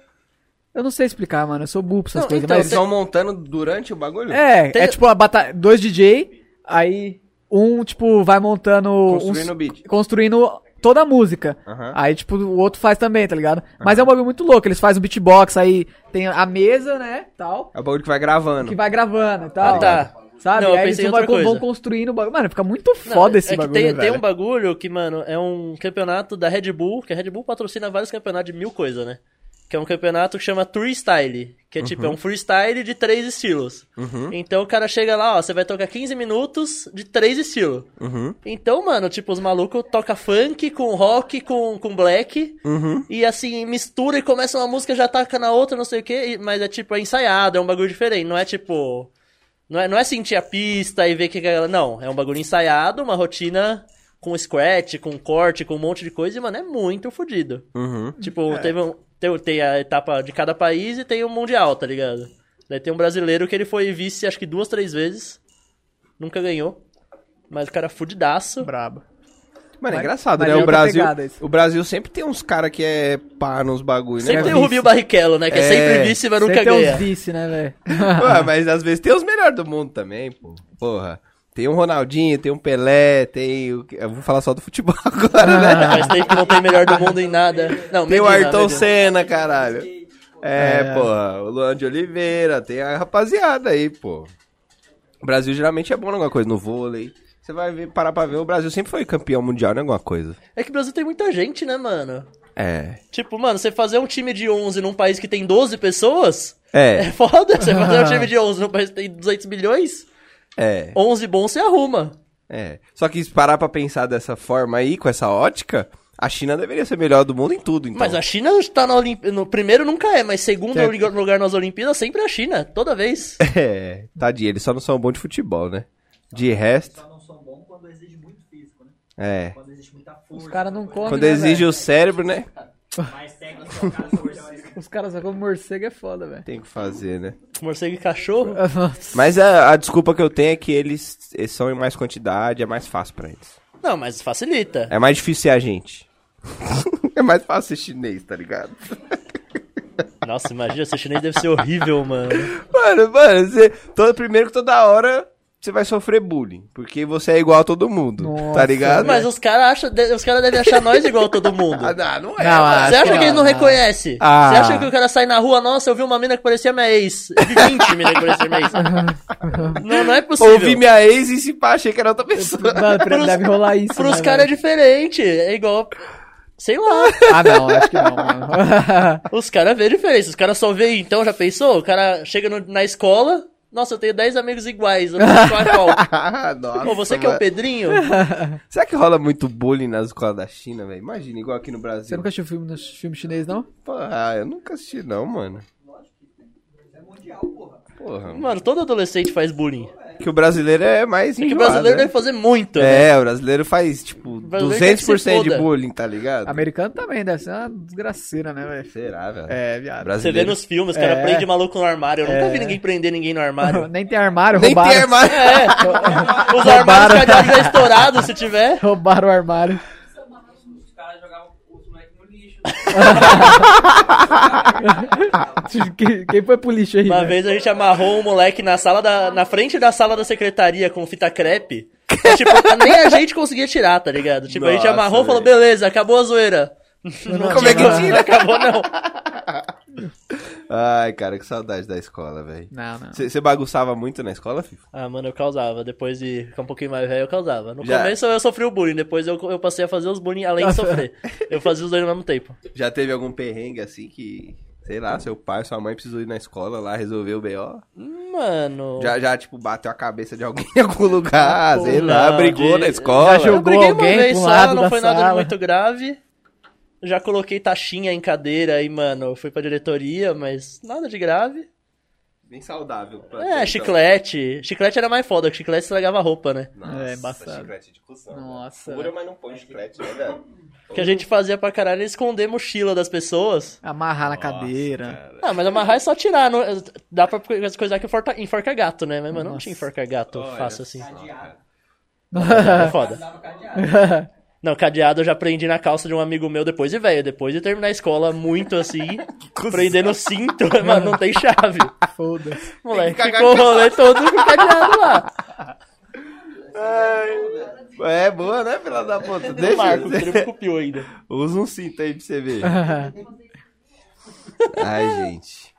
[SPEAKER 6] Eu não sei explicar, mano. Eu sou burro pra essas
[SPEAKER 4] Não,
[SPEAKER 6] coisas,
[SPEAKER 4] então,
[SPEAKER 6] mas.
[SPEAKER 1] Eles vão montando durante o bagulho?
[SPEAKER 6] É,
[SPEAKER 4] Tem-
[SPEAKER 6] é tipo a batalha. Dois DJ, aí um, tipo, vai montando.
[SPEAKER 1] Construindo
[SPEAKER 6] uns-
[SPEAKER 1] o beat.
[SPEAKER 6] Construindo toda a música.
[SPEAKER 1] Aham.
[SPEAKER 6] Aí, tipo, o outro faz também, tá ligado? Mas é um bagulho muito louco. Eles fazem o beatbox, aí tem a mesa, né? Tal.
[SPEAKER 1] É o bagulho que vai gravando.
[SPEAKER 6] Que vai gravando e tal.
[SPEAKER 4] Ah, tá.
[SPEAKER 6] Sabe?
[SPEAKER 4] Não, eu
[SPEAKER 6] aí
[SPEAKER 4] pensei
[SPEAKER 6] eles
[SPEAKER 4] em outra
[SPEAKER 6] vão, vão
[SPEAKER 4] coisa.
[SPEAKER 6] construindo o bagulho. Mano, fica muito
[SPEAKER 4] Não,
[SPEAKER 6] foda esse
[SPEAKER 4] é que
[SPEAKER 6] bagulho. né,
[SPEAKER 4] tem, tem
[SPEAKER 6] velho.
[SPEAKER 4] um bagulho que, mano, é um campeonato da Red Bull, que a Red Bull patrocina vários campeonatos de mil coisas, né? Que é um campeonato que chama Freestyle, que é
[SPEAKER 6] Uhum.
[SPEAKER 4] tipo, é um freestyle de três estilos. Então o cara chega lá, ó, você vai tocar 15 minutos de três estilos.
[SPEAKER 1] Uhum.
[SPEAKER 4] Então, mano, tipo, os malucos tocam funk com rock, com, com black.
[SPEAKER 1] Uhum.
[SPEAKER 4] E assim, mistura e começa uma música, já taca na outra, não sei o quê. e- Mas é tipo, é ensaiado, é um bagulho diferente. Não é tipo. Não é, não é sentir a pista e ver o que que a galera. Não, é um bagulho ensaiado, uma rotina com scratch, com corte, com um monte de coisa. E, mano, é muito fodido.
[SPEAKER 1] Uhum.
[SPEAKER 6] É.
[SPEAKER 4] Tipo, teve um, tem, tem a etapa de cada país e tem o mundial, tá ligado? Daí tem um brasileiro que ele foi vice, acho que duas, três vezes. Nunca ganhou. Mas o cara é fudidaço.
[SPEAKER 6] Brabo.
[SPEAKER 1] Mano, é engraçado,
[SPEAKER 6] mas
[SPEAKER 1] né?
[SPEAKER 6] é
[SPEAKER 1] O
[SPEAKER 6] outra
[SPEAKER 1] Brasil,
[SPEAKER 6] pegada isso.
[SPEAKER 1] o Brasil sempre tem uns caras que é pá nos bagulhos, né?
[SPEAKER 4] Sempre tem
[SPEAKER 1] mano?
[SPEAKER 4] o Rubinho Barrichello, né? Que é,
[SPEAKER 1] É,
[SPEAKER 4] sempre vice, mas nunca
[SPEAKER 6] Sempre tem
[SPEAKER 4] ganha.
[SPEAKER 6] uns vice, né,
[SPEAKER 4] <laughs>
[SPEAKER 6] velho?
[SPEAKER 1] Ué, mas às vezes tem os melhores do mundo também, pô. Porra. Tem um Ronaldinho, tem um Pelé, tem. o- Eu vou falar só do futebol <laughs> agora, né?
[SPEAKER 6] Ah,
[SPEAKER 4] Faz tempo que não tem melhor do mundo em nada. Não,
[SPEAKER 1] Tem o
[SPEAKER 4] Medina,
[SPEAKER 1] Ayrton
[SPEAKER 4] Medina.
[SPEAKER 1] Senna, caralho. É, porra. O Luan de Oliveira. Tem a rapaziada aí, pô. O Brasil geralmente é bom em alguma coisa, no vôlei. Você vai ver, parar pra ver. O Brasil sempre foi campeão mundial em alguma coisa.
[SPEAKER 4] É que o Brasil tem muita gente, né, mano?
[SPEAKER 1] É.
[SPEAKER 4] Tipo, mano, você fazer um time de 11 num país que tem 12 pessoas é
[SPEAKER 1] É,
[SPEAKER 4] foda. Você <laughs> fazer um time de 11 num país que tem 200 milhões,
[SPEAKER 1] é,
[SPEAKER 4] 11 bons você arruma.
[SPEAKER 1] é. Só que se parar pra pensar dessa forma aí, com essa ótica, a China deveria ser a melhor do mundo em tudo, então.
[SPEAKER 4] Mas a China tá na Olimpíada. No primeiro nunca é, mas segundo lugar nas Olimpíadas sempre é a China, toda vez.
[SPEAKER 1] <laughs> É, tadinho, eles só não são bons de futebol, né? De resto,
[SPEAKER 5] Só não são bons quando exige muito físico, né?
[SPEAKER 1] é.
[SPEAKER 5] Quando existe muita força.
[SPEAKER 6] Os caras não comem.
[SPEAKER 1] Quando
[SPEAKER 6] né,
[SPEAKER 1] exige
[SPEAKER 6] velho?
[SPEAKER 1] o cérebro, né?
[SPEAKER 5] Mais técnica, só cara
[SPEAKER 4] <laughs>
[SPEAKER 5] força.
[SPEAKER 6] Os caras só comem morcego é foda, velho.
[SPEAKER 1] Tem o que fazer, né?
[SPEAKER 4] Morcego e cachorro.
[SPEAKER 6] <laughs>
[SPEAKER 1] Mas a, a desculpa que eu tenho é que eles, eles são em mais quantidade, é mais fácil pra eles.
[SPEAKER 4] Não, mas facilita.
[SPEAKER 1] É mais difícil ser a gente. <laughs> é mais fácil ser chinês, tá ligado? <laughs> É.
[SPEAKER 4] Nossa, imagina, esse chinês deve ser horrível, mano.
[SPEAKER 1] Mano, mano, você, todo, primeiro que toda hora você vai sofrer bullying, porque você é igual a todo mundo, tá
[SPEAKER 6] Nossa,
[SPEAKER 1] ligado?
[SPEAKER 4] Mas os caras acham, de- os caras devem achar nós igual a
[SPEAKER 1] <laughs>
[SPEAKER 4] todo mundo.
[SPEAKER 1] Ah, não, não é.
[SPEAKER 6] Não,
[SPEAKER 1] mano.
[SPEAKER 4] Você acha
[SPEAKER 6] que
[SPEAKER 4] que ele
[SPEAKER 6] não.
[SPEAKER 4] não reconhece?
[SPEAKER 1] Ah.
[SPEAKER 4] Você acha que o cara sai na rua, nossa, eu vi uma mina que parecia minha ex. Eu vi 20 minas que parecia minha ex. Não, não é possível.
[SPEAKER 1] Ouvi minha ex e <laughs> se pá, achei que era outra pessoa.
[SPEAKER 6] Mano, pra- deve rolar isso.
[SPEAKER 4] Pros
[SPEAKER 6] né,
[SPEAKER 4] caras é
[SPEAKER 6] velho?
[SPEAKER 4] diferente. É igual. Sei lá.
[SPEAKER 3] Ah, não, acho que não,
[SPEAKER 6] <laughs>
[SPEAKER 3] mano.
[SPEAKER 4] Os caras veem diferença. Os caras só veem, então, já pensou? O cara chega no- na escola. Nossa, eu tenho 10 amigos iguais. Eu vou escolher qual.
[SPEAKER 1] <laughs> Ah, Nossa,
[SPEAKER 4] Pô, você que é
[SPEAKER 1] mano.
[SPEAKER 4] o Pedrinho?
[SPEAKER 1] Será que rola muito bullying nas escolas da China, velho? Imagina, igual aqui no Brasil.
[SPEAKER 3] Você nunca assistiu filme, no- filme chinês, não?
[SPEAKER 1] Pô, ah, eu nunca assisti não, mano. Porra, mano.
[SPEAKER 4] Mano, todo adolescente faz bullying.
[SPEAKER 1] que o brasileiro é mais
[SPEAKER 4] Porque o
[SPEAKER 1] enjoado,
[SPEAKER 4] brasileiro
[SPEAKER 1] né?
[SPEAKER 4] deve fazer muito. né?
[SPEAKER 1] É, o brasileiro faz, tipo,
[SPEAKER 4] brasileiro quer que se
[SPEAKER 1] 200% de
[SPEAKER 4] foda.
[SPEAKER 1] bullying, tá ligado?
[SPEAKER 3] Americano também, deve ser uma desgraceira, né, velho?
[SPEAKER 1] Será, velho?
[SPEAKER 3] É, viado.
[SPEAKER 4] Você vê
[SPEAKER 1] brasileiro. É.
[SPEAKER 4] nos filmes, os cara
[SPEAKER 3] É.
[SPEAKER 4] prende maluco no armário. Eu nunca vi ninguém prender ninguém no armário.
[SPEAKER 3] Nem tem armário,
[SPEAKER 1] Nem
[SPEAKER 3] roubaram.
[SPEAKER 1] tem armário.
[SPEAKER 4] É, <laughs> os armários cadeados já estourados, se tiver.
[SPEAKER 3] Roubaram o armário.
[SPEAKER 8] Os caras jogavam os moleques no lixo.
[SPEAKER 3] Quem- Quem foi pro lixo aí?
[SPEAKER 4] Uma
[SPEAKER 3] velho?
[SPEAKER 4] vez a gente amarrou um moleque na sala da, na frente da sala da secretaria com fita crepe. E, tipo, nem a gente conseguia tirar, tá ligado? Tipo, a gente
[SPEAKER 1] Nossa,
[SPEAKER 4] amarrou e falou, beleza, acabou a zoeira. Não
[SPEAKER 1] Como é que
[SPEAKER 4] tinha,
[SPEAKER 1] tira?
[SPEAKER 4] Não acabou, não.
[SPEAKER 1] <laughs> Ai, cara, que saudade da escola, velho.
[SPEAKER 3] Não, não.
[SPEAKER 1] Você bagunçava muito na escola, Fifa?
[SPEAKER 4] Ah, mano, eu causava. Depois de ficar um pouquinho mais velho, eu causava. No
[SPEAKER 1] Já.
[SPEAKER 4] começo eu sofri o bullying, depois eu, eu passei a fazer os bullying além
[SPEAKER 1] <laughs>
[SPEAKER 4] de sofrer. Eu fazia os dois ao mesmo tempo.
[SPEAKER 1] Já teve algum perrengue assim que, sei lá, seu pai, sua mãe precisou ir na escola lá, resolver o B.O.?
[SPEAKER 4] Mano.
[SPEAKER 1] Já, já, tipo, bateu a cabeça de alguém em algum lugar,
[SPEAKER 4] Pô,
[SPEAKER 1] sei lá,
[SPEAKER 4] não,
[SPEAKER 1] brigou
[SPEAKER 4] de-
[SPEAKER 1] na escola.
[SPEAKER 3] já jogou-
[SPEAKER 4] eu briguei uma
[SPEAKER 3] alguém
[SPEAKER 4] vez
[SPEAKER 3] pro
[SPEAKER 4] só,
[SPEAKER 3] lado
[SPEAKER 4] não
[SPEAKER 3] da
[SPEAKER 4] foi
[SPEAKER 3] sala.
[SPEAKER 4] nada muito grave. Já coloquei taxinha em cadeira e, mano, eu fui pra diretoria, mas nada de grave.
[SPEAKER 1] Bem saudável. pra ter,
[SPEAKER 4] É,
[SPEAKER 1] então.
[SPEAKER 4] chiclete. Chiclete era mais foda, que chiclete estragava a roupa, né?
[SPEAKER 1] Nossa,
[SPEAKER 3] É, embaçado.
[SPEAKER 1] chiclete de cuzão.
[SPEAKER 3] Nossa.
[SPEAKER 1] Fura, mas não põe chiclete, né, velho?
[SPEAKER 4] O que a gente fazia pra caralho era esconder mochila das pessoas.
[SPEAKER 3] Amarrar na
[SPEAKER 1] Nossa,
[SPEAKER 3] cadeira.
[SPEAKER 1] cara.
[SPEAKER 4] Ah, mas amarrar é só tirar. Não, dá pra coisar que enforca, enforca gato, né? Mas, mano, não tinha enforca gato
[SPEAKER 1] Olha
[SPEAKER 4] fácil assim.
[SPEAKER 1] só, cara.
[SPEAKER 4] É
[SPEAKER 3] <laughs>
[SPEAKER 4] foda. Não, cadeado eu já prendi na calça de um amigo meu depois de velho. Depois de terminar a escola, muito
[SPEAKER 1] <laughs>
[SPEAKER 4] assim. prendendo cinto, <laughs> mano, não tem chave.
[SPEAKER 3] Foda-se.
[SPEAKER 4] Moleque,
[SPEAKER 1] Tem que
[SPEAKER 4] ficou o
[SPEAKER 1] cagar
[SPEAKER 4] rolê todo com cadeado lá.
[SPEAKER 1] É boa, né, filha da puta?
[SPEAKER 4] Deixa,
[SPEAKER 1] Deixa
[SPEAKER 4] Marco,
[SPEAKER 1] eu
[SPEAKER 4] o Tribo copiou ainda.
[SPEAKER 1] Usa um cinto aí pra você
[SPEAKER 3] <laughs>
[SPEAKER 1] ver. Ai, gente.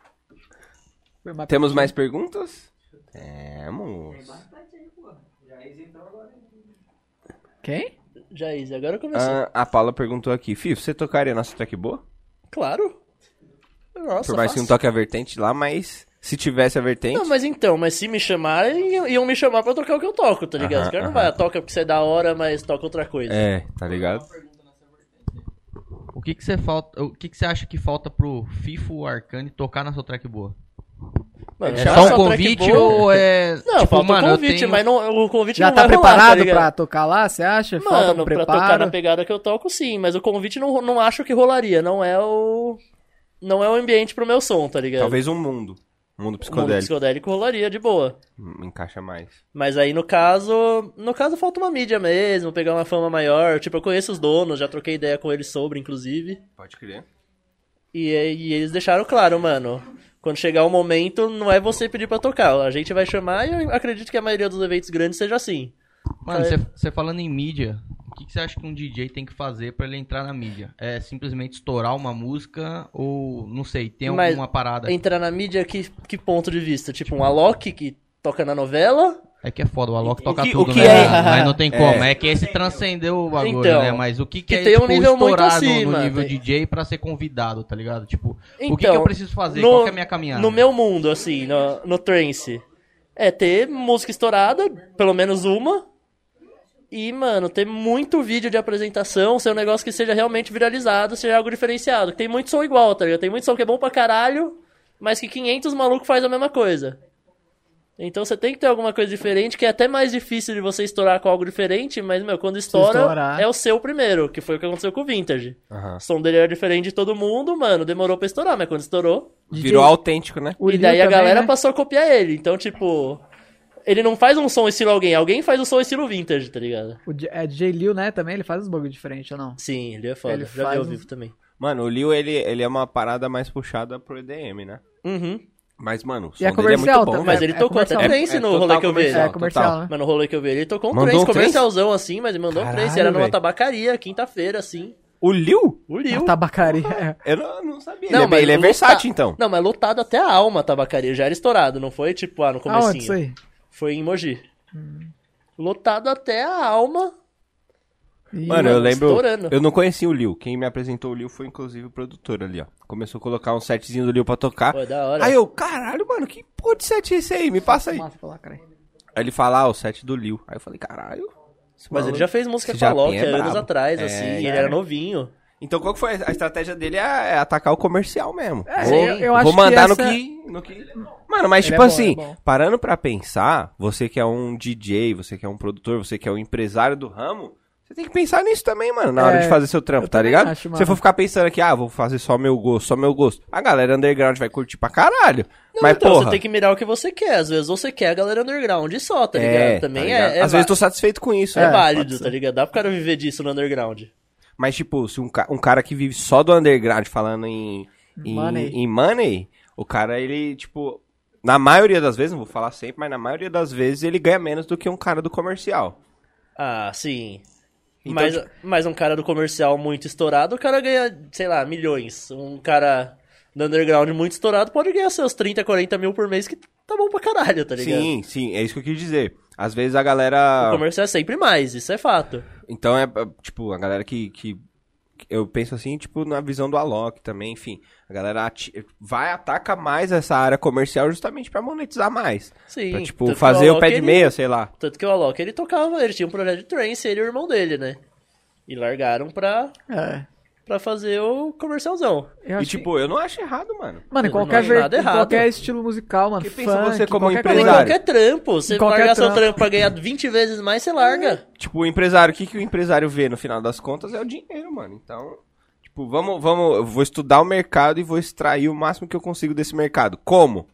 [SPEAKER 3] Foi uma-
[SPEAKER 1] Temos mais perguntas? Temos.
[SPEAKER 3] Quem?
[SPEAKER 4] Jair, é agora começou.
[SPEAKER 1] Ah, a Paula perguntou aqui, Fio, você tocaria nossa track boa?
[SPEAKER 4] Claro. Nossa,
[SPEAKER 1] Por mais que
[SPEAKER 4] fácil.
[SPEAKER 1] não toque a vertente lá, mas se tivesse a vertente.
[SPEAKER 4] Não, mas então, mas se me chamarem, iam- iam me chamar pra eu tocar o que eu toco, tá ligado?
[SPEAKER 1] Aham,
[SPEAKER 4] Os caras não
[SPEAKER 1] aham.
[SPEAKER 4] vai, toca porque você é da hora, mas toca outra coisa.
[SPEAKER 1] É, tá ligado?
[SPEAKER 2] O que que você falta, o que que você acha que falta pro Fifo Arcane tocar na sua track boa?
[SPEAKER 4] Mano,
[SPEAKER 2] É
[SPEAKER 4] já
[SPEAKER 2] só um
[SPEAKER 4] essa track
[SPEAKER 2] convite
[SPEAKER 4] boa-
[SPEAKER 2] ou é
[SPEAKER 4] Não,
[SPEAKER 2] tipo,
[SPEAKER 4] falta
[SPEAKER 2] mano,
[SPEAKER 4] o
[SPEAKER 2] eu
[SPEAKER 4] convite,
[SPEAKER 2] tenho-
[SPEAKER 4] mas não, o convite
[SPEAKER 3] Já
[SPEAKER 4] não
[SPEAKER 3] tá
[SPEAKER 4] vai rolar, tá
[SPEAKER 3] preparado
[SPEAKER 4] ligado?
[SPEAKER 3] pra tocar lá, você acha? Falta um
[SPEAKER 4] Mano, pra tocar na
[SPEAKER 3] preparo?
[SPEAKER 4] pegada que eu toco, sim, mas o convite não, não acho que rolaria. Não é o. Não é o ambiente pro meu som, tá ligado?
[SPEAKER 1] Talvez um mundo. Um mundo
[SPEAKER 4] o mundo
[SPEAKER 1] psicodélico.
[SPEAKER 4] psicodélico rolaria de boa.
[SPEAKER 1] Hum, Encaixa mais.
[SPEAKER 4] Mas aí no caso. No caso falta uma mídia mesmo, pegar uma fama maior. Tipo, eu conheço os donos, já troquei ideia com eles sobre, inclusive.
[SPEAKER 1] Pode crer.
[SPEAKER 4] E, e eles deixaram claro, mano. Quando chegar o momento, não é você pedir pra tocar. A gente vai chamar e eu acredito que a maioria dos eventos grandes seja assim.
[SPEAKER 2] Mano, você- você falando em mídia, o que, que você acha que um DJ tem que fazer pra ele entrar na mídia? É simplesmente estourar uma música ou, não sei, tem
[SPEAKER 4] Mas-
[SPEAKER 2] alguma parada?
[SPEAKER 4] Entrar na mídia, que, que ponto de vista? Tipo, um Alok que toca na novela?
[SPEAKER 2] É que é foda, o Alok toca
[SPEAKER 1] que- o
[SPEAKER 2] tudo,
[SPEAKER 1] que
[SPEAKER 2] né?
[SPEAKER 4] é-
[SPEAKER 2] mano? Mas não tem
[SPEAKER 1] <laughs> É.
[SPEAKER 2] como, é que esse transcendeu o bagulho,
[SPEAKER 4] Então,
[SPEAKER 2] né? Mas o que, que,
[SPEAKER 4] que
[SPEAKER 2] é,
[SPEAKER 4] tem um
[SPEAKER 2] tipo,
[SPEAKER 4] nível muito assim,
[SPEAKER 2] estourar no- no,
[SPEAKER 4] acima,
[SPEAKER 2] nível
[SPEAKER 4] tem-
[SPEAKER 2] DJ pra ser convidado, tá ligado? Tipo, o que que,
[SPEAKER 4] Então,
[SPEAKER 2] eu preciso fazer?
[SPEAKER 4] no-
[SPEAKER 2] Qual que é a minha caminhada?
[SPEAKER 4] No meu mundo, assim, no, no trance. É ter música estourada, pelo menos uma. E, mano, ter muito vídeo de apresentação, ser um negócio que seja realmente viralizado, seja algo diferenciado. Tem muito som igual, tá ligado? Tem muito som que é bom pra caralho, mas que 500 malucos faz a mesma coisa. Então você tem que ter alguma coisa diferente, que é até mais difícil de você estourar com algo diferente, mas, meu, quando estoura,
[SPEAKER 3] estourar.
[SPEAKER 4] é o seu primeiro, que foi o que aconteceu com o Vintage.
[SPEAKER 1] Aham.
[SPEAKER 4] O som dele era diferente de todo mundo, mano, demorou pra estourar, mas quando estourou,
[SPEAKER 1] Virou autêntico, né?
[SPEAKER 3] O
[SPEAKER 4] e
[SPEAKER 3] Lil
[SPEAKER 4] daí a
[SPEAKER 3] também,
[SPEAKER 4] galera
[SPEAKER 3] né?
[SPEAKER 4] passou a copiar ele. Então, tipo, ele não faz um som estilo alguém, alguém faz o som estilo vintage, tá ligado?
[SPEAKER 3] O J- é DJ Lil, né, também? Ele faz uns bagulho diferente ou não?
[SPEAKER 4] Sim, ele é foda.
[SPEAKER 3] Ele
[SPEAKER 4] Já
[SPEAKER 3] faz
[SPEAKER 4] vi ao
[SPEAKER 3] um-
[SPEAKER 4] vivo também.
[SPEAKER 1] Mano, o Lil, ele, ele é uma parada mais puxada pro EDM, né?
[SPEAKER 4] Uhum.
[SPEAKER 1] Mas, mano, o som
[SPEAKER 3] E é
[SPEAKER 1] dele é muito
[SPEAKER 3] comercial
[SPEAKER 1] bom,
[SPEAKER 3] também.
[SPEAKER 4] Mas
[SPEAKER 1] velho.
[SPEAKER 4] ele
[SPEAKER 3] é
[SPEAKER 4] tocou até
[SPEAKER 3] comercial.
[SPEAKER 4] trance no rolê
[SPEAKER 1] total
[SPEAKER 4] que eu vi.
[SPEAKER 1] comercial,
[SPEAKER 4] ele.
[SPEAKER 3] É comercial, né?
[SPEAKER 4] Mas no rolê que eu vi, ele tocou um
[SPEAKER 1] Mandou
[SPEAKER 4] trance,
[SPEAKER 1] um trance?
[SPEAKER 4] comercialzão assim, mas ele mandou um trance.
[SPEAKER 1] Caralho,
[SPEAKER 4] Era numa
[SPEAKER 1] velho.
[SPEAKER 4] tabacaria, quinta-feira, assim.
[SPEAKER 1] O Lil?
[SPEAKER 4] O
[SPEAKER 3] Na
[SPEAKER 4] Lil.
[SPEAKER 3] tabacaria.
[SPEAKER 1] Eu não, não sabia.
[SPEAKER 4] Não, tá-
[SPEAKER 1] ele é, bem-
[SPEAKER 4] mas
[SPEAKER 1] ele é
[SPEAKER 4] lota-
[SPEAKER 1] versátil, então.
[SPEAKER 4] Não, mas lotado até a alma a tabacaria. Já era estourado, não foi? Tipo, ah, no
[SPEAKER 3] <laughs> Aonde isso
[SPEAKER 4] comecinho.
[SPEAKER 3] aí? Hum.
[SPEAKER 4] foi em Mogi. Lotado até a alma.
[SPEAKER 6] E,
[SPEAKER 1] Mano, eu lembro.
[SPEAKER 4] tá estourando.
[SPEAKER 1] Eu não conhecia o Lil. Quem me apresentou o Lil foi inclusive o produtor ali, ó. Começou a colocar um setzinho do Lil pra tocar.
[SPEAKER 4] Pô, é da hora.
[SPEAKER 1] Aí eu, caralho, mano, que porra de set é esse aí? Me passa aí.
[SPEAKER 6] Massa pra lá, cara.
[SPEAKER 1] Aí ele fala, ah, o set do Lil. Aí eu falei, caralho. esse
[SPEAKER 4] Mas ele
[SPEAKER 1] maluco-
[SPEAKER 4] já fez música
[SPEAKER 1] Esse
[SPEAKER 4] com a
[SPEAKER 1] Japinha
[SPEAKER 4] Loki
[SPEAKER 1] é
[SPEAKER 4] anos
[SPEAKER 1] brabo.
[SPEAKER 4] atrás,
[SPEAKER 1] É,
[SPEAKER 4] assim, ele
[SPEAKER 1] cara.
[SPEAKER 4] era novinho.
[SPEAKER 1] Então qual que foi a a estratégia dele? É é atacar o comercial mesmo.
[SPEAKER 6] É,
[SPEAKER 1] vou
[SPEAKER 6] eu- eu
[SPEAKER 1] vou
[SPEAKER 6] acho que
[SPEAKER 1] mandar
[SPEAKER 6] essa-
[SPEAKER 1] no, que, no que... Mano, mas
[SPEAKER 6] Ele
[SPEAKER 1] tipo
[SPEAKER 6] é bom,
[SPEAKER 1] assim,
[SPEAKER 6] é bom.
[SPEAKER 1] parando pra pensar, você que é um DJ, você que é um produtor, você que é um empresário do ramo, você tem que pensar nisso também, mano, na hora
[SPEAKER 6] É,
[SPEAKER 1] de fazer seu trampo,
[SPEAKER 6] eu
[SPEAKER 1] tá
[SPEAKER 6] também
[SPEAKER 1] ligado?
[SPEAKER 6] acho, mano.
[SPEAKER 1] Se eu for ficar pensando aqui, ah, vou fazer só meu gosto, só meu gosto. A galera underground vai curtir pra caralho.
[SPEAKER 4] Não,
[SPEAKER 1] mas
[SPEAKER 4] então
[SPEAKER 1] porra,
[SPEAKER 4] você tem que mirar o que você quer. Às vezes você quer a galera underground só, tá ligado?
[SPEAKER 1] é,
[SPEAKER 4] Também
[SPEAKER 1] tá ligado?
[SPEAKER 4] é, é,
[SPEAKER 1] Às
[SPEAKER 4] va-
[SPEAKER 1] vezes eu tô satisfeito com isso,
[SPEAKER 4] é
[SPEAKER 1] né?
[SPEAKER 4] válido,
[SPEAKER 1] Pode ser.
[SPEAKER 4] tá ligado? Dá pro cara viver disso no underground.
[SPEAKER 1] Mas, tipo, se um, ca- um cara que vive só do underground falando em em em money.
[SPEAKER 6] Money.
[SPEAKER 1] o cara, ele, tipo, na maioria das vezes, não vou falar sempre, mas na maioria das vezes ele ganha menos do que um cara do comercial.
[SPEAKER 4] Ah, sim.
[SPEAKER 1] Então,
[SPEAKER 4] mas,
[SPEAKER 1] tipo-
[SPEAKER 4] mas um cara do comercial muito estourado, o cara ganha, sei lá, milhões. Um cara do underground muito estourado pode ganhar seus 30, 40 mil por mês, que tá bom pra caralho, tá ligado?
[SPEAKER 1] sim, tá. sim, é isso que eu quis dizer. Às vezes a
[SPEAKER 4] O
[SPEAKER 1] galera.
[SPEAKER 4] comercial é sempre mais, isso é fato.
[SPEAKER 1] Então é, é, tipo, a galera que, que. que Eu penso assim, tipo, na visão do Alok também, enfim. A galera ati- vai ataca mais essa área comercial justamente pra monetizar mais.
[SPEAKER 4] Sim.
[SPEAKER 1] pra, tipo,
[SPEAKER 4] tanto que é
[SPEAKER 1] fazer o
[SPEAKER 4] Alok,
[SPEAKER 1] pé de
[SPEAKER 4] ele-
[SPEAKER 1] meia, sei lá.
[SPEAKER 4] Tanto que o Alok, ele tocava, ele tinha um projeto de trance, ele e o irmão dele, né? E largaram pra,
[SPEAKER 6] É.
[SPEAKER 4] pra fazer o comercialzão.
[SPEAKER 6] Eu
[SPEAKER 1] E,
[SPEAKER 6] acho que-
[SPEAKER 1] tipo, eu não acho errado, mano.
[SPEAKER 6] mano, em
[SPEAKER 4] eu não
[SPEAKER 6] qualquer,
[SPEAKER 4] acho
[SPEAKER 6] ver...
[SPEAKER 4] nada
[SPEAKER 6] em
[SPEAKER 4] errado.
[SPEAKER 6] qualquer estilo musical, mano.
[SPEAKER 1] Porque pensa
[SPEAKER 6] funk,
[SPEAKER 1] você como
[SPEAKER 6] qualquer
[SPEAKER 4] Mas em
[SPEAKER 1] empresário.
[SPEAKER 4] qualquer trampo, você
[SPEAKER 6] Em qualquer
[SPEAKER 4] largar seu
[SPEAKER 6] trampo.
[SPEAKER 4] trampo pra ganhar 20 vezes mais, você larga.
[SPEAKER 1] Tipo, o empresário, o que, que o empresário vê no final das contas é o dinheiro, mano. Então, tipo, vamos, vamos, eu vou estudar o mercado e vou extrair o máximo que eu consigo desse mercado. Como?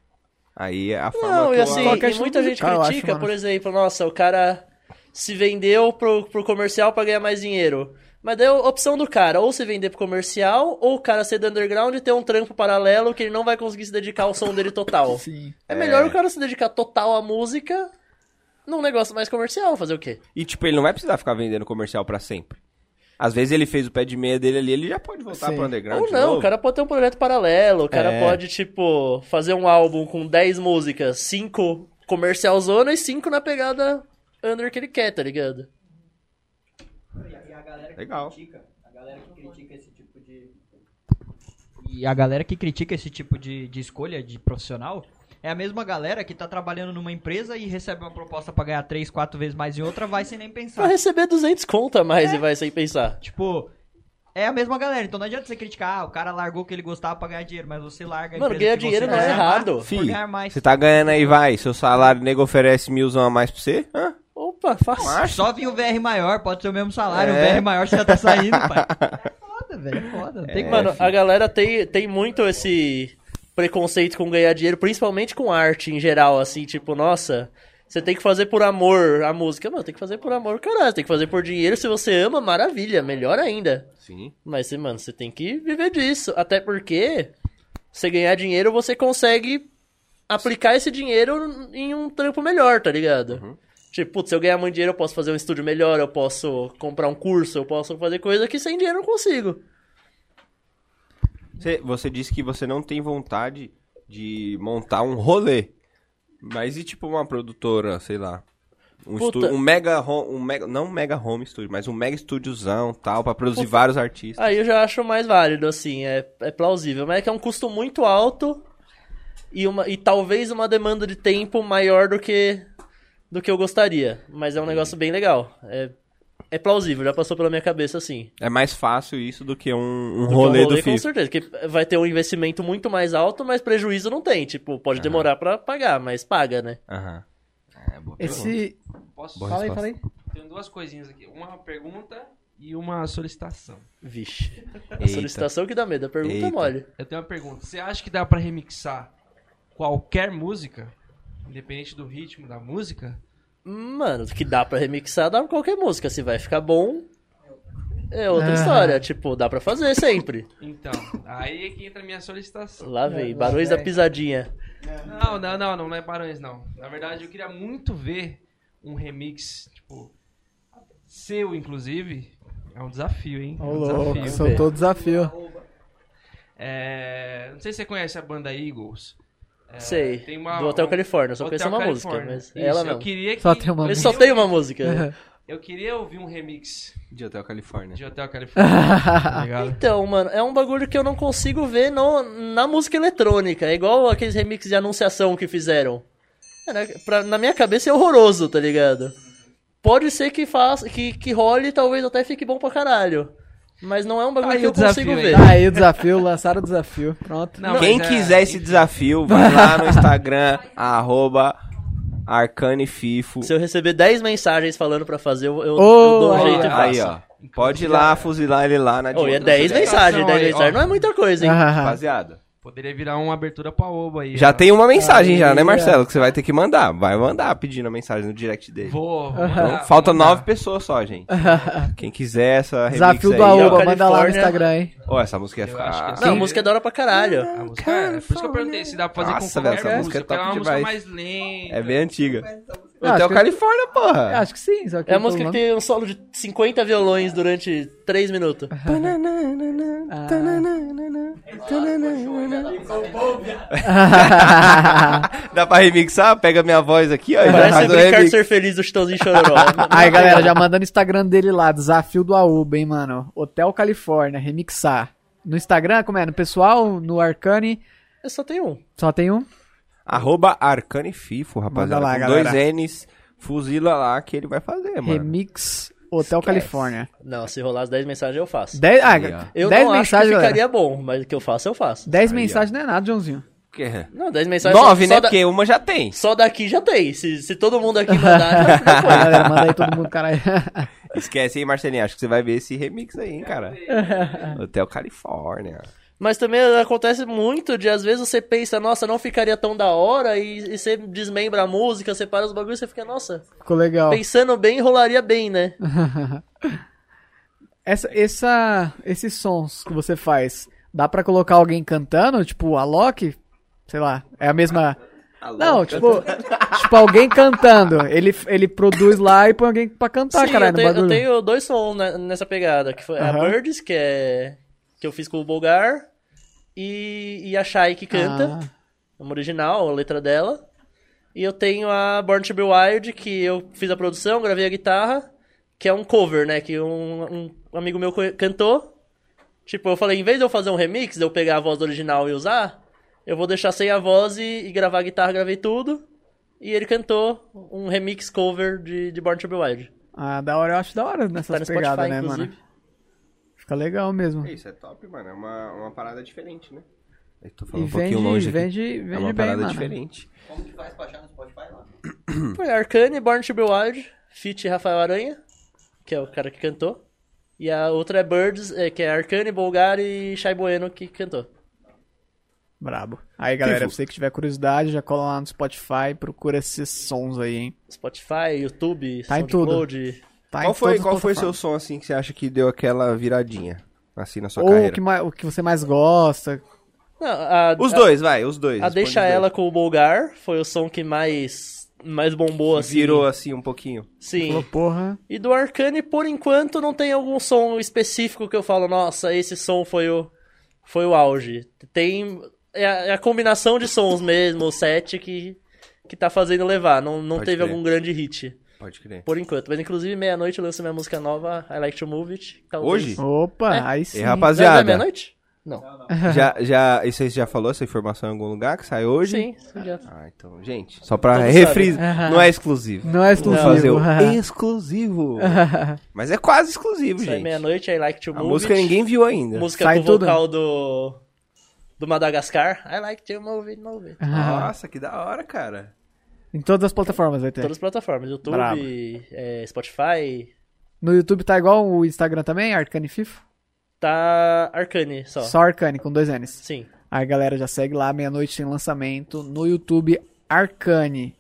[SPEAKER 1] Aí é a forma
[SPEAKER 4] Não,
[SPEAKER 1] que
[SPEAKER 4] e
[SPEAKER 1] eu-
[SPEAKER 4] assim,
[SPEAKER 6] Qualquer
[SPEAKER 4] e muita
[SPEAKER 6] estilo
[SPEAKER 4] gente
[SPEAKER 6] musical, eu acho,
[SPEAKER 4] critica,
[SPEAKER 6] mano.
[SPEAKER 4] por exemplo, nossa, o cara se vendeu pro, pro comercial pra ganhar mais dinheiro. Mas daí a opção do cara, ou se vender pro comercial, ou o cara ser do underground e ter um trampo paralelo que ele não vai conseguir se dedicar ao som
[SPEAKER 6] <laughs>
[SPEAKER 4] dele total.
[SPEAKER 6] Sim.
[SPEAKER 4] É melhor o cara se dedicar total à música num negócio mais comercial, fazer o quê?
[SPEAKER 1] E tipo, ele não vai precisar ficar vendendo comercial pra sempre. Às vezes ele fez o pé de meia dele ali, ele já pode voltar
[SPEAKER 6] Sim.
[SPEAKER 1] pro underground.
[SPEAKER 4] ou
[SPEAKER 1] de
[SPEAKER 4] não,
[SPEAKER 1] novo.
[SPEAKER 4] o cara pode ter um projeto paralelo, o cara
[SPEAKER 1] É.
[SPEAKER 4] pode, tipo, fazer um álbum com 10 músicas, 5 comercial zona e 5 na pegada under que ele quer, tá ligado?
[SPEAKER 5] E a galera que
[SPEAKER 1] Legal.
[SPEAKER 5] critica, a galera que critica esse tipo de. E a galera que critica esse tipo de, de escolha de profissional é a mesma galera que tá trabalhando numa empresa e recebe uma proposta pra ganhar três, quatro vezes mais em outra, vai sem nem
[SPEAKER 4] Vai
[SPEAKER 1] Ah.
[SPEAKER 5] pensar.
[SPEAKER 4] receber 200 conto a
[SPEAKER 1] É.
[SPEAKER 4] mais e vai sem pensar.
[SPEAKER 5] Tipo, é a mesma galera. Então não adianta você criticar, ah, o cara largou o que ele gostava pra ganhar dinheiro, mas você larga a
[SPEAKER 4] Mano,
[SPEAKER 5] empresa
[SPEAKER 4] ganhar
[SPEAKER 5] que você
[SPEAKER 4] dinheiro não é
[SPEAKER 5] gostava
[SPEAKER 4] errado.
[SPEAKER 5] por
[SPEAKER 1] Fih,
[SPEAKER 5] ganhar mais.
[SPEAKER 1] Você tá ganhando aí, vai. Seu salário, o nego oferece milzão a mais pra você? Hã?
[SPEAKER 4] Opa, fácil.
[SPEAKER 5] Só vir o VR maior, pode ser o mesmo salário,
[SPEAKER 1] tá É.
[SPEAKER 5] o VR maior você já tá saindo,
[SPEAKER 1] <laughs>
[SPEAKER 5] pai. É foda, velho, é foda. Não tem como.
[SPEAKER 4] Mano, a galera tem, tem muito esse preconceito com ganhar dinheiro, principalmente com arte em geral, assim, tipo, nossa, você tem que fazer por amor a música. Mano, tem que fazer por amor, caralho, tem que fazer por dinheiro. Se você ama, maravilha, melhor ainda.
[SPEAKER 1] Sim.
[SPEAKER 4] Mas, mano, você tem que viver disso. Até porque, você ganhar dinheiro, você consegue aplicar esse dinheiro em um trampo melhor, tá ligado? Tipo, putz, se eu ganhar muito dinheiro, eu posso fazer um estúdio melhor, eu posso comprar um curso, eu posso fazer coisa que sem dinheiro eu não consigo.
[SPEAKER 1] Você, você disse que você não tem vontade de montar um rolê. Mas e tipo uma produtora, sei lá. Um,
[SPEAKER 4] Puta.
[SPEAKER 1] estúdio, um mega home, um mega, não um mega home studio, mas um mega estúdiozão tal, pra produzir vários artistas.
[SPEAKER 4] Aí eu já acho mais válido, assim, é, é plausível. Mas é que é um custo muito alto e, uma, e talvez uma demanda de tempo maior do que, do que eu gostaria. Mas é um negócio bem legal. É, é plausível, já passou pela minha cabeça, assim.
[SPEAKER 1] É mais fácil isso do que um, um
[SPEAKER 4] que
[SPEAKER 1] rolê,
[SPEAKER 4] um
[SPEAKER 1] do
[SPEAKER 4] com
[SPEAKER 1] FIFA.
[SPEAKER 4] certeza, que vai ter um investimento muito mais alto, mas prejuízo não tem. Tipo, pode demorar pra pagar, mas paga, né?
[SPEAKER 1] Aham. É, boa pergunta.
[SPEAKER 6] Esse.
[SPEAKER 8] Posso?
[SPEAKER 1] Boa
[SPEAKER 6] Fala aí,
[SPEAKER 1] resposta.
[SPEAKER 6] fala aí.
[SPEAKER 8] Tenho duas coisinhas aqui. Uma pergunta e uma solicitação.
[SPEAKER 4] Vixe. A
[SPEAKER 1] Eita.
[SPEAKER 4] solicitação que dá medo, a pergunta
[SPEAKER 1] Eita.
[SPEAKER 4] é mole.
[SPEAKER 8] Eu tenho uma pergunta. Você acha que dá pra remixar qualquer música, independente do ritmo da música?
[SPEAKER 4] Mano, que dá pra remixar, dá pra qualquer música. Se vai ficar bom, é outra
[SPEAKER 6] Ah.
[SPEAKER 4] história. Tipo, dá pra fazer sempre.
[SPEAKER 8] Então, aí é que entra a minha solicitação.
[SPEAKER 4] Lá vem, Barões da Pisadinha.
[SPEAKER 8] Não, não, não, não é Barões, não. Na verdade, eu queria muito ver um remix, tipo, seu, inclusive. É um desafio, hein? É
[SPEAKER 6] Ô,
[SPEAKER 8] um
[SPEAKER 6] louco,
[SPEAKER 8] desafio.
[SPEAKER 6] soltou o desafio.
[SPEAKER 8] É, Não sei se você conhece a banda Eagles. É,
[SPEAKER 4] Sei.
[SPEAKER 8] tem uma-
[SPEAKER 4] do Hotel
[SPEAKER 8] um-
[SPEAKER 4] Califórnia, eu só
[SPEAKER 8] Hotel
[SPEAKER 4] conheço uma música,
[SPEAKER 8] Califórnia.
[SPEAKER 4] mas
[SPEAKER 8] Isso,
[SPEAKER 4] ela
[SPEAKER 8] eu
[SPEAKER 4] mesmo.
[SPEAKER 2] Uhum.
[SPEAKER 8] queria que...
[SPEAKER 6] Só tem uma
[SPEAKER 3] <laughs>
[SPEAKER 4] Ele só tem uma música.
[SPEAKER 8] Eu queria ouvir um remix
[SPEAKER 1] De Hotel Califórnia.
[SPEAKER 8] de Hotel California. tá ligado?
[SPEAKER 4] Então, mano, é um bagulho que eu não consigo ver no- na música eletrônica. É igual aqueles remixes de anunciação que fizeram. Cara, pra- na minha cabeça é horroroso, tá ligado? Pode ser que faça, que, que role e talvez até fique bom pra caralho. Mas não é um bagulho
[SPEAKER 8] Aí
[SPEAKER 4] que eu
[SPEAKER 8] o desafio
[SPEAKER 4] consigo
[SPEAKER 8] aí.
[SPEAKER 4] ver.
[SPEAKER 3] Tá aí o desafio, lançaram o desafio. Pronto.
[SPEAKER 8] Não,
[SPEAKER 1] Quem
[SPEAKER 8] mas é-
[SPEAKER 1] quiser esse desafio,
[SPEAKER 4] <laughs>
[SPEAKER 1] vai lá no Instagram, arroba arcanefifo.
[SPEAKER 4] Se eu receber 10 mensagens falando pra fazer, eu, eu, eu
[SPEAKER 3] Ô,
[SPEAKER 4] dou um jeito e
[SPEAKER 1] Aí,
[SPEAKER 4] faço.
[SPEAKER 1] ó. Pode ir lá fuzilar ele lá na
[SPEAKER 4] Ô, e é
[SPEAKER 1] Dilma.
[SPEAKER 4] 10 mensagens, 10
[SPEAKER 8] aí,
[SPEAKER 4] mensagens
[SPEAKER 8] ó.
[SPEAKER 4] não é muita coisa, hein?
[SPEAKER 3] Ah,
[SPEAKER 1] Rapaziada,
[SPEAKER 8] Poderia virar uma abertura pra Oba aí.
[SPEAKER 1] já
[SPEAKER 8] ó.
[SPEAKER 1] tem uma mensagem já, né,
[SPEAKER 3] Aí,
[SPEAKER 1] Marcelo? Que você vai ter que mandar. Vai mandar pedindo a mensagem no direct dele.
[SPEAKER 8] Vou. vou
[SPEAKER 1] Então,
[SPEAKER 8] mandar,
[SPEAKER 1] falta
[SPEAKER 8] vou mandar.
[SPEAKER 1] nove pessoas só, gente.
[SPEAKER 3] <laughs>
[SPEAKER 1] Quem quiser essa um remix
[SPEAKER 3] desafio
[SPEAKER 1] aí,
[SPEAKER 3] do
[SPEAKER 1] ó.
[SPEAKER 3] Aoba, manda lá no
[SPEAKER 4] Califórnia.
[SPEAKER 3] Instagram, hein?
[SPEAKER 1] Ó, essa música ia
[SPEAKER 8] Eu
[SPEAKER 1] ficar...
[SPEAKER 8] acho que essa-
[SPEAKER 4] Não, a
[SPEAKER 8] Sim.
[SPEAKER 4] música é da hora pra caralho.
[SPEAKER 2] Ah,
[SPEAKER 8] A música é- Por isso que eu perguntei se dá pra fazer
[SPEAKER 1] Nossa,
[SPEAKER 8] com
[SPEAKER 1] velho,
[SPEAKER 8] qualquer
[SPEAKER 1] essa música
[SPEAKER 8] música.
[SPEAKER 1] é top
[SPEAKER 8] porque uma música
[SPEAKER 1] demais.
[SPEAKER 8] mais lenta.
[SPEAKER 1] É bem antiga.
[SPEAKER 3] acho
[SPEAKER 1] Hotel
[SPEAKER 3] que-
[SPEAKER 1] Califórnia,
[SPEAKER 3] Eu
[SPEAKER 1] porra.
[SPEAKER 3] Acho que sim, só que
[SPEAKER 4] É a
[SPEAKER 3] pelo
[SPEAKER 4] música que
[SPEAKER 3] nome-
[SPEAKER 4] tem um solo de 50 violões durante 3 minutos.
[SPEAKER 3] Ah.
[SPEAKER 1] <laughs> Dá pra remixar? Pega minha voz aqui, ó. e já
[SPEAKER 4] Parece
[SPEAKER 1] faz o
[SPEAKER 4] brincar de
[SPEAKER 1] remix.
[SPEAKER 4] ser feliz do Chitãozinho
[SPEAKER 3] <laughs>
[SPEAKER 4] Chororó. né?
[SPEAKER 3] <laughs> Aí, galera, já manda no Instagram dele lá, desafio do Aoba, hein, mano. Hotel Califórnia, remixar. No Instagram, como é? No pessoal, no Arcane,
[SPEAKER 4] Eu só tenho um.
[SPEAKER 3] só tem um.
[SPEAKER 1] Arroba Arcanefifo, rapaziada.
[SPEAKER 3] Manda lá,
[SPEAKER 1] com
[SPEAKER 3] galera.
[SPEAKER 1] dois N's, fuzila lá que ele vai fazer, mano.
[SPEAKER 3] Remix Hotel Califórnia.
[SPEAKER 4] Não, se rolar as 10 mensagens eu faço.
[SPEAKER 3] Dez, ah,
[SPEAKER 1] Aí, ó.
[SPEAKER 4] Eu
[SPEAKER 3] dez
[SPEAKER 4] não
[SPEAKER 3] mensagens,
[SPEAKER 4] acho que
[SPEAKER 3] galera.
[SPEAKER 4] ficaria assim, bom, mas o que eu faço, eu faço.
[SPEAKER 3] 10
[SPEAKER 1] Aí,
[SPEAKER 3] mensagens não é nada,
[SPEAKER 4] <laughs>
[SPEAKER 3] Joãozinho.
[SPEAKER 1] Porque-
[SPEAKER 4] Não, 10 mensagens
[SPEAKER 1] Nove,
[SPEAKER 4] só,
[SPEAKER 1] né?
[SPEAKER 4] só, da-
[SPEAKER 1] Porque uma já tem.
[SPEAKER 4] só daqui já tem. Se, se todo mundo aqui
[SPEAKER 3] <laughs>
[SPEAKER 4] mandar, já foi.
[SPEAKER 3] é Galera, manda aí todo mundo,
[SPEAKER 4] <laughs>
[SPEAKER 3] caralho.
[SPEAKER 1] Esquece, hein, Marcelinho? Acho que você vai ver esse remix aí, hein,
[SPEAKER 3] <laughs>
[SPEAKER 1] cara. Hotel Califórnia.
[SPEAKER 4] Mas também acontece muito de, às vezes, você pensa, nossa, não ficaria tão da hora, e, e você desmembra a música, separa os bagulhos, você fica, nossa,
[SPEAKER 3] Ficou legal.
[SPEAKER 4] pensando bem, rolaria bem, né?
[SPEAKER 3] <laughs> Essa, essa, esses sons que você faz, dá pra colocar alguém cantando? Tipo, a Loki? Sei lá, é a mesma... Não, tipo, tipo, alguém cantando. Ele, ele produz lá e põe alguém pra cantar,
[SPEAKER 4] Sim,
[SPEAKER 3] Tá, caralho,
[SPEAKER 4] eu, tenho,
[SPEAKER 3] no
[SPEAKER 4] eu
[SPEAKER 3] bagulho.
[SPEAKER 4] tenho dois sons ne- nessa pegada, que foi
[SPEAKER 3] Aham.
[SPEAKER 4] a Birds, que é que eu fiz com o Bulgar, e, e a Shai que
[SPEAKER 3] Ah.
[SPEAKER 4] canta, é uma original, a letra dela. E eu tenho a Born to Be Wild, que eu fiz a produção, gravei a guitarra, que é um cover, né, que um, um amigo meu co- cantou. Tipo, eu falei, em vez de eu fazer um remix, de eu pegar a voz do original e usar, eu vou deixar sem a voz e, e gravar a guitarra, gravei tudo. E ele cantou um remix cover de, de Born to Be Wild.
[SPEAKER 3] Ah, da hora, eu acho da hora
[SPEAKER 4] Tá
[SPEAKER 3] nessas
[SPEAKER 4] no
[SPEAKER 3] pegadas,
[SPEAKER 4] Spotify,
[SPEAKER 3] né,
[SPEAKER 4] inclusive.
[SPEAKER 3] mano? Fica legal mesmo.
[SPEAKER 1] Isso é top, mano. É uma, uma parada diferente, né? Eu tô
[SPEAKER 3] E
[SPEAKER 1] falando um
[SPEAKER 3] vende,
[SPEAKER 1] pouquinho longe aqui.
[SPEAKER 3] vende, vende
[SPEAKER 1] é uma
[SPEAKER 3] bem,
[SPEAKER 1] parada
[SPEAKER 3] mano.
[SPEAKER 1] diferente.
[SPEAKER 5] Como que faz pra achar no Spotify lá?
[SPEAKER 4] Hum. Foi Arcane, Born to Be Wild, feat Rafael Aranha, que é o cara que cantou. E a outra é Birds, é, que é Arcane, Bulgar e Shai Bueno que cantou.
[SPEAKER 3] Brabo. Aí, galera,
[SPEAKER 1] Vivo.
[SPEAKER 3] pra você que tiver curiosidade, já cola lá no Spotify, procura esses sons aí, hein?
[SPEAKER 4] Spotify, YouTube,
[SPEAKER 3] Tá em
[SPEAKER 4] SoundCloud.
[SPEAKER 3] Tá
[SPEAKER 1] Qual
[SPEAKER 3] em
[SPEAKER 1] foi,
[SPEAKER 3] todas as
[SPEAKER 1] qual foi o seu
[SPEAKER 3] plataformas.
[SPEAKER 1] som, assim, que você acha que deu aquela viradinha? Assim, na sua
[SPEAKER 3] Ou o
[SPEAKER 1] carreira?
[SPEAKER 3] que, mais- o que você mais gosta?
[SPEAKER 4] Não, a,
[SPEAKER 1] Os
[SPEAKER 4] a-
[SPEAKER 1] dois, vai, os dois.
[SPEAKER 3] Ah,
[SPEAKER 4] A,
[SPEAKER 1] responde
[SPEAKER 4] Deixa
[SPEAKER 1] os dois.
[SPEAKER 4] Ela com o Bulgar foi o som que mais, mais bombou, assim.
[SPEAKER 1] Virou, assim, um pouquinho.
[SPEAKER 3] Falou,
[SPEAKER 4] Sim.
[SPEAKER 3] porra.
[SPEAKER 4] E do Arcane, por enquanto, não tem algum som específico que eu falo, nossa, esse som foi o, foi o auge. Tem. É a, é a combinação de sons mesmo, o set que, que tá fazendo levar. Não, não
[SPEAKER 1] Pode
[SPEAKER 4] teve
[SPEAKER 1] crer.
[SPEAKER 4] algum grande hit,
[SPEAKER 1] Pode crer.
[SPEAKER 4] por enquanto. Mas inclusive, meia-noite eu lanço minha música nova, I Like to Move It.
[SPEAKER 1] Hoje? Sim.
[SPEAKER 3] Opa,
[SPEAKER 4] É.
[SPEAKER 3] aí sim.
[SPEAKER 1] E,
[SPEAKER 3] né?
[SPEAKER 4] Não, não é
[SPEAKER 1] rapaziada,
[SPEAKER 4] meia-noite? Não.
[SPEAKER 1] <laughs> já, já, isso aí você já falou essa informação em algum lugar que sai hoje?
[SPEAKER 4] Sim, sim, já.
[SPEAKER 1] Ah, então, gente, só pra
[SPEAKER 3] <laughs>
[SPEAKER 4] Todos
[SPEAKER 1] refrisar, não é exclusivo.
[SPEAKER 3] Não é
[SPEAKER 1] Vamos fazer
[SPEAKER 3] <laughs> exclusivo.
[SPEAKER 1] o exclusivo. Mas é quase exclusivo,
[SPEAKER 4] Sai
[SPEAKER 1] gente.
[SPEAKER 4] é meia-noite, I Like to
[SPEAKER 1] A
[SPEAKER 4] Move
[SPEAKER 1] música
[SPEAKER 4] It.
[SPEAKER 1] ninguém viu ainda.
[SPEAKER 4] Música
[SPEAKER 3] Sai
[SPEAKER 4] com
[SPEAKER 3] tudo.
[SPEAKER 4] vocal do. Do Madagascar. I like to move it, move
[SPEAKER 1] É.
[SPEAKER 4] it.
[SPEAKER 1] Nossa, que da hora, cara.
[SPEAKER 3] em todas as plataformas vai ter.
[SPEAKER 4] Todas as plataformas, YouTube,
[SPEAKER 3] Brabo.
[SPEAKER 4] eh, Spotify,
[SPEAKER 3] No YouTube tá igual o Instagram também, Arcane FIFA?
[SPEAKER 4] tá Arcane só.
[SPEAKER 3] Só Arcane, com dois N's.
[SPEAKER 4] Sim.
[SPEAKER 3] Aí, galera, já segue lá, meia-noite tem lançamento no YouTube Arcane.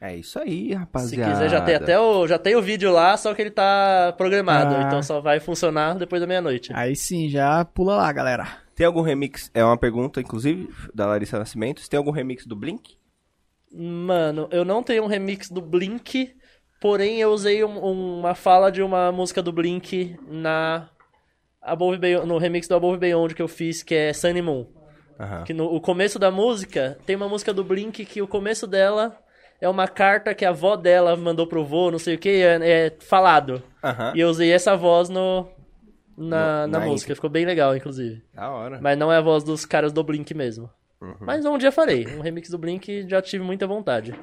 [SPEAKER 1] É isso aí,
[SPEAKER 4] Se
[SPEAKER 1] rapaziada.
[SPEAKER 4] quiser, já tem até o, já tem o vídeo lá, só que ele tá programado.
[SPEAKER 3] Ah.
[SPEAKER 4] Então só vai funcionar depois da meia-noite.
[SPEAKER 3] Aí sim, já pula lá, galera.
[SPEAKER 1] Tem algum remix? É uma pergunta, inclusive, da Larissa Nascimento. Se tem algum remix do Blink?
[SPEAKER 4] Mano, eu não tenho um remix do Blink, porém eu usei um- uma fala de uma música do Blink na Above Beyond, no remix do Above Beyond que eu fiz, que é Sunny Moon.
[SPEAKER 1] Aham.
[SPEAKER 4] Que no o começo da música, tem uma música do Blink que o começo dela é uma carta que a avó dela mandou pro vô, não sei o que, é, é falado.
[SPEAKER 1] Aham.
[SPEAKER 4] E eu usei essa voz no, na,
[SPEAKER 1] No-
[SPEAKER 4] na
[SPEAKER 1] na
[SPEAKER 4] música, ficou bem legal, inclusive.
[SPEAKER 1] Da hora.
[SPEAKER 4] Mas não é a voz dos caras do Blink mesmo.
[SPEAKER 1] Uhum.
[SPEAKER 4] Mas um dia farei, um remix do Blink já tive muita vontade.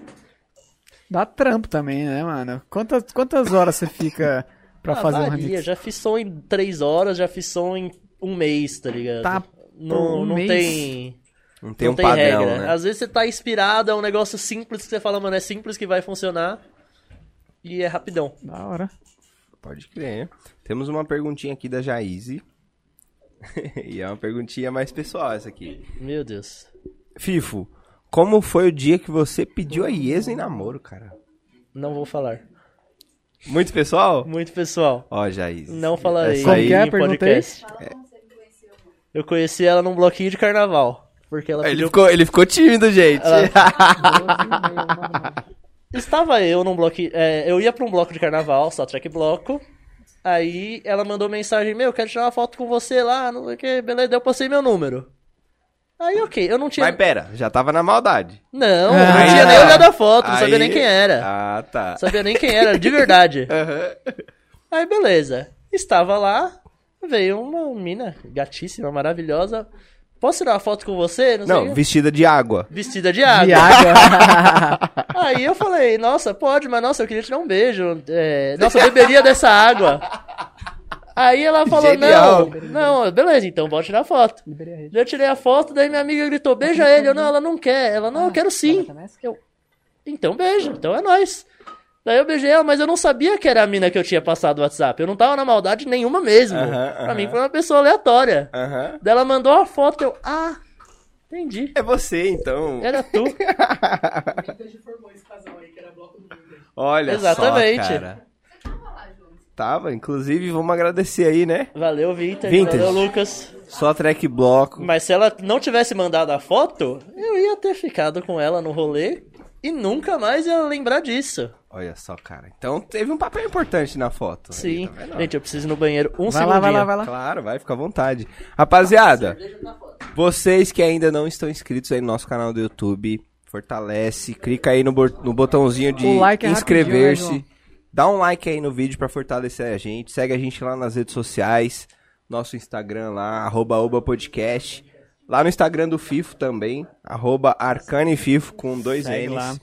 [SPEAKER 3] Dá trampo também, né, mano? Quantas, quantas horas você fica pra
[SPEAKER 4] Ah,
[SPEAKER 3] fazer um
[SPEAKER 4] varia,
[SPEAKER 3] remix?
[SPEAKER 4] já fiz som em três horas, já fiz som em um mês, tá ligado?
[SPEAKER 3] Tá,
[SPEAKER 4] não,
[SPEAKER 3] um
[SPEAKER 4] não
[SPEAKER 3] mês.
[SPEAKER 4] tem.
[SPEAKER 1] Não tem
[SPEAKER 4] não
[SPEAKER 1] um
[SPEAKER 4] tem
[SPEAKER 1] padrão,
[SPEAKER 4] regra.
[SPEAKER 1] né?
[SPEAKER 4] Às vezes você tá inspirado, é um negócio simples que você fala, mano, é simples que vai funcionar. E é rapidão.
[SPEAKER 3] Da hora.
[SPEAKER 1] <laughs> Pode crer. Temos uma perguntinha aqui da Jaize. <laughs> e é uma perguntinha mais pessoal essa aqui.
[SPEAKER 4] Meu Deus.
[SPEAKER 1] Fifo, como foi o dia que você pediu a Iesa em namoro, cara?
[SPEAKER 4] Não vou falar.
[SPEAKER 1] Muito pessoal?
[SPEAKER 4] Muito pessoal.
[SPEAKER 1] Ó, Jaize.
[SPEAKER 4] Não falarei
[SPEAKER 1] Essa aí-
[SPEAKER 3] Como que é?
[SPEAKER 4] em
[SPEAKER 3] Perguntei.
[SPEAKER 4] podcast. Eu conheci ela num bloquinho de carnaval. Porque ela
[SPEAKER 1] É, Ele
[SPEAKER 4] pediu.
[SPEAKER 1] ficou, ele ficou tímido, gente. <laughs>
[SPEAKER 4] Estava eu num bloco. é, eu ia pra um bloco de carnaval, só track bloco. Aí ela mandou mensagem: Meu, quero tirar uma foto com você lá, não sei o que, beleza. Daí Eu passei meu número. Aí, ok, eu não tinha.
[SPEAKER 1] Mas pera, já tava na maldade.
[SPEAKER 4] Não, eu
[SPEAKER 1] Ah.
[SPEAKER 4] não tinha nem olhado a foto, não sabia
[SPEAKER 1] Aí-
[SPEAKER 4] nem quem era.
[SPEAKER 1] Ah, tá.
[SPEAKER 4] Não sabia nem quem era, de verdade.
[SPEAKER 1] Aham.
[SPEAKER 4] Aí, beleza. Estava lá, veio uma mina gatíssima, maravilhosa. Posso tirar uma foto com você? Não, sei.
[SPEAKER 1] Não,
[SPEAKER 4] o quê.
[SPEAKER 1] vestida de água.
[SPEAKER 4] Vestida de água.
[SPEAKER 3] E
[SPEAKER 1] Um
[SPEAKER 3] água.
[SPEAKER 4] <laughs> Aí eu falei, nossa, pode, mas nossa, eu queria te dar um beijo. é, nossa, eu beberia dessa água. Aí ela falou,
[SPEAKER 1] Genial.
[SPEAKER 4] não, não, beleza, então bora tirar foto. Eu tirei a foto, daí minha amiga gritou, beija ele. Eu, não, ela não quer. Ela, não, eu quero sim. Eu, então beijo, então é nóis. Daí eu beijei ela, mas eu não sabia que era a mina que eu tinha passado o WhatsApp. Eu não tava na maldade nenhuma mesmo.
[SPEAKER 1] Aham,
[SPEAKER 4] pra
[SPEAKER 1] aham.
[SPEAKER 4] mim foi uma pessoa aleatória.
[SPEAKER 1] Aham.
[SPEAKER 4] Daí ela mandou a foto, eu, ah, entendi.
[SPEAKER 1] É você, então.
[SPEAKER 4] Era tu.
[SPEAKER 1] <laughs> Olha
[SPEAKER 4] Exatamente.
[SPEAKER 1] só, cara. Tava, inclusive, vamos agradecer aí, né?
[SPEAKER 4] Valeu, Vintage.
[SPEAKER 1] Vintage.
[SPEAKER 4] Valeu, Lucas.
[SPEAKER 1] Só track bloco.
[SPEAKER 4] Mas se ela não tivesse mandado a foto, eu ia ter ficado com ela no rolê e nunca mais ia lembrar disso.
[SPEAKER 1] Olha só, cara. Então teve um papel importante na foto. aí,
[SPEAKER 4] Sim.
[SPEAKER 1] tá vendo?
[SPEAKER 4] Gente, eu preciso ir no banheiro um
[SPEAKER 3] Vai
[SPEAKER 4] segundinho.
[SPEAKER 3] lá, vai lá, vai lá.
[SPEAKER 1] Claro, vai, fica à vontade. Rapaziada, vocês que ainda não estão inscritos aí no nosso canal do YouTube, fortalece, clica aí no, bo- no botãozinho de
[SPEAKER 3] O like é
[SPEAKER 1] inscrever-se.
[SPEAKER 3] rapidinho, né,
[SPEAKER 1] Dá um like aí no vídeo pra fortalecer a gente. Segue a gente lá nas redes sociais. Nosso Instagram lá, arroba Oba Podcast. Lá no Instagram do Fifo também, arroba Arcanefifo com dois
[SPEAKER 3] Segue
[SPEAKER 1] N's.
[SPEAKER 3] lá.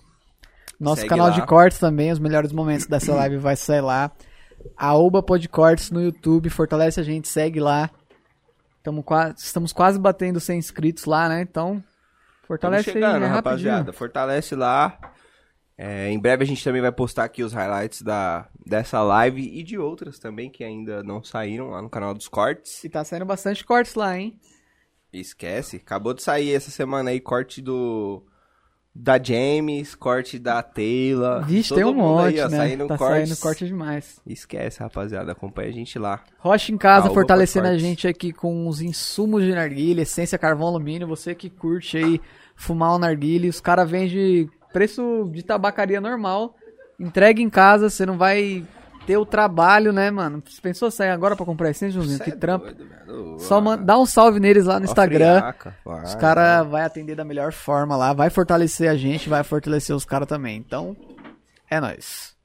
[SPEAKER 3] Nosso
[SPEAKER 1] Segue
[SPEAKER 3] canal
[SPEAKER 1] lá.
[SPEAKER 3] de cortes também, os melhores momentos dessa live vai sair lá. Aoba Podcortes no YouTube, fortalece a gente, segue lá. Tamo quase, estamos quase batendo 100 inscritos lá, né? Então,
[SPEAKER 1] Estamos
[SPEAKER 3] fortalece
[SPEAKER 1] chegando,
[SPEAKER 3] aí, é
[SPEAKER 1] rapaziada.
[SPEAKER 3] rapidinho.
[SPEAKER 1] Fortalece lá. É, em breve a gente também vai postar aqui os highlights da, dessa live e de outras também que ainda não saíram lá no canal dos cortes.
[SPEAKER 3] E tá saindo bastante cortes lá, hein?
[SPEAKER 1] Esquece. Acabou de sair essa semana aí corte do. Da James, corte da Taylor.
[SPEAKER 3] Vixe,
[SPEAKER 1] Ah, Todo
[SPEAKER 3] tem um
[SPEAKER 1] mundo
[SPEAKER 3] monte,
[SPEAKER 1] aí, ó,
[SPEAKER 3] né?
[SPEAKER 1] Saindo
[SPEAKER 3] tá
[SPEAKER 1] cortes.
[SPEAKER 3] saindo corte demais.
[SPEAKER 1] Esquece, rapaziada. Acompanha a gente lá.
[SPEAKER 3] Rocha em casa,
[SPEAKER 1] Aoba
[SPEAKER 3] fortalecendo a
[SPEAKER 1] Podcortes.
[SPEAKER 3] gente aqui com os insumos de narguilha, essência, carvão, alumínio. Você que curte aí fumar um narguilha, os caras vendem preço de tabacaria normal, entrega em casa, você não vai ter o trabalho, né, mano? Você pensou sair agora pra comprar essência, Joãozinho?
[SPEAKER 1] Cê
[SPEAKER 3] Que
[SPEAKER 1] é
[SPEAKER 3] trampo.
[SPEAKER 1] doido, mano.
[SPEAKER 3] Só
[SPEAKER 1] Ó,
[SPEAKER 3] man- dá um salve neles lá
[SPEAKER 1] ó,
[SPEAKER 3] no
[SPEAKER 1] né?
[SPEAKER 3] Instagram.
[SPEAKER 1] friaca, vai.
[SPEAKER 3] Os caras vai atender da melhor forma lá, vai fortalecer a gente, vai fortalecer os caras também. Então, é nóis.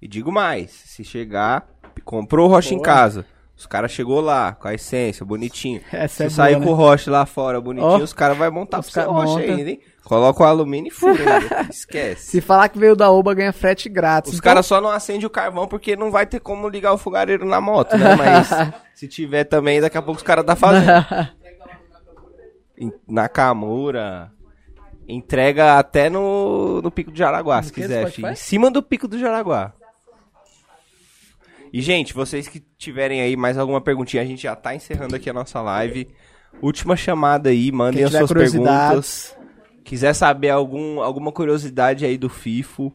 [SPEAKER 1] E digo mais, se chegar, comprou o Rocha em casa. Os caras chegou lá, com a essência, bonitinho.
[SPEAKER 3] <laughs> Essa
[SPEAKER 1] Se
[SPEAKER 3] é boa,
[SPEAKER 1] sair
[SPEAKER 3] né?
[SPEAKER 1] com o Rocha lá fora, bonitinho,
[SPEAKER 3] Ó,
[SPEAKER 1] os caras vão montar
[SPEAKER 3] os
[SPEAKER 1] pro seu
[SPEAKER 3] cara
[SPEAKER 1] Rocha
[SPEAKER 3] monta.
[SPEAKER 1] ainda, hein? Coloca o alumínio e fura. ainda. <laughs> Esquece.
[SPEAKER 3] Se falar que veio da Oba, ganha frete grátis.
[SPEAKER 1] Os
[SPEAKER 3] Então,
[SPEAKER 1] caras só não acendem o carvão porque não vai ter como ligar o fogareiro na moto, né? Mas
[SPEAKER 3] <laughs>
[SPEAKER 1] se tiver também, daqui a pouco os caras tá
[SPEAKER 3] então.
[SPEAKER 1] fazendo. Em- Na Camura. Entrega até no, no Pico do Jaraguá, se
[SPEAKER 3] que,
[SPEAKER 1] quiser,
[SPEAKER 3] Spotify?
[SPEAKER 1] filho. Em cima do Pico do Jaraguá. E, gente, vocês que tiverem aí mais alguma perguntinha, a gente já tá encerrando aqui a nossa live. Última chamada aí, mandem
[SPEAKER 3] Quem
[SPEAKER 1] as
[SPEAKER 3] tiver
[SPEAKER 1] suas
[SPEAKER 3] curiosidades.
[SPEAKER 1] perguntas. Quiser saber algum, alguma curiosidade aí do FIFO,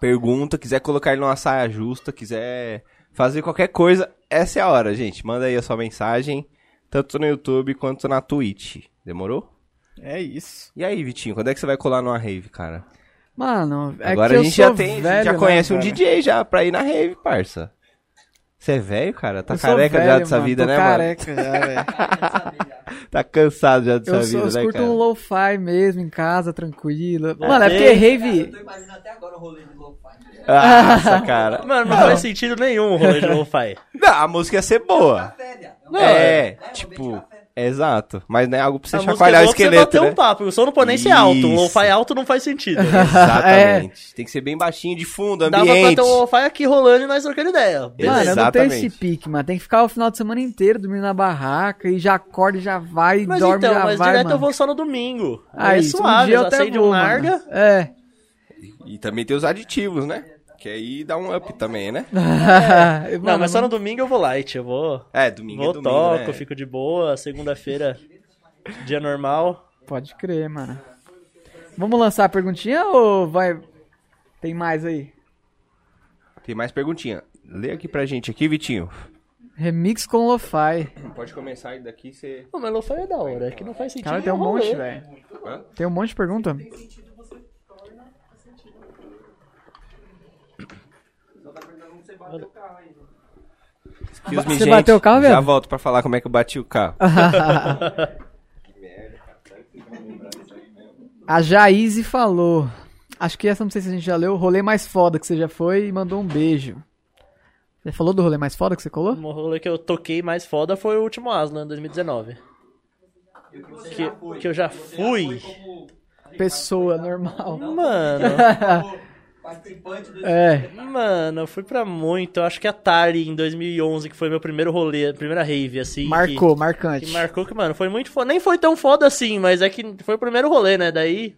[SPEAKER 1] pergunta, quiser colocar ele numa saia justa, quiser fazer qualquer coisa, essa é a hora, gente. Manda aí a sua mensagem, tanto no YouTube quanto na Twitch. Demorou?
[SPEAKER 3] É isso.
[SPEAKER 1] E aí, Vitinho, quando é que você vai colar numa rave, cara?
[SPEAKER 3] Mano, é
[SPEAKER 1] Agora
[SPEAKER 3] que
[SPEAKER 1] a
[SPEAKER 3] eu
[SPEAKER 1] gente
[SPEAKER 3] sou
[SPEAKER 1] já um tem, a gente
[SPEAKER 3] velho,
[SPEAKER 1] já
[SPEAKER 3] né,
[SPEAKER 1] conhece um
[SPEAKER 3] cara?
[SPEAKER 1] DJ já pra ir na rave, parça. Você é velho, cara? Tá
[SPEAKER 3] Eu sou
[SPEAKER 1] careca já
[SPEAKER 3] velho,
[SPEAKER 1] dessa
[SPEAKER 3] mano,
[SPEAKER 1] vida,
[SPEAKER 3] tô
[SPEAKER 1] né,
[SPEAKER 3] careca mano? já, velho.
[SPEAKER 1] mano? Tá cansado já dessa
[SPEAKER 3] Eu, sou,
[SPEAKER 1] vida,
[SPEAKER 3] eu
[SPEAKER 1] né,
[SPEAKER 3] curto
[SPEAKER 1] cara? <laughs>
[SPEAKER 3] um lo-fi mesmo, em casa, tranquilo. Mano, é porque
[SPEAKER 4] Ei,
[SPEAKER 5] Eu
[SPEAKER 3] rave...
[SPEAKER 5] tô imaginando até agora o rolê do Lo-Fi.
[SPEAKER 1] Ah, Nossa,
[SPEAKER 3] <laughs>
[SPEAKER 1] cara.
[SPEAKER 4] Mano, não, faz sentido nenhum o rolê de lo-fi.
[SPEAKER 1] Não, a música ia ser boa.
[SPEAKER 5] Café, viado. É um-
[SPEAKER 4] Não,
[SPEAKER 1] é,
[SPEAKER 5] é um ambiente
[SPEAKER 1] tipo,
[SPEAKER 5] de café.
[SPEAKER 1] exato. Mas não é algo pra você
[SPEAKER 4] a música
[SPEAKER 1] chacoalhar o
[SPEAKER 4] boa pra você
[SPEAKER 1] esqueleto,
[SPEAKER 3] <laughs>
[SPEAKER 4] bater
[SPEAKER 1] né?
[SPEAKER 4] um papo, o som não pode nem ser alto, o
[SPEAKER 1] Isso.
[SPEAKER 4] lo-fi alto não faz sentido.
[SPEAKER 3] É.
[SPEAKER 1] Exatamente. Tem que ser bem baixinho de fundo,
[SPEAKER 4] Dava pra
[SPEAKER 1] ambiente.
[SPEAKER 4] ter um lo-fi aqui rolando e nós trocando ideia.
[SPEAKER 3] Mano, eu não tenho esse
[SPEAKER 1] Exatamente.
[SPEAKER 3] pique, mano. Tem que ficar o final de semana inteiro dormindo na barraca e já acorda e já vai, e
[SPEAKER 4] Mas
[SPEAKER 3] dorme
[SPEAKER 4] então,
[SPEAKER 3] já
[SPEAKER 4] mas
[SPEAKER 3] vai,
[SPEAKER 4] direto
[SPEAKER 3] mano.
[SPEAKER 4] eu vou só no domingo. Aí,
[SPEAKER 3] Aí,
[SPEAKER 4] é
[SPEAKER 3] se um
[SPEAKER 4] suave,
[SPEAKER 3] dia eu
[SPEAKER 4] já
[SPEAKER 3] até
[SPEAKER 4] acende
[SPEAKER 3] vou,
[SPEAKER 4] um
[SPEAKER 3] mano.
[SPEAKER 4] larga.
[SPEAKER 3] É.
[SPEAKER 1] E também tem os aditivos, né? Que aí dá um up também, né?
[SPEAKER 3] <laughs>
[SPEAKER 4] Não, mas só no domingo eu vou light, eu vou...
[SPEAKER 1] É, domingo
[SPEAKER 4] Vou,
[SPEAKER 1] é domingo,
[SPEAKER 4] toco,
[SPEAKER 1] né?
[SPEAKER 4] fico de boa, segunda-feira, <laughs> dia normal.
[SPEAKER 3] Pode crer, mano. Vamos lançar a perguntinha ou vai. Tem mais aí?
[SPEAKER 1] Tem mais perguntinha. Lê aqui pra gente aqui, Vitinho.
[SPEAKER 3] Remix com lo-fi.
[SPEAKER 1] Pode começar e daqui você...
[SPEAKER 4] Pô, mas lo-fi é da hora, é que não faz sentido.
[SPEAKER 3] Cara, tem um
[SPEAKER 4] nenhum
[SPEAKER 3] monte,
[SPEAKER 4] rolê.
[SPEAKER 3] velho.
[SPEAKER 1] Hã?
[SPEAKER 3] Tem um monte de pergunta?
[SPEAKER 1] Excuse me,
[SPEAKER 3] Você
[SPEAKER 1] gente.
[SPEAKER 3] bateu o carro,
[SPEAKER 1] Já
[SPEAKER 3] velho?
[SPEAKER 1] volto pra falar como é que eu bati o carro.
[SPEAKER 3] <laughs> a Jaize falou. Acho que essa não sei se a gente já leu. O rolê mais foda que você já foi e mandou um beijo. Você falou do rolê mais foda que você
[SPEAKER 4] <laughs>
[SPEAKER 3] colou?
[SPEAKER 4] O Um rolê que eu toquei mais foda foi o último Aslan, 2019. Que, que eu já fui.
[SPEAKER 3] Pessoa normal.
[SPEAKER 4] Mano,
[SPEAKER 5] Participante do
[SPEAKER 3] É.
[SPEAKER 4] <laughs> mano, eu fui pra muito. Eu acho que a Tari, em 2011, que foi meu primeiro rolê, a primeira rave, assim. que-
[SPEAKER 3] Marcou,
[SPEAKER 4] Que,
[SPEAKER 3] marcante.
[SPEAKER 4] marcou que, mano, foi muito foda. Nem foi tão foda assim, mas é que foi o primeiro rolê, né? Daí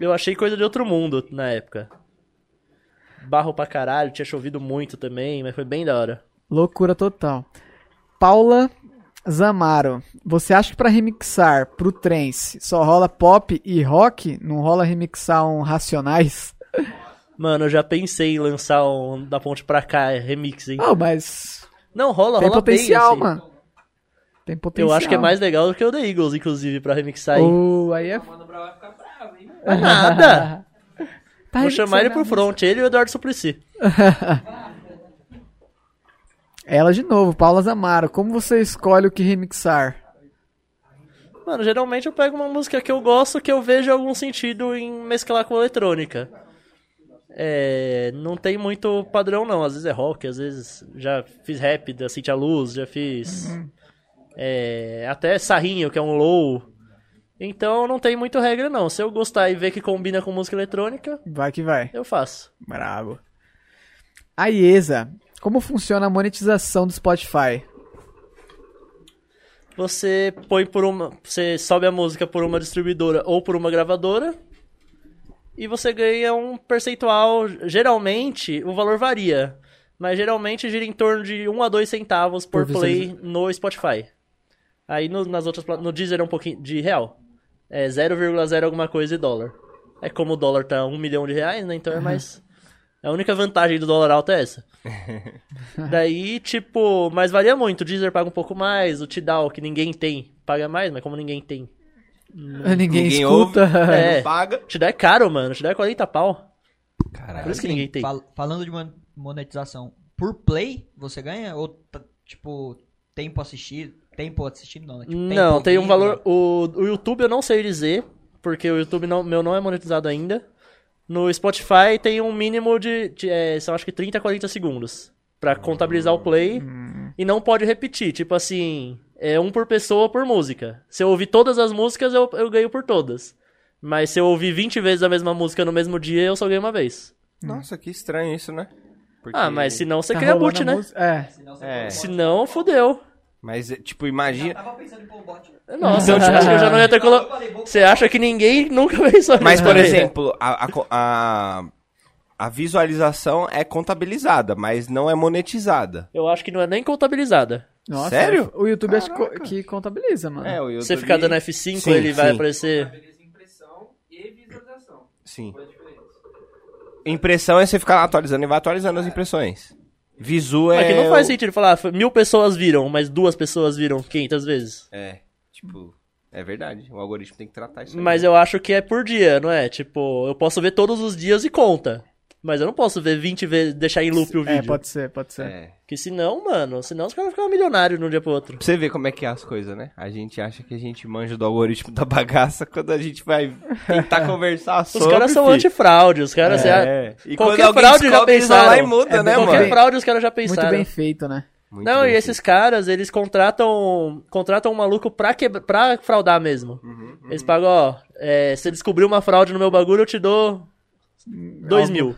[SPEAKER 4] eu achei coisa de outro mundo na época. Barro pra caralho, tinha chovido muito também, mas foi bem da hora.
[SPEAKER 3] Loucura total. Paula Zamaro, você acha que pra remixar pro trance só rola pop e rock? Não rola remixar um Racionais?
[SPEAKER 4] Mano, eu já pensei em lançar um da ponte pra cá, é remix, hein?
[SPEAKER 3] Não, mas
[SPEAKER 4] Não, rola,
[SPEAKER 3] tem
[SPEAKER 4] rola bem,
[SPEAKER 3] potencial,
[SPEAKER 4] assim.
[SPEAKER 3] mano. Tem potencial.
[SPEAKER 4] Eu acho que é mais legal do que o The Eagles, inclusive, pra remixar Tá aí.
[SPEAKER 3] Oh, aí é...
[SPEAKER 4] Mas Nada!
[SPEAKER 3] <laughs> Tá
[SPEAKER 4] Vou
[SPEAKER 3] remixando
[SPEAKER 4] chamar ele
[SPEAKER 3] a
[SPEAKER 4] pro
[SPEAKER 3] música.
[SPEAKER 4] front, ele e o Eduardo Suplicy.
[SPEAKER 3] <laughs> Ela de novo, Paula Zamaro. Como você escolhe o que remixar?
[SPEAKER 4] Mano, geralmente eu pego uma música que eu gosto que eu vejo algum sentido em mesclar com eletrônica. É, não tem muito padrão não, às vezes é rock, às vezes já fiz rap da Cintia Luz, já fiz é, até Sarrinho, que é um low. Então não tem muito regra não. Se eu gostar e ver que combina com música eletrônica,
[SPEAKER 3] Vai que vai.
[SPEAKER 4] eu faço.
[SPEAKER 3] Bravo. A Iesa, como funciona a monetização do Spotify?
[SPEAKER 4] Você põe por uma. Você sobe a música por uma distribuidora ou por uma gravadora. E você ganha um percentual. Geralmente, o valor varia. Mas geralmente gira em torno de 1 a 2 centavos por,
[SPEAKER 3] Por
[SPEAKER 4] play no Spotify. Aí no, nas outras pla- no Deezer é um pouquinho de real. É 0,0 alguma coisa e dólar. É como o dólar tá 1 milhão de reais, né? Então é mais. A única vantagem do dólar alto é essa. Daí, tipo, mas varia muito. O Deezer paga um pouco mais, o Tidal, que ninguém tem, paga mais, mas como ninguém tem.
[SPEAKER 3] Ninguém,
[SPEAKER 1] Ninguém
[SPEAKER 3] escuta.
[SPEAKER 1] ouve.
[SPEAKER 3] <laughs>
[SPEAKER 4] É.
[SPEAKER 1] Não Paga.
[SPEAKER 4] O Tidal é caro, mano. O Tidal é 40 pau.
[SPEAKER 1] Caralho.
[SPEAKER 4] Por isso que
[SPEAKER 5] Assim,
[SPEAKER 4] ninguém tem.
[SPEAKER 5] fal- falando de mon- monetização, por play você ganha? Ou, tá, tipo, tempo assistido? Tempo assistido não, né? Tipo, tempo
[SPEAKER 4] Não, tem um
[SPEAKER 5] ouvido?
[SPEAKER 4] valor. O, o YouTube eu não sei dizer, porque o YouTube não, meu não é monetizado ainda. No Spotify tem um mínimo de. de, é, são acho que 30, 40 segundos. Pra contabilizar o play. E não pode repetir. Tipo assim, é um por pessoa por música. Se eu ouvir todas as músicas, eu, eu ganho por todas. Mas se eu ouvir 20 vezes a mesma música no mesmo dia, eu só ganho uma vez.
[SPEAKER 1] Nossa, que estranho isso, né? Porque-
[SPEAKER 4] Hum. Ah, mas senão você
[SPEAKER 3] Tá
[SPEAKER 4] cria
[SPEAKER 3] rolando
[SPEAKER 4] boot,
[SPEAKER 3] a
[SPEAKER 4] né?
[SPEAKER 3] música- É.
[SPEAKER 1] É,
[SPEAKER 4] Senão, fodeu.
[SPEAKER 1] mas, é, tipo,
[SPEAKER 4] <laughs>
[SPEAKER 1] imagina...
[SPEAKER 5] Tava pensando em pôr um bot.
[SPEAKER 4] Nossa, eu, acho que eu já não ia ter colocado. Você acha que ninguém nunca <laughs> né? fez isso?
[SPEAKER 1] Mas, por exemplo, a, a, co- a, a visualização é contabilizada, mas não é monetizada.
[SPEAKER 4] Eu acho que não é nem contabilizada.
[SPEAKER 3] Nossa,
[SPEAKER 1] Sério?
[SPEAKER 3] O YouTube acho
[SPEAKER 1] Caraca.
[SPEAKER 3] co- que contabiliza, mano.
[SPEAKER 1] É, o YouTube...
[SPEAKER 4] Você ficar dando F5,
[SPEAKER 1] Sim,
[SPEAKER 4] ele vai
[SPEAKER 1] sim.
[SPEAKER 4] aparecer.
[SPEAKER 2] Impressão e visualização.
[SPEAKER 1] Sim.
[SPEAKER 2] Coisa diferente.
[SPEAKER 1] Impressão é você ficar lá atualizando e vai atualizando as impressões. Visu é...
[SPEAKER 4] Mas que não faz
[SPEAKER 1] o-
[SPEAKER 4] sentido falar, "Ah, mil pessoas viram, mas duas pessoas viram 500 vezes.
[SPEAKER 1] É, tipo... É verdade, o algoritmo tem que tratar isso aí. né?
[SPEAKER 4] Mas eu acho que é por dia, não é? Tipo, eu posso ver todos os dias e conta. Mas eu não posso ver 20 vezes, deixar em loop o
[SPEAKER 6] É,
[SPEAKER 4] vídeo.
[SPEAKER 6] pode ser, pode ser.
[SPEAKER 1] É.
[SPEAKER 4] Porque senão, mano, senão os caras ficam milionários de um dia pro outro.
[SPEAKER 1] Pra você ver como é que é as coisas, né? A gente acha que a gente manja do algoritmo da bagaça <laughs> quando a gente vai
[SPEAKER 4] <laughs>
[SPEAKER 1] tentar conversar
[SPEAKER 4] Os
[SPEAKER 1] sobre.
[SPEAKER 4] caras são antifraude, os caras. assim,
[SPEAKER 1] É. E quando
[SPEAKER 4] Qualquer
[SPEAKER 1] alguém
[SPEAKER 4] fraude
[SPEAKER 1] descobre,
[SPEAKER 4] já
[SPEAKER 1] eles vão lá e
[SPEAKER 4] pensaram.
[SPEAKER 1] muda,
[SPEAKER 4] ah,
[SPEAKER 1] né,
[SPEAKER 4] qualquer
[SPEAKER 1] mano?
[SPEAKER 4] fraude os caras já
[SPEAKER 6] Muito
[SPEAKER 4] pensaram.
[SPEAKER 6] bem feito, né?
[SPEAKER 1] Muito
[SPEAKER 4] Não, e
[SPEAKER 1] bem
[SPEAKER 4] esses caras, eles contratam contratam um maluco pra, quebra, pra fraudar mesmo. Eles pagam, ó, é, se descobrir uma fraude no meu bagulho, eu te dou dois mil.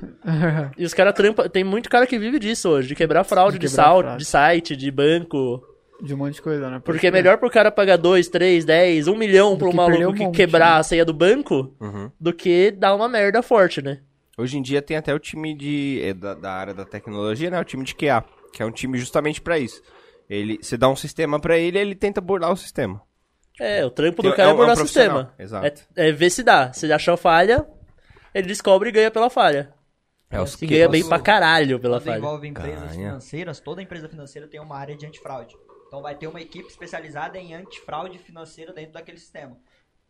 [SPEAKER 4] E os caras trampam, tem muito cara que vive disso hoje, de quebrar fraude, de,
[SPEAKER 6] De quebrar
[SPEAKER 4] sal,
[SPEAKER 6] fraude.
[SPEAKER 4] de site, de banco.
[SPEAKER 6] De um monte de coisa, né?
[SPEAKER 4] Porque é melhor pro cara pagar dois, três, dez, um milhão
[SPEAKER 6] Do
[SPEAKER 4] pra um
[SPEAKER 6] que
[SPEAKER 4] maluco
[SPEAKER 6] perder um
[SPEAKER 4] que
[SPEAKER 6] monte,
[SPEAKER 4] quebrar a ceia do banco,
[SPEAKER 1] Uhum.
[SPEAKER 4] do que dar uma merda forte, né?
[SPEAKER 1] Hoje em dia tem até o time de, é, da, da área da tecnologia, né? O time de QA, que é um time justamente pra isso. Ele, você dá um sistema pra ele, ele tenta burlar o sistema.
[SPEAKER 4] É, o trampo
[SPEAKER 1] Tem-
[SPEAKER 4] do cara é,
[SPEAKER 1] um-
[SPEAKER 4] burlar
[SPEAKER 1] um
[SPEAKER 4] o sistema.
[SPEAKER 1] profissional, Exato.
[SPEAKER 4] É, é ver se dá. Se ele achou falha, ele descobre e ganha pela falha.
[SPEAKER 1] É, os
[SPEAKER 4] Que
[SPEAKER 1] que-
[SPEAKER 4] ganha bem pra caralho pela
[SPEAKER 5] Quando
[SPEAKER 4] falha.
[SPEAKER 5] envolve empresas
[SPEAKER 1] Ganha.
[SPEAKER 5] financeiras, toda empresa financeira tem uma área de antifraude. Então vai ter uma equipe especializada em antifraude financeira dentro daquele sistema.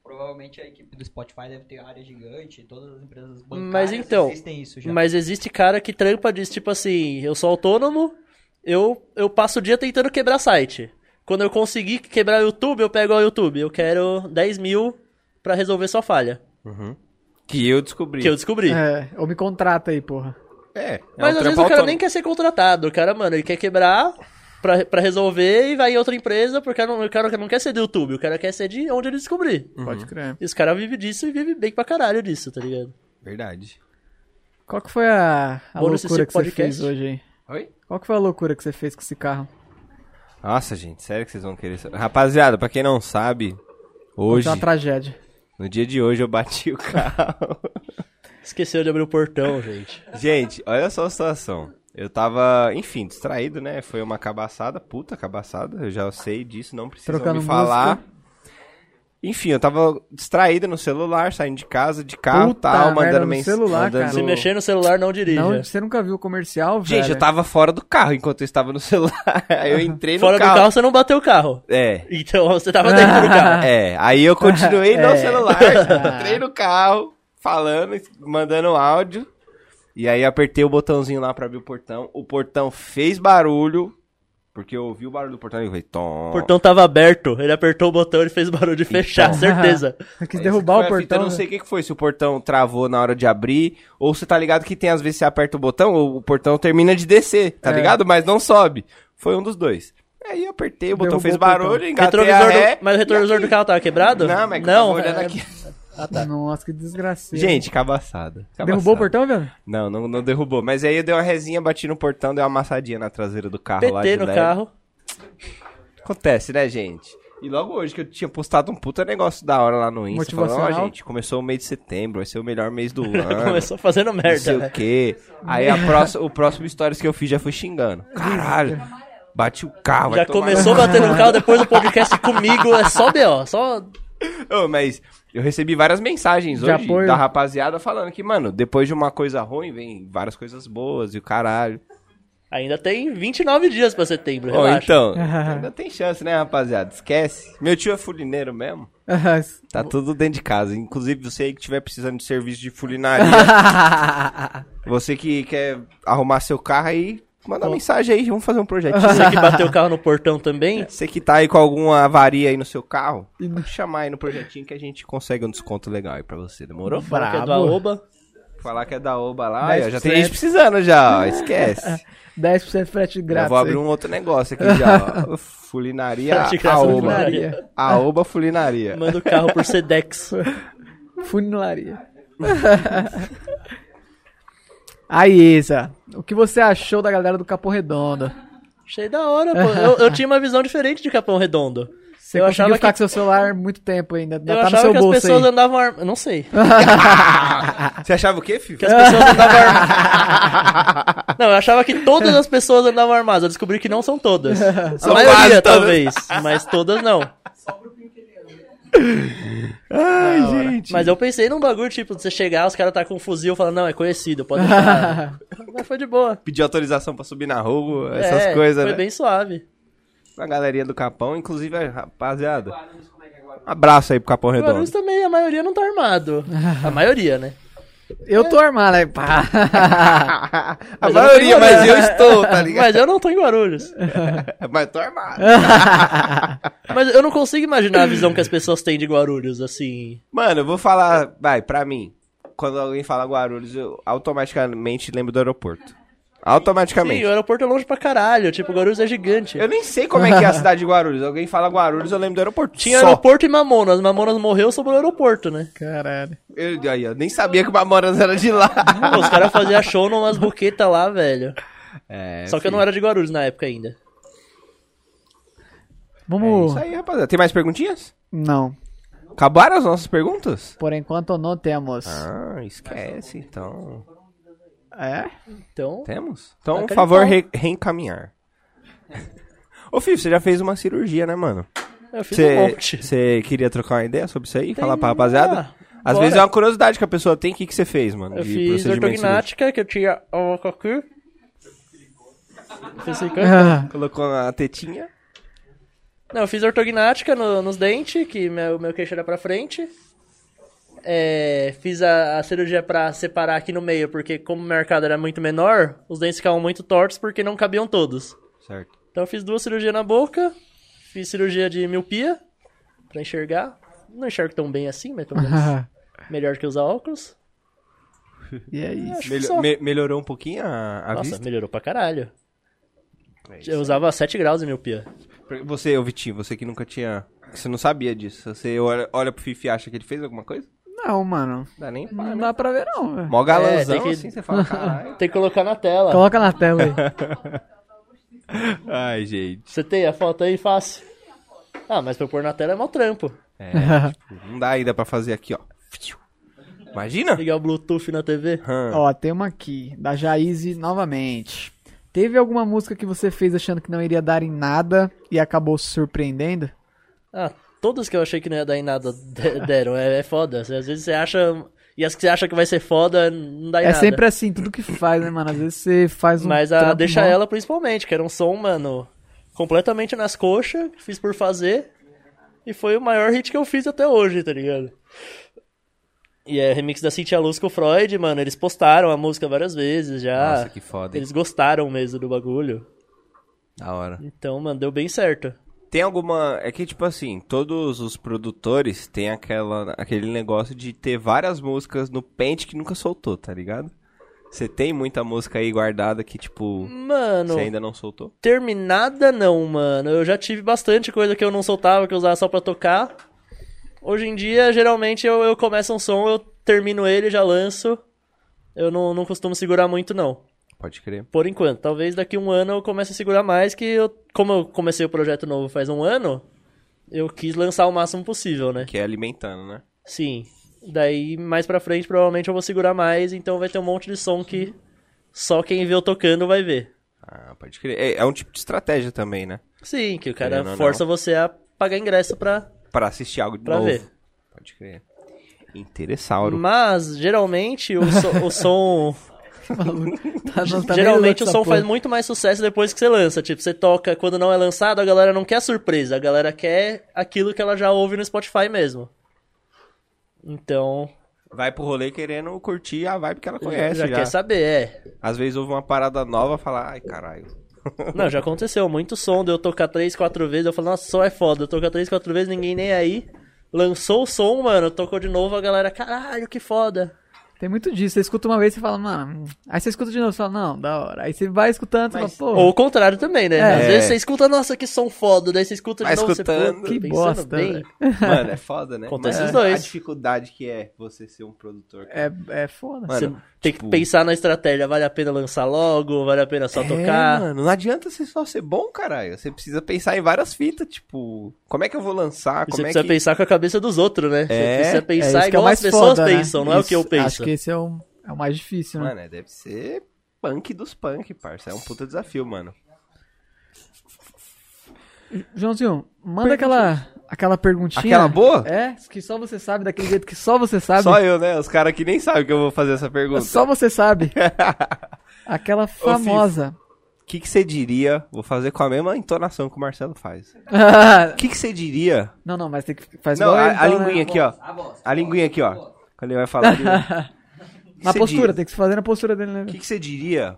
[SPEAKER 5] Provavelmente a equipe do Spotify deve ter área gigante, todas as empresas bancárias
[SPEAKER 4] Mas então,
[SPEAKER 5] existem isso já.
[SPEAKER 4] Mas existe cara que trampa diz, tipo assim, eu sou autônomo, eu, eu passo o dia tentando quebrar site. Quando eu conseguir quebrar o YouTube, eu pego o YouTube. Eu quero 10 mil pra resolver sua falha.
[SPEAKER 1] Uhum. Que eu descobri.
[SPEAKER 4] Que eu descobri.
[SPEAKER 3] um
[SPEAKER 6] É, ou me contrata aí, porra.
[SPEAKER 1] É, é
[SPEAKER 4] Mas
[SPEAKER 1] um
[SPEAKER 4] às vezes o
[SPEAKER 1] trampo
[SPEAKER 4] cara
[SPEAKER 1] autônomo.
[SPEAKER 4] nem quer ser contratado. O cara, mano, ele quer quebrar pra, pra resolver e vai em outra empresa porque não, o cara não quer ser do YouTube. O cara quer ser de onde ele descobrir.
[SPEAKER 1] Uhum.
[SPEAKER 6] Pode crer.
[SPEAKER 4] E os caras vivem disso e vivem bem pra caralho disso, tá ligado?
[SPEAKER 1] Verdade.
[SPEAKER 6] Qual que foi a, a
[SPEAKER 4] Bônus
[SPEAKER 6] loucura
[SPEAKER 4] esse
[SPEAKER 6] que você fez
[SPEAKER 4] podcast.
[SPEAKER 6] hoje aí?
[SPEAKER 1] Oi?
[SPEAKER 6] Qual que foi a loucura que você fez com esse carro?
[SPEAKER 1] Nossa, gente, sério que vocês vão querer saber. Rapaziada, pra quem não sabe, hoje,
[SPEAKER 6] Foi uma tragédia.
[SPEAKER 1] no dia de hoje, eu bati o carro. <laughs>
[SPEAKER 4] Esqueceu de abrir o portão, gente.
[SPEAKER 1] Gente, olha só a situação. Eu tava, enfim, distraído, né? Foi uma cabaçada, puta cabaçada. Eu já sei disso, não precisa
[SPEAKER 6] Trocando
[SPEAKER 1] me falar. Enfim, eu tava distraído no celular, saindo de casa, de carro e
[SPEAKER 6] Puta
[SPEAKER 1] tal,
[SPEAKER 6] merda,
[SPEAKER 1] mandando
[SPEAKER 6] no
[SPEAKER 1] mensagem.
[SPEAKER 6] celular,
[SPEAKER 1] mandando...
[SPEAKER 6] cara.
[SPEAKER 4] Se mexer no celular, não dirija.
[SPEAKER 6] Não, você nunca viu o comercial, velho?
[SPEAKER 1] Gente, eu tava fora do carro enquanto eu estava no <laughs> celular. Aí eu entrei no
[SPEAKER 4] Fora do carro, você não bateu o carro.
[SPEAKER 1] É.
[SPEAKER 4] Então <laughs> você
[SPEAKER 1] <laughs>
[SPEAKER 4] tava dentro do carro.
[SPEAKER 1] É, aí eu continuei no
[SPEAKER 6] Ah. <laughs> É.
[SPEAKER 1] celular, tipo, entrei no carro, falando, mandando um áudio. E aí apertei o botãozinho lá pra abrir o portão. O portão fez barulho, porque eu ouvi o barulho do portão e eu falei, tom.
[SPEAKER 4] O portão tava aberto. Ele apertou o botão e fez barulho de
[SPEAKER 1] Então.
[SPEAKER 6] <laughs>
[SPEAKER 1] <laughs>
[SPEAKER 4] fechar, certeza.
[SPEAKER 6] Você quis
[SPEAKER 1] Aí
[SPEAKER 6] derrubar o
[SPEAKER 1] foi a fita,
[SPEAKER 6] portão. né?
[SPEAKER 1] Eu não sei o que que foi, se o portão travou na hora de abrir, ou você tá ligado que tem às vezes você aperta o botão, ou o portão termina de descer, tá
[SPEAKER 6] É.
[SPEAKER 1] ligado? Mas não sobe. Foi um dos dois. Aí eu apertei, o botão
[SPEAKER 6] Derrubou
[SPEAKER 1] fez
[SPEAKER 6] o portão.
[SPEAKER 1] barulho, engatei a
[SPEAKER 4] Retrovisor
[SPEAKER 1] ré.
[SPEAKER 4] do... Mas o retrovisor do carro tava quebrado?
[SPEAKER 1] Não, mas que eu
[SPEAKER 4] não.
[SPEAKER 1] tava olhando
[SPEAKER 4] é-
[SPEAKER 1] aqui.
[SPEAKER 6] Nossa, que desgraceiro.
[SPEAKER 1] Ah, tá. Gente, cabaçada.
[SPEAKER 6] derrubou o
[SPEAKER 1] Cabaçada.
[SPEAKER 6] portão, velho?
[SPEAKER 1] <laughs> Não, não, não derrubou. Mas aí eu dei uma resinha, bati no portão, dei uma amassadinha na traseira do carro lá.
[SPEAKER 4] PT
[SPEAKER 1] de
[SPEAKER 4] um no
[SPEAKER 1] leve.
[SPEAKER 4] carro. <laughs>
[SPEAKER 1] Acontece, né, gente? E logo hoje que eu tinha postado um puta negócio da hora lá no Insta. Falando, ó,
[SPEAKER 6] Motivacional.
[SPEAKER 1] gente, começou o mês de setembro, vai ser o melhor mês do ano.
[SPEAKER 4] Começou fazendo
[SPEAKER 1] não sei
[SPEAKER 4] merda. né?
[SPEAKER 1] o quê. Aí a próxima, o próximo stories que eu fiz já foi xingando. Caralho, bati o carro. vai
[SPEAKER 4] Já
[SPEAKER 1] tomar
[SPEAKER 4] começou
[SPEAKER 1] no- <laughs>
[SPEAKER 4] batendo no carro depois do podcast comigo. É só B.O. Só.
[SPEAKER 1] Ô, mas eu recebi várias mensagens
[SPEAKER 6] De
[SPEAKER 1] hoje
[SPEAKER 6] apoio.
[SPEAKER 1] da rapaziada falando que, mano, depois de uma coisa ruim, vem várias coisas boas e o caralho.
[SPEAKER 4] Ainda tem 29 dias pra setembro,
[SPEAKER 1] Ou
[SPEAKER 4] relaxa. <laughs>
[SPEAKER 1] então, ainda tem chance, né, rapaziada? Esquece. Meu tio é fulineiro mesmo. Tá tudo dentro de casa. Inclusive, você aí que estiver precisando de serviço de <laughs> fulinaria, você que quer arrumar seu carro aí, manda uma mensagem aí, vamos fazer um <laughs> projetinho.
[SPEAKER 4] Você que bateu o carro no portão também,
[SPEAKER 1] Você que tá aí com alguma avaria aí no seu carro, pode chamar aí no projetinho que a gente consegue um desconto legal aí pra você, demorou?
[SPEAKER 4] fala que é do Aoba.
[SPEAKER 1] Falar que é da Oba lá,
[SPEAKER 6] Dez
[SPEAKER 1] ó, já
[SPEAKER 6] por
[SPEAKER 1] tem
[SPEAKER 6] cento.
[SPEAKER 1] gente precisando já, <laughs> ó, esquece.
[SPEAKER 6] 10% frete
[SPEAKER 1] Eu
[SPEAKER 6] grátis.
[SPEAKER 1] vou abrir um outro negócio <laughs> aqui já, ó. Fulinaria
[SPEAKER 4] Frete grátis,
[SPEAKER 1] Aoba.
[SPEAKER 4] fulinaria.
[SPEAKER 1] Aoba Fulinaria.
[SPEAKER 4] Manda o carro por Sedex.
[SPEAKER 6] aí. Funilaria. <laughs> aí, Isa. O que você achou da galera do Capão Redondo?
[SPEAKER 4] Achei da hora, pô. Eu, eu tinha uma visão diferente de Capão Redondo.
[SPEAKER 6] Você
[SPEAKER 4] Eu
[SPEAKER 6] conseguiu
[SPEAKER 4] achava
[SPEAKER 6] ficar
[SPEAKER 4] que-
[SPEAKER 6] com seu celular muito tempo ainda. Ainda
[SPEAKER 4] Eu
[SPEAKER 6] tá no
[SPEAKER 4] achava
[SPEAKER 6] seu
[SPEAKER 4] que as
[SPEAKER 6] bolso
[SPEAKER 4] pessoas
[SPEAKER 6] aí.
[SPEAKER 4] andavam armadas.
[SPEAKER 6] <laughs>
[SPEAKER 4] Não sei.
[SPEAKER 1] <laughs> Você achava o quê,
[SPEAKER 4] <laughs>
[SPEAKER 1] filho?
[SPEAKER 4] Que as pessoas andavam armadas. Não, eu achava que todas as pessoas andavam armadas. Eu descobri que não são
[SPEAKER 6] <laughs>
[SPEAKER 4] todas. A
[SPEAKER 1] quase
[SPEAKER 4] maioria,
[SPEAKER 1] todas.
[SPEAKER 4] talvez. Mas todas não.
[SPEAKER 1] Ai, gente.
[SPEAKER 4] Mas eu pensei num bagulho, tipo, de você chegar, os caras tá com um fuzil falando, não, é conhecido, pode
[SPEAKER 6] <laughs>
[SPEAKER 4] deixar. Mas foi de boa.
[SPEAKER 1] Pedir autorização pra subir na rua, essas
[SPEAKER 4] É,
[SPEAKER 1] coisas,
[SPEAKER 4] Foi
[SPEAKER 1] né?
[SPEAKER 4] bem suave.
[SPEAKER 1] A galerinha do Capão, inclusive, a rapaziada. Um Abraço aí pro Capão Redondo.
[SPEAKER 4] Guarulhos também, a maioria não tá armado. A maioria, né?
[SPEAKER 3] <laughs> Eu tô armado, né?
[SPEAKER 6] <laughs>
[SPEAKER 3] Pá.
[SPEAKER 1] <laughs> A
[SPEAKER 4] Mas tá- eu né? não
[SPEAKER 1] maioria,
[SPEAKER 4] tenho
[SPEAKER 1] mas eu
[SPEAKER 4] nada.
[SPEAKER 1] estou, <laughs>
[SPEAKER 4] <laughs>
[SPEAKER 1] tá ligado?
[SPEAKER 4] Mas eu não tô em Guarulhos.
[SPEAKER 1] Mas tô
[SPEAKER 4] <laughs>
[SPEAKER 1] armado.
[SPEAKER 4] Mas eu não consigo imaginar a visão que as pessoas têm de Guarulhos, assim.
[SPEAKER 1] Mano, eu vou falar, vai, pra mim. Quando alguém fala Guarulhos, eu automaticamente lembro do aeroporto. Automaticamente.
[SPEAKER 4] Sim, o aeroporto é longe pra caralho. Tipo, Guarulhos é gigante.
[SPEAKER 1] Eu nem sei como é que é a cidade de Guarulhos. Alguém fala Guarulhos, eu lembro do aeroporto.
[SPEAKER 4] Tinha
[SPEAKER 1] Só.
[SPEAKER 4] aeroporto e Mamonas. Mamonas morreu, sobrou o aeroporto, né?
[SPEAKER 3] Caralho.
[SPEAKER 1] Eu, aí, eu nem sabia que o Mamonas era de lá.
[SPEAKER 4] Pô, os caras faziam show numas buquetas lá, velho. Só que eu não era de Guarulhos na época ainda.
[SPEAKER 1] É
[SPEAKER 3] Vamos.
[SPEAKER 1] isso aí, rapaziada. Tem mais perguntinhas?
[SPEAKER 3] não.
[SPEAKER 1] Acabaram as nossas perguntas?
[SPEAKER 3] Por enquanto não temos.
[SPEAKER 1] Ah, esquece, então.
[SPEAKER 4] Ah.
[SPEAKER 6] <laughs>
[SPEAKER 3] É?
[SPEAKER 4] Então,
[SPEAKER 1] Temos? Então, por
[SPEAKER 4] Acredito.
[SPEAKER 1] favor, re- reencaminhar. <laughs> Ô, Fih, você já fez uma cirurgia, né, mano?
[SPEAKER 4] eu fiz um monte. Ah,
[SPEAKER 1] Você queria trocar uma ideia sobre isso aí? falar pra rapaziada? Às
[SPEAKER 4] bora.
[SPEAKER 1] vezes é uma curiosidade que a pessoa tem. O que, que você fez, mano?
[SPEAKER 4] Ah, Eu
[SPEAKER 1] de
[SPEAKER 4] fiz
[SPEAKER 1] procedimento
[SPEAKER 4] ortognática, que eu tinha a boca aqui. Fiz cinco-
[SPEAKER 1] cirúrgico? Colocou a tetinha.
[SPEAKER 4] Não, eu fiz ortognática no- nos dentes, que meu, meu queixo era pra frente. É, fiz a, a cirurgia pra separar aqui no meio, porque como o mercado era muito menor, os dentes ficavam muito tortos porque não cabiam todos.
[SPEAKER 1] Certo.
[SPEAKER 4] Então eu fiz duas cirurgias na boca, fiz cirurgia de miopia, pra enxergar. Não enxergo tão bem assim, mas
[SPEAKER 3] <laughs>
[SPEAKER 4] pelo menos melhor que usar óculos.
[SPEAKER 3] E é isso.
[SPEAKER 1] Melho-
[SPEAKER 4] só.
[SPEAKER 1] me- melhorou um pouquinho a, a
[SPEAKER 4] Nossa,
[SPEAKER 1] vista?
[SPEAKER 4] melhorou pra caralho.
[SPEAKER 1] É isso.
[SPEAKER 4] Eu usava 7 graus de miopia.
[SPEAKER 1] Você, ô Vitinho, você que nunca tinha... que Você não sabia disso. Você olha, olha pro Fifi e acha que ele fez alguma coisa?
[SPEAKER 3] Não, mano.
[SPEAKER 1] Dá nem pá,
[SPEAKER 3] Não
[SPEAKER 1] né?
[SPEAKER 3] dá pra ver, não. velho.
[SPEAKER 1] Mó galãozão,
[SPEAKER 4] É, tem que-
[SPEAKER 1] assim, você fala,
[SPEAKER 4] <laughs>
[SPEAKER 1] caralho.
[SPEAKER 4] Tem que colocar na tela.
[SPEAKER 3] Coloca na tela aí.
[SPEAKER 4] <laughs>
[SPEAKER 1] Ai, gente.
[SPEAKER 4] Você tem a foto aí fácil? Ah, mas pra eu pôr na tela é mau trampo.
[SPEAKER 1] É, tipo, não dá ainda pra fazer aqui, ó. Imagina?
[SPEAKER 4] Ligar o Bluetooth na TV.
[SPEAKER 1] Hum.
[SPEAKER 3] Ó, tem uma aqui, da Jaize novamente. Teve alguma música que você fez achando que não iria dar em nada e acabou se surpreendendo?
[SPEAKER 4] Ah, todas que eu achei que não ia dar em nada <laughs> de- deram. É, é foda. Cê- Às vezes você acha. E as que você acha que vai ser foda, não dá em
[SPEAKER 3] é
[SPEAKER 4] nada.
[SPEAKER 3] sempre assim, tudo que faz, né, mano? Às vezes você faz um.
[SPEAKER 4] Mas a
[SPEAKER 3] trampo
[SPEAKER 4] Deixa
[SPEAKER 3] mó-
[SPEAKER 4] Ela, principalmente, que era um som, mano, completamente nas coxas, fiz por fazer. E foi o maior hit que eu fiz até hoje, tá ligado? E é remix da Cintia Luz com o Freud, mano. Eles postaram a música várias vezes já.
[SPEAKER 1] Nossa, que foda, hein?
[SPEAKER 4] Eles gostaram mesmo do bagulho.
[SPEAKER 1] Da hora.
[SPEAKER 4] Então, mano, deu bem certo.
[SPEAKER 1] Tem alguma. É que, tipo assim, todos os produtores têm aquela, aquele negócio de ter várias músicas no pente que nunca soltou, tá ligado? Você tem muita música aí guardada que, tipo,
[SPEAKER 4] Mano,
[SPEAKER 1] você ainda não soltou?
[SPEAKER 4] terminada não, mano. Eu já tive bastante coisa que eu não soltava, que eu usava só pra tocar. Hoje em dia, geralmente, eu, eu começo um som, eu termino ele, já lanço. Eu não, não costumo segurar muito, não.
[SPEAKER 1] Pode crer.
[SPEAKER 4] Por enquanto. Talvez daqui um ano eu comece a segurar mais, que eu, como eu comecei o projeto novo faz um ano, eu quis lançar o máximo possível, né?
[SPEAKER 1] Que é alimentando, né?
[SPEAKER 4] Sim. Daí, mais pra frente, provavelmente eu vou segurar mais, então vai ter um monte de som que só quem vê eu tocando vai ver.
[SPEAKER 1] Ah, pode crer. É, é um tipo de estratégia também, né?
[SPEAKER 4] Sim, que o
[SPEAKER 1] Querendo
[SPEAKER 4] cara
[SPEAKER 1] ou não.
[SPEAKER 4] força você a pagar ingresso pra,
[SPEAKER 1] Pra assistir algo de
[SPEAKER 4] pra
[SPEAKER 1] novo.
[SPEAKER 4] ver.
[SPEAKER 1] Pode crer. Interessauro.
[SPEAKER 4] Mas, geralmente, o, so- o som...
[SPEAKER 3] <laughs> Tá- não, tá meio louco
[SPEAKER 4] geralmente o
[SPEAKER 3] essa
[SPEAKER 4] som
[SPEAKER 3] porra.
[SPEAKER 4] faz muito mais sucesso depois que você lança. Tipo, você toca quando não é lançado, a galera não quer surpresa. A galera quer aquilo que ela já ouve no Spotify mesmo. Então,
[SPEAKER 1] Vai pro rolê querendo curtir a vibe que ela conhece.
[SPEAKER 4] já,
[SPEAKER 1] Já,
[SPEAKER 4] já quer saber, é.
[SPEAKER 1] Às vezes houve uma parada nova fala, ai
[SPEAKER 4] <laughs>
[SPEAKER 1] caralho.
[SPEAKER 4] Não, já aconteceu muito som de eu tocar três, quatro vezes. Eu falo, nossa, som é foda. Eu tocar três, quatro vezes, ninguém nem aí. Lançou o som, mano, tocou de novo, a galera, caralho, que foda.
[SPEAKER 3] Tem muito disso. Você escuta uma vez e fala, mano. hum. Aí você escuta de novo, você fala, não, da hora. Aí você vai escutando, você fala, pô,
[SPEAKER 4] Ou o contrário também, né?
[SPEAKER 3] É.
[SPEAKER 4] Às vezes você escuta, nossa, que som foda. Daí você escuta de
[SPEAKER 1] Vai
[SPEAKER 4] novo,
[SPEAKER 1] escutando.
[SPEAKER 4] você pô,
[SPEAKER 3] Que
[SPEAKER 4] pensando
[SPEAKER 3] bosta,
[SPEAKER 4] bem.
[SPEAKER 3] velho.
[SPEAKER 1] Mano, é foda, né?
[SPEAKER 4] Acontece
[SPEAKER 1] Mas
[SPEAKER 4] os dois.
[SPEAKER 1] A dificuldade que é você ser um produtor. cara.
[SPEAKER 3] é, é foda.
[SPEAKER 1] Mano,
[SPEAKER 4] você tem
[SPEAKER 1] Tipo-
[SPEAKER 4] que pensar na estratégia, vale a pena lançar logo, vale a pena só
[SPEAKER 1] É,
[SPEAKER 4] tocar.
[SPEAKER 1] mano, não adianta você só ser bom, caralho. Você precisa pensar em várias fitas, tipo, como é que eu vou lançar?
[SPEAKER 4] E
[SPEAKER 1] Como
[SPEAKER 4] você
[SPEAKER 1] é
[SPEAKER 4] precisa
[SPEAKER 1] que...
[SPEAKER 4] pensar com a cabeça dos outros, né?
[SPEAKER 1] É,
[SPEAKER 4] você precisa
[SPEAKER 3] É isso
[SPEAKER 4] pensar
[SPEAKER 3] que é
[SPEAKER 4] igual
[SPEAKER 3] mais
[SPEAKER 4] as pessoas
[SPEAKER 3] foda, né?
[SPEAKER 4] pensam, não é o que eu
[SPEAKER 3] Isso,
[SPEAKER 4] penso.
[SPEAKER 3] Acho que esse é o, é o mais difícil, né?
[SPEAKER 1] Mano, é, deve ser punk dos punk, parça. É um puta desafio, mano.
[SPEAKER 3] Joãozinho, manda aquela, aquela perguntinha.
[SPEAKER 1] Aquela boa?
[SPEAKER 3] É, que só você sabe, daquele jeito que só você
[SPEAKER 4] É,
[SPEAKER 3] sabe.
[SPEAKER 1] Só eu, né? Os caras que nem sabem que eu vou fazer essa pergunta.
[SPEAKER 3] Só você
[SPEAKER 4] <laughs>
[SPEAKER 3] sabe. Aquela famosa. <laughs>
[SPEAKER 1] O que que você diria? Vou fazer com a mesma entonação que o Marcelo faz. O que que você diria
[SPEAKER 3] não, não, mas né? tem que fazer então,
[SPEAKER 1] Não, a, a linguinha aqui, ó. A linguinha aqui, ó. Quando ele vai falar. ele- O né? que
[SPEAKER 3] <laughs> Na
[SPEAKER 1] você
[SPEAKER 3] postura,
[SPEAKER 1] diria-
[SPEAKER 3] tem que se fazer na postura dele, né?
[SPEAKER 1] O que que você
[SPEAKER 3] <laughs>
[SPEAKER 1] diria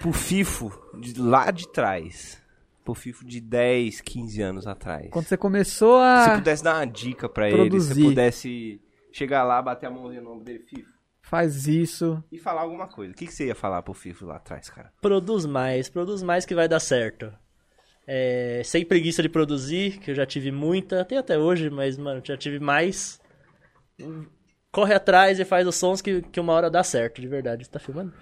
[SPEAKER 1] pro Fifo de lá de trás? Pro Fifo de 10, 15 anos atrás.
[SPEAKER 3] Quando você começou
[SPEAKER 1] Se
[SPEAKER 3] a.
[SPEAKER 1] você pudesse dar uma dica pra ele,
[SPEAKER 3] produzir.
[SPEAKER 1] se pudesse chegar lá, bater a mãozinha no ombro dele, Fifo,
[SPEAKER 3] Faz isso.
[SPEAKER 1] e falar alguma coisa. O que, que você ia falar pro Fifo lá atrás, cara?
[SPEAKER 4] Produz mais, produz mais que vai dar certo. É, sem preguiça de produzir, que eu já tive muita, tem até hoje, mas, mano, já tive mais. Corre atrás e faz os sons que, que uma hora dá certo, de verdade. Tá filmando?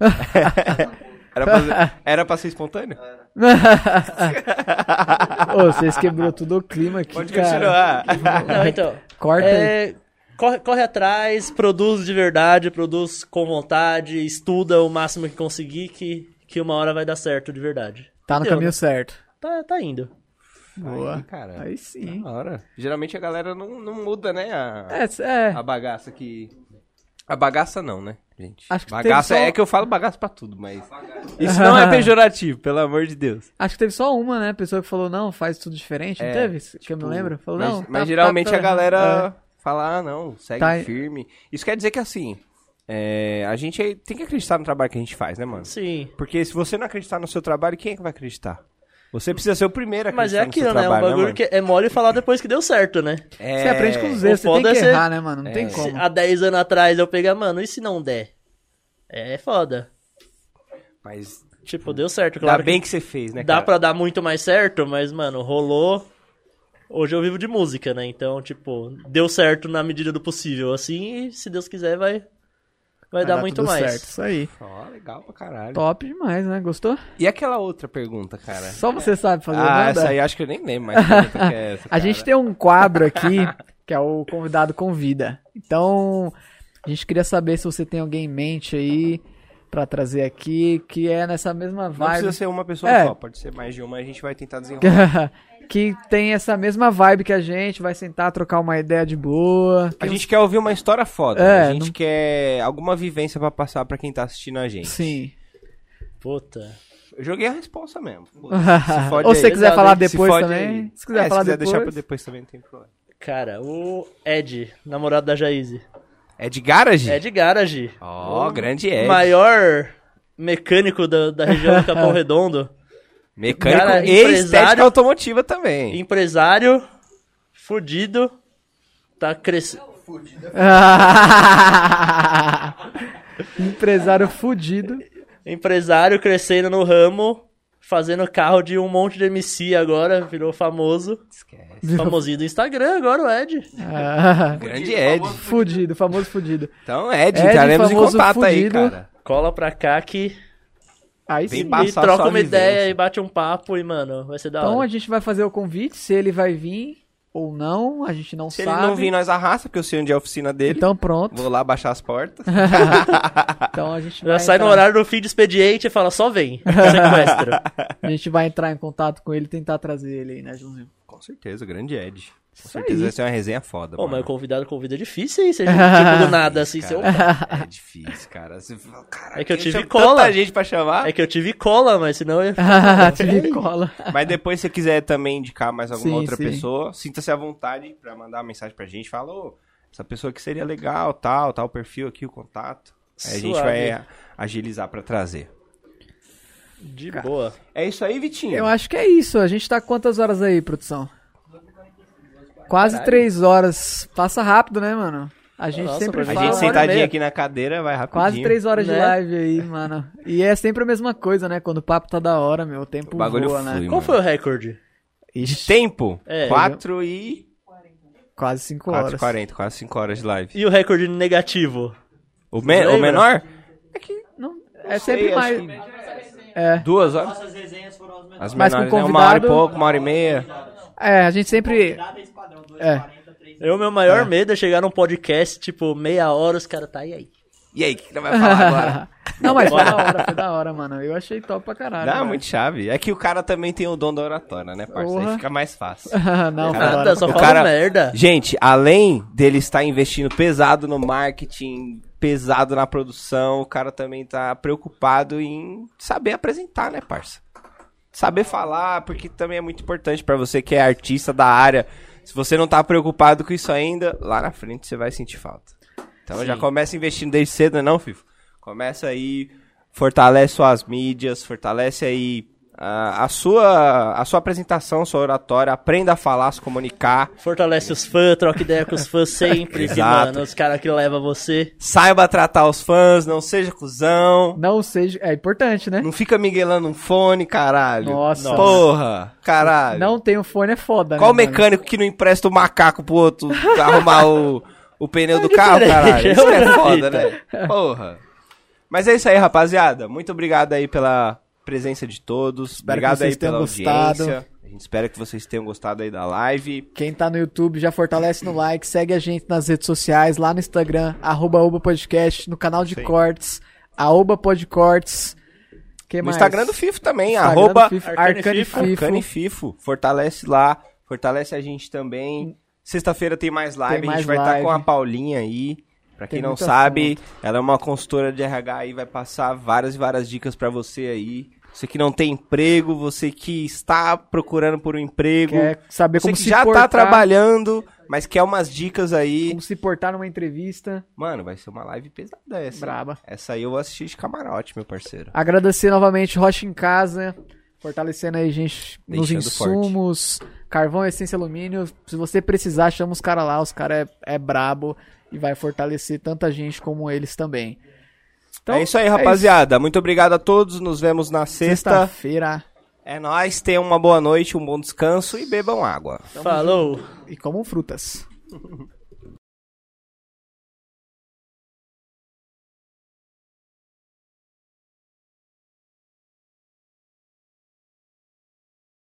[SPEAKER 1] Era
[SPEAKER 3] <laughs>
[SPEAKER 1] pra, era pra ser espontâneo?
[SPEAKER 3] Ô, vocês quebrou todo o clima aqui,
[SPEAKER 1] Pode
[SPEAKER 3] cara.
[SPEAKER 1] continuar. <laughs>
[SPEAKER 4] Não, então.
[SPEAKER 3] Corta aí.
[SPEAKER 4] É, corre, corre atrás, produz de verdade, produz com vontade, estuda o máximo que conseguir, que, que uma hora vai dar certo de verdade.
[SPEAKER 3] Tá no
[SPEAKER 4] Entendeu,
[SPEAKER 3] caminho
[SPEAKER 4] né?
[SPEAKER 3] certo.
[SPEAKER 4] Tá, tá indo.
[SPEAKER 1] Aí, cara. Tá
[SPEAKER 3] Aí sim.
[SPEAKER 1] Da hora. Geralmente a galera não, não muda, né? A,
[SPEAKER 3] É, é.
[SPEAKER 1] a bagaça que. A bagaça não, né, gente?
[SPEAKER 3] Acho que
[SPEAKER 1] bagaça
[SPEAKER 3] teve só-
[SPEAKER 1] é que eu falo bagaça pra tudo,
[SPEAKER 3] <laughs>
[SPEAKER 1] mas. Isso não é pejorativo, pelo amor de Deus.
[SPEAKER 3] Acho que teve só uma, né? Pessoa que falou, não, faz tudo diferente.
[SPEAKER 1] É,
[SPEAKER 3] não teve? que eu me lembro. Falou,
[SPEAKER 1] mas
[SPEAKER 3] não.
[SPEAKER 1] mas
[SPEAKER 3] tá-
[SPEAKER 1] geralmente
[SPEAKER 3] tá- tá-
[SPEAKER 1] a galera fala, ah, não, segue
[SPEAKER 3] Tá-
[SPEAKER 1] firme. Isso quer dizer que assim. é, a gente aí tem que acreditar no trabalho que a gente faz, né, mano?
[SPEAKER 4] Sim.
[SPEAKER 1] Porque se você não acreditar no seu trabalho, quem é que vai acreditar? Você precisa ser o primeiro a acreditar
[SPEAKER 4] Mas é
[SPEAKER 1] no seu
[SPEAKER 4] aquilo, né? Um
[SPEAKER 1] trabalho,
[SPEAKER 4] bagulho
[SPEAKER 1] mano?
[SPEAKER 4] que é mole falar depois que deu certo, né?
[SPEAKER 1] É...
[SPEAKER 3] Você aprende com os
[SPEAKER 4] o
[SPEAKER 3] erros, você
[SPEAKER 4] foda
[SPEAKER 3] tem que
[SPEAKER 4] é ser-
[SPEAKER 3] errar, né, mano? Não tem
[SPEAKER 1] É.
[SPEAKER 4] Se
[SPEAKER 3] como.
[SPEAKER 4] há 10 anos atrás eu pegar, mano, e se não der? É foda.
[SPEAKER 1] É, Mas
[SPEAKER 4] Tipo, deu certo, claro.
[SPEAKER 1] dá
[SPEAKER 4] que
[SPEAKER 1] bem que você fez, né,
[SPEAKER 4] dá
[SPEAKER 1] cara?
[SPEAKER 4] pra dar muito mais certo, mas, mano, rolou. Hoje eu vivo de música, né? Então, tipo, deu certo na medida do possível, assim, e se Deus quiser vai, vai, dar, muito
[SPEAKER 3] tudo
[SPEAKER 4] mais.
[SPEAKER 3] certo, isso aí.
[SPEAKER 1] Ó, legal pra caralho.
[SPEAKER 3] Top demais, né? Gostou?
[SPEAKER 1] E aquela outra pergunta, cara?
[SPEAKER 3] Só você sabe fazer né,
[SPEAKER 1] ah,
[SPEAKER 3] nada.
[SPEAKER 1] essa aí acho que eu nem lembro mais que pergunta que
[SPEAKER 3] <laughs>
[SPEAKER 1] é essa,
[SPEAKER 3] A gente tem um quadro aqui, que é o convidado convida. Então, a gente queria saber se você tem alguém em mente aí pra trazer aqui, que é nessa mesma
[SPEAKER 1] Não
[SPEAKER 3] vibe.
[SPEAKER 1] precisa ser uma pessoa
[SPEAKER 3] É.
[SPEAKER 1] só, pode ser mais de uma, a gente vai tentar
[SPEAKER 3] <laughs>
[SPEAKER 1] desenrolar.
[SPEAKER 3] que tem essa mesma vibe que a gente, vai sentar, trocar uma ideia de boa.
[SPEAKER 1] A gente quer ouvir uma história foda,
[SPEAKER 3] É,
[SPEAKER 1] a gente
[SPEAKER 3] não-
[SPEAKER 1] quer alguma vivência pra passar pra quem tá assistindo a gente.
[SPEAKER 3] <laughs> Sim.
[SPEAKER 4] Puta.
[SPEAKER 1] Eu joguei a resposta mesmo.
[SPEAKER 3] <laughs> Ou se você quiser
[SPEAKER 4] Exato,
[SPEAKER 3] falar
[SPEAKER 1] Se
[SPEAKER 3] depois
[SPEAKER 1] fode
[SPEAKER 3] também.
[SPEAKER 1] aí.
[SPEAKER 3] Se quiser
[SPEAKER 1] É,
[SPEAKER 3] falar
[SPEAKER 1] quiser
[SPEAKER 3] depois.
[SPEAKER 1] deixar pra depois também não tem problema.
[SPEAKER 4] Cara, o Ed, namorado da Jaize.
[SPEAKER 1] É de garage?
[SPEAKER 4] Ed Garage.
[SPEAKER 1] Ó, grande Ed.
[SPEAKER 4] Maior mecânico da, da região do Capão Redondo.
[SPEAKER 1] Mecânico
[SPEAKER 4] Cara,
[SPEAKER 1] e
[SPEAKER 4] empresário-
[SPEAKER 1] estética automotiva também.
[SPEAKER 4] Empresário. Fudido. Tá crescendo.
[SPEAKER 3] <laughs> Empresário fudido.
[SPEAKER 4] empresário crescendo no ramo, fazendo carro de um monte de MC agora, virou famoso.
[SPEAKER 1] Esquece.
[SPEAKER 4] Famosinho do Instagram agora, o Ed.
[SPEAKER 3] Ah,
[SPEAKER 1] <laughs> Grande Ed.
[SPEAKER 3] fudido, famoso fudido.
[SPEAKER 1] Então, Ed,
[SPEAKER 3] Ed,
[SPEAKER 1] estaremos em
[SPEAKER 3] famoso
[SPEAKER 1] contato aí,
[SPEAKER 3] fudido.
[SPEAKER 1] cara.
[SPEAKER 4] Cola pra cá que
[SPEAKER 3] Aí
[SPEAKER 1] Vem
[SPEAKER 3] sim.
[SPEAKER 1] pra-
[SPEAKER 4] e
[SPEAKER 1] Passar
[SPEAKER 4] troca
[SPEAKER 1] sua
[SPEAKER 4] uma
[SPEAKER 1] vivência.
[SPEAKER 4] ideia e bate um papo e, mano, vai ser da
[SPEAKER 3] Então a
[SPEAKER 4] hora.
[SPEAKER 3] gente vai fazer o convite, se ele vai vir ou não, a gente não
[SPEAKER 1] Se
[SPEAKER 3] sabe.
[SPEAKER 1] ele não vir, nós arrasta, porque eu sei onde é a oficina dele.
[SPEAKER 3] Então pronto.
[SPEAKER 1] Vou lá baixar as
[SPEAKER 4] <laughs>
[SPEAKER 1] portas.
[SPEAKER 3] <laughs> Então a gente
[SPEAKER 4] Já
[SPEAKER 3] vai
[SPEAKER 4] sai
[SPEAKER 3] entrar,
[SPEAKER 4] no horário do fim do expediente e fala, só vem, sequestra.
[SPEAKER 3] A gente vai entrar em contato com ele e tentar trazer ele aí, né, Joãozinho?
[SPEAKER 1] Com certeza, grande Ed. Com
[SPEAKER 3] aí.
[SPEAKER 1] certeza
[SPEAKER 3] <laughs>
[SPEAKER 1] vai ser uma resenha foda,
[SPEAKER 4] Pô, mas
[SPEAKER 1] mano.
[SPEAKER 4] o convidado convida é difícil aí, seja tipo do nada, assim,
[SPEAKER 1] <laughs>
[SPEAKER 4] seu...
[SPEAKER 1] Cara, É difícil, cara. Você fala, "Caraca,
[SPEAKER 4] É que eu tive
[SPEAKER 1] chamo
[SPEAKER 4] cola."
[SPEAKER 1] Tanta gente pra chamar.
[SPEAKER 4] É que eu tive cola, mas senão eu...
[SPEAKER 1] É
[SPEAKER 3] Tive cola.
[SPEAKER 1] Mas depois, se você quiser também indicar mais alguma
[SPEAKER 3] Sim,
[SPEAKER 1] outra
[SPEAKER 3] sim.
[SPEAKER 1] pessoa, sinta-se à vontade pra mandar uma mensagem pra gente. Fala, ô, essa pessoa que seria legal, tal, tal, o perfil aqui, o contato. Aí a gente
[SPEAKER 4] Suave.
[SPEAKER 1] vai é, agilizar pra trazer.
[SPEAKER 4] De boa.
[SPEAKER 1] É isso aí, Vitinho.
[SPEAKER 3] Eu acho que é isso. A gente tá quantas horas aí, produção? Quase três horas. Passa rápido, né, mano? A gente
[SPEAKER 4] Nossa,
[SPEAKER 3] sempre
[SPEAKER 4] pra
[SPEAKER 1] A
[SPEAKER 4] mim
[SPEAKER 3] fala. né?
[SPEAKER 4] Uma hora
[SPEAKER 1] gente
[SPEAKER 4] e
[SPEAKER 1] sentadinho
[SPEAKER 4] meia.
[SPEAKER 1] aqui na cadeira vai rapidinho.
[SPEAKER 3] Quase três horas de
[SPEAKER 4] Né?
[SPEAKER 3] live aí, mano. E é sempre a mesma coisa, né? Quando o papo tá da hora, meu, o tempo
[SPEAKER 1] O bagulho
[SPEAKER 3] voa, né?
[SPEAKER 1] flui,
[SPEAKER 4] Qual
[SPEAKER 1] mano.
[SPEAKER 4] foi o recorde?
[SPEAKER 1] De tempo?
[SPEAKER 4] É,
[SPEAKER 1] 4 e...
[SPEAKER 3] Quase cinco
[SPEAKER 1] 4 e
[SPEAKER 3] horas.
[SPEAKER 1] 40, quase 5 horas de live.
[SPEAKER 4] E o recorde negativo?
[SPEAKER 1] O, me- o
[SPEAKER 4] Lembra?
[SPEAKER 1] menor?
[SPEAKER 3] Não, é
[SPEAKER 1] sei,
[SPEAKER 3] sempre
[SPEAKER 1] acho
[SPEAKER 3] mais.
[SPEAKER 1] que
[SPEAKER 3] É,
[SPEAKER 1] Duas horas?
[SPEAKER 5] Nossas resenhas foram as menores.
[SPEAKER 1] As
[SPEAKER 3] Mas com
[SPEAKER 1] menores, né? Uma hora e
[SPEAKER 3] convidado-
[SPEAKER 1] pouco, uma hora e meia.
[SPEAKER 3] é, a gente sempre.
[SPEAKER 5] Nada é esquadrão, 2,
[SPEAKER 3] É.
[SPEAKER 5] 40, 3.
[SPEAKER 4] Eu, meu maior medo é chegar num podcast, tipo, meia hora, os caras tá e aí.
[SPEAKER 1] E aí, o que que vai
[SPEAKER 3] <laughs>
[SPEAKER 1] falar agora?
[SPEAKER 3] Não, mas foi da hora, foi da hora, mano. Eu achei top pra caralho.
[SPEAKER 1] Dá
[SPEAKER 3] velho.
[SPEAKER 1] muito chave. É que o cara também tem o dom da oratória, né, parça? Aí
[SPEAKER 3] Porra.
[SPEAKER 1] fica mais fácil.
[SPEAKER 3] <laughs> Não, foi da
[SPEAKER 4] Nada,
[SPEAKER 3] hora.
[SPEAKER 4] só
[SPEAKER 1] O
[SPEAKER 4] fala
[SPEAKER 1] cara-
[SPEAKER 4] merda.
[SPEAKER 1] Gente, além dele estar investindo pesado no marketing, pesado na produção, o cara também tá preocupado em saber apresentar, né, parça? Saber falar, porque também é muito importante pra você que é artista da área. Se você não tá preocupado com isso ainda, lá na frente você vai sentir falta. Então já começa investindo desde cedo, né não, Fifo? Começa aí, fortalece suas mídias, fortalece aí ah, a, sua, a sua apresentação, sua oratória, aprenda a falar, se comunicar,
[SPEAKER 4] Fortalece os fãs, troca ideia com os fãs sempre, que,
[SPEAKER 1] Exato.
[SPEAKER 4] mano, os caras que levam você.
[SPEAKER 1] saiba tratar os fãs, não seja cuzão,
[SPEAKER 3] Não seja. É importante, né?
[SPEAKER 1] não fica miguelando um fone, caralho.
[SPEAKER 3] Nossa.
[SPEAKER 1] Porra, caralho.
[SPEAKER 3] Não tem o fone é foda,
[SPEAKER 1] Qual
[SPEAKER 3] né? mano?
[SPEAKER 1] mecânico que não empresta o macaco pro outro arrumar o, o pneu do carro,
[SPEAKER 4] diferente,
[SPEAKER 1] caralho?
[SPEAKER 4] é
[SPEAKER 1] Isso que é
[SPEAKER 4] outra
[SPEAKER 1] foda,
[SPEAKER 4] fita.
[SPEAKER 1] né? Porra. Mas é isso aí, rapaziada. Muito obrigado aí pela presença de todos. obrigado
[SPEAKER 3] vocês
[SPEAKER 1] aí pela
[SPEAKER 3] tenham gostado.
[SPEAKER 1] audiência. A gente espera que vocês tenham gostado aí da live.
[SPEAKER 3] Quem tá no YouTube já fortalece no like, segue a gente nas redes sociais, lá no Instagram, arroba Oba Podcast, no canal de cortes, arroba Podcortes. Que
[SPEAKER 1] no
[SPEAKER 3] mais?
[SPEAKER 1] Instagram do Fifo também,
[SPEAKER 3] Instagram do
[SPEAKER 1] arroba
[SPEAKER 3] Fifo,
[SPEAKER 4] Arcane
[SPEAKER 3] Arcane
[SPEAKER 4] Fifo.
[SPEAKER 3] Fifo.
[SPEAKER 1] Arcane Fifo. Fortalece lá, fortalece a gente também. Sexta-feira tem mais live,
[SPEAKER 3] Hum. Tem
[SPEAKER 1] a
[SPEAKER 3] mais
[SPEAKER 1] gente vai estar
[SPEAKER 3] live.
[SPEAKER 1] com a Paulinha aí. Pra quem
[SPEAKER 3] Tem
[SPEAKER 1] não
[SPEAKER 3] muito
[SPEAKER 1] sabe, ela é uma consultora de RH aí, vai passar várias e várias dicas pra você aí. Você que não tem emprego, você que está procurando por um emprego,
[SPEAKER 3] Quer saber
[SPEAKER 1] você
[SPEAKER 3] como
[SPEAKER 1] que
[SPEAKER 3] se
[SPEAKER 1] já
[SPEAKER 3] portar,
[SPEAKER 1] tá trabalhando, mas quer umas dicas aí.
[SPEAKER 3] como se portar numa entrevista.
[SPEAKER 1] Mano, vai ser uma live pesada essa.
[SPEAKER 3] Braba.
[SPEAKER 1] Essa aí eu vou assistir de camarote, meu parceiro.
[SPEAKER 3] Agradecer novamente Rocha em Casa, fortalecendo aí, gente, nos
[SPEAKER 1] Deixando forte.
[SPEAKER 3] insumos, carvão, essência, alumínio. Se você precisar, chama os caras lá, os caras é, é brabo e vai fortalecer tanta gente como eles também. Então,
[SPEAKER 1] é isso aí, rapaziada. Muito obrigado a todos. Nos vemos na sexta.
[SPEAKER 3] Sexta-feira.
[SPEAKER 1] É nóis, tenham uma boa noite, um bom descanso e bebam água.
[SPEAKER 4] Falou!
[SPEAKER 3] E comam frutas.